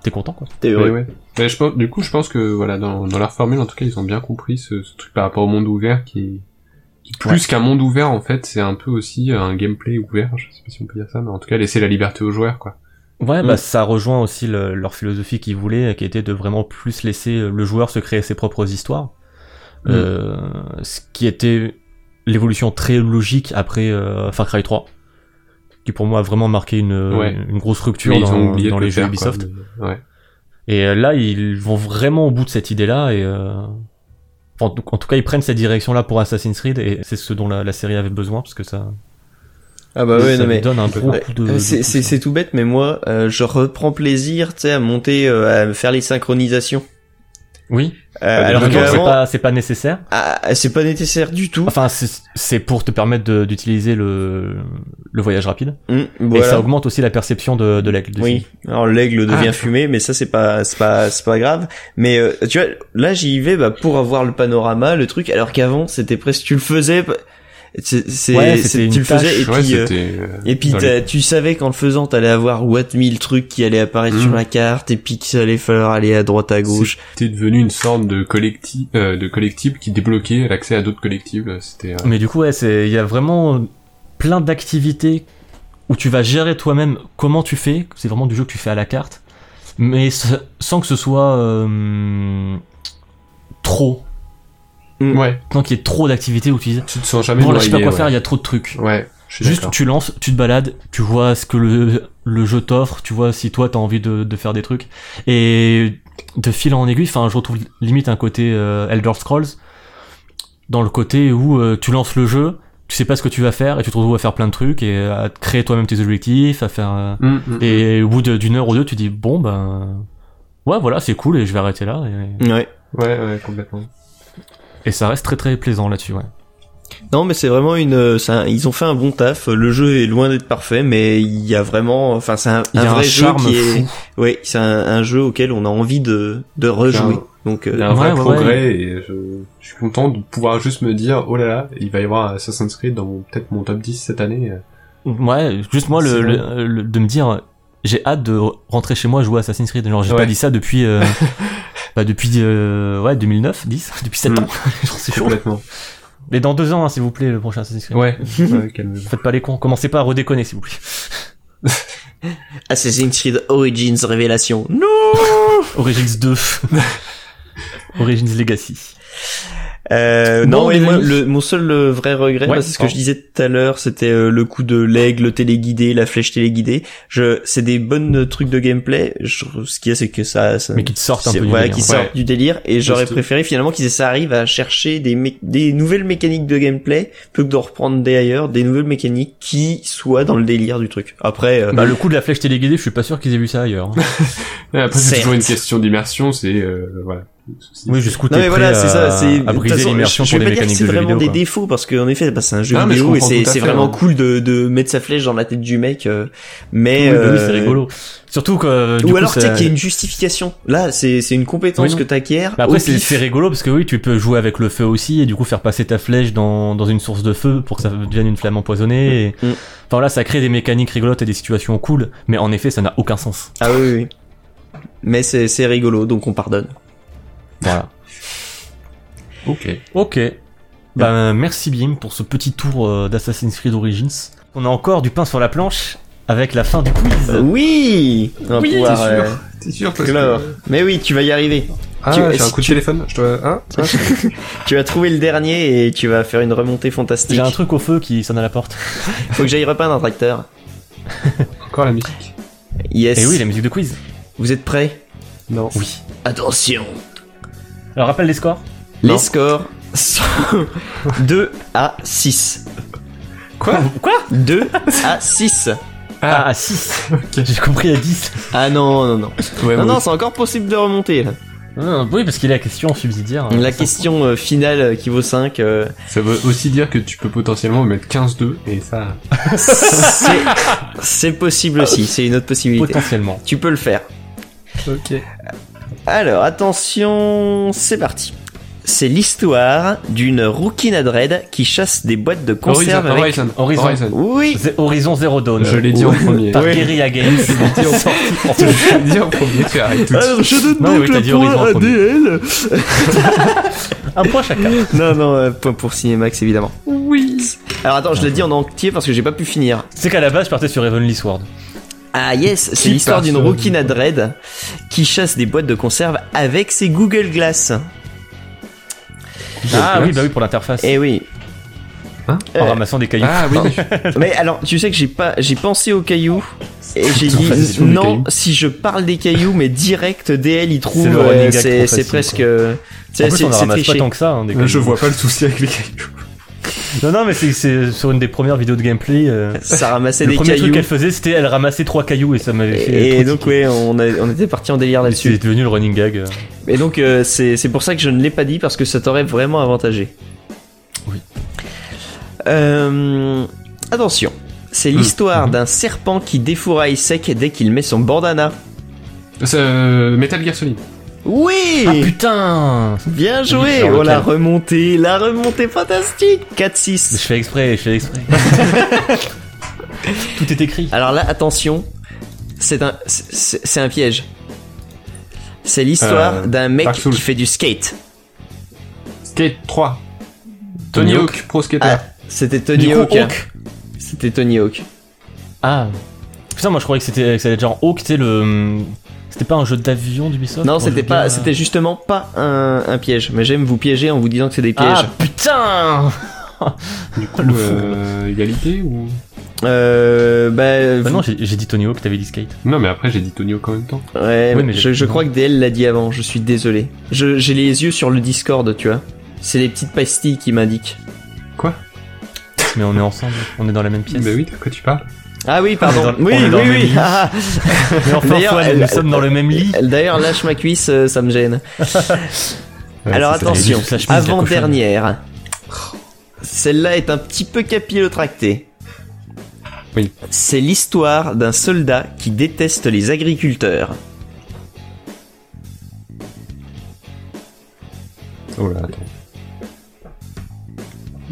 S3: t'es content, quoi.
S2: T'es
S4: Ouais,
S2: heureux.
S4: ouais. Mais je pense, du coup, je pense que voilà, dans, dans leur formule, en tout cas, ils ont bien compris ce, ce truc par rapport au monde ouvert qui, qui plus qu'un monde ouvert, en fait, c'est un peu aussi un gameplay ouvert. Je sais pas si on peut dire ça, mais en tout cas, laisser la liberté aux joueurs, quoi.
S3: Ouais,
S2: Mhm.
S3: bah, ça rejoint aussi le- leur philosophie qu'ils voulaient, qui était de vraiment plus laisser euh, le joueur se créer ses propres histoires.
S4: Mhm.
S3: Euh, ce qui était l'évolution très logique après euh, Far Cry 3, qui pour moi a vraiment marqué une,
S4: Ouais.
S3: une grosse
S4: Mais
S3: rupture
S4: ils ont
S3: dans,
S4: oublié
S3: dans
S4: de
S3: les
S4: le
S3: jeux
S4: faire, quoi.
S3: Ubisoft.
S4: Ouais.
S3: Et euh, là, ils vont vraiment au bout de cette idée-là et euh, enfin, en tout- en tout cas, ils prennent cette direction-là pour Assassin's Creed et c'est ce dont la, la série avait besoin parce que ça,
S2: Ah bah ouais,
S3: ça
S2: non mais.
S3: donne un gros
S2: Ouais.
S3: coup de.
S2: Euh,
S3: de
S2: C'est
S3: pouce,
S2: c'est-
S3: hein.
S2: c'est tout bête, mais moi, euh, je reprends plaisir, tu sais, à monter, euh, à me faire les synchronisations.
S3: Oui.
S2: Euh,
S4: des
S2: alors
S4: moments,
S2: que
S3: Donc, c'est
S2: avant,
S3: pas, c'est pas nécessaire.
S2: ah, c'est pas nécessaire du tout.
S3: Enfin, c'est c'est pour te permettre de- d'utiliser le, le voyage rapide.
S2: Hum,
S3: Et ça
S2: voilà.
S3: augmente aussi la perception de, de l'aigle. dessus.
S2: Oui. Alors l'aigle devient
S4: Ah.
S2: fumé, mais ça c'est pas c'est pas c'est pas grave. Mais euh, tu vois, là j'y vais bah, pour avoir le panorama, le truc. Alors qu'avant c'était presque tu le faisais, p- c'est c'est
S3: Ouais,
S2: c'est-
S3: c'était
S2: tu
S3: une
S2: le faisais et
S4: ouais,
S2: puis euh,
S4: c'était. euh,
S2: et puis
S4: dans
S2: t'as- tu savais qu'en le faisant t'allais avoir what mille trucs qui allaient apparaître
S4: Mhm.
S3: Mmh.
S2: sur la carte et puis qu'il allait falloir aller à droite à gauche.
S4: C'était devenu une sorte de collectif, euh, de collectif qui débloquait l'accès à d'autres collectifs. euh, C'était. euh,
S3: Mais du coup, ouais, c'est- il y a vraiment plein d'activités où tu vas gérer toi-même comment tu fais. C'est vraiment du jeu que tu fais à la carte, mais ce- sans que ce soit euh, trop.
S2: Mm.
S4: Ouais.
S3: Sans qu'il y ait trop d'activités où tu dis
S4: Tu te sens jamais
S3: bon là je sais pas
S4: noyé,
S3: quoi
S4: ouais.
S3: faire, il y a trop de trucs.
S4: Ouais. Je suis
S3: Juste
S4: d'accord.
S3: tu lances, tu te balades, tu vois ce que le, le jeu t'offre, tu vois si toi t'as envie de, de faire des trucs. Et de fil en aiguille, enfin je retrouve limite un côté euh, Elder Scrolls, dans le côté où euh, tu lances le jeu, tu sais pas ce que tu vas faire et tu te retrouves à faire plein de trucs et à te créer toi-même tes objectifs, à faire... euh,
S4: Hum, hum.
S3: Et au bout de- d'une heure ou deux tu dis bon ben... Ouais voilà c'est cool et je vais arrêter là. Et,
S2: Ouais.
S4: Ouais, ouais, complètement.
S3: et ça reste très très plaisant là-dessus ouais.
S2: Non, mais c'est vraiment une. euh, c'est un- ils ont fait un bon taf. Le jeu est loin d'être parfait, mais il y a vraiment. Enfin, c'est un,
S3: Il y
S2: un
S3: a
S2: vrai
S3: un
S2: jeu
S3: charme
S2: qui est.
S3: fou.
S2: Oui, c'est un, un jeu auquel on a envie de de rejouer. Donc, euh,
S4: Il y a un vrai
S3: Ouais, ouais,
S4: progrès et je, je suis content de pouvoir juste me dire oh là là, il va y avoir Assassin's Creed dans mon- peut-être mon top 10 cette année. euh,
S3: Ouais, juste moi, le,
S4: C'est
S3: le- le- de me dire, j'ai hâte de rentrer chez moi jouer à Assassin's Creed. Genre, j'ai
S4: Ouais.
S3: pas dit ça depuis,
S2: <laughs>
S3: euh, bah, depuis, euh, ouais, 2009, 10, <laughs> depuis 7
S4: Mm.
S3: ans. Genre, c'est chaud.
S4: Complètement.
S3: Mais dans deux ans, hein, s'il vous plaît, le prochain Assassin's Creed.
S4: Ouais, ouais calmez-vous.
S3: Faites pas les cons, commencez pas à redéconner, s'il vous plaît. <laughs>
S2: Assassin's Creed Origins Révélation. Non.
S3: Origins
S2: <laughs>
S3: 2. Origins Legacy.
S2: Euh,
S3: Bon,
S2: non, mais
S3: les
S2: moi,
S3: amis.
S2: le, mon seul euh, vrai regret,
S3: Ouais,
S2: bah, c'est ce que
S3: pardon.
S2: je disais tout à l'heure, c'était euh, le coup de l'aigle téléguidé, la flèche téléguidée. Je, c'est des bonnes euh, trucs de gameplay. Je, ce qu'il y a, c'est que ça, ça
S3: Mais qui te sortent un
S2: c'est-
S3: peu du
S2: voilà,
S3: délire.
S2: qui
S4: Ouais.
S2: sortent du délire. Et j'aurais
S4: Juste.
S2: préféré finalement qu'ils aient- ça arrive à chercher des, mé- des nouvelles mécaniques de gameplay, plutôt que d'en reprendre des ailleurs, des nouvelles mécaniques qui soient dans le délire du truc. Après, euh,
S3: Bah, le coup de la flèche téléguidée, je suis pas sûr qu'ils aient vu ça ailleurs. hein.
S4: Ouais, Après, c'est
S2: Certes.
S4: toujours une question d'immersion, c'est euh, voilà. souci.
S3: Oui, jusqu'où
S2: Non
S3: t'es
S2: mais
S3: prêt
S2: voilà, c'est ça,
S3: à,
S2: c'est de
S3: à
S2: toute
S3: briser
S2: façon,
S3: l'immersion
S2: je-
S3: pour
S2: je
S3: des
S2: vais pas dire que
S3: mécaniques
S2: c'est
S3: de jeux
S2: vraiment
S3: vidéo.
S2: des
S3: quoi.
S2: défauts parce qu'en effet, bah, c'est un jeu
S4: Ah, mais je
S2: vidéo et
S4: comprends
S2: c'est
S4: tout à
S2: c'est
S4: fait,
S2: vraiment
S4: ouais.
S2: cool de, de mettre sa flèche dans la tête du mec, euh, mais
S3: Oui, bah oui,
S2: euh,
S3: c'est rigolo. Surtout que euh, du
S2: Ou
S3: coup,
S2: alors tu
S3: ça-
S2: sais qu'il y a une justification. Là, c'est c'est une compétence
S3: Oui, non.
S2: que t'acquiers.
S3: Bah
S2: au
S3: après, c'est
S2: pif.
S3: c'est rigolo parce que oui, tu peux jouer avec le feu aussi et du coup faire passer ta flèche dans, dans une source de feu pour que ça devienne une flamme empoisonnée. Et...
S2: Mm.
S3: Enfin voilà, ça crée des mécaniques rigolotes et des situations cool, mais en effet, ça n'a aucun sens.
S2: Ah oui, oui. Mais c'est c'est rigolo, donc on pardonne.
S3: Voilà.
S4: Ok.
S3: ok. Ben, merci Bim pour ce petit tour euh, d'Assassin's Creed Origins. On a encore du pain sur la planche avec la fin du quiz.
S2: oui. On va
S4: Oui,
S2: pouvoir,
S4: t'es sûr.
S2: euh,
S4: T'es sûr parce
S2: clore.
S4: que...
S2: Mais oui, tu vas y arriver.
S4: Ah,
S2: Tu-
S4: j'ai un
S2: si
S4: coup de téléphone. Je dois... Hein Ah,
S2: Tu vas trouver le dernier et tu vas faire une remontée fantastique.
S3: J'ai un truc au feu qui sonne à la porte.
S2: Faut que j'aille repeindre un tracteur.
S4: Encore la musique.
S2: Yes.
S3: Et Eh oui, la musique de quiz.
S2: Vous êtes prêts
S4: Non.
S3: Oui.
S2: Attention.
S3: Alors rappelle les scores.
S2: Les
S4: Non.
S2: scores sont 2 à 6.
S4: Quoi
S3: Quoi
S2: 2 à 6.
S3: Ah,
S2: <laughs>
S3: à 6. J'ai compris à 10.
S2: Ah non, non, non.
S4: Ouais,
S2: non,
S4: ouais.
S2: non, c'est encore possible de remonter. là.
S3: Ah, oui, parce qu'il y a la question subsidiaire. hein.
S2: La question euh, finale euh, qui vaut 5,
S4: Ça veut aussi dire que tu peux potentiellement mettre 15-2 et ça...
S2: c'est c'est possible aussi. C'est une autre possibilité.
S3: Potentiellement.
S2: Tu peux le faire.
S4: Ok.
S2: Alors, attention, c'est parti. C'est l'histoire d'une rouquine dread qui chasse des boîtes
S3: Ah
S2: de conserve
S4: Horizon,
S2: avec...
S4: Horizon,
S3: Horizon.
S4: Horizon.
S2: Oui,
S3: Ze- Horizon Zero Dawn.
S4: Je l'ai dit en premier.
S3: Par
S4: Ouais.
S3: Guerrilla Games. <laughs>
S4: Je l'ai dit en premier. <laughs> Je l'ai dit en premier. Tu arrêtes tout de suite.
S2: Alors, Euh, je donne
S3: Non, mais
S2: donc
S3: oui, t'as
S2: le
S3: dit
S2: point
S3: Horizon en
S2: à
S3: premier.
S2: DL.
S3: Un point chacun.
S2: non, non, euh, point pour Cinemax, évidemment. Oui. Alors, attends, je l'ai dit en entier parce que j'ai pas pu finir.
S3: C'est qu'à la base, je partais sur Heavenly Sword.
S2: Ah, yes, c'est
S4: Qui
S2: l'histoire
S4: part
S2: d'une
S4: sur-
S2: rouquine à dread qui chasse des boîtes de conserve avec ses Google Glass.
S3: Ah
S4: Glass.
S3: oui, bah oui, pour l'interface.
S2: Eh oui. euh,
S3: En ramassant des cailloux.
S4: Ah oui, mais je-
S2: Mais alors, tu sais que j'ai pas, j'ai pensé aux cailloux et
S3: <laughs>
S2: j'ai
S4: Tout
S2: dit
S4: facile, les
S2: non.
S4: cailloux.
S2: Si je parle des cailloux, mais direct DL il trouve,
S3: C'est le
S2: euh,
S3: running gag trop
S2: c'est c'est
S3: facile,
S2: presque,
S3: quoi.
S2: euh,
S3: en
S2: c'est
S3: plus, on
S2: c'est-
S3: en
S2: c'est
S3: ramasse pas
S2: triché.
S3: tant que ça. hein, des
S4: Là, je
S3: cailloux.
S4: vois pas le souci avec les cailloux.
S3: Non, non, mais c'est- c'est sur une des premières vidéos de gameplay. euh,
S2: Ça ramassait
S3: Le
S2: des
S3: premier truc
S2: cailloux.
S3: qu'elle faisait, c'était elle ramassait trois cailloux et ça m'avait fait.
S2: Et,
S3: trop
S2: donc ouais,
S3: tiquer.
S2: on, a- on était parti en délire
S3: Et C'est
S2: là-dessus.
S3: devenu le running gag. euh.
S2: Et donc euh, c'est c'est pour ça que je ne l'ai pas dit parce que ça t'aurait vraiment avantagé.
S3: Oui.
S2: Euh, attention, c'est
S4: Mmh.
S2: l'histoire d'un serpent qui défouraille sec dès qu'il met son bandana.
S4: C'est, euh, Metal Gear Solid.
S2: Oui.
S3: Ah putain
S2: Bien joué,
S3: Alors,
S2: oh la
S3: lequel
S2: remontée, la remontée fantastique
S3: Je
S2: 4-6
S3: fais exprès, je fais
S2: <laughs>
S3: exprès. Tout est écrit.
S2: Alors là, attention, c'est un, c'est c'est un piège. C'est l'histoire
S4: Euh,
S2: d'un mec
S4: Dark Souls.
S2: qui fait du skate.
S4: Skate 3. Tony
S2: Hawk.
S4: Hawk, Pro Skater.
S2: Ah, c'était Tony
S3: Du coup,
S2: Hawk. hein. C'était Tony Hawk.
S3: Ah. Putain, moi je croyais que c'était que ça allait être genre Hawk, c'était le. C'était pas un jeu d'avion d'Ubisoft
S2: Non,
S3: un jeu
S2: c'était
S3: de
S2: pas,
S3: guerre, euh.
S2: c'était justement pas un, un piège. Mais j'aime vous piéger en vous disant que c'est des
S3: Ah
S2: pièges.
S3: putain
S4: Du coup,
S3: Ah, <laughs> le
S4: euh, égalité ou
S2: Euh, bah,
S3: Bah non, j'ai j'ai dit Tony Hawk, t'avais dit Skate.
S4: Non, mais après j'ai dit Tony Hawk en même temps.
S2: ouais,
S3: Oui, mais
S2: je, je
S3: non.
S2: crois que DL l'a dit avant. Je suis désolé. Je- J'ai les yeux sur le Discord, tu vois. C'est les petites pastilles qui m'indiquent.
S3: Mais on est ensemble, on est dans la même pièce.
S4: Bah oui, de quoi tu parles
S2: Ah oui, pardon.
S3: On est dans-
S2: oui,
S3: on est dans
S2: oui,
S3: le
S2: oui.
S3: même lit.
S2: Ah, ah.
S3: Mais enfin,
S2: D'ailleurs,
S3: Antoine,
S2: elle-
S3: nous sommes dans le même lit.
S2: <laughs> D'ailleurs, lâche ma cuisse, euh, ça me gêne.
S4: Ouais,
S2: Alors
S4: Euh, c'est ça.
S2: attention,
S3: Elle est juste la chemise de la
S2: avant-dernière. Celle-là est un petit peu capillotractée.
S4: Oui.
S2: C'est l'histoire d'un soldat qui déteste les agriculteurs.
S4: Oh là, attends.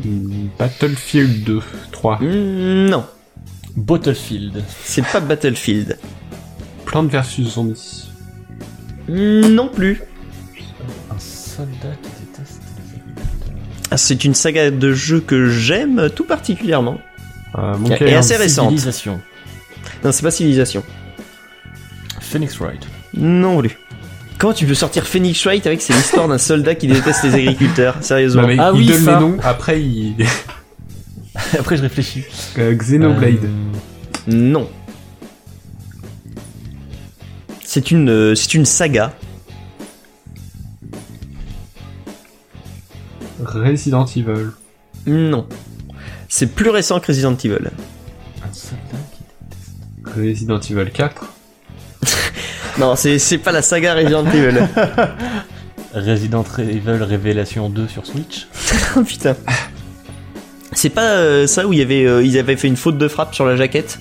S4: Hmm, Battlefield 2, 3.
S2: Mm, Non,
S3: Battlefield.
S2: c'est pas Battlefield.
S4: Plante versus Zombies.
S2: Mm, Non plus.
S3: Un soldat qui déteste
S2: Ah, C'est une saga de jeux que j'aime tout particulièrement.
S4: Euh, mon
S2: Et assez récente.
S3: Civilisation.
S2: Non, c'est pas Civilisation.
S3: Phoenix Wright. <laughs>
S2: Non plus. Comment tu peux sortir Phoenix Wright avec c'est l'histoire d'un soldat qui déteste les agriculteurs Sérieusement.
S3: Ah
S4: il
S3: oui,
S4: donne
S3: ça.
S4: les noms, après il.
S3: Après, je réfléchis.
S4: Euh, Xenoblade.
S3: Euh,
S2: Non. C'est une, euh, c'est une saga.
S4: Euh, Resident Evil.
S2: Non. C'est plus récent que Resident Evil.
S3: Un soldat qui
S4: Resident Evil 4.
S2: Non, c'est c'est pas la saga Resident Evil.
S3: Resident Evil Révélation 2 sur Switch.
S2: Oh, <laughs> putain. C'est pas euh, ça où il y avait, euh, ils avaient fait une faute de frappe sur la jaquette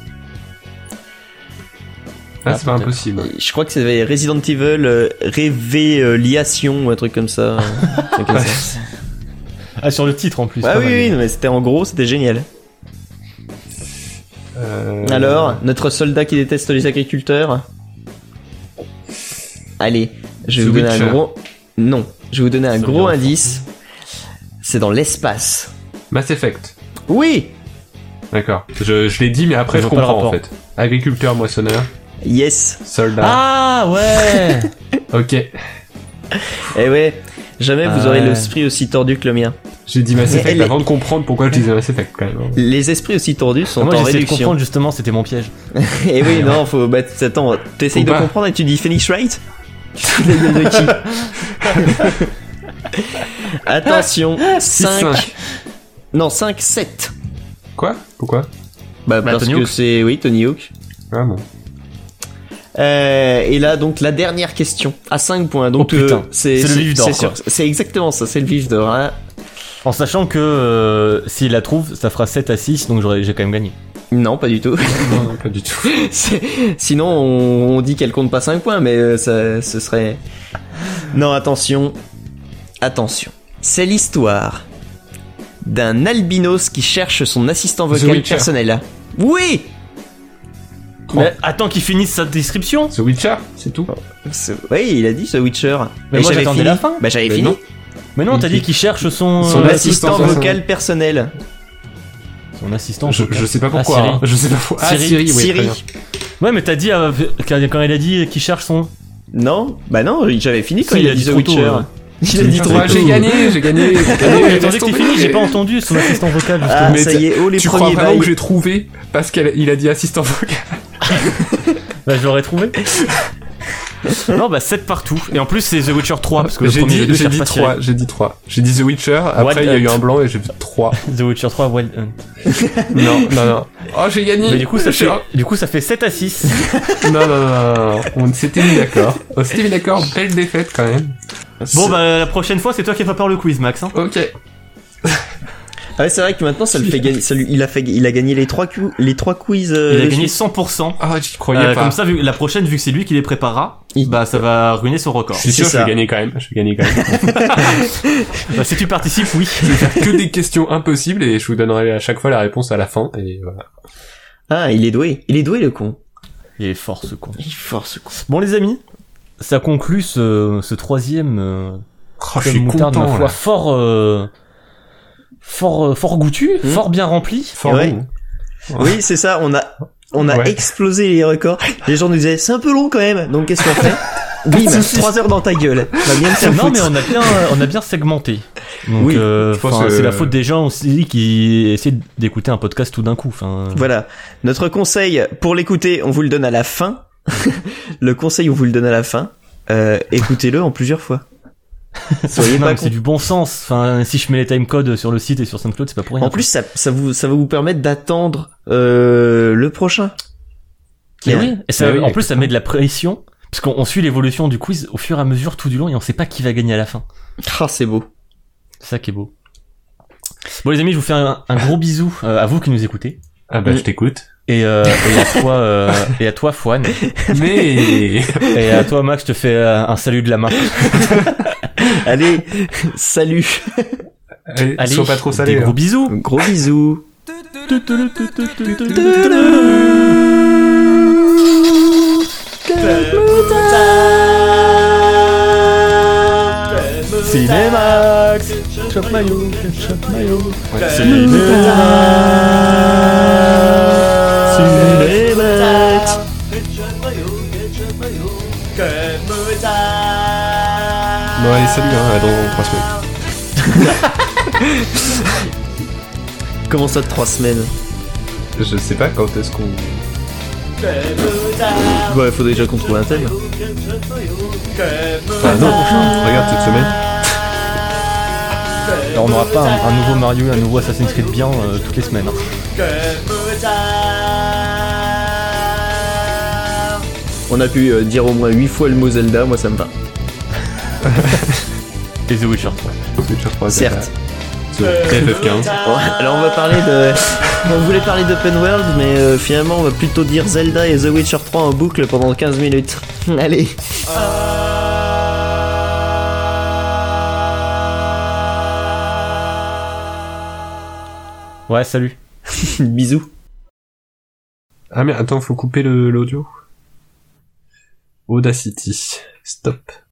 S4: Ah,
S3: Ah,
S4: c'est pas
S3: peut-être.
S4: impossible.
S2: Je crois que c'était Resident Evil euh, Révélation ou un truc comme
S3: <laughs>
S2: ça. euh, un truc comme ça.
S3: Ah, sur le titre en plus.
S2: Ouais,
S3: pas
S2: oui,
S3: mal.
S2: oui, non, mais c'était en gros, c'était génial.
S4: Euh,
S2: Alors, notre soldat qui déteste les agriculteurs. Allez, je vais
S4: The
S2: vous donner
S4: Witcher.
S2: un gros. Non, je vais vous donner un
S3: Ça
S2: gros
S3: vient de
S2: indice. C'est dans l'espace.
S4: Mass Effect.
S2: Oui
S4: D'accord. Je, je l'ai dit, mais après
S3: Je
S4: je,
S3: vois pas le
S4: comprends en
S3: rapport.
S4: fait. Agriculteur, moissonneur,
S2: Yes
S4: soldat.
S2: <laughs>
S3: Ah ouais
S4: Ok.
S2: Eh ouais, jamais vous
S3: Ah
S2: aurez
S3: ouais.
S2: l'esprit aussi tordu que le mien.
S4: J'ai dit Mass
S2: Mais
S4: Effect
S2: elle est-
S4: avant de comprendre pourquoi je disais Mass Effect quand même.
S2: Les esprits aussi tordus sont
S3: Ah, Moi
S2: en
S3: j'essaie de
S4: hein.
S2: réduction.
S3: comprendre justement, c'était mon piège.
S2: Et oui, non, faut. Bah, t- attends, t'essayes
S4: Faut
S2: de
S4: pas.
S2: comprendre et tu dis Phoenix Wright Tu te fous de la gueule de qui
S3: <laughs>
S2: Attention,
S3: Ah,
S2: 5.
S4: cinq.
S2: Non, 5, 7.
S4: Quoi Pourquoi
S2: Bah,
S3: Bah,
S2: parce
S3: Tony
S2: que
S3: Hawk.
S2: c'est. Oui, Tony Hawk.
S4: Ah
S3: <laughs>
S4: bon.
S2: Euh, et là, donc, la dernière question, à 5 points. Donc,
S3: Oh, putain.
S2: euh, c'est
S3: C'est le
S2: c'est-
S3: vif d'or,
S2: c'est sûr-
S3: quoi.
S2: C'est exactement ça, c'est le vif d'or. hein.
S3: En sachant que euh, s'il la trouve, ça fera 7 à 6, donc j'aurais- j'ai quand même gagné.
S2: Non, pas du tout.
S4: Non, non, pas du tout.
S2: C'est- Sinon, on, on dit qu'elle compte pas 5 points, mais euh, ça, ce serait. Non, attention. Attention. C'est l'histoire d'un albinos qui cherche son assistant vocal
S4: Witcher.
S2: personnel. Oui
S4: Oh.
S3: Mais attends qu'il finisse sa description
S4: The Witcher, c'est tout.
S2: C'est- Oui, il a dit The Witcher.
S3: Mais
S2: Et
S3: moi,
S2: j'avais
S3: j'attendais
S2: fini.
S3: la fin.
S2: Bah, j'avais
S4: Mais
S2: fini.
S4: non.
S3: Mais non, t'as dit qu'il cherche son,
S4: Son
S2: Son
S3: euh,
S2: assistant
S4: assistant
S2: vocal personnel.
S3: son assistant.
S4: Je,
S3: vocal.
S4: je sais pas
S3: Ah,
S4: pourquoi.
S3: Siri.
S4: hein. Je sais pas pourquoi. Ah,
S3: Siri.
S4: Siri, oui, très bien.
S2: Siri.
S3: Ouais, mais t'as dit euh, quand quand il a dit qu'il cherche son.
S2: Non Bah, non, j'avais fini quand
S3: Si,
S2: il, a dit The
S3: trop tôt,
S2: Witcher.
S4: <laughs> hein.
S3: euh.
S2: Il a dit
S3: Ah,
S2: trop
S4: Ouais,
S2: tôt.
S4: j'ai gagné, j'ai
S3: <laughs>
S4: gagné. j'ai
S3: Ah non,
S4: gagné,
S3: mais attendez
S4: laisse
S3: que t'aies
S4: tomber.
S3: fini, j'ai pas entendu son assistant
S4: <laughs>
S3: vocal. justement.
S2: Ah,
S4: Mais
S2: ça
S4: t'as-
S2: y est, oh les
S4: Tu crois
S2: premiers
S4: vraiment
S2: bails.
S4: que j'ai trouvé parce qu'il a dit assistant vocal Ah.
S3: Bah, je l'aurais trouvé. <laughs> non, bah 7 partout. Et en plus, c'est The Witcher 3, Ah, parce que le
S4: J'ai
S3: premier et le
S4: dit,
S3: deux,
S4: j'ai
S3: cherchent
S4: dit
S3: pas
S4: 3, j'ai dit 3. J'ai dit The Witcher,
S3: What
S4: après il y a eu
S3: the-
S4: un blanc et j'ai vu 3.
S3: Siri. The Witcher 3, Wild Hunt.
S4: Non, non, non. Oh, j'ai gagné.
S3: Mais du coup, ça
S4: J'ai-
S3: fait, du coup, ça fait 7 à 6.
S4: Non, non, non, non, non. On s'était mis d'accord. On s'était mis d'accord. Belle défaite quand même. <laughs>
S3: bon, bah, la prochaine fois, c'est toi qui vas faire le quiz, Max. Hein.
S4: Ok.
S2: Ah ouais, c'est vrai que maintenant ça le fait gagner. ça lui- il a fait, il a gagné les trois, cou- les trois quiz. euh,
S3: Il a
S2: les-
S3: gagné 100%.
S4: Ah, j'y
S3: Euh,
S4: croyais pas.
S3: comme ça, vu, la prochaine, vu que c'est lui qui les préparera,
S2: Il-
S3: bah ça va ruiner son <laughs> record.
S4: je suis sûr,
S2: C'est
S4: je
S2: ça.
S4: vais gagner quand même. Je vais gagner quand même.
S3: Bah, si tu participes, oui.
S4: je vais <laughs> faire que des questions impossibles et je vous donnerai à chaque fois la réponse à la fin. Et voilà.
S2: Ah, il est doué. Il est doué le con.
S3: Il est fort ce con.
S2: Il est fort ce con.
S3: Bon, les amis, ça conclut ce, ce troisième euh,
S4: Oh, je
S3: Comme
S4: suis
S3: moutarde, ma
S4: content.
S3: foi,
S4: là.
S3: fort, euh, fort, euh, fort goûtu,
S2: Mhm.
S3: fort bien
S4: <laughs>
S3: rempli.
S4: Fort
S2: Ouais.
S4: bon.
S2: Oui, c'est ça. On a, on a
S4: Ouais.
S2: explosé les records. Les gens nous disaient c'est un peu long quand même. Donc qu'est-ce qu'on fait Bim, trois heures dans ta gueule. Va bien te faire
S3: Non mais
S2: foutre.
S3: on a bien, euh, on a bien segmenté. Donc,
S2: Oui,
S3: euh,
S4: je pense
S3: enfin,
S4: que-
S3: c'est la faute des gens aussi qui essaient d'écouter un podcast tout d'un coup. Enfin,
S2: Voilà. Notre conseil pour l'écouter, on vous le donne à la fin. <laughs> le conseil, on vous le donne à la fin. Euh, écoutez-le en plusieurs
S3: <laughs>
S2: fois. Soyez
S3: non,
S2: pas
S3: mais c'est
S2: con.
S3: du bon sens. Enfin, si je mets les time codes sur le site et sur SoundCloud, c'est pas pour rien.
S2: En plus, ça, ça vous, ça va vous permettre d'attendre euh, le prochain.
S3: Mais oui, et ça-
S4: Mais oui,
S3: en plus, ça met de la pression parce qu'on on suit l'évolution du quiz au fur et à mesure tout du long et on sait pas qui va gagner à la fin.
S2: Ah, c'est beau.
S3: C'est ça qui est beau. Bon les amis, je vous fais un, un gros bisou euh, à vous qui nous écoutez.
S4: Ah bah, je t'écoute.
S3: Et, euh, et à toi, euh, et à toi, Fouane.
S4: Mais
S3: Et à toi, Max, je te fais euh, un salut de la main.
S2: Allez, <laughs> salut.
S4: Allez,
S3: Allez,
S4: sois pas trop salé.
S3: des
S4: hein.
S3: gros bisous.
S2: Gros bisous.
S1: Cinémax Ketchup mayo, ketchup mayo Cinémax
S2: Cinémax.
S1: Ketchup mayo, ketchup mayo
S4: Bon, allez, salut, hein, à dans trois semaines.
S2: Comment ça de trois semaines
S4: Je sais pas quand est-ce qu'on.
S2: Bah, il faut déjà qu'on trouve un thème.
S4: Enfin, non, regarde cette semaine.
S3: Alors, on n'aura pas un, un nouveau Mario et un nouveau Assassin's Creed bien euh, toutes les semaines. hein.
S2: On a pu euh, dire au moins huit fois le mot Zelda, moi ça me va.
S3: Et The Witcher 3.
S4: Witcher 3,
S2: Certes.
S4: c'est la- c'est la FF15.
S2: Bon, alors on va parler de... <laughs> On voulait parler d'open world, mais euh, finalement on va plutôt dire Zelda et The Witcher 3 en boucle pendant 15 minutes. <laughs> Allez
S3: Ouais, salut.
S2: Bisous
S4: Ah mais attends, faut couper le- l'audio. Audacity. Stop.